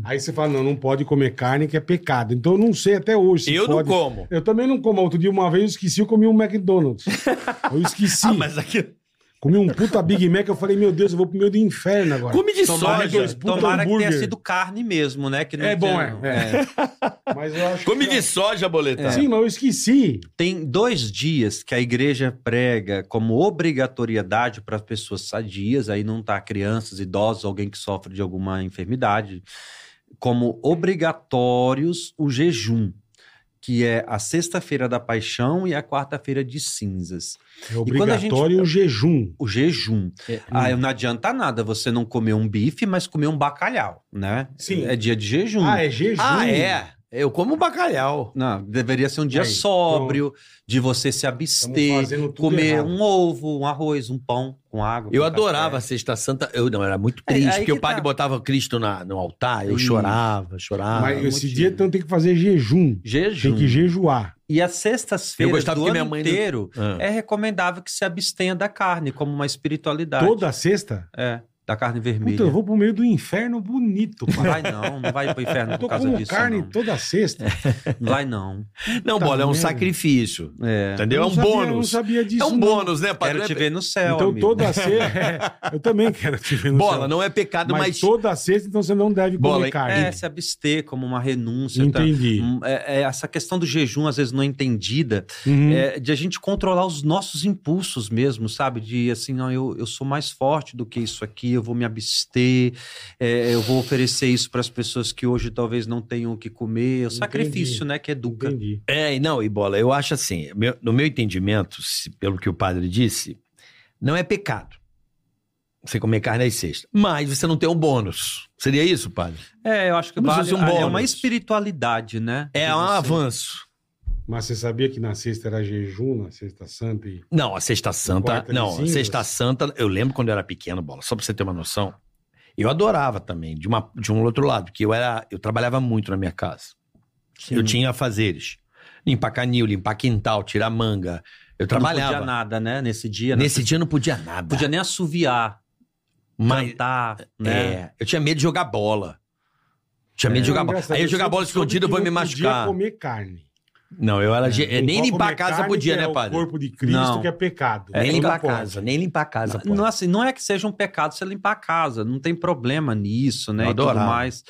[SPEAKER 3] Aí você fala, não, não pode comer carne que é pecado. Então eu não sei até hoje se pode.
[SPEAKER 4] como.
[SPEAKER 3] Eu também não como. Outro dia, uma vez, eu esqueci, eu comi um McDonald's. Eu esqueci.
[SPEAKER 4] Ah, mas aqui.
[SPEAKER 3] Comi um puta Big Mac, eu falei, meu Deus, eu vou pro meio do inferno agora.
[SPEAKER 4] Come de
[SPEAKER 1] Tomara,
[SPEAKER 4] soja.
[SPEAKER 3] dois- puta
[SPEAKER 1] tomara que tenha
[SPEAKER 3] hambúrguer.
[SPEAKER 1] sido carne mesmo, né? Que não
[SPEAKER 3] É bom,
[SPEAKER 1] tenha-
[SPEAKER 3] é. Mas eu acho
[SPEAKER 4] Come
[SPEAKER 3] que- é um-
[SPEAKER 4] de soja, boletar.
[SPEAKER 3] Sim, mas eu esqueci.
[SPEAKER 1] Tem dois dias que a igreja prega como obrigatoriedade para as pessoas sadias, aí não tá crianças, idosos, alguém que sofre de alguma enfermidade, como obrigatórios o jejum, que é a sexta-feira da paixão e a quarta-feira de cinzas.
[SPEAKER 3] É
[SPEAKER 1] E quando a gente-
[SPEAKER 3] obrigatório o jejum.
[SPEAKER 1] O jejum.
[SPEAKER 3] Hum.
[SPEAKER 4] É.
[SPEAKER 1] Ah, não adianta nada você não comer um bife, mas comer um bacalhau, né?
[SPEAKER 3] Sim.
[SPEAKER 1] É dia de jejum.
[SPEAKER 3] Ah, é jejum?
[SPEAKER 4] Ah, é. Eu como bacalhau.
[SPEAKER 1] Não, deveria ser um dia
[SPEAKER 3] Aí,
[SPEAKER 1] sóbrio, de você se
[SPEAKER 3] Estamos
[SPEAKER 1] abster,
[SPEAKER 3] fazendo tudo
[SPEAKER 1] comer
[SPEAKER 3] errado.
[SPEAKER 1] um ovo, um arroz, um pão com água.
[SPEAKER 4] Eu
[SPEAKER 1] com
[SPEAKER 4] adorava a
[SPEAKER 1] café.
[SPEAKER 4] Sexta Santa. Eu não, era muito
[SPEAKER 1] É,
[SPEAKER 4] triste,
[SPEAKER 1] aí
[SPEAKER 4] porque
[SPEAKER 1] que
[SPEAKER 4] o padre
[SPEAKER 1] tá.
[SPEAKER 4] botava Cristo na- no altar, eu
[SPEAKER 1] Isso.
[SPEAKER 4] chorava, chorava.
[SPEAKER 3] Mas
[SPEAKER 1] é
[SPEAKER 3] esse
[SPEAKER 1] motivo.
[SPEAKER 3] dia, então, tem que fazer jejum.
[SPEAKER 1] Jejum.
[SPEAKER 3] Tem que jejuar.
[SPEAKER 1] E as sextas-feiras do
[SPEAKER 4] gostava
[SPEAKER 1] ano
[SPEAKER 4] que minha mãe não-
[SPEAKER 1] inteiro
[SPEAKER 4] Ah.
[SPEAKER 1] é recomendável que se abstenha da carne, como uma espiritualidade.
[SPEAKER 3] Toda sexta?
[SPEAKER 1] Ah, É, da carne vermelha.
[SPEAKER 3] Puta, eu vou pro meio do inferno bonito,
[SPEAKER 1] Não
[SPEAKER 3] cara.
[SPEAKER 1] vai não, não vai pro inferno
[SPEAKER 3] Eu
[SPEAKER 1] por
[SPEAKER 3] tô
[SPEAKER 1] causa
[SPEAKER 3] comendo
[SPEAKER 1] disso,
[SPEAKER 3] carne
[SPEAKER 1] não.
[SPEAKER 3] toda sexta.
[SPEAKER 1] Não vai não.
[SPEAKER 4] Não,
[SPEAKER 3] Puta
[SPEAKER 4] bola, é um
[SPEAKER 3] merda.
[SPEAKER 4] sacrifício.
[SPEAKER 1] É.
[SPEAKER 4] Entendeu? É
[SPEAKER 3] tá Eu não
[SPEAKER 4] um
[SPEAKER 3] sabia- Eu não
[SPEAKER 4] bônus.
[SPEAKER 3] sabia disso.
[SPEAKER 4] É um
[SPEAKER 3] não.
[SPEAKER 4] bônus, né, padre?
[SPEAKER 1] Quero te
[SPEAKER 4] Não é-
[SPEAKER 1] ver no céu,
[SPEAKER 3] Então
[SPEAKER 1] amigo.
[SPEAKER 3] toda sexta. é, eu também quero te ver no
[SPEAKER 4] Bola,
[SPEAKER 3] céu.
[SPEAKER 4] não é pecado,
[SPEAKER 3] mas,
[SPEAKER 4] mas.
[SPEAKER 3] toda sexta, então você não deve comer
[SPEAKER 4] Bola,
[SPEAKER 3] carne.
[SPEAKER 1] É, se abster como uma renúncia. tá?
[SPEAKER 3] Entendi.
[SPEAKER 1] Hum, é- é, essa questão do jejum, às vezes, não é entendida.
[SPEAKER 3] Uhum.
[SPEAKER 1] É, de a gente controlar os nossos impulsos mesmo, sabe? De assim, não, eu, eu sou mais forte do que isso aqui, eu vou me abster, é, eu vou oferecer isso para as pessoas que hoje talvez não tenham o que comer. É o
[SPEAKER 3] Entendi.
[SPEAKER 1] sacrifício, né? Que educa.
[SPEAKER 3] Entendi.
[SPEAKER 4] É, e não, e bola, eu acho assim, meu- no meu entendimento, se- pelo que o padre disse, não é pecado. Você comer carne às sextas. Mas você não tem um bônus. Seria isso, padre?
[SPEAKER 1] É, eu acho que
[SPEAKER 4] Como se
[SPEAKER 1] vale-
[SPEAKER 4] fosse um
[SPEAKER 1] é uma
[SPEAKER 4] bônus.
[SPEAKER 1] espiritualidade, né?
[SPEAKER 4] É
[SPEAKER 1] Que
[SPEAKER 4] um
[SPEAKER 1] você-
[SPEAKER 4] avanço.
[SPEAKER 3] Mas você sabia que na sexta era jejum, na sexta santa? E...
[SPEAKER 4] Não, a Sexta Santa.
[SPEAKER 3] Quarta de
[SPEAKER 4] Não, a
[SPEAKER 3] cinzas.
[SPEAKER 4] Sexta Santa, eu lembro quando eu era pequeno, bola, só pra você ter uma noção. Eu adorava também, de, uma, de um outro lado, porque eu era. Eu trabalhava muito na minha casa.
[SPEAKER 1] Sim.
[SPEAKER 4] Eu tinha fazeres. Limpar canil, limpar quintal, tirar manga. Eu
[SPEAKER 1] Não
[SPEAKER 4] trabalhava.
[SPEAKER 1] podia nada, né? Nesse dia. Nesse...
[SPEAKER 4] Nesse dia eu não podia nada.
[SPEAKER 1] Podia nem assoviar,
[SPEAKER 4] Mas,
[SPEAKER 1] cantar, né?
[SPEAKER 4] é, eu tinha medo de jogar bola. Tinha medo de
[SPEAKER 3] É
[SPEAKER 4] jogar bola.
[SPEAKER 3] engraçado,
[SPEAKER 4] Aí eu jogar
[SPEAKER 3] sempre
[SPEAKER 4] bola
[SPEAKER 3] soube
[SPEAKER 4] escondida, eu
[SPEAKER 3] que
[SPEAKER 4] vou me
[SPEAKER 3] não podia
[SPEAKER 4] machucar.
[SPEAKER 3] comer carne.
[SPEAKER 4] Não, eu era. ge-
[SPEAKER 3] Não
[SPEAKER 4] nem
[SPEAKER 3] pode
[SPEAKER 4] limpar a
[SPEAKER 3] comer
[SPEAKER 4] casa
[SPEAKER 3] carne,
[SPEAKER 4] podia,
[SPEAKER 3] que é
[SPEAKER 4] né,
[SPEAKER 3] o
[SPEAKER 4] padre?
[SPEAKER 3] corpo de Cristo
[SPEAKER 1] Não.
[SPEAKER 3] que é pecado.
[SPEAKER 4] nem
[SPEAKER 3] Então
[SPEAKER 4] limpar a
[SPEAKER 3] não pode.
[SPEAKER 4] casa, né? nem limpar a casa. pô.
[SPEAKER 1] Não, assim, não é que seja um pecado você limpar a casa, não tem problema nisso, né?
[SPEAKER 4] Eu
[SPEAKER 1] E tudo
[SPEAKER 4] adorava.
[SPEAKER 1] mais.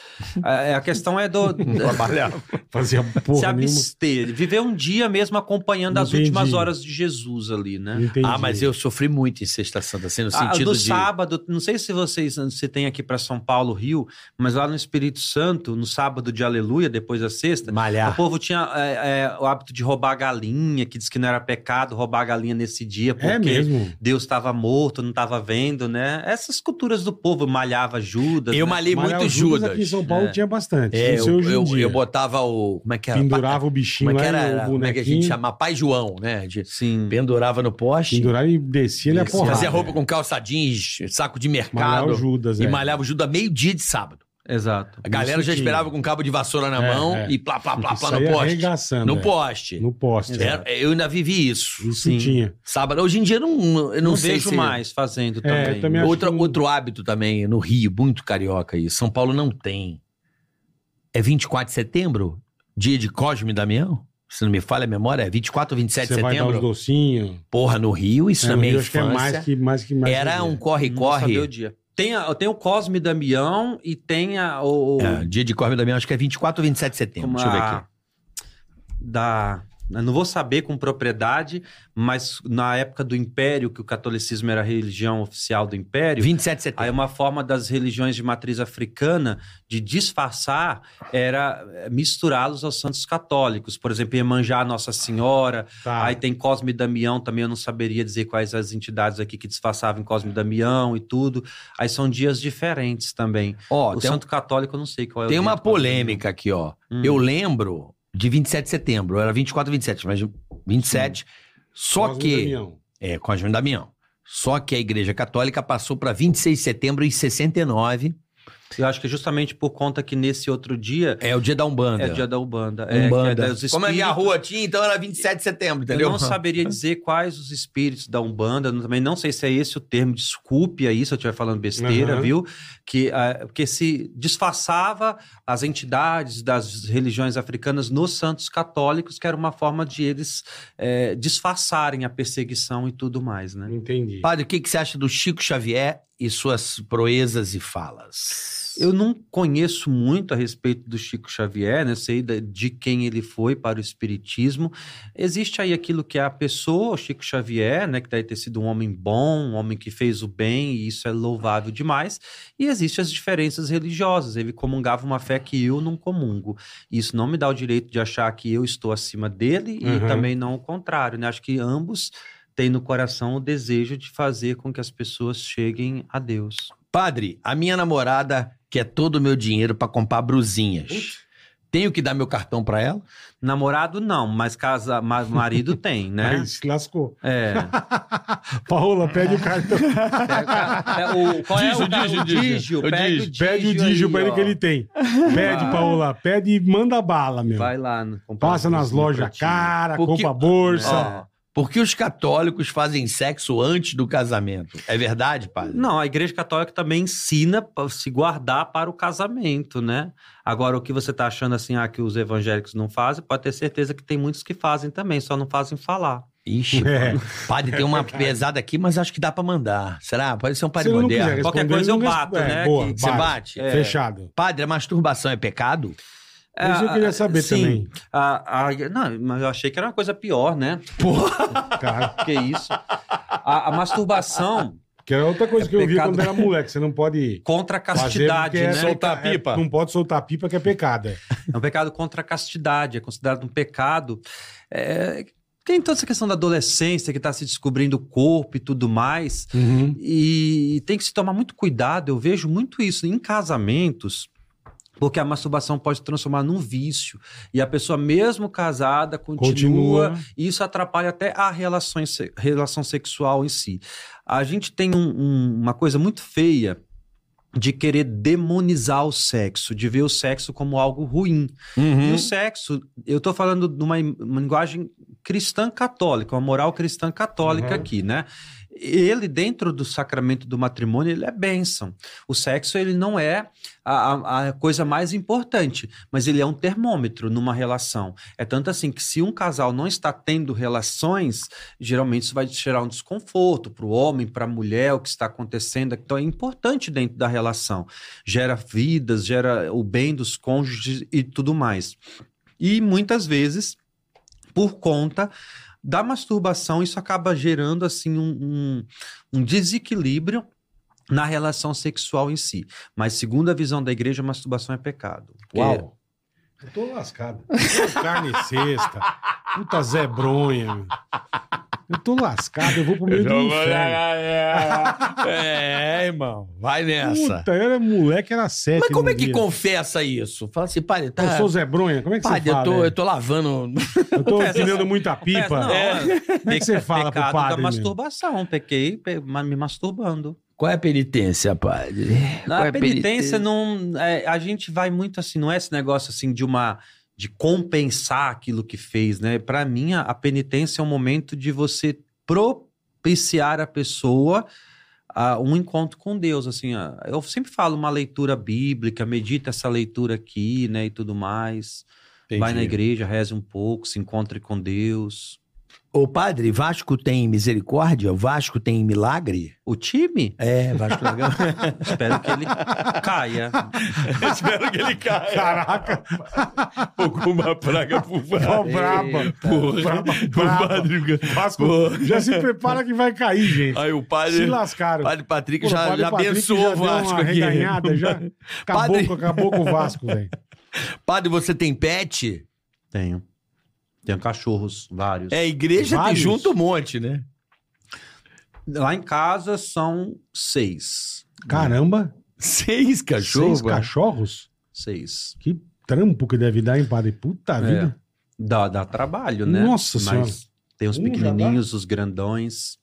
[SPEAKER 1] É, A questão é do,
[SPEAKER 4] Trabalhava.
[SPEAKER 3] Fazia
[SPEAKER 1] se
[SPEAKER 4] é
[SPEAKER 3] porra nenhuma.
[SPEAKER 1] abster, viver um dia mesmo acompanhando as
[SPEAKER 3] Entendi.
[SPEAKER 1] últimas horas de Jesus ali, né?
[SPEAKER 3] Entendi.
[SPEAKER 4] Ah, mas eu sofri muito em Sexta Santa, assim, no
[SPEAKER 1] Ah,
[SPEAKER 4] sentido
[SPEAKER 1] do
[SPEAKER 4] de.
[SPEAKER 1] sábado, não sei se vocês se tem aqui para São Paulo, Rio, mas lá no Espírito Santo, no sábado de Aleluia, depois da sexta, o
[SPEAKER 4] Malhar.
[SPEAKER 1] povo tinha é, é, tinha o hábito de roubar a galinha, que diz que não era pecado roubar a galinha nesse dia, porque
[SPEAKER 3] É mesmo.
[SPEAKER 1] Deus estava morto, não estava vendo, né? Essas culturas do povo malhava Judas.
[SPEAKER 4] Eu
[SPEAKER 1] né?
[SPEAKER 4] malhei
[SPEAKER 3] Mas
[SPEAKER 4] muito
[SPEAKER 3] o
[SPEAKER 4] Judas.
[SPEAKER 3] Aqui em São Paulo
[SPEAKER 1] É.
[SPEAKER 3] tinha bastante.
[SPEAKER 4] É,
[SPEAKER 3] não sei
[SPEAKER 4] eu,
[SPEAKER 3] hoje em
[SPEAKER 4] eu,
[SPEAKER 3] dia.
[SPEAKER 4] eu botava o. Como é que era?
[SPEAKER 3] Pendurava o
[SPEAKER 4] Como
[SPEAKER 3] bichinho
[SPEAKER 4] é que
[SPEAKER 3] lá,
[SPEAKER 4] era?
[SPEAKER 3] o
[SPEAKER 4] Como é que a gente
[SPEAKER 3] bonequinho.
[SPEAKER 4] chamava? Pai João, né? De-
[SPEAKER 1] Sim.
[SPEAKER 4] Pendurava no poste.
[SPEAKER 3] Pendurava e descia ele a
[SPEAKER 4] Isso,
[SPEAKER 3] porrada.
[SPEAKER 4] Fazia roupa com calça jeans, saco de
[SPEAKER 3] Malhava o
[SPEAKER 4] mercado.
[SPEAKER 3] Judas,
[SPEAKER 4] E
[SPEAKER 3] é.
[SPEAKER 4] malhava o Judas meio-dia de sábado.
[SPEAKER 1] Exato.
[SPEAKER 4] A galera
[SPEAKER 3] Isso
[SPEAKER 4] já
[SPEAKER 3] que-
[SPEAKER 4] esperava com cabo de vassoura na
[SPEAKER 3] É,
[SPEAKER 4] mão
[SPEAKER 3] é.
[SPEAKER 4] e plá, plá, plá, plá no
[SPEAKER 3] Saía
[SPEAKER 4] poste.
[SPEAKER 3] arregaçando,
[SPEAKER 4] No
[SPEAKER 3] é.
[SPEAKER 4] poste.
[SPEAKER 3] No poste. é.
[SPEAKER 4] Era- eu ainda vivi isso.
[SPEAKER 3] Isso
[SPEAKER 1] Sim.
[SPEAKER 3] tinha.
[SPEAKER 4] Sábado. Hoje em dia eu não, eu não
[SPEAKER 1] Não
[SPEAKER 4] sei
[SPEAKER 1] vejo
[SPEAKER 4] se-
[SPEAKER 1] mais fazendo
[SPEAKER 3] É,
[SPEAKER 1] também. né?
[SPEAKER 3] também acho
[SPEAKER 4] Outra,
[SPEAKER 3] que não-
[SPEAKER 4] Outro hábito também no Rio, muito carioca isso. São Paulo não tem. É 24 de setembro? Dia de Cosme e Damião? Se não me falha a memória, é 24 ou 27
[SPEAKER 3] Você
[SPEAKER 4] de
[SPEAKER 3] vai dar os
[SPEAKER 4] setembro?
[SPEAKER 3] docinhos.
[SPEAKER 4] Porra, no Rio, isso
[SPEAKER 3] É,
[SPEAKER 4] na
[SPEAKER 3] no
[SPEAKER 4] minha
[SPEAKER 3] Rio acho que é
[SPEAKER 4] infância.
[SPEAKER 3] mais que mais que mais. que-
[SPEAKER 4] era um
[SPEAKER 1] Não vou saber o
[SPEAKER 4] corre-corre.
[SPEAKER 1] dia. Tem, a- tem o Cosme Damião e tem a, o. o-
[SPEAKER 4] É, dia de Cosme e Damião, acho que é 24 ou 27 de setembro.
[SPEAKER 1] como
[SPEAKER 4] Deixa eu ver
[SPEAKER 1] a-
[SPEAKER 4] aqui.
[SPEAKER 1] Da. eu Não vou saber com propriedade, mas na época do Império, que o catolicismo era a religião oficial do Império,
[SPEAKER 4] 27 de setembro.
[SPEAKER 1] Aí uma forma das religiões de matriz africana de disfarçar era eh, misturá-los aos santos católicos. Por exemplo, Iemanjá Nossa Senhora,
[SPEAKER 3] Tá.
[SPEAKER 1] aí tem Cosme e Damião também, eu não saberia dizer quais as entidades aqui que disfarçavam em Cosme e Damião e tudo. Aí são dias diferentes também.
[SPEAKER 4] Ó,
[SPEAKER 1] o
[SPEAKER 4] tem, um-
[SPEAKER 1] santo católico eu não sei qual é o
[SPEAKER 4] tem
[SPEAKER 1] dia
[SPEAKER 4] uma
[SPEAKER 1] do Cosme e Damião.
[SPEAKER 4] polêmica aqui, ó.
[SPEAKER 1] Hum.
[SPEAKER 4] Eu lembro de 27 de setembro. Era 24 ou 27, mas 27. Só
[SPEAKER 3] Cosme
[SPEAKER 4] que.
[SPEAKER 3] e Damião.
[SPEAKER 4] É, Cosme e Damião. Só que a Igreja Católica passou para 26 de setembro de 69.
[SPEAKER 1] Eu acho que é justamente por conta que nesse outro dia
[SPEAKER 4] É o dia da Umbanda.
[SPEAKER 1] é dia da Ubanda. É, que é
[SPEAKER 4] Umbanda.
[SPEAKER 1] dos
[SPEAKER 4] Como a minha
[SPEAKER 1] espíritos-
[SPEAKER 4] rua tinha, então era 27 de setembro, entendeu?
[SPEAKER 1] Eu não saberia dizer quais os espíritos da Umbanda, não- também não sei se é esse o termo, desculpe aí se eu estiver falando besteira,
[SPEAKER 3] Aham.
[SPEAKER 1] viu? Que, ah, porque se disfarçava as entidades das religiões africanas nos santos católicos, que era uma forma de eles eh, disfarçarem a perseguição e tudo mais, né?
[SPEAKER 3] Entendi.
[SPEAKER 4] Padre, o que, que você acha do Chico Xavier e suas proezas e falas?
[SPEAKER 1] Eu não conheço muito a respeito do Chico Xavier, né? Sei da- de quem ele foi para o espiritismo. Existe aí aquilo que é a pessoa, o Chico Xavier, né? Que deve ter sido um homem bom, um homem que fez o bem, e isso é louvável demais. E existem as diferenças religiosas. Ele comungava uma fé que eu não comungo. Isso não me dá o direito de achar que eu estou acima dele e
[SPEAKER 3] Uhum.
[SPEAKER 1] também não o contrário, né? Acho que ambos têm no coração o desejo de fazer com que as pessoas cheguem a Deus.
[SPEAKER 4] Padre, a minha namorada quer todo o meu dinheiro para comprar brusinhas. Tenho que dar meu cartão para ela?
[SPEAKER 1] Namorado não, mas casa, ma- marido tem, né?
[SPEAKER 3] Aí se lascou.
[SPEAKER 1] É.
[SPEAKER 3] Paola, pede o
[SPEAKER 4] Ah.
[SPEAKER 3] cartão.
[SPEAKER 1] É, o, qual é
[SPEAKER 3] Digio,
[SPEAKER 1] o, cara?
[SPEAKER 3] digio,
[SPEAKER 1] o
[SPEAKER 3] digio.
[SPEAKER 1] Digio? Pega o Digio.
[SPEAKER 3] Pede o dígio
[SPEAKER 1] aí,
[SPEAKER 3] pra ele
[SPEAKER 1] ó.
[SPEAKER 3] que ele tem. Pede,
[SPEAKER 4] Ah.
[SPEAKER 1] Vai.
[SPEAKER 3] Paola. Pede e manda bala, meu.
[SPEAKER 1] Vai lá. no- comprar
[SPEAKER 3] Passa
[SPEAKER 1] um
[SPEAKER 3] nas
[SPEAKER 1] docinho pra
[SPEAKER 3] lojas
[SPEAKER 1] ti.
[SPEAKER 3] cara,
[SPEAKER 4] Porque-
[SPEAKER 3] compra bolsa.
[SPEAKER 1] É.
[SPEAKER 4] Por que os católicos fazem sexo antes do casamento? É verdade, padre?
[SPEAKER 1] Não, a Igreja Católica também ensina pra se guardar para o casamento, né? Agora, o que você tá achando assim, ah, que os evangélicos não fazem, pode ter certeza que tem muitos que fazem também, só não fazem falar.
[SPEAKER 4] Ixi,
[SPEAKER 3] É.
[SPEAKER 4] Padre, tem uma pesada aqui, mas acho que dá pra mandar. Será? Pode ser um
[SPEAKER 3] Se
[SPEAKER 4] padre
[SPEAKER 3] ele não
[SPEAKER 4] moderno.
[SPEAKER 3] quiser
[SPEAKER 1] Qualquer
[SPEAKER 3] responder,
[SPEAKER 1] coisa
[SPEAKER 3] ele
[SPEAKER 1] eu
[SPEAKER 3] não
[SPEAKER 1] bato,
[SPEAKER 3] responde.
[SPEAKER 1] né?
[SPEAKER 3] É, boa,
[SPEAKER 1] Que-
[SPEAKER 4] Você bate?
[SPEAKER 1] É.
[SPEAKER 3] Fechado.
[SPEAKER 4] Padre, a masturbação é pecado?
[SPEAKER 3] Isso eu
[SPEAKER 4] Ah,
[SPEAKER 3] queria saber
[SPEAKER 1] sim.
[SPEAKER 3] também.
[SPEAKER 1] A- a- não, mas eu achei que era uma coisa pior, né?
[SPEAKER 3] Cara,
[SPEAKER 1] Que isso. A- a masturbação
[SPEAKER 3] que era outra coisa que eu vi
[SPEAKER 4] É pecado.
[SPEAKER 3] quando era moleque. Você não pode
[SPEAKER 1] contra a
[SPEAKER 3] fazer
[SPEAKER 1] castidade,
[SPEAKER 3] porque é
[SPEAKER 1] né?
[SPEAKER 4] Soltar
[SPEAKER 3] é-
[SPEAKER 4] pipa.
[SPEAKER 3] não pode soltar pipa que é pecado. é.
[SPEAKER 1] É um pecado contra a castidade, é considerado um pecado. É, tem toda essa questão da adolescência que está se descobrindo o corpo e tudo mais.
[SPEAKER 6] Uhum.
[SPEAKER 1] E tem que se tomar muito cuidado. Eu vejo muito isso em casamentos. Porque a masturbação pode se transformar num vício. E a pessoa, mesmo casada, continua
[SPEAKER 3] Continua.
[SPEAKER 1] e isso atrapalha até a relação, se- relação sexual em si. A gente tem um- um- uma coisa muito feia de querer demonizar o sexo, de ver o sexo como algo ruim. E o sexo, eu tô falando de uma, im- uma linguagem cristã católica, uma moral cristã católica
[SPEAKER 3] Uhum.
[SPEAKER 1] aqui, né? Ele, dentro do sacramento do matrimônio, ele é bênção. O sexo, ele não é a, a- a coisa mais importante, mas ele é um termômetro numa relação. É tanto assim que se um casal não está tendo relações, geralmente isso vai gerar um desconforto para o homem, para a mulher, o que está acontecendo. Então é importante dentro da relação. Gera vidas, gera o bem dos cônjuges e tudo mais. E muitas vezes, por conta da masturbação, isso acaba gerando assim um, um- um desequilíbrio na relação sexual em si. Mas segundo a visão da igreja, a masturbação é pecado.
[SPEAKER 4] Uau.
[SPEAKER 3] Eu tô lascado. Carne sexta. Puta zebronha. meu. Eu tô lascado, eu vou pro meio do inferno.
[SPEAKER 6] é, irmão. Vai nessa.
[SPEAKER 3] Puta, eu era moleque, era sete.
[SPEAKER 6] Mas como
[SPEAKER 3] no
[SPEAKER 6] é que
[SPEAKER 3] dia.
[SPEAKER 6] confessa isso? Fala assim, padre, tá.
[SPEAKER 3] Eu sou zebronha? Como é que
[SPEAKER 6] Padre,
[SPEAKER 3] você
[SPEAKER 6] eu
[SPEAKER 3] fala?
[SPEAKER 6] tô,
[SPEAKER 3] é?
[SPEAKER 6] eu tô lavando.
[SPEAKER 3] Eu tô tirando muita pipa.
[SPEAKER 1] Não,
[SPEAKER 3] Como é que você fala pro
[SPEAKER 1] pecado
[SPEAKER 3] padre?
[SPEAKER 1] da
[SPEAKER 3] meu?
[SPEAKER 1] masturbação. Pequei pe- ma- me masturbando.
[SPEAKER 6] Qual é a penitência, padre? Qual
[SPEAKER 1] Na
[SPEAKER 6] é
[SPEAKER 1] penitência, não, é, a gente vai muito assim, não é esse negócio assim de uma. de compensar aquilo que fez, né? Pra mim, a, a penitência é um momento de você propiciar a pessoa a um encontro com Deus. Assim, a- eu sempre falo uma leitura bíblica, medita essa leitura aqui, né? E tudo mais. Vai na igreja, reze um pouco, se encontre com Deus.
[SPEAKER 6] Ô, padre, Vasco tem misericórdia? Vasco tem milagre?
[SPEAKER 1] O time?
[SPEAKER 6] É, Vasco da Gama.
[SPEAKER 1] Espero que ele caia.
[SPEAKER 5] Espero que ele caia.
[SPEAKER 3] Caraca,
[SPEAKER 5] Alguma praga pro
[SPEAKER 3] ó,
[SPEAKER 5] padre.
[SPEAKER 3] braba.
[SPEAKER 5] Porra,
[SPEAKER 3] Braba,
[SPEAKER 5] O
[SPEAKER 3] braba.
[SPEAKER 5] padre...
[SPEAKER 3] Vasco, já se prepara que vai cair, gente.
[SPEAKER 6] Aí o
[SPEAKER 3] Se
[SPEAKER 6] padre.
[SPEAKER 3] lascaram.
[SPEAKER 6] Padre Patrick
[SPEAKER 3] Pô,
[SPEAKER 6] já,
[SPEAKER 3] padre
[SPEAKER 6] já
[SPEAKER 3] Patrick
[SPEAKER 6] abençoou o
[SPEAKER 3] já deu
[SPEAKER 6] Vasco
[SPEAKER 3] uma
[SPEAKER 6] aqui.
[SPEAKER 3] reganhada, já acabou,
[SPEAKER 6] Padre-
[SPEAKER 3] com, acabou com o Vasco, velho.
[SPEAKER 6] Padre, você tem pet?
[SPEAKER 1] Tenho. Tenho cachorros, vários.
[SPEAKER 6] É, a igreja
[SPEAKER 3] Vários.
[SPEAKER 6] tem junto um monte, né?
[SPEAKER 1] Lá em casa são seis.
[SPEAKER 3] Caramba,
[SPEAKER 6] Seis cachorros.
[SPEAKER 3] seis cachorros?
[SPEAKER 1] Seis.
[SPEAKER 3] Que trampo que deve dar, hein, padre? Puta vida.
[SPEAKER 1] Dá, dá trabalho, É, né?
[SPEAKER 3] Nossa Senhora.
[SPEAKER 1] tem os
[SPEAKER 3] Um já
[SPEAKER 1] pequenininhos, os grandões.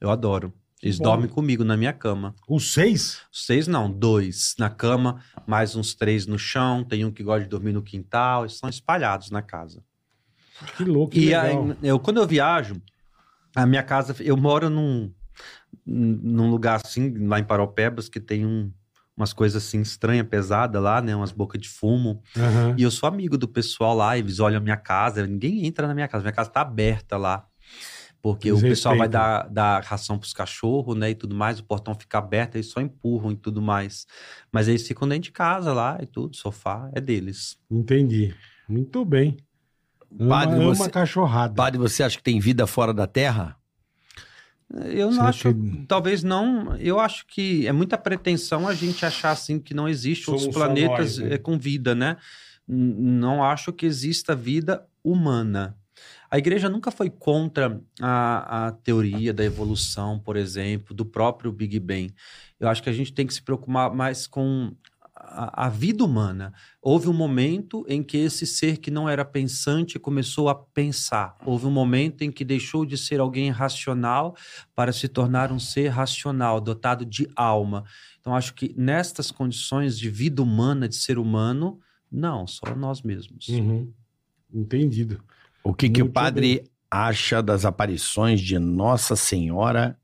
[SPEAKER 1] Eu adoro. Eles
[SPEAKER 3] bom.
[SPEAKER 1] dormem comigo na minha cama.
[SPEAKER 3] Os seis?
[SPEAKER 1] Seis não, dois na cama, mais uns três no chão. Tem um que gosta de dormir no quintal. Eles são espalhados na casa.
[SPEAKER 3] Que louco, que
[SPEAKER 1] E aí, né?
[SPEAKER 3] legal.
[SPEAKER 1] eu, quando eu viajo, a minha casa, eu moro num, num lugar assim, lá em Paropebas, que tem um- umas coisas assim estranhas, pesadas lá, né? Umas bocas de fumo.
[SPEAKER 3] Aham.
[SPEAKER 1] E eu sou amigo do pessoal lá, eles olham a minha casa, ninguém entra na minha casa, minha casa tá aberta lá. Porque
[SPEAKER 3] Eles
[SPEAKER 1] o pessoal vai
[SPEAKER 3] respeitam.
[SPEAKER 1] dar, dar ração pros cachorros, né? E tudo mais, o portão fica aberto, eles só empurram e tudo mais. Mas eles ficam dentro de casa lá e tudo, sofá é deles.
[SPEAKER 3] Entendi. Muito bem. Ama,
[SPEAKER 6] Padre,
[SPEAKER 3] ama
[SPEAKER 6] você-
[SPEAKER 3] cachorrada.
[SPEAKER 6] Padre, você acha que tem vida fora da terra?
[SPEAKER 1] Eu não
[SPEAKER 3] Será
[SPEAKER 1] acho,
[SPEAKER 3] que-
[SPEAKER 1] talvez não. Eu acho que é muita pretensão a gente achar assim que não existe
[SPEAKER 3] Somos
[SPEAKER 1] outros
[SPEAKER 3] só
[SPEAKER 1] planetas
[SPEAKER 3] nós, né?
[SPEAKER 1] eh, com vida, né? N- Não acho que exista vida humana. A igreja nunca foi contra a, a teoria da evolução, por exemplo, do próprio Big Bang. Eu acho que a gente tem que se preocupar mais com a, a vida humana. Houve um momento em que esse ser que não era pensante começou a pensar. Houve um momento em que deixou de ser alguém racional para se tornar um ser racional, dotado de alma. Então, acho que nestas condições de vida humana, de ser humano, não, só nós mesmos.
[SPEAKER 3] Uhum. Entendido.
[SPEAKER 6] O que, que o
[SPEAKER 3] Muito
[SPEAKER 6] padre acha das aparições de Nossa Senhora,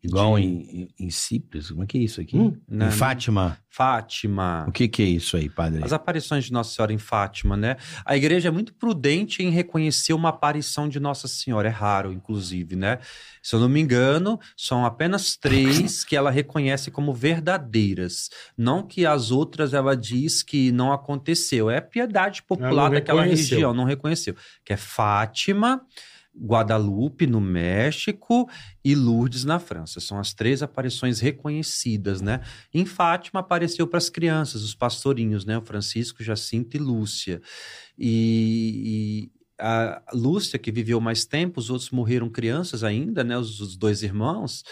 [SPEAKER 6] igual em, em, em Cipres? Como é que é isso aqui?
[SPEAKER 3] Hum,
[SPEAKER 6] em
[SPEAKER 1] né?
[SPEAKER 6] Fátima?
[SPEAKER 1] Fátima.
[SPEAKER 6] O que, que é isso aí, padre?
[SPEAKER 1] As aparições de Nossa Senhora em Fátima, né? A igreja é muito prudente em reconhecer uma aparição de Nossa Senhora, é raro, inclusive, né? Se eu não me engano, são apenas três que ela reconhece como verdadeiras. Não que as outras ela diz que não aconteceu. É a piedade
[SPEAKER 3] Ela
[SPEAKER 1] popular
[SPEAKER 3] não
[SPEAKER 1] daquela
[SPEAKER 3] reconheceu.
[SPEAKER 1] região, não reconheceu. Que é Fátima. Guadalupe, no México, e Lourdes, na França. São as três aparições reconhecidas, né? Em Fátima apareceu para as crianças, os pastorinhos, né? O Francisco, Jacinto e Lúcia. E, e a Lúcia, que viveu mais tempo, os outros morreram crianças ainda, né? Os, os dois irmãos.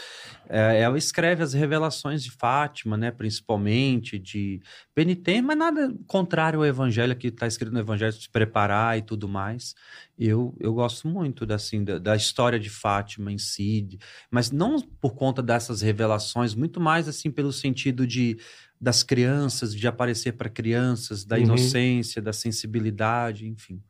[SPEAKER 1] É, ela escreve as revelações de Fátima, né? Principalmente de penitência, mas nada contrário ao evangelho que está escrito no evangelho, se preparar e tudo mais. Eu, eu gosto muito da, assim, da, da história de Fátima em si, de- mas não por conta dessas revelações, muito mais assim pelo sentido de das crianças, de aparecer para crianças, da
[SPEAKER 3] Uhum.
[SPEAKER 1] inocência, da sensibilidade, enfim.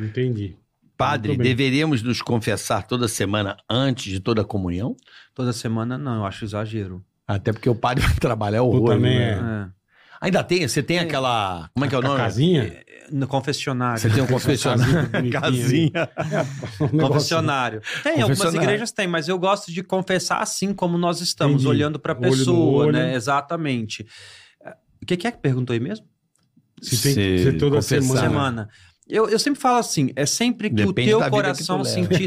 [SPEAKER 3] Entendi.
[SPEAKER 6] Padre,
[SPEAKER 3] Muito bem.
[SPEAKER 6] deveríamos nos confessar toda semana antes de toda a comunhão?
[SPEAKER 1] Toda semana não, eu acho exagero.
[SPEAKER 6] Até porque o padre vai trabalhar
[SPEAKER 3] Eu
[SPEAKER 6] horror.
[SPEAKER 3] também
[SPEAKER 6] né?
[SPEAKER 3] é.
[SPEAKER 1] É.
[SPEAKER 6] Ainda tem, você tem aquela. Como é que é o nome?
[SPEAKER 3] Casinha?
[SPEAKER 1] No confessionário.
[SPEAKER 6] Você tem um confessionário.
[SPEAKER 3] Casinha.
[SPEAKER 1] né?
[SPEAKER 3] né? Um
[SPEAKER 1] Confessionário. Tem, algumas
[SPEAKER 6] Confessionário.
[SPEAKER 1] igrejas tem, mas eu gosto de confessar assim como nós estamos,
[SPEAKER 3] Entendi.
[SPEAKER 1] olhando para a
[SPEAKER 3] Olho no
[SPEAKER 1] pessoa,
[SPEAKER 3] olho.
[SPEAKER 1] né? Exatamente. O que, que é que perguntou aí mesmo?
[SPEAKER 3] Se tem
[SPEAKER 6] Se
[SPEAKER 3] se toda
[SPEAKER 6] confessar,
[SPEAKER 3] semana.
[SPEAKER 1] semana. Eu, eu sempre falo assim, é sempre que
[SPEAKER 4] Depende da
[SPEAKER 1] o teu
[SPEAKER 4] vida que
[SPEAKER 1] coração
[SPEAKER 4] tu leva.
[SPEAKER 1] sentir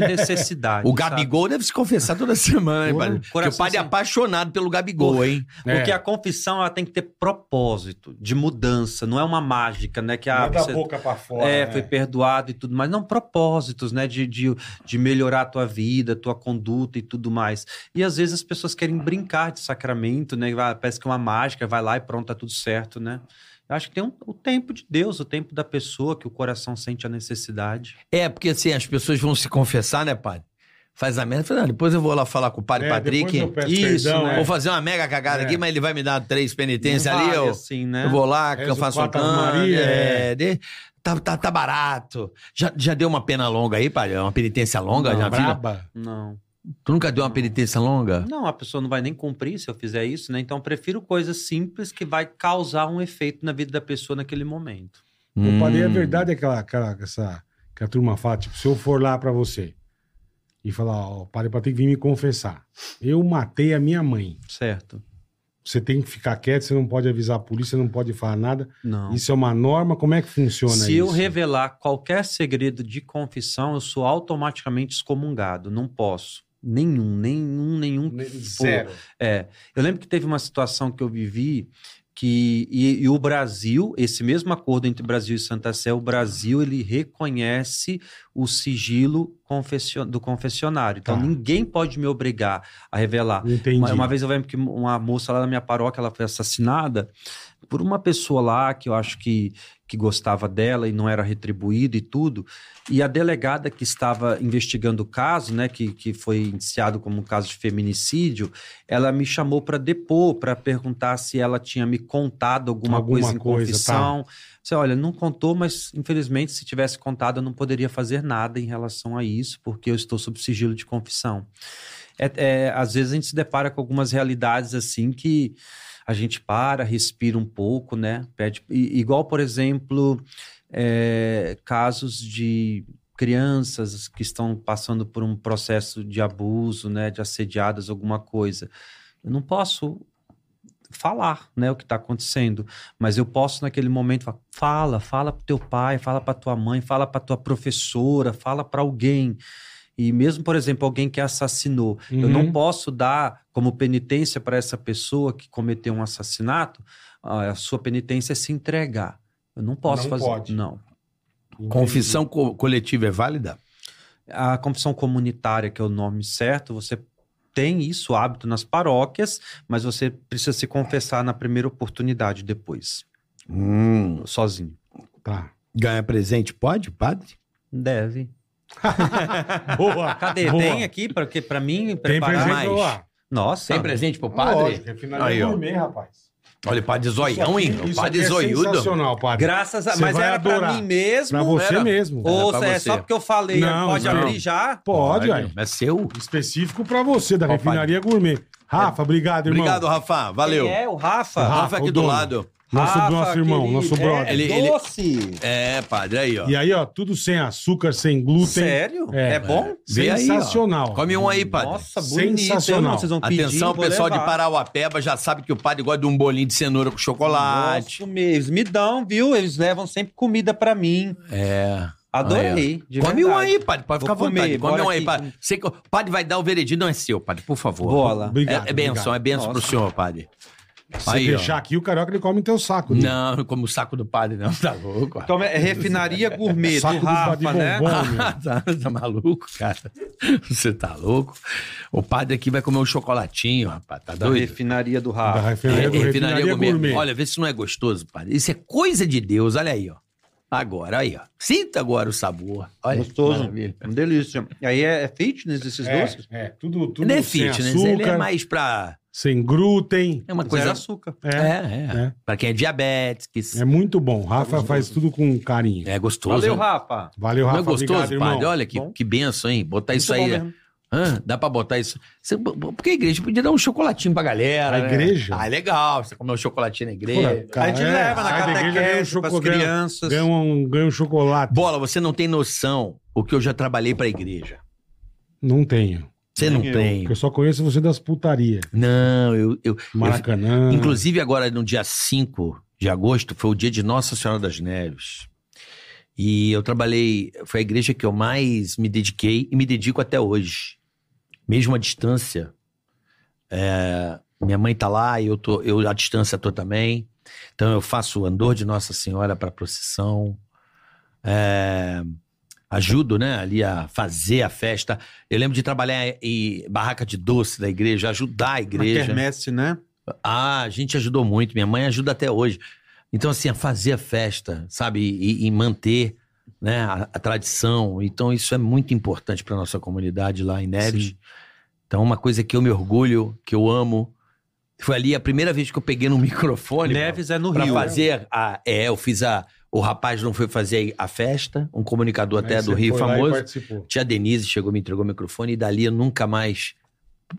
[SPEAKER 1] necessidade.
[SPEAKER 4] O
[SPEAKER 1] sabe?
[SPEAKER 4] Gabigol deve se confessar toda semana, né,
[SPEAKER 3] Porra,
[SPEAKER 4] padre? Porque o
[SPEAKER 1] coração
[SPEAKER 4] padre é
[SPEAKER 1] sem-
[SPEAKER 4] apaixonado pelo Gabigol, hein?
[SPEAKER 3] assim.
[SPEAKER 1] Porque
[SPEAKER 3] É.
[SPEAKER 1] a confissão ela tem que ter propósito de mudança, não é uma mágica, né? Que ah,
[SPEAKER 3] Não é da
[SPEAKER 1] você
[SPEAKER 3] boca pra fora.
[SPEAKER 1] é,
[SPEAKER 3] né?
[SPEAKER 1] foi perdoado e tudo mais. Não, propósitos, né? De, de, de melhorar a tua vida, a tua conduta e tudo mais. E às vezes as pessoas querem brincar de sacramento, né? vai- Parece que é uma mágica, vai lá e pronto, tá tudo certo, né? Eu acho que tem um- o tempo de Deus, o tempo da pessoa que o coração sente a necessidade.
[SPEAKER 4] É, porque assim, as pessoas vão se confessar, né, padre? Faz a merda, fala, "Não, depois eu vou lá falar com o padre
[SPEAKER 3] É,
[SPEAKER 4] Patrick,
[SPEAKER 3] depois eu peço
[SPEAKER 1] Isso,
[SPEAKER 3] perdão,
[SPEAKER 1] né?
[SPEAKER 3] é.
[SPEAKER 4] vou fazer uma mega cagada
[SPEAKER 3] É.
[SPEAKER 4] aqui, mas ele vai me dar três penitências
[SPEAKER 1] Não
[SPEAKER 4] ali,
[SPEAKER 1] vale
[SPEAKER 4] eu,
[SPEAKER 1] assim, né?
[SPEAKER 4] eu vou lá, que
[SPEAKER 3] Reza
[SPEAKER 4] eu faço
[SPEAKER 3] o
[SPEAKER 4] um
[SPEAKER 3] É, Quatro
[SPEAKER 4] canto,
[SPEAKER 3] Maria,
[SPEAKER 4] é, de- tá, tá, tá barato. Já, já deu uma pena longa aí, padre? Uma penitência longa
[SPEAKER 3] Não,
[SPEAKER 4] na vida?
[SPEAKER 3] braba.
[SPEAKER 1] Não.
[SPEAKER 4] Tu nunca deu uma penitência longa?
[SPEAKER 1] Não, a pessoa não vai nem cumprir se eu fizer isso, né? Então eu prefiro coisas simples que vai causar um efeito na vida da pessoa naquele momento.
[SPEAKER 3] O padre, a
[SPEAKER 4] Hum.
[SPEAKER 3] verdade é aquela, aquela essa, que a turma fala, tipo, se eu for lá pra você e falar, ó, o padre Patrick vir me confessar, eu matei a minha mãe.
[SPEAKER 1] Certo?
[SPEAKER 3] Você tem que ficar quieto, você não pode avisar a polícia, não pode falar nada.
[SPEAKER 1] Não.
[SPEAKER 3] Isso é uma norma, como é que funciona isso?
[SPEAKER 1] Se eu revelar qualquer segredo de confissão, eu sou automaticamente excomungado. Não posso. Nenhum, nenhum, nenhum. que for.
[SPEAKER 3] Né, Zero.
[SPEAKER 1] É. Eu lembro que teve uma situação que eu vivi que. E, e o Brasil, esse mesmo acordo entre Brasil e Santa Sé, o Brasil ele reconhece o sigilo confessio- do confessionário. Então
[SPEAKER 3] Tá.
[SPEAKER 1] ninguém pode me obrigar a revelar.
[SPEAKER 3] Entendi.
[SPEAKER 1] Uma, uma vez eu lembro que uma moça lá na minha paróquia, ela foi assassinada por uma pessoa lá que eu acho que, que gostava dela e não era retribuída e tudo. E a delegada que estava investigando o caso, né, que, que foi iniciado como um caso de feminicídio, ela me chamou para depor, para perguntar se ela tinha me contado alguma,
[SPEAKER 3] Alguma
[SPEAKER 1] coisa em
[SPEAKER 3] coisa, tá.
[SPEAKER 1] confissão. Disse, olha, não contou, mas infelizmente se tivesse contado eu não poderia fazer nada em relação a isso, porque eu estou sob sigilo de confissão. É, é, às vezes a gente se depara com algumas realidades assim que a gente para, respira um pouco, né? Pede, i- igual, por exemplo, é, casos de crianças que estão passando por um processo de abuso, né? De assediadas, alguma coisa. Eu não posso falar, né, o que está acontecendo, mas eu posso naquele momento falar, fala, fala pro teu pai, fala pra tua mãe, fala pra tua professora, fala pra alguém. E mesmo, por exemplo, alguém que assassinou, eu
[SPEAKER 3] Uhum.
[SPEAKER 1] não posso dar como penitência para essa pessoa que cometeu um assassinato, a a sua penitência é se entregar. Eu não posso
[SPEAKER 3] Não
[SPEAKER 1] fazer,
[SPEAKER 3] pode.
[SPEAKER 1] não.
[SPEAKER 3] Entendi.
[SPEAKER 4] Confissão co- coletiva é válida?
[SPEAKER 1] A confissão comunitária, que é o nome certo, você tem isso hábito nas paróquias, mas você precisa se confessar na primeira oportunidade depois,
[SPEAKER 4] Hum.
[SPEAKER 1] sozinho.
[SPEAKER 3] Tá.
[SPEAKER 4] Ganhar presente pode, padre?
[SPEAKER 1] Deve.
[SPEAKER 3] Boa.
[SPEAKER 1] Cadê?
[SPEAKER 3] boa.
[SPEAKER 1] Tem aqui para que para mim
[SPEAKER 3] Tem
[SPEAKER 1] preparar
[SPEAKER 3] presente
[SPEAKER 1] mais.
[SPEAKER 3] lá.
[SPEAKER 1] Nossa.
[SPEAKER 4] Tem presente pro padre?
[SPEAKER 3] Lógico, é finalidade
[SPEAKER 4] Aí, ó.
[SPEAKER 3] gourmet, rapaz.
[SPEAKER 4] Olha, o padre zoião, hein? O
[SPEAKER 3] Isso
[SPEAKER 4] padre
[SPEAKER 3] aqui é
[SPEAKER 4] zoiudo.
[SPEAKER 3] sensacional, padre.
[SPEAKER 1] Graças a
[SPEAKER 3] Você
[SPEAKER 1] mas
[SPEAKER 3] vai
[SPEAKER 1] era para
[SPEAKER 3] adorar.
[SPEAKER 1] mim mesmo.
[SPEAKER 3] Pra você
[SPEAKER 1] era...
[SPEAKER 3] mesmo.
[SPEAKER 1] Ou
[SPEAKER 4] Era pra
[SPEAKER 1] é
[SPEAKER 4] você.
[SPEAKER 1] só porque eu falei,
[SPEAKER 3] Não,
[SPEAKER 1] pode
[SPEAKER 3] não.
[SPEAKER 1] abrir já?
[SPEAKER 3] Pode, velho.
[SPEAKER 4] É seu?
[SPEAKER 3] Específico pra você, da
[SPEAKER 4] Ó,
[SPEAKER 3] Refinaria Gourmet. Rafa, obrigado, irmão.
[SPEAKER 4] Obrigado, Rafa. Valeu.
[SPEAKER 1] Quem é o Rafa?
[SPEAKER 4] Rafa,
[SPEAKER 3] Rafa,
[SPEAKER 4] aqui
[SPEAKER 3] Ah, o
[SPEAKER 4] do
[SPEAKER 3] dono.
[SPEAKER 4] lado.
[SPEAKER 3] Nosso,
[SPEAKER 1] Rafa,
[SPEAKER 3] nosso irmão,
[SPEAKER 1] querido.
[SPEAKER 3] nosso brother.
[SPEAKER 1] É,
[SPEAKER 4] Ele- ele-
[SPEAKER 1] doce.
[SPEAKER 4] É, padre, aí, ó.
[SPEAKER 3] E aí, ó, tudo sem açúcar, sem glúten.
[SPEAKER 1] Sério?
[SPEAKER 3] É.
[SPEAKER 1] É, bom?
[SPEAKER 4] Vê aí, ó.
[SPEAKER 3] Sensacional.
[SPEAKER 4] Come um aí, padre.
[SPEAKER 1] Nossa, bonito.
[SPEAKER 3] Sensacional.
[SPEAKER 1] hein? Vocês vão pedir,
[SPEAKER 4] Atenção,
[SPEAKER 1] vou
[SPEAKER 4] pessoal
[SPEAKER 1] levar.
[SPEAKER 4] de Parauapeba já sabe que o padre gosta de um bolinho de cenoura com chocolate.
[SPEAKER 1] Gosto mesmo. Eles me dão, viu? Eles levam sempre comida pra mim.
[SPEAKER 4] É.
[SPEAKER 1] Adorei. de
[SPEAKER 4] Come um
[SPEAKER 1] verdade.
[SPEAKER 4] aí, padre. Pode
[SPEAKER 1] Vou
[SPEAKER 4] ficar à vontade.
[SPEAKER 1] comer,
[SPEAKER 4] Come
[SPEAKER 1] bora
[SPEAKER 4] um aí,
[SPEAKER 1] aqui.
[SPEAKER 4] padre. Sei que o padre vai dar o veredito, não é seu, padre, por favor.
[SPEAKER 1] Bola.
[SPEAKER 3] Obrigado.
[SPEAKER 4] é, é benção, é
[SPEAKER 3] obrigado.
[SPEAKER 4] benção pro
[SPEAKER 1] Nossa.
[SPEAKER 4] senhor, padre.
[SPEAKER 3] Se
[SPEAKER 4] Aí, ó.
[SPEAKER 3] deixar aqui, o carioca ele come teu saco. né?
[SPEAKER 4] Não, não como o saco do padre, não. Tá louco.
[SPEAKER 1] Então, é refinaria gourmet
[SPEAKER 3] Saco
[SPEAKER 1] do
[SPEAKER 3] do
[SPEAKER 1] Rafa,
[SPEAKER 3] Badi
[SPEAKER 1] né?
[SPEAKER 3] Bombom.
[SPEAKER 4] tá, tá maluco, cara? Você tá louco? O padre aqui vai comer um chocolatinho, rapaz. Tá
[SPEAKER 1] Da
[SPEAKER 4] doido?
[SPEAKER 1] refinaria do
[SPEAKER 3] Da
[SPEAKER 1] Rafa.
[SPEAKER 4] É,
[SPEAKER 3] refinaria,
[SPEAKER 4] refinaria
[SPEAKER 3] refinaria
[SPEAKER 4] gourmet.
[SPEAKER 3] gourmet.
[SPEAKER 4] Olha, vê se não é gostoso, padre. Isso é coisa de Deus, olha aí, ó. Agora, aí, ó. Sinta agora o sabor. Olha,
[SPEAKER 1] Gostoso.
[SPEAKER 4] maravilha.
[SPEAKER 1] Uma delícia. E aí é, é fitness esses
[SPEAKER 3] é,
[SPEAKER 1] doces?
[SPEAKER 3] é, tudo, tudo
[SPEAKER 4] Ele é
[SPEAKER 3] sem
[SPEAKER 4] fitness,
[SPEAKER 3] açúcar,
[SPEAKER 4] ele é mais pra.
[SPEAKER 3] sem glúten.
[SPEAKER 4] É uma
[SPEAKER 1] Zero
[SPEAKER 4] coisa.
[SPEAKER 1] açúcar.
[SPEAKER 4] É,
[SPEAKER 3] É,
[SPEAKER 4] é.
[SPEAKER 3] É.
[SPEAKER 4] Pra quem é diabético.
[SPEAKER 3] é muito bom. Rafa
[SPEAKER 1] gostoso.
[SPEAKER 3] faz tudo com carinho.
[SPEAKER 4] É, gostoso.
[SPEAKER 1] Valeu,
[SPEAKER 4] né?
[SPEAKER 1] Rafa.
[SPEAKER 3] Valeu,
[SPEAKER 4] Não
[SPEAKER 3] Rafa.
[SPEAKER 4] é gostoso,
[SPEAKER 3] obrigado, irmão.
[SPEAKER 4] padre? Olha que,
[SPEAKER 1] Bom.
[SPEAKER 4] que benção, hein? Botar isso
[SPEAKER 1] Muito
[SPEAKER 4] aí. é.
[SPEAKER 1] bom mesmo.
[SPEAKER 4] Hã? dá pra botar isso. Você- porque a igreja podia dar um chocolatinho pra galera.
[SPEAKER 3] A
[SPEAKER 4] né?
[SPEAKER 3] igreja?
[SPEAKER 4] Ah, legal. Você comeu um chocolatinho na igreja.
[SPEAKER 3] Porra, cara,
[SPEAKER 1] a gente
[SPEAKER 3] é,
[SPEAKER 1] leva na
[SPEAKER 3] sai da igreja, ganha um
[SPEAKER 1] catequese pras
[SPEAKER 3] choco- ganha-
[SPEAKER 1] crianças.
[SPEAKER 3] Ganha um, ganha um chocolate.
[SPEAKER 4] Bola, você não tem noção o que eu já trabalhei pra igreja.
[SPEAKER 3] Não tenho.
[SPEAKER 4] Você não
[SPEAKER 1] Nem eu.
[SPEAKER 4] tem.
[SPEAKER 3] Porque eu só conheço você das putaria.
[SPEAKER 4] Não, eu. eu-
[SPEAKER 3] Maracanã.
[SPEAKER 4] Inclusive, agora no dia 5 de agosto, foi o dia de Nossa Senhora das Neves. E eu trabalhei, foi a igreja que eu mais me dediquei e me dedico até hoje. Mesmo à distância. É, minha mãe tá lá, eu tô, eu à distância tô também. Então eu faço o andor de Nossa Senhora para procissão. É, ajudo, né, ali a fazer a festa. Eu lembro de trabalhar em barraca de doce da igreja, ajudar a
[SPEAKER 1] Na
[SPEAKER 4] igreja.
[SPEAKER 1] quermesse, né?
[SPEAKER 4] Ah, a gente ajudou muito. Minha mãe ajuda até hoje. Então, assim, a fazer a festa, sabe? E, e manter né, a, a tradição. Então, isso é muito importante para nossa comunidade lá em Neves. Então, uma coisa que eu me orgulho, que eu amo. Foi ali a primeira vez que eu peguei no microfone.
[SPEAKER 1] Neves é no
[SPEAKER 4] Pra
[SPEAKER 3] né?
[SPEAKER 1] Rio.
[SPEAKER 4] fazer a. É, eu fiz a. O rapaz não foi fazer a festa, um comunicador até
[SPEAKER 3] Aí
[SPEAKER 4] do
[SPEAKER 3] você
[SPEAKER 4] Rio
[SPEAKER 3] foi lá e
[SPEAKER 4] famoso.
[SPEAKER 3] participou.
[SPEAKER 4] Tia Denise chegou, me entregou o microfone e dali eu nunca mais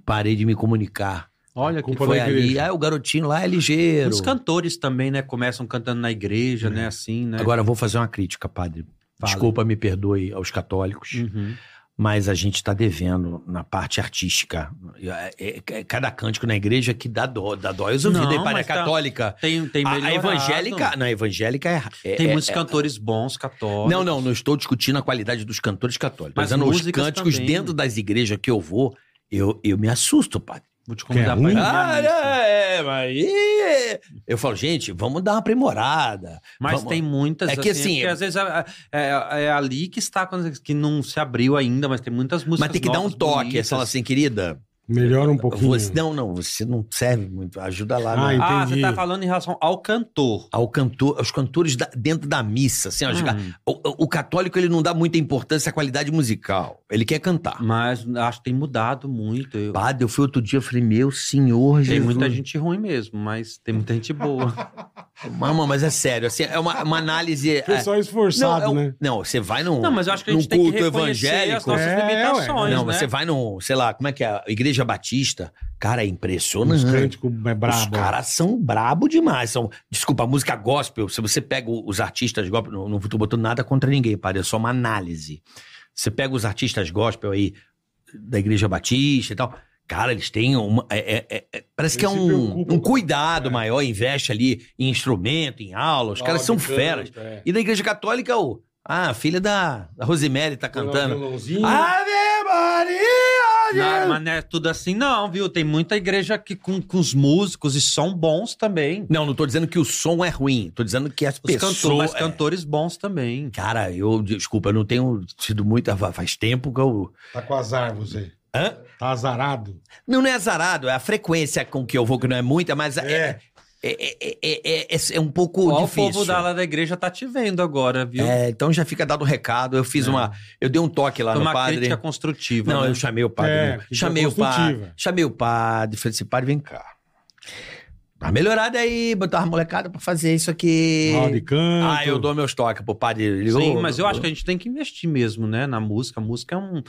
[SPEAKER 4] parei de me comunicar.
[SPEAKER 1] Olha que
[SPEAKER 3] Culpa
[SPEAKER 4] Foi
[SPEAKER 3] da
[SPEAKER 4] ali.
[SPEAKER 3] igreja.
[SPEAKER 4] Ah, o garotinho lá é ligeiro.
[SPEAKER 1] Os cantores também, né? Começam cantando na igreja, né? Assim, né?
[SPEAKER 4] É. Agora eu vou fazer uma crítica, padre.
[SPEAKER 1] Fala.
[SPEAKER 4] Desculpa, me perdoe aos católicos,
[SPEAKER 1] Uhum.
[SPEAKER 4] mas a gente está devendo na parte artística. É- é- é cada cântico na igreja que dá dó, dá dó. Eu ouvi
[SPEAKER 1] Não,
[SPEAKER 4] daí para a
[SPEAKER 1] mas tá-
[SPEAKER 4] É católica.
[SPEAKER 1] Tem, tem
[SPEAKER 4] A- a,
[SPEAKER 1] melhorado.
[SPEAKER 4] evangélica. Não, a evangélica é. é-
[SPEAKER 1] Tem
[SPEAKER 4] é-
[SPEAKER 1] muitos
[SPEAKER 4] é-
[SPEAKER 1] cantores bons, católicos.
[SPEAKER 4] Não, não, não estou discutindo a qualidade dos cantores católicos.
[SPEAKER 1] Mas
[SPEAKER 4] Mas os
[SPEAKER 1] músicas
[SPEAKER 4] cânticos
[SPEAKER 1] também.
[SPEAKER 4] dentro das igrejas que eu vou, eu, eu me assusto, padre.
[SPEAKER 1] Vou te convidar
[SPEAKER 3] Quer
[SPEAKER 1] pra ir
[SPEAKER 3] um?
[SPEAKER 1] na
[SPEAKER 4] Ah,
[SPEAKER 1] minha missa.
[SPEAKER 4] é, mas. ih, Eu falo, gente, vamos dar uma aprimorada.
[SPEAKER 1] Mas
[SPEAKER 4] Vamos-
[SPEAKER 1] tem muitas.
[SPEAKER 4] É que assim,
[SPEAKER 1] porque
[SPEAKER 4] é-
[SPEAKER 1] às vezes é, é- é ali que está, quando- que não se abriu ainda, mas tem muitas músicas.
[SPEAKER 4] Mas tem que dar um
[SPEAKER 1] novas,
[SPEAKER 4] toque. É
[SPEAKER 1] bonitas.
[SPEAKER 4] falar assim, querida,
[SPEAKER 3] Melhora um pouquinho.
[SPEAKER 4] você, não, não, você não serve muito. Ajuda lá.
[SPEAKER 3] Ah,
[SPEAKER 4] né?
[SPEAKER 3] então-
[SPEAKER 1] Ah,
[SPEAKER 3] Entendi.
[SPEAKER 1] você tá falando em relação ao cantor.
[SPEAKER 4] Ao cantor, aos cantores da- dentro da missa. Assim, ó,
[SPEAKER 1] Hum,
[SPEAKER 4] o, o católico ele não dá muita importância à qualidade musical. Ele quer cantar.
[SPEAKER 1] mas acho que tem mudado muito. Eu-
[SPEAKER 4] Padre, eu fui outro dia, eu falei, meu senhor,
[SPEAKER 1] Tem
[SPEAKER 4] Jesus.
[SPEAKER 1] muita gente ruim mesmo, mas tem muita gente boa.
[SPEAKER 4] Mamãe, mas é sério, assim, é uma, uma análise. é-
[SPEAKER 3] Foi só
[SPEAKER 4] não, é
[SPEAKER 3] esforçado,
[SPEAKER 4] um-
[SPEAKER 3] né?
[SPEAKER 4] não, você vai num.
[SPEAKER 1] Não, mas eu acho que a
[SPEAKER 4] num
[SPEAKER 1] gente tem que
[SPEAKER 4] culto
[SPEAKER 1] reconhecer as
[SPEAKER 4] evangélico.
[SPEAKER 1] nossas
[SPEAKER 3] É, ué.
[SPEAKER 1] limitações,
[SPEAKER 4] Não,
[SPEAKER 1] né?
[SPEAKER 4] você vai num, sei lá, como é que é? Igreja Batista. Cara, é
[SPEAKER 3] Os
[SPEAKER 4] impressionante.
[SPEAKER 3] cânticos é
[SPEAKER 4] Os
[SPEAKER 3] brabo.
[SPEAKER 4] caras são brabo demais. São, desculpa, a música gospel, se você pega o- os artistas gospel, não, não tô botando nada contra ninguém, padre, é só uma análise. Você pega os artistas gospel aí da Igreja Batista e tal, cara, eles têm uma... é- é- é- é- parece que é
[SPEAKER 3] Eles se
[SPEAKER 4] um,
[SPEAKER 3] preocupam
[SPEAKER 4] um
[SPEAKER 3] com-
[SPEAKER 4] cuidado
[SPEAKER 3] é.
[SPEAKER 4] maior, investe ali em instrumento, em aula, os caras são feras.
[SPEAKER 3] é.
[SPEAKER 4] E da Igreja Católica, o... Ah, a filha da, da Rosemary tá cantando. Ah! Ave Maria!
[SPEAKER 1] Não, mas não é tudo assim, não, viu? Tem muita igreja que com, com os músicos e são bons também.
[SPEAKER 4] Não, não tô dizendo que o som é ruim. Tô dizendo que as
[SPEAKER 1] Os canto-
[SPEAKER 4] pessoas...
[SPEAKER 1] mas cantores bons também.
[SPEAKER 4] Cara, eu... Desculpa, eu não tenho tido muita... fa- Faz tempo que eu...
[SPEAKER 3] Tá com azar você.
[SPEAKER 4] Hã?
[SPEAKER 3] Tá azarado.
[SPEAKER 4] Não, não é azarado. É a frequência com que eu vou, que não é muita, mas... É.
[SPEAKER 3] É.
[SPEAKER 4] É, é, é, é, é um pouco
[SPEAKER 1] Ó, o
[SPEAKER 4] difícil.
[SPEAKER 1] povo da lá da igreja tá te vendo agora, viu?
[SPEAKER 4] É, então já fica dado o recado. Eu fiz
[SPEAKER 1] É.
[SPEAKER 4] uma... Eu dei um toque lá
[SPEAKER 1] Foi
[SPEAKER 4] no
[SPEAKER 1] uma
[SPEAKER 4] padre.
[SPEAKER 1] crítica construtiva.
[SPEAKER 4] Não,
[SPEAKER 1] né?
[SPEAKER 4] eu chamei o padre.
[SPEAKER 3] É,
[SPEAKER 4] né?
[SPEAKER 3] crítica
[SPEAKER 4] chamei o padre.
[SPEAKER 3] construtiva.
[SPEAKER 4] Chamei o padre. Falei assim, padre, vem cá. Tá melhorado aí, botar uma molecada pra fazer isso aqui.
[SPEAKER 3] Aula de canto.
[SPEAKER 4] é. Ah, eu dou meus toques pro padre. Ele,
[SPEAKER 1] Sim,
[SPEAKER 4] "Ô,
[SPEAKER 1] mas eu acho que a gente tem que investir mesmo, né? Na música. A música é um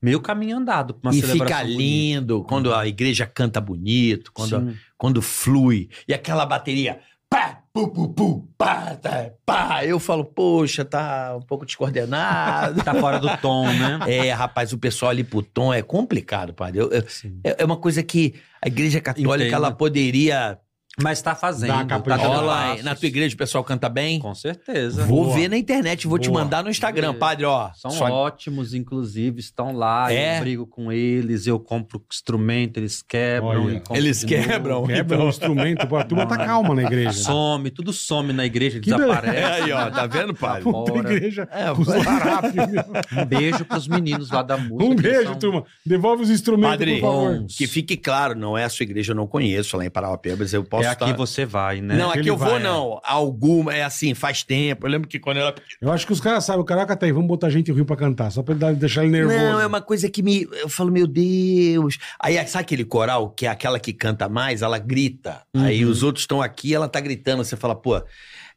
[SPEAKER 1] meio caminho andado pra uma
[SPEAKER 4] E
[SPEAKER 1] celebração.
[SPEAKER 4] fica
[SPEAKER 1] bonita. Uhum.
[SPEAKER 4] lindo quando a igreja canta bonito, quando,
[SPEAKER 1] Sim.
[SPEAKER 4] quando flui. E aquela bateria. Pá, pu, pu, pu, pá, tá, pá. Eu falo, poxa, tá um pouco descoordenado.
[SPEAKER 1] Tá fora do tom, né?
[SPEAKER 4] é, rapaz, o pessoal ali pro tom é complicado, padre. Eu- eu-
[SPEAKER 1] Sim.
[SPEAKER 4] é é uma coisa que a igreja católica
[SPEAKER 1] Entendo.
[SPEAKER 4] ela poderia
[SPEAKER 1] Mas tá fazendo.
[SPEAKER 3] Dá
[SPEAKER 1] Tá
[SPEAKER 3] uma
[SPEAKER 1] dando
[SPEAKER 3] caprichada.
[SPEAKER 1] passos.
[SPEAKER 4] Olha aí, na tua igreja o pessoal canta bem?
[SPEAKER 1] Com certeza.
[SPEAKER 4] Vou
[SPEAKER 3] Boa.
[SPEAKER 4] ver na internet, vou te
[SPEAKER 3] Boa.
[SPEAKER 4] mandar no Instagram,
[SPEAKER 1] Vê.
[SPEAKER 4] padre, ó.
[SPEAKER 1] São
[SPEAKER 4] Sua-
[SPEAKER 1] ótimos, inclusive, estão lá,
[SPEAKER 4] É?
[SPEAKER 1] eu brigo com eles, eu compro instrumento, eles quebram.
[SPEAKER 3] Olha.
[SPEAKER 1] e compro
[SPEAKER 4] Eles
[SPEAKER 1] de novo.
[SPEAKER 4] quebram. então.
[SPEAKER 3] Quebra o instrumento. pô, A turma tá calma na igreja.
[SPEAKER 1] Some, tudo some na igreja,
[SPEAKER 3] Que beleza.
[SPEAKER 4] É
[SPEAKER 1] desaparece.
[SPEAKER 4] aí, ó, tá vendo, padre?
[SPEAKER 3] Puta
[SPEAKER 1] Bora.
[SPEAKER 3] igreja.
[SPEAKER 4] É,
[SPEAKER 3] Os larápios, meu.
[SPEAKER 1] Um beijo pros meninos lá da música.
[SPEAKER 3] Um
[SPEAKER 1] que eles
[SPEAKER 3] beijo,
[SPEAKER 1] são
[SPEAKER 3] turma. Devolve os instrumentos,
[SPEAKER 4] Padre,
[SPEAKER 3] por favor.
[SPEAKER 1] bons.
[SPEAKER 4] que fique claro, não é a sua igreja, eu não conheço lá em Parauapebas, eu posso
[SPEAKER 1] é
[SPEAKER 4] estar...
[SPEAKER 1] aqui você vai, né?
[SPEAKER 4] Não,
[SPEAKER 3] que
[SPEAKER 4] aqui
[SPEAKER 3] ele
[SPEAKER 4] eu vou
[SPEAKER 3] vai,
[SPEAKER 4] não, alguma, é assim, faz tempo, eu lembro que quando ela...
[SPEAKER 3] Eu acho que os caras sabem. O caraca tá aí. Vamos botar gente ruim pra cantar. Só pra ele dar- deixar ele nervoso.
[SPEAKER 4] Não, é uma coisa que me... Eu falo, meu Deus... Aí, sabe aquele coral, que é aquela que canta mais, ela grita, aí os outros estão aqui, ela tá gritando, você fala, pô,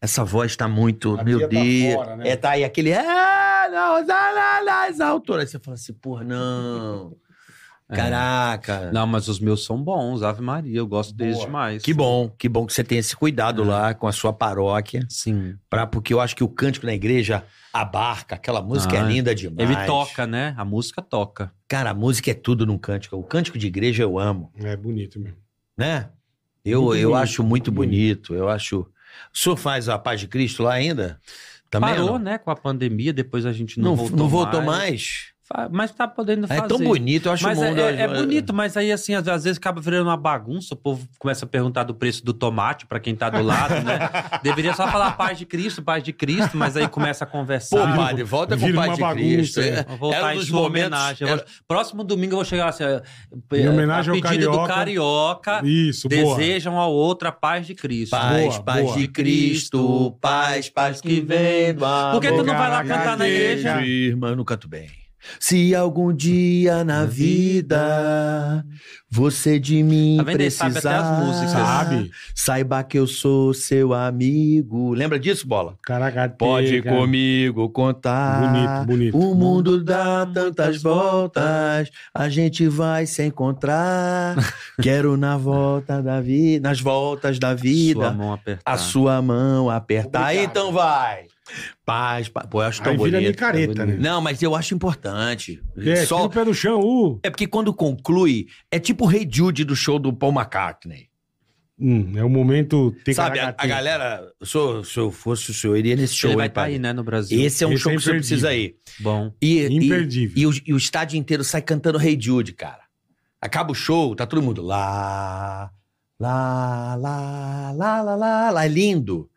[SPEAKER 4] essa voz tá muito,
[SPEAKER 3] A
[SPEAKER 4] meu
[SPEAKER 3] pia tá
[SPEAKER 4] Deus...
[SPEAKER 3] fora, né?
[SPEAKER 4] É, tá aí aquele... "Ah, não, lá, lá, lá", essa altura, aí você fala assim, porra, não...
[SPEAKER 1] É.
[SPEAKER 4] Caraca...
[SPEAKER 1] Não, mas os meus são bons, Ave Maria, eu gosto deles
[SPEAKER 3] Boa.
[SPEAKER 1] demais.
[SPEAKER 4] Que bom, que bom que você tem esse cuidado lá com a sua paróquia,
[SPEAKER 1] Sim.
[SPEAKER 4] pra, porque eu acho que o cântico na igreja abarca, aquela música
[SPEAKER 1] Ah,
[SPEAKER 4] é linda demais.
[SPEAKER 1] Ele toca, né? A música toca.
[SPEAKER 4] Cara, a música é tudo num cântico. O cântico de igreja eu amo,
[SPEAKER 3] É bonito mesmo.
[SPEAKER 4] né? Eu,
[SPEAKER 3] Muito
[SPEAKER 4] eu
[SPEAKER 3] bonito,
[SPEAKER 4] acho muito
[SPEAKER 3] muito bonito.
[SPEAKER 4] bonito, eu acho... O senhor faz a Paz de Cristo lá ainda? Também
[SPEAKER 1] Parou,
[SPEAKER 4] não?
[SPEAKER 1] né, com a pandemia, depois a gente não,
[SPEAKER 4] Não,
[SPEAKER 1] voltou,
[SPEAKER 4] não voltou mais.
[SPEAKER 1] Fa- Mas tá podendo
[SPEAKER 4] Ah,
[SPEAKER 1] fazer.
[SPEAKER 4] É tão bonito, eu acho
[SPEAKER 1] Mas
[SPEAKER 4] o
[SPEAKER 1] é,
[SPEAKER 4] mundo.
[SPEAKER 1] é- é bonito, mas aí assim, às, às vezes acaba virando uma bagunça, o povo começa a perguntar do preço do tomate pra quem tá do lado, né? Deveria só falar paz de Cristo, paz de Cristo, mas aí começa a
[SPEAKER 4] Pô,
[SPEAKER 1] conversar.
[SPEAKER 4] padre, volta com o
[SPEAKER 3] Vira
[SPEAKER 4] pai
[SPEAKER 3] uma
[SPEAKER 4] de
[SPEAKER 3] bagunça,
[SPEAKER 4] Cristo.
[SPEAKER 3] é.
[SPEAKER 4] É,
[SPEAKER 1] Vou voltar
[SPEAKER 4] era um
[SPEAKER 1] em
[SPEAKER 4] dos
[SPEAKER 1] sua
[SPEAKER 4] momentos-
[SPEAKER 1] homenagem. Eu vou- Próximo domingo eu vou chegar assim.
[SPEAKER 3] Em
[SPEAKER 1] Em
[SPEAKER 3] homenagem ao
[SPEAKER 1] a pedido
[SPEAKER 3] Carioca.
[SPEAKER 1] do Carioca,
[SPEAKER 3] Isso, boa.
[SPEAKER 1] desejam ao outro a paz de Cristo.
[SPEAKER 4] Paz,
[SPEAKER 3] Boa,
[SPEAKER 4] paz
[SPEAKER 3] boa.
[SPEAKER 4] de Cristo, paz, paz que vem do amor.
[SPEAKER 1] Por que tu não vai lá
[SPEAKER 3] Obrigado,
[SPEAKER 1] cantar na
[SPEAKER 3] igreja?
[SPEAKER 1] igreja?
[SPEAKER 4] Irmã, eu não canto bem. Se algum dia na vida você de mim
[SPEAKER 1] Tá vendo? Ele
[SPEAKER 4] precisar,
[SPEAKER 1] sabe até as músicas.
[SPEAKER 3] Sabe?
[SPEAKER 4] saiba que eu sou seu amigo. Lembra disso, Bola?
[SPEAKER 3] Caraca,
[SPEAKER 4] Pode
[SPEAKER 3] tega.
[SPEAKER 4] comigo
[SPEAKER 3] Bonito,
[SPEAKER 4] contar.
[SPEAKER 3] bonito.
[SPEAKER 4] O mundo dá tantas voltas, a gente vai se encontrar. Quero na volta da vida, nas voltas da
[SPEAKER 1] Sua
[SPEAKER 4] vida,
[SPEAKER 1] mão apertada.
[SPEAKER 4] a sua mão apertar.
[SPEAKER 3] Obrigado.
[SPEAKER 4] Então vai. Paz, paz. Pô, eu acho tão
[SPEAKER 3] Aí
[SPEAKER 4] bonito.
[SPEAKER 3] vira micareta, né?
[SPEAKER 4] Não, mas eu acho importante.
[SPEAKER 3] É,
[SPEAKER 4] Só-
[SPEAKER 3] tira o pé do chão, uh.
[SPEAKER 4] é porque quando conclui, é tipo o Rei Jude do show do Paul McCartney.
[SPEAKER 3] Hum, é o momento...
[SPEAKER 4] Sabe, a, a
[SPEAKER 3] ticaracateca.
[SPEAKER 4] galera, se eu, se eu fosse o senhor, eu iria nesse show.
[SPEAKER 1] Ele vai
[SPEAKER 4] hein,
[SPEAKER 1] estar
[SPEAKER 4] padre?
[SPEAKER 1] aí, né, no Brasil.
[SPEAKER 4] Esse é um
[SPEAKER 3] Esse
[SPEAKER 4] show
[SPEAKER 3] é
[SPEAKER 4] que você precisa ir.
[SPEAKER 1] Bom.
[SPEAKER 4] E, e,
[SPEAKER 3] Imperdível.
[SPEAKER 4] e o, e o estádio inteiro sai cantando Rei Jude, cara. Acaba o show, tá todo mundo lá, lá, lá, lá, lá, lá, lá. É lindo.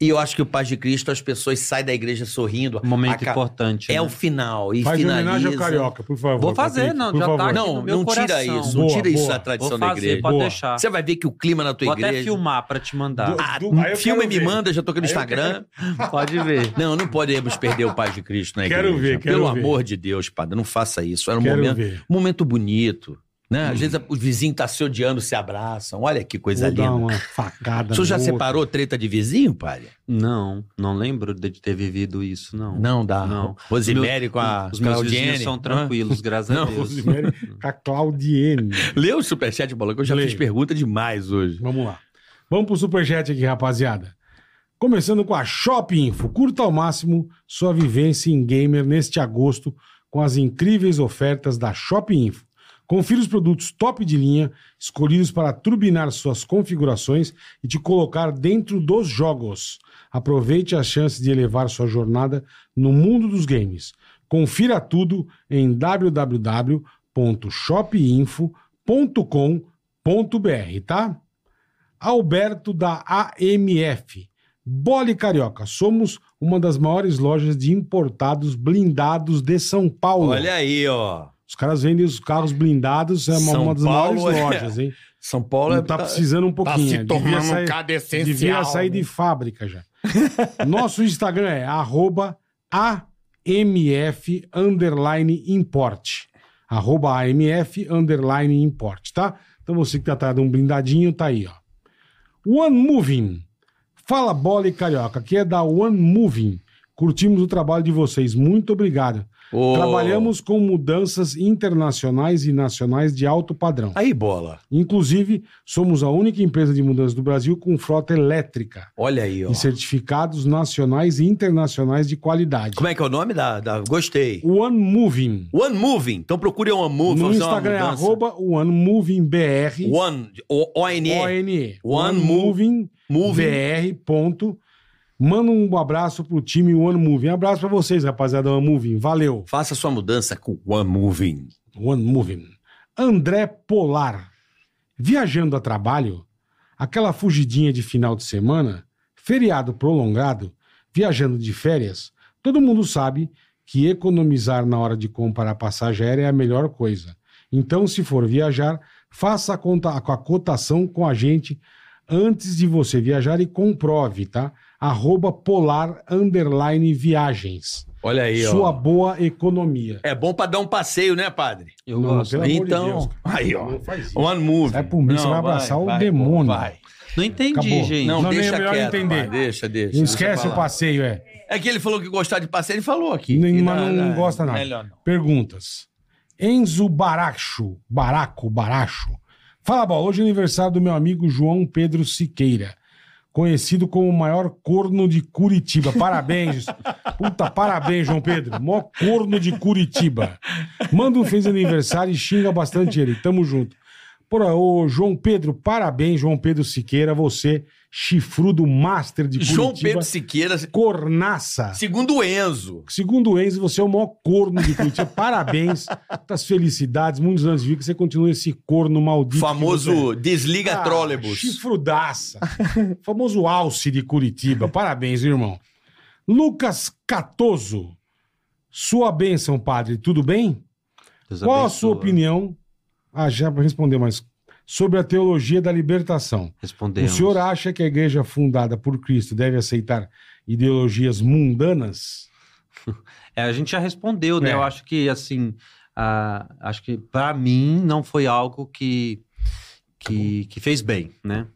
[SPEAKER 4] E eu acho que o Paz de Cristo, as pessoas saem da igreja sorrindo.
[SPEAKER 1] Um momento
[SPEAKER 4] Aca-
[SPEAKER 1] importante.
[SPEAKER 4] É
[SPEAKER 1] né?
[SPEAKER 4] o final. E
[SPEAKER 3] Faz
[SPEAKER 4] finaliza.
[SPEAKER 3] homenagem ao Carioca, por favor.
[SPEAKER 1] Vou fazer,
[SPEAKER 3] Patrick,
[SPEAKER 1] não,
[SPEAKER 3] por
[SPEAKER 1] já
[SPEAKER 3] favor.
[SPEAKER 1] tá aqui.
[SPEAKER 4] Não,
[SPEAKER 1] no meu
[SPEAKER 4] não tira
[SPEAKER 1] coração.
[SPEAKER 4] isso.
[SPEAKER 3] Boa,
[SPEAKER 4] não tira isso
[SPEAKER 3] boa.
[SPEAKER 4] da
[SPEAKER 1] Vou
[SPEAKER 4] tradição
[SPEAKER 1] fazer,
[SPEAKER 4] da igreja.
[SPEAKER 1] pode
[SPEAKER 3] Boa.
[SPEAKER 1] deixar.
[SPEAKER 4] Você vai ver que o clima na tua
[SPEAKER 1] Vou até
[SPEAKER 4] igreja.
[SPEAKER 1] filmar pra te mandar.
[SPEAKER 3] Do-
[SPEAKER 4] Ah,
[SPEAKER 3] do- aí eu
[SPEAKER 4] filma e
[SPEAKER 3] quero
[SPEAKER 4] me
[SPEAKER 3] ver.
[SPEAKER 4] manda, já tô aqui no
[SPEAKER 3] Aí eu
[SPEAKER 4] Instagram.
[SPEAKER 1] Pode ver.
[SPEAKER 4] Não, não podemos perder o Paz de Cristo na igreja.
[SPEAKER 3] Quero ver, quero
[SPEAKER 4] Pelo
[SPEAKER 3] ver.
[SPEAKER 4] amor de Deus, padre, não faça isso. Era um
[SPEAKER 3] Quero
[SPEAKER 4] momento,
[SPEAKER 3] ver.
[SPEAKER 4] um momento bonito. Né? Às vezes o vizinho tá se odiando, se abraçam. Olha que coisa
[SPEAKER 3] Hum. Vou
[SPEAKER 4] linda.
[SPEAKER 3] dar uma facada.
[SPEAKER 4] O senhor
[SPEAKER 3] no
[SPEAKER 4] já
[SPEAKER 3] outro.
[SPEAKER 4] separou treta de vizinho, padre?
[SPEAKER 1] Não, não lembro de ter vivido isso, não.
[SPEAKER 4] Não dá.
[SPEAKER 1] Não.
[SPEAKER 4] Rosimere com
[SPEAKER 3] Ah,
[SPEAKER 4] a
[SPEAKER 1] Os meus
[SPEAKER 4] Claudiene. Ah.
[SPEAKER 1] vizinhos são tranquilos, graças a
[SPEAKER 4] Não,
[SPEAKER 1] Deus.
[SPEAKER 3] Rosemary com a Claudiene.
[SPEAKER 4] Hã? Lê o superchat, Bola, que eu já
[SPEAKER 3] Leio.
[SPEAKER 4] fiz pergunta demais hoje.
[SPEAKER 3] Vamos lá. Vamos pro superchat aqui, rapaziada. Começando com a Shop Info. Curta ao máximo sua vivência em gamer neste agosto com as incríveis ofertas da Shop Info. Confira os produtos top de linha, escolhidos para turbinar suas configurações e te colocar dentro dos jogos. Aproveite as chances de elevar sua jornada no mundo dos games. Confira tudo em www.shopinfo.com.br, tá? Alberto da AMF. Bole Carioca, somos uma das maiores lojas de importados blindados de São Paulo.
[SPEAKER 4] Olha aí, ó.
[SPEAKER 3] Os caras vendem os carros blindados, é uma,
[SPEAKER 4] São
[SPEAKER 3] uma das
[SPEAKER 4] Paulo
[SPEAKER 3] maiores
[SPEAKER 4] é-
[SPEAKER 3] lojas, hein?
[SPEAKER 4] São Paulo é.
[SPEAKER 3] Não tá precisando um pouquinho. devia, sair,
[SPEAKER 5] cara
[SPEAKER 3] devia sair de fábrica já. Nosso Instagram é arroba AMF underline import. Arroba AMF underline import, tá? Então você que tá atrás de um blindadinho, tá aí, ó. One Moving. Fala bola e carioca, que é da One Moving. Curtimos o trabalho de vocês. Muito obrigado.
[SPEAKER 4] Ô.
[SPEAKER 3] Trabalhamos com mudanças internacionais e nacionais de alto padrão.
[SPEAKER 4] Aí, Bola.
[SPEAKER 3] Inclusive, somos a única empresa de mudanças do Brasil com frota elétrica
[SPEAKER 4] Olha aí, ó.
[SPEAKER 3] e certificados nacionais e internacionais de qualidade.
[SPEAKER 4] Como é que é o nome da. da... Gostei.
[SPEAKER 3] One Moving.
[SPEAKER 4] One Moving. Então procure a One Moving.
[SPEAKER 3] No
[SPEAKER 4] fazer uma
[SPEAKER 3] Instagram é
[SPEAKER 4] mudança.
[SPEAKER 3] arroba One Moving BR.
[SPEAKER 4] One. O- O-N-E.
[SPEAKER 3] ONE.
[SPEAKER 4] One
[SPEAKER 3] Moving
[SPEAKER 4] Moving.
[SPEAKER 3] BR. Ponto. Manda um abraço pro time One Moving. Abraço pra vocês, rapaziada One Moving. Valeu.
[SPEAKER 4] Faça sua mudança com One Moving.
[SPEAKER 3] One Moving. André Polar. Viajando a trabalho, aquela fugidinha de final de semana, feriado prolongado, viajando de férias, todo mundo sabe que economizar na hora de comprar a passagem aérea é a melhor coisa. Então, se for viajar, faça a, conta, a cotação com a gente antes de você viajar e comprove, tá? Arroba polar underline viagens.
[SPEAKER 4] Olha aí,
[SPEAKER 3] Sua
[SPEAKER 4] ó.
[SPEAKER 3] boa economia.
[SPEAKER 4] É bom pra dar um passeio, né, padre?
[SPEAKER 1] Eu
[SPEAKER 3] Não,
[SPEAKER 1] gosto.
[SPEAKER 3] pelo amor de
[SPEAKER 4] então,
[SPEAKER 3] Deus, cara.
[SPEAKER 4] aí, ó.
[SPEAKER 3] Não faz isso.
[SPEAKER 4] One Moving.
[SPEAKER 3] Sai pro mim, você vai abraçar o demônio.
[SPEAKER 4] Vai.
[SPEAKER 1] Não entendi,
[SPEAKER 3] Acabou.
[SPEAKER 1] gente.
[SPEAKER 4] Não,
[SPEAKER 3] Não, nem
[SPEAKER 4] deixa
[SPEAKER 3] é melhor
[SPEAKER 4] quieto,
[SPEAKER 3] entender.
[SPEAKER 4] vai. Deixa, deixa.
[SPEAKER 3] Não
[SPEAKER 4] deixa
[SPEAKER 3] esquece
[SPEAKER 4] pra
[SPEAKER 3] o
[SPEAKER 4] lá.
[SPEAKER 3] passeio, é.
[SPEAKER 4] É que ele falou que gostar de passeio, ele falou aqui. né?
[SPEAKER 3] Nem-
[SPEAKER 4] Que
[SPEAKER 3] mas não gosta nada.
[SPEAKER 4] Melhor não.
[SPEAKER 3] Perguntas. Enzo Baracho, Baraco, Baracho. Fala, bola. Hoje é aniversário do meu amigo João Pedro Siqueira, conhecido como o maior corno de Curitiba. Parabéns. Puta, parabéns, João Pedro. Mó corno de Curitiba. Manda um feliz aniversário e xinga bastante ele. Tamo junto. Porra, ô João Pedro, parabéns, João Pedro Siqueira, você, chifrudo master de Curitiba.
[SPEAKER 4] João Pedro Siqueira,
[SPEAKER 3] Cornaça.
[SPEAKER 4] segundo o Enzo.
[SPEAKER 3] Segundo o Enzo, você é o maior corno de Curitiba. Parabéns, muitas felicidades, muitos anos de vida, que você continue esse corno maldito. que você
[SPEAKER 4] Famoso
[SPEAKER 3] é.
[SPEAKER 4] desliga
[SPEAKER 3] Ah,
[SPEAKER 4] trólebus.
[SPEAKER 3] Chifrudaça. Famoso alce de Curitiba. Parabéns, irmão. Lucas Catoso. Sua bênção, padre. Tudo bem?
[SPEAKER 1] Deus
[SPEAKER 3] Qual a
[SPEAKER 1] abençoa.
[SPEAKER 3] sua opinião? Ah, já respondeu, mas sobre a teologia da libertação.
[SPEAKER 1] Respondemos.
[SPEAKER 3] O senhor acha que a igreja fundada por Cristo deve aceitar ideologias mundanas?
[SPEAKER 1] É, a gente já respondeu, né?
[SPEAKER 3] É.
[SPEAKER 1] Eu acho que, assim, ah, acho que para mim não foi algo que, que, que fez bem, né?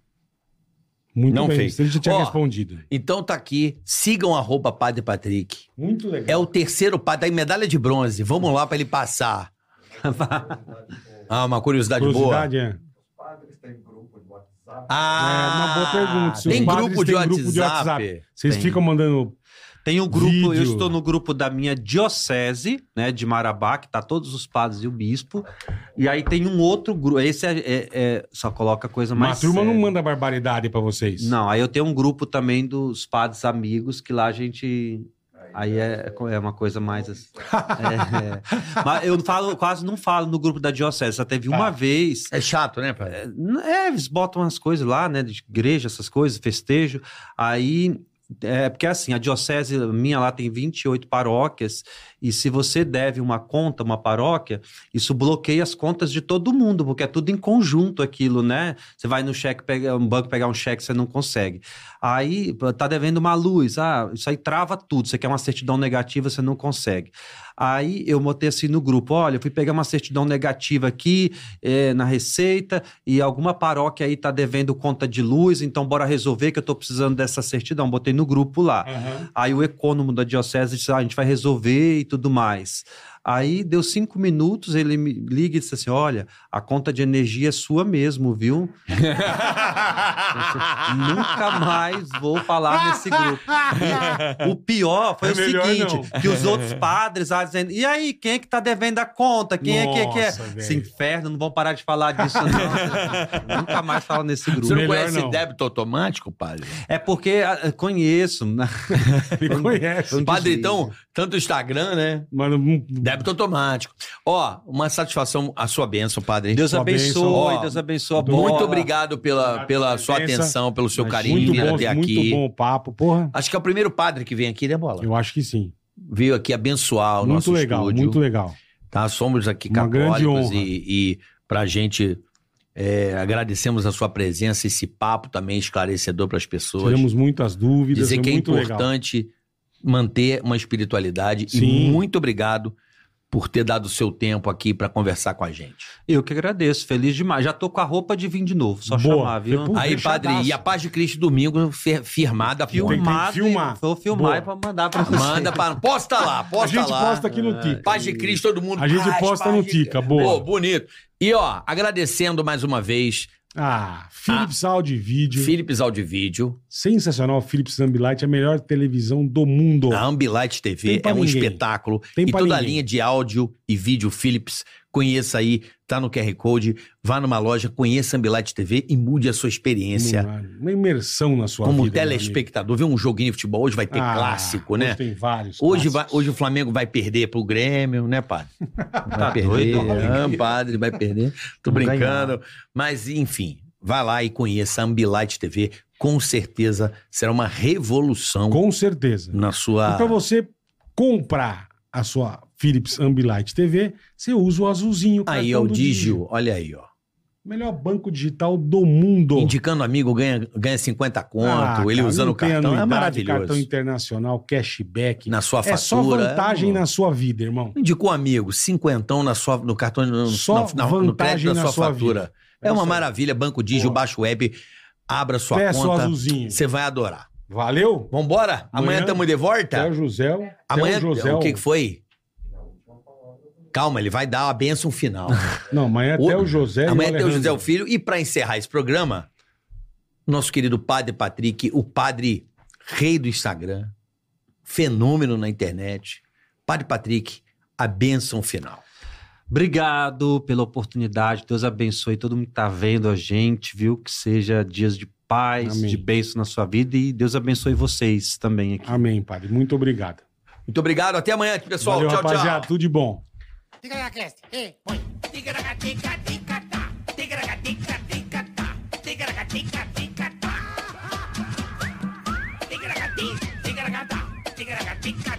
[SPEAKER 3] Muito
[SPEAKER 4] Não
[SPEAKER 3] bem,
[SPEAKER 4] fez.
[SPEAKER 3] ele já tinha
[SPEAKER 4] Ó.
[SPEAKER 3] respondido.
[SPEAKER 4] Então tá aqui, sigam arroba Padre Patrick.
[SPEAKER 3] Muito legal.
[SPEAKER 4] É o terceiro padre, tá em medalha de bronze. Vamos lá pra ele passar. Ah, uma curiosidade, boa.
[SPEAKER 3] Curiosidade, é.
[SPEAKER 4] Ah,
[SPEAKER 3] É, uma boa pergunta. Se os
[SPEAKER 4] tem,
[SPEAKER 3] padres
[SPEAKER 4] grupo de,
[SPEAKER 3] têm grupo de
[SPEAKER 4] WhatsApp.
[SPEAKER 3] WhatsApp. Vocês
[SPEAKER 1] Tem.
[SPEAKER 3] ficam mandando
[SPEAKER 1] Tem o grupo,
[SPEAKER 3] Vídeo.
[SPEAKER 1] eu estou no grupo da minha diocese, né, de Marabá, que tá todos os padres e o bispo. E aí tem um outro grupo, esse é, é- é- só coloca coisa
[SPEAKER 3] Mas
[SPEAKER 1] mais
[SPEAKER 3] a
[SPEAKER 4] é.
[SPEAKER 3] turma
[SPEAKER 1] séria.
[SPEAKER 3] não manda barbaridade pra vocês.
[SPEAKER 1] Não, aí eu tenho um grupo também dos padres amigos, que lá a gente... Aí é, é uma coisa mais assim. É, é. Mas eu falo, quase não falo no grupo da diocese. Só teve uma vez
[SPEAKER 4] É chato, né, padre?
[SPEAKER 1] É, eles botam as coisas lá, né? De igreja, essas coisas, festejo. Aí. É, porque assim, a diocese minha lá tem 28 paróquias, e se você deve uma conta, uma paróquia, isso bloqueia as contas de todo mundo, porque é tudo em conjunto aquilo, né? Você vai no cheque, pega, um banco pegar um cheque, você não consegue. Aí pô, tá devendo uma luz, ah, isso aí trava tudo. Você quer uma certidão negativa, você não consegue. Aí eu botei assim no grupo: olha, eu fui pegar uma certidão negativa aqui eh, na Receita, e alguma paróquia aí tá devendo conta de luz, então bora resolver que eu tô precisando dessa certidão. Botei no grupo lá.
[SPEAKER 3] Aham.
[SPEAKER 1] Aí o econômico da diocese disse: ah, a gente vai resolver e tudo mais. Aí deu cinco minutos, ele me liga e disse assim: olha, a conta de energia é sua mesmo, viu? Nunca mais vou falar nesse grupo. E o pior foi
[SPEAKER 3] É
[SPEAKER 1] o
[SPEAKER 3] melhor
[SPEAKER 1] seguinte: que os
[SPEAKER 3] É.
[SPEAKER 1] outros padres lá dizendo: e aí, quem é que tá devendo a conta? Quem é que, que é?
[SPEAKER 3] Nossa, velho.
[SPEAKER 1] Esse inferno, não vão parar de falar disso, não. Nunca mais falo nesse
[SPEAKER 4] Você
[SPEAKER 1] grupo.
[SPEAKER 4] não
[SPEAKER 3] Melhor
[SPEAKER 4] conhece
[SPEAKER 3] não.
[SPEAKER 4] débito automático, padre?
[SPEAKER 1] É porque ah, conheço. né?
[SPEAKER 3] Me conhece.
[SPEAKER 1] Eu
[SPEAKER 4] Padre,
[SPEAKER 1] desligo.
[SPEAKER 4] então, tanto Instagram, né?
[SPEAKER 3] Mano, hum,
[SPEAKER 4] Débito automático. Ó, uma satisfação, a sua bênção, padre.
[SPEAKER 1] Deus
[SPEAKER 3] Sua
[SPEAKER 1] abençoe,
[SPEAKER 4] bênção.
[SPEAKER 1] Deus abençoe a bola.
[SPEAKER 4] muito obrigado pela,
[SPEAKER 3] Obrigado
[SPEAKER 4] pela
[SPEAKER 3] pela
[SPEAKER 4] sua
[SPEAKER 3] presença.
[SPEAKER 4] atenção, pelo seu
[SPEAKER 1] Imagina.
[SPEAKER 4] carinho
[SPEAKER 3] muito
[SPEAKER 4] em vir
[SPEAKER 3] bom,
[SPEAKER 4] até
[SPEAKER 3] muito
[SPEAKER 4] aqui.
[SPEAKER 3] bom o papo, porra.
[SPEAKER 4] Acho que é o primeiro padre que vem aqui, né, Bola?
[SPEAKER 3] Eu acho que sim.
[SPEAKER 4] Veio aqui abençoar o
[SPEAKER 3] Muito
[SPEAKER 4] nosso
[SPEAKER 3] legal,
[SPEAKER 4] estúdio.
[SPEAKER 3] muito legal.
[SPEAKER 4] tá? Somos aqui
[SPEAKER 3] Uma grande
[SPEAKER 4] católicos
[SPEAKER 3] honra.
[SPEAKER 4] e, e para gente é, agradecemos a sua presença, esse papo também esclarecedor para as pessoas.
[SPEAKER 3] Tivemos muitas dúvidas,
[SPEAKER 4] Dizer
[SPEAKER 3] foi
[SPEAKER 4] que é
[SPEAKER 3] muito legal.
[SPEAKER 4] importante manter uma espiritualidade
[SPEAKER 3] Sim.
[SPEAKER 4] e muito obrigado por ter dado o seu tempo aqui para conversar com a gente.
[SPEAKER 1] Eu que agradeço, feliz demais. Já tô com a roupa de vinho de novo, só
[SPEAKER 3] Boa.
[SPEAKER 1] chamar, viu?
[SPEAKER 3] Depois- Pô,
[SPEAKER 4] Aí,
[SPEAKER 3] Um fechadaço.
[SPEAKER 4] padre, e a paz de Cristo domingo fir- firmada,
[SPEAKER 3] Tem
[SPEAKER 4] ponta.
[SPEAKER 3] que
[SPEAKER 1] Filmado,
[SPEAKER 3] filmar.
[SPEAKER 1] Vou filmar
[SPEAKER 3] Boa.
[SPEAKER 1] e vou mandar pra você.
[SPEAKER 4] Manda para posta lá,
[SPEAKER 3] A
[SPEAKER 4] posta
[SPEAKER 3] gente
[SPEAKER 4] lá. É,
[SPEAKER 3] posta aqui no Tica.
[SPEAKER 4] Paz de Cristo, todo mundo.
[SPEAKER 3] A gente
[SPEAKER 4] paz,
[SPEAKER 3] posta
[SPEAKER 4] paz
[SPEAKER 3] no
[SPEAKER 4] de-
[SPEAKER 3] Tica, boa.
[SPEAKER 4] Pô, bonito. E ó, agradecendo mais uma vez
[SPEAKER 3] Ah, Philips Audio e Vídeo.
[SPEAKER 4] Philips Audivídeo,
[SPEAKER 3] Sensacional, Philips Ambilight, a melhor televisão do mundo.
[SPEAKER 4] A Ambilight
[SPEAKER 3] Tem
[SPEAKER 4] TV
[SPEAKER 3] pra
[SPEAKER 4] é um
[SPEAKER 3] ninguém.
[SPEAKER 4] espetáculo.
[SPEAKER 3] Tem
[SPEAKER 4] Ah, e
[SPEAKER 3] pra
[SPEAKER 4] toda a
[SPEAKER 3] ninguém.
[SPEAKER 4] linha de áudio e vídeo Philips, conheça aí, tá no QR Code, vá numa loja, conheça a Ambilight TV e mude a sua experiência.
[SPEAKER 3] Uma imersão na sua
[SPEAKER 4] Como
[SPEAKER 3] vida. meu
[SPEAKER 4] telespectador, vê um joguinho de futebol, hoje vai ter
[SPEAKER 3] amigo. Ah,
[SPEAKER 4] clássico, né?
[SPEAKER 3] Hoje tem vários.
[SPEAKER 4] Hoje, vai,
[SPEAKER 3] clássicos.
[SPEAKER 4] hoje o Flamengo vai perder pro Grêmio, né, padre? Vai
[SPEAKER 1] Tá
[SPEAKER 4] perder.
[SPEAKER 1] doido?
[SPEAKER 4] ah, padre, vai perder. Tô
[SPEAKER 1] Vamos
[SPEAKER 4] brincando. Mas, enfim, vai lá e conheça a Ambilight TV. Com certeza será uma revolução
[SPEAKER 3] Com Então certeza.
[SPEAKER 4] na sua.
[SPEAKER 3] E para você comprar a sua Philips Ambilight TV, você usa o azulzinho. o
[SPEAKER 4] Aí, ó,
[SPEAKER 3] cartão
[SPEAKER 4] o
[SPEAKER 3] do
[SPEAKER 4] Digio, olha aí, ó.
[SPEAKER 3] Melhor banco digital do mundo.
[SPEAKER 4] Indicando amigo ganha, ganha 50 conto,
[SPEAKER 3] Ah,
[SPEAKER 4] ele
[SPEAKER 3] cara,
[SPEAKER 4] usando
[SPEAKER 3] não
[SPEAKER 4] o
[SPEAKER 3] tem
[SPEAKER 4] cartão. É
[SPEAKER 3] anuidade,
[SPEAKER 4] maravilhoso.
[SPEAKER 3] Cartão internacional, cashback.
[SPEAKER 4] Na sua
[SPEAKER 3] é só
[SPEAKER 4] fatura.
[SPEAKER 3] vantagem
[SPEAKER 4] é,
[SPEAKER 3] na sua vida, irmão.
[SPEAKER 4] Indicou amigo, cinquentão na sua, no cartão, no,
[SPEAKER 3] Só
[SPEAKER 4] na- na- no
[SPEAKER 3] vantagem
[SPEAKER 4] crédito da
[SPEAKER 3] na
[SPEAKER 4] sua,
[SPEAKER 3] sua
[SPEAKER 4] fatura.
[SPEAKER 3] vida.
[SPEAKER 4] É uma
[SPEAKER 3] Essa-
[SPEAKER 4] maravilha, Banco Digio,
[SPEAKER 3] Boa.
[SPEAKER 4] baixo web, abra sua
[SPEAKER 3] Peça o
[SPEAKER 4] conta,
[SPEAKER 3] azulzinho.
[SPEAKER 4] você vai adorar.
[SPEAKER 3] Valeu?
[SPEAKER 4] Vambora? Amanhã
[SPEAKER 3] Amanhã-
[SPEAKER 4] estamos de
[SPEAKER 3] Até o
[SPEAKER 4] volta?
[SPEAKER 3] José.
[SPEAKER 4] Amanhã,
[SPEAKER 3] até o José.
[SPEAKER 4] o que que foi? Calma, ele vai dar a bênção final.
[SPEAKER 3] Não, amanhã até
[SPEAKER 4] O-
[SPEAKER 3] o José. e
[SPEAKER 4] Amanhã tem o
[SPEAKER 3] Alejandro.
[SPEAKER 4] José o Filho. E para encerrar esse programa, nosso querido Padre Patrick, o padre rei do Instagram, fenômeno na internet. Padre Patrick, a bênção final.
[SPEAKER 1] Obrigado pela oportunidade. Deus abençoe todo mundo que tá vendo a gente, viu? Que seja dias de paz,
[SPEAKER 3] Amém.
[SPEAKER 1] de bênção na sua vida e Deus abençoe vocês também aqui.
[SPEAKER 3] Amém, padre. Muito obrigado.
[SPEAKER 6] Muito obrigado. Até amanhã, pessoal.
[SPEAKER 3] Valeu,
[SPEAKER 6] tchau,
[SPEAKER 3] rapaziada.
[SPEAKER 6] tchau.
[SPEAKER 3] Tudo de bom.
[SPEAKER 2] Oi. Ticaracaticaticatá, ticaracaticaticatá, ticaracaticatá. Ticaracati, ticaracatá, ticaracatica,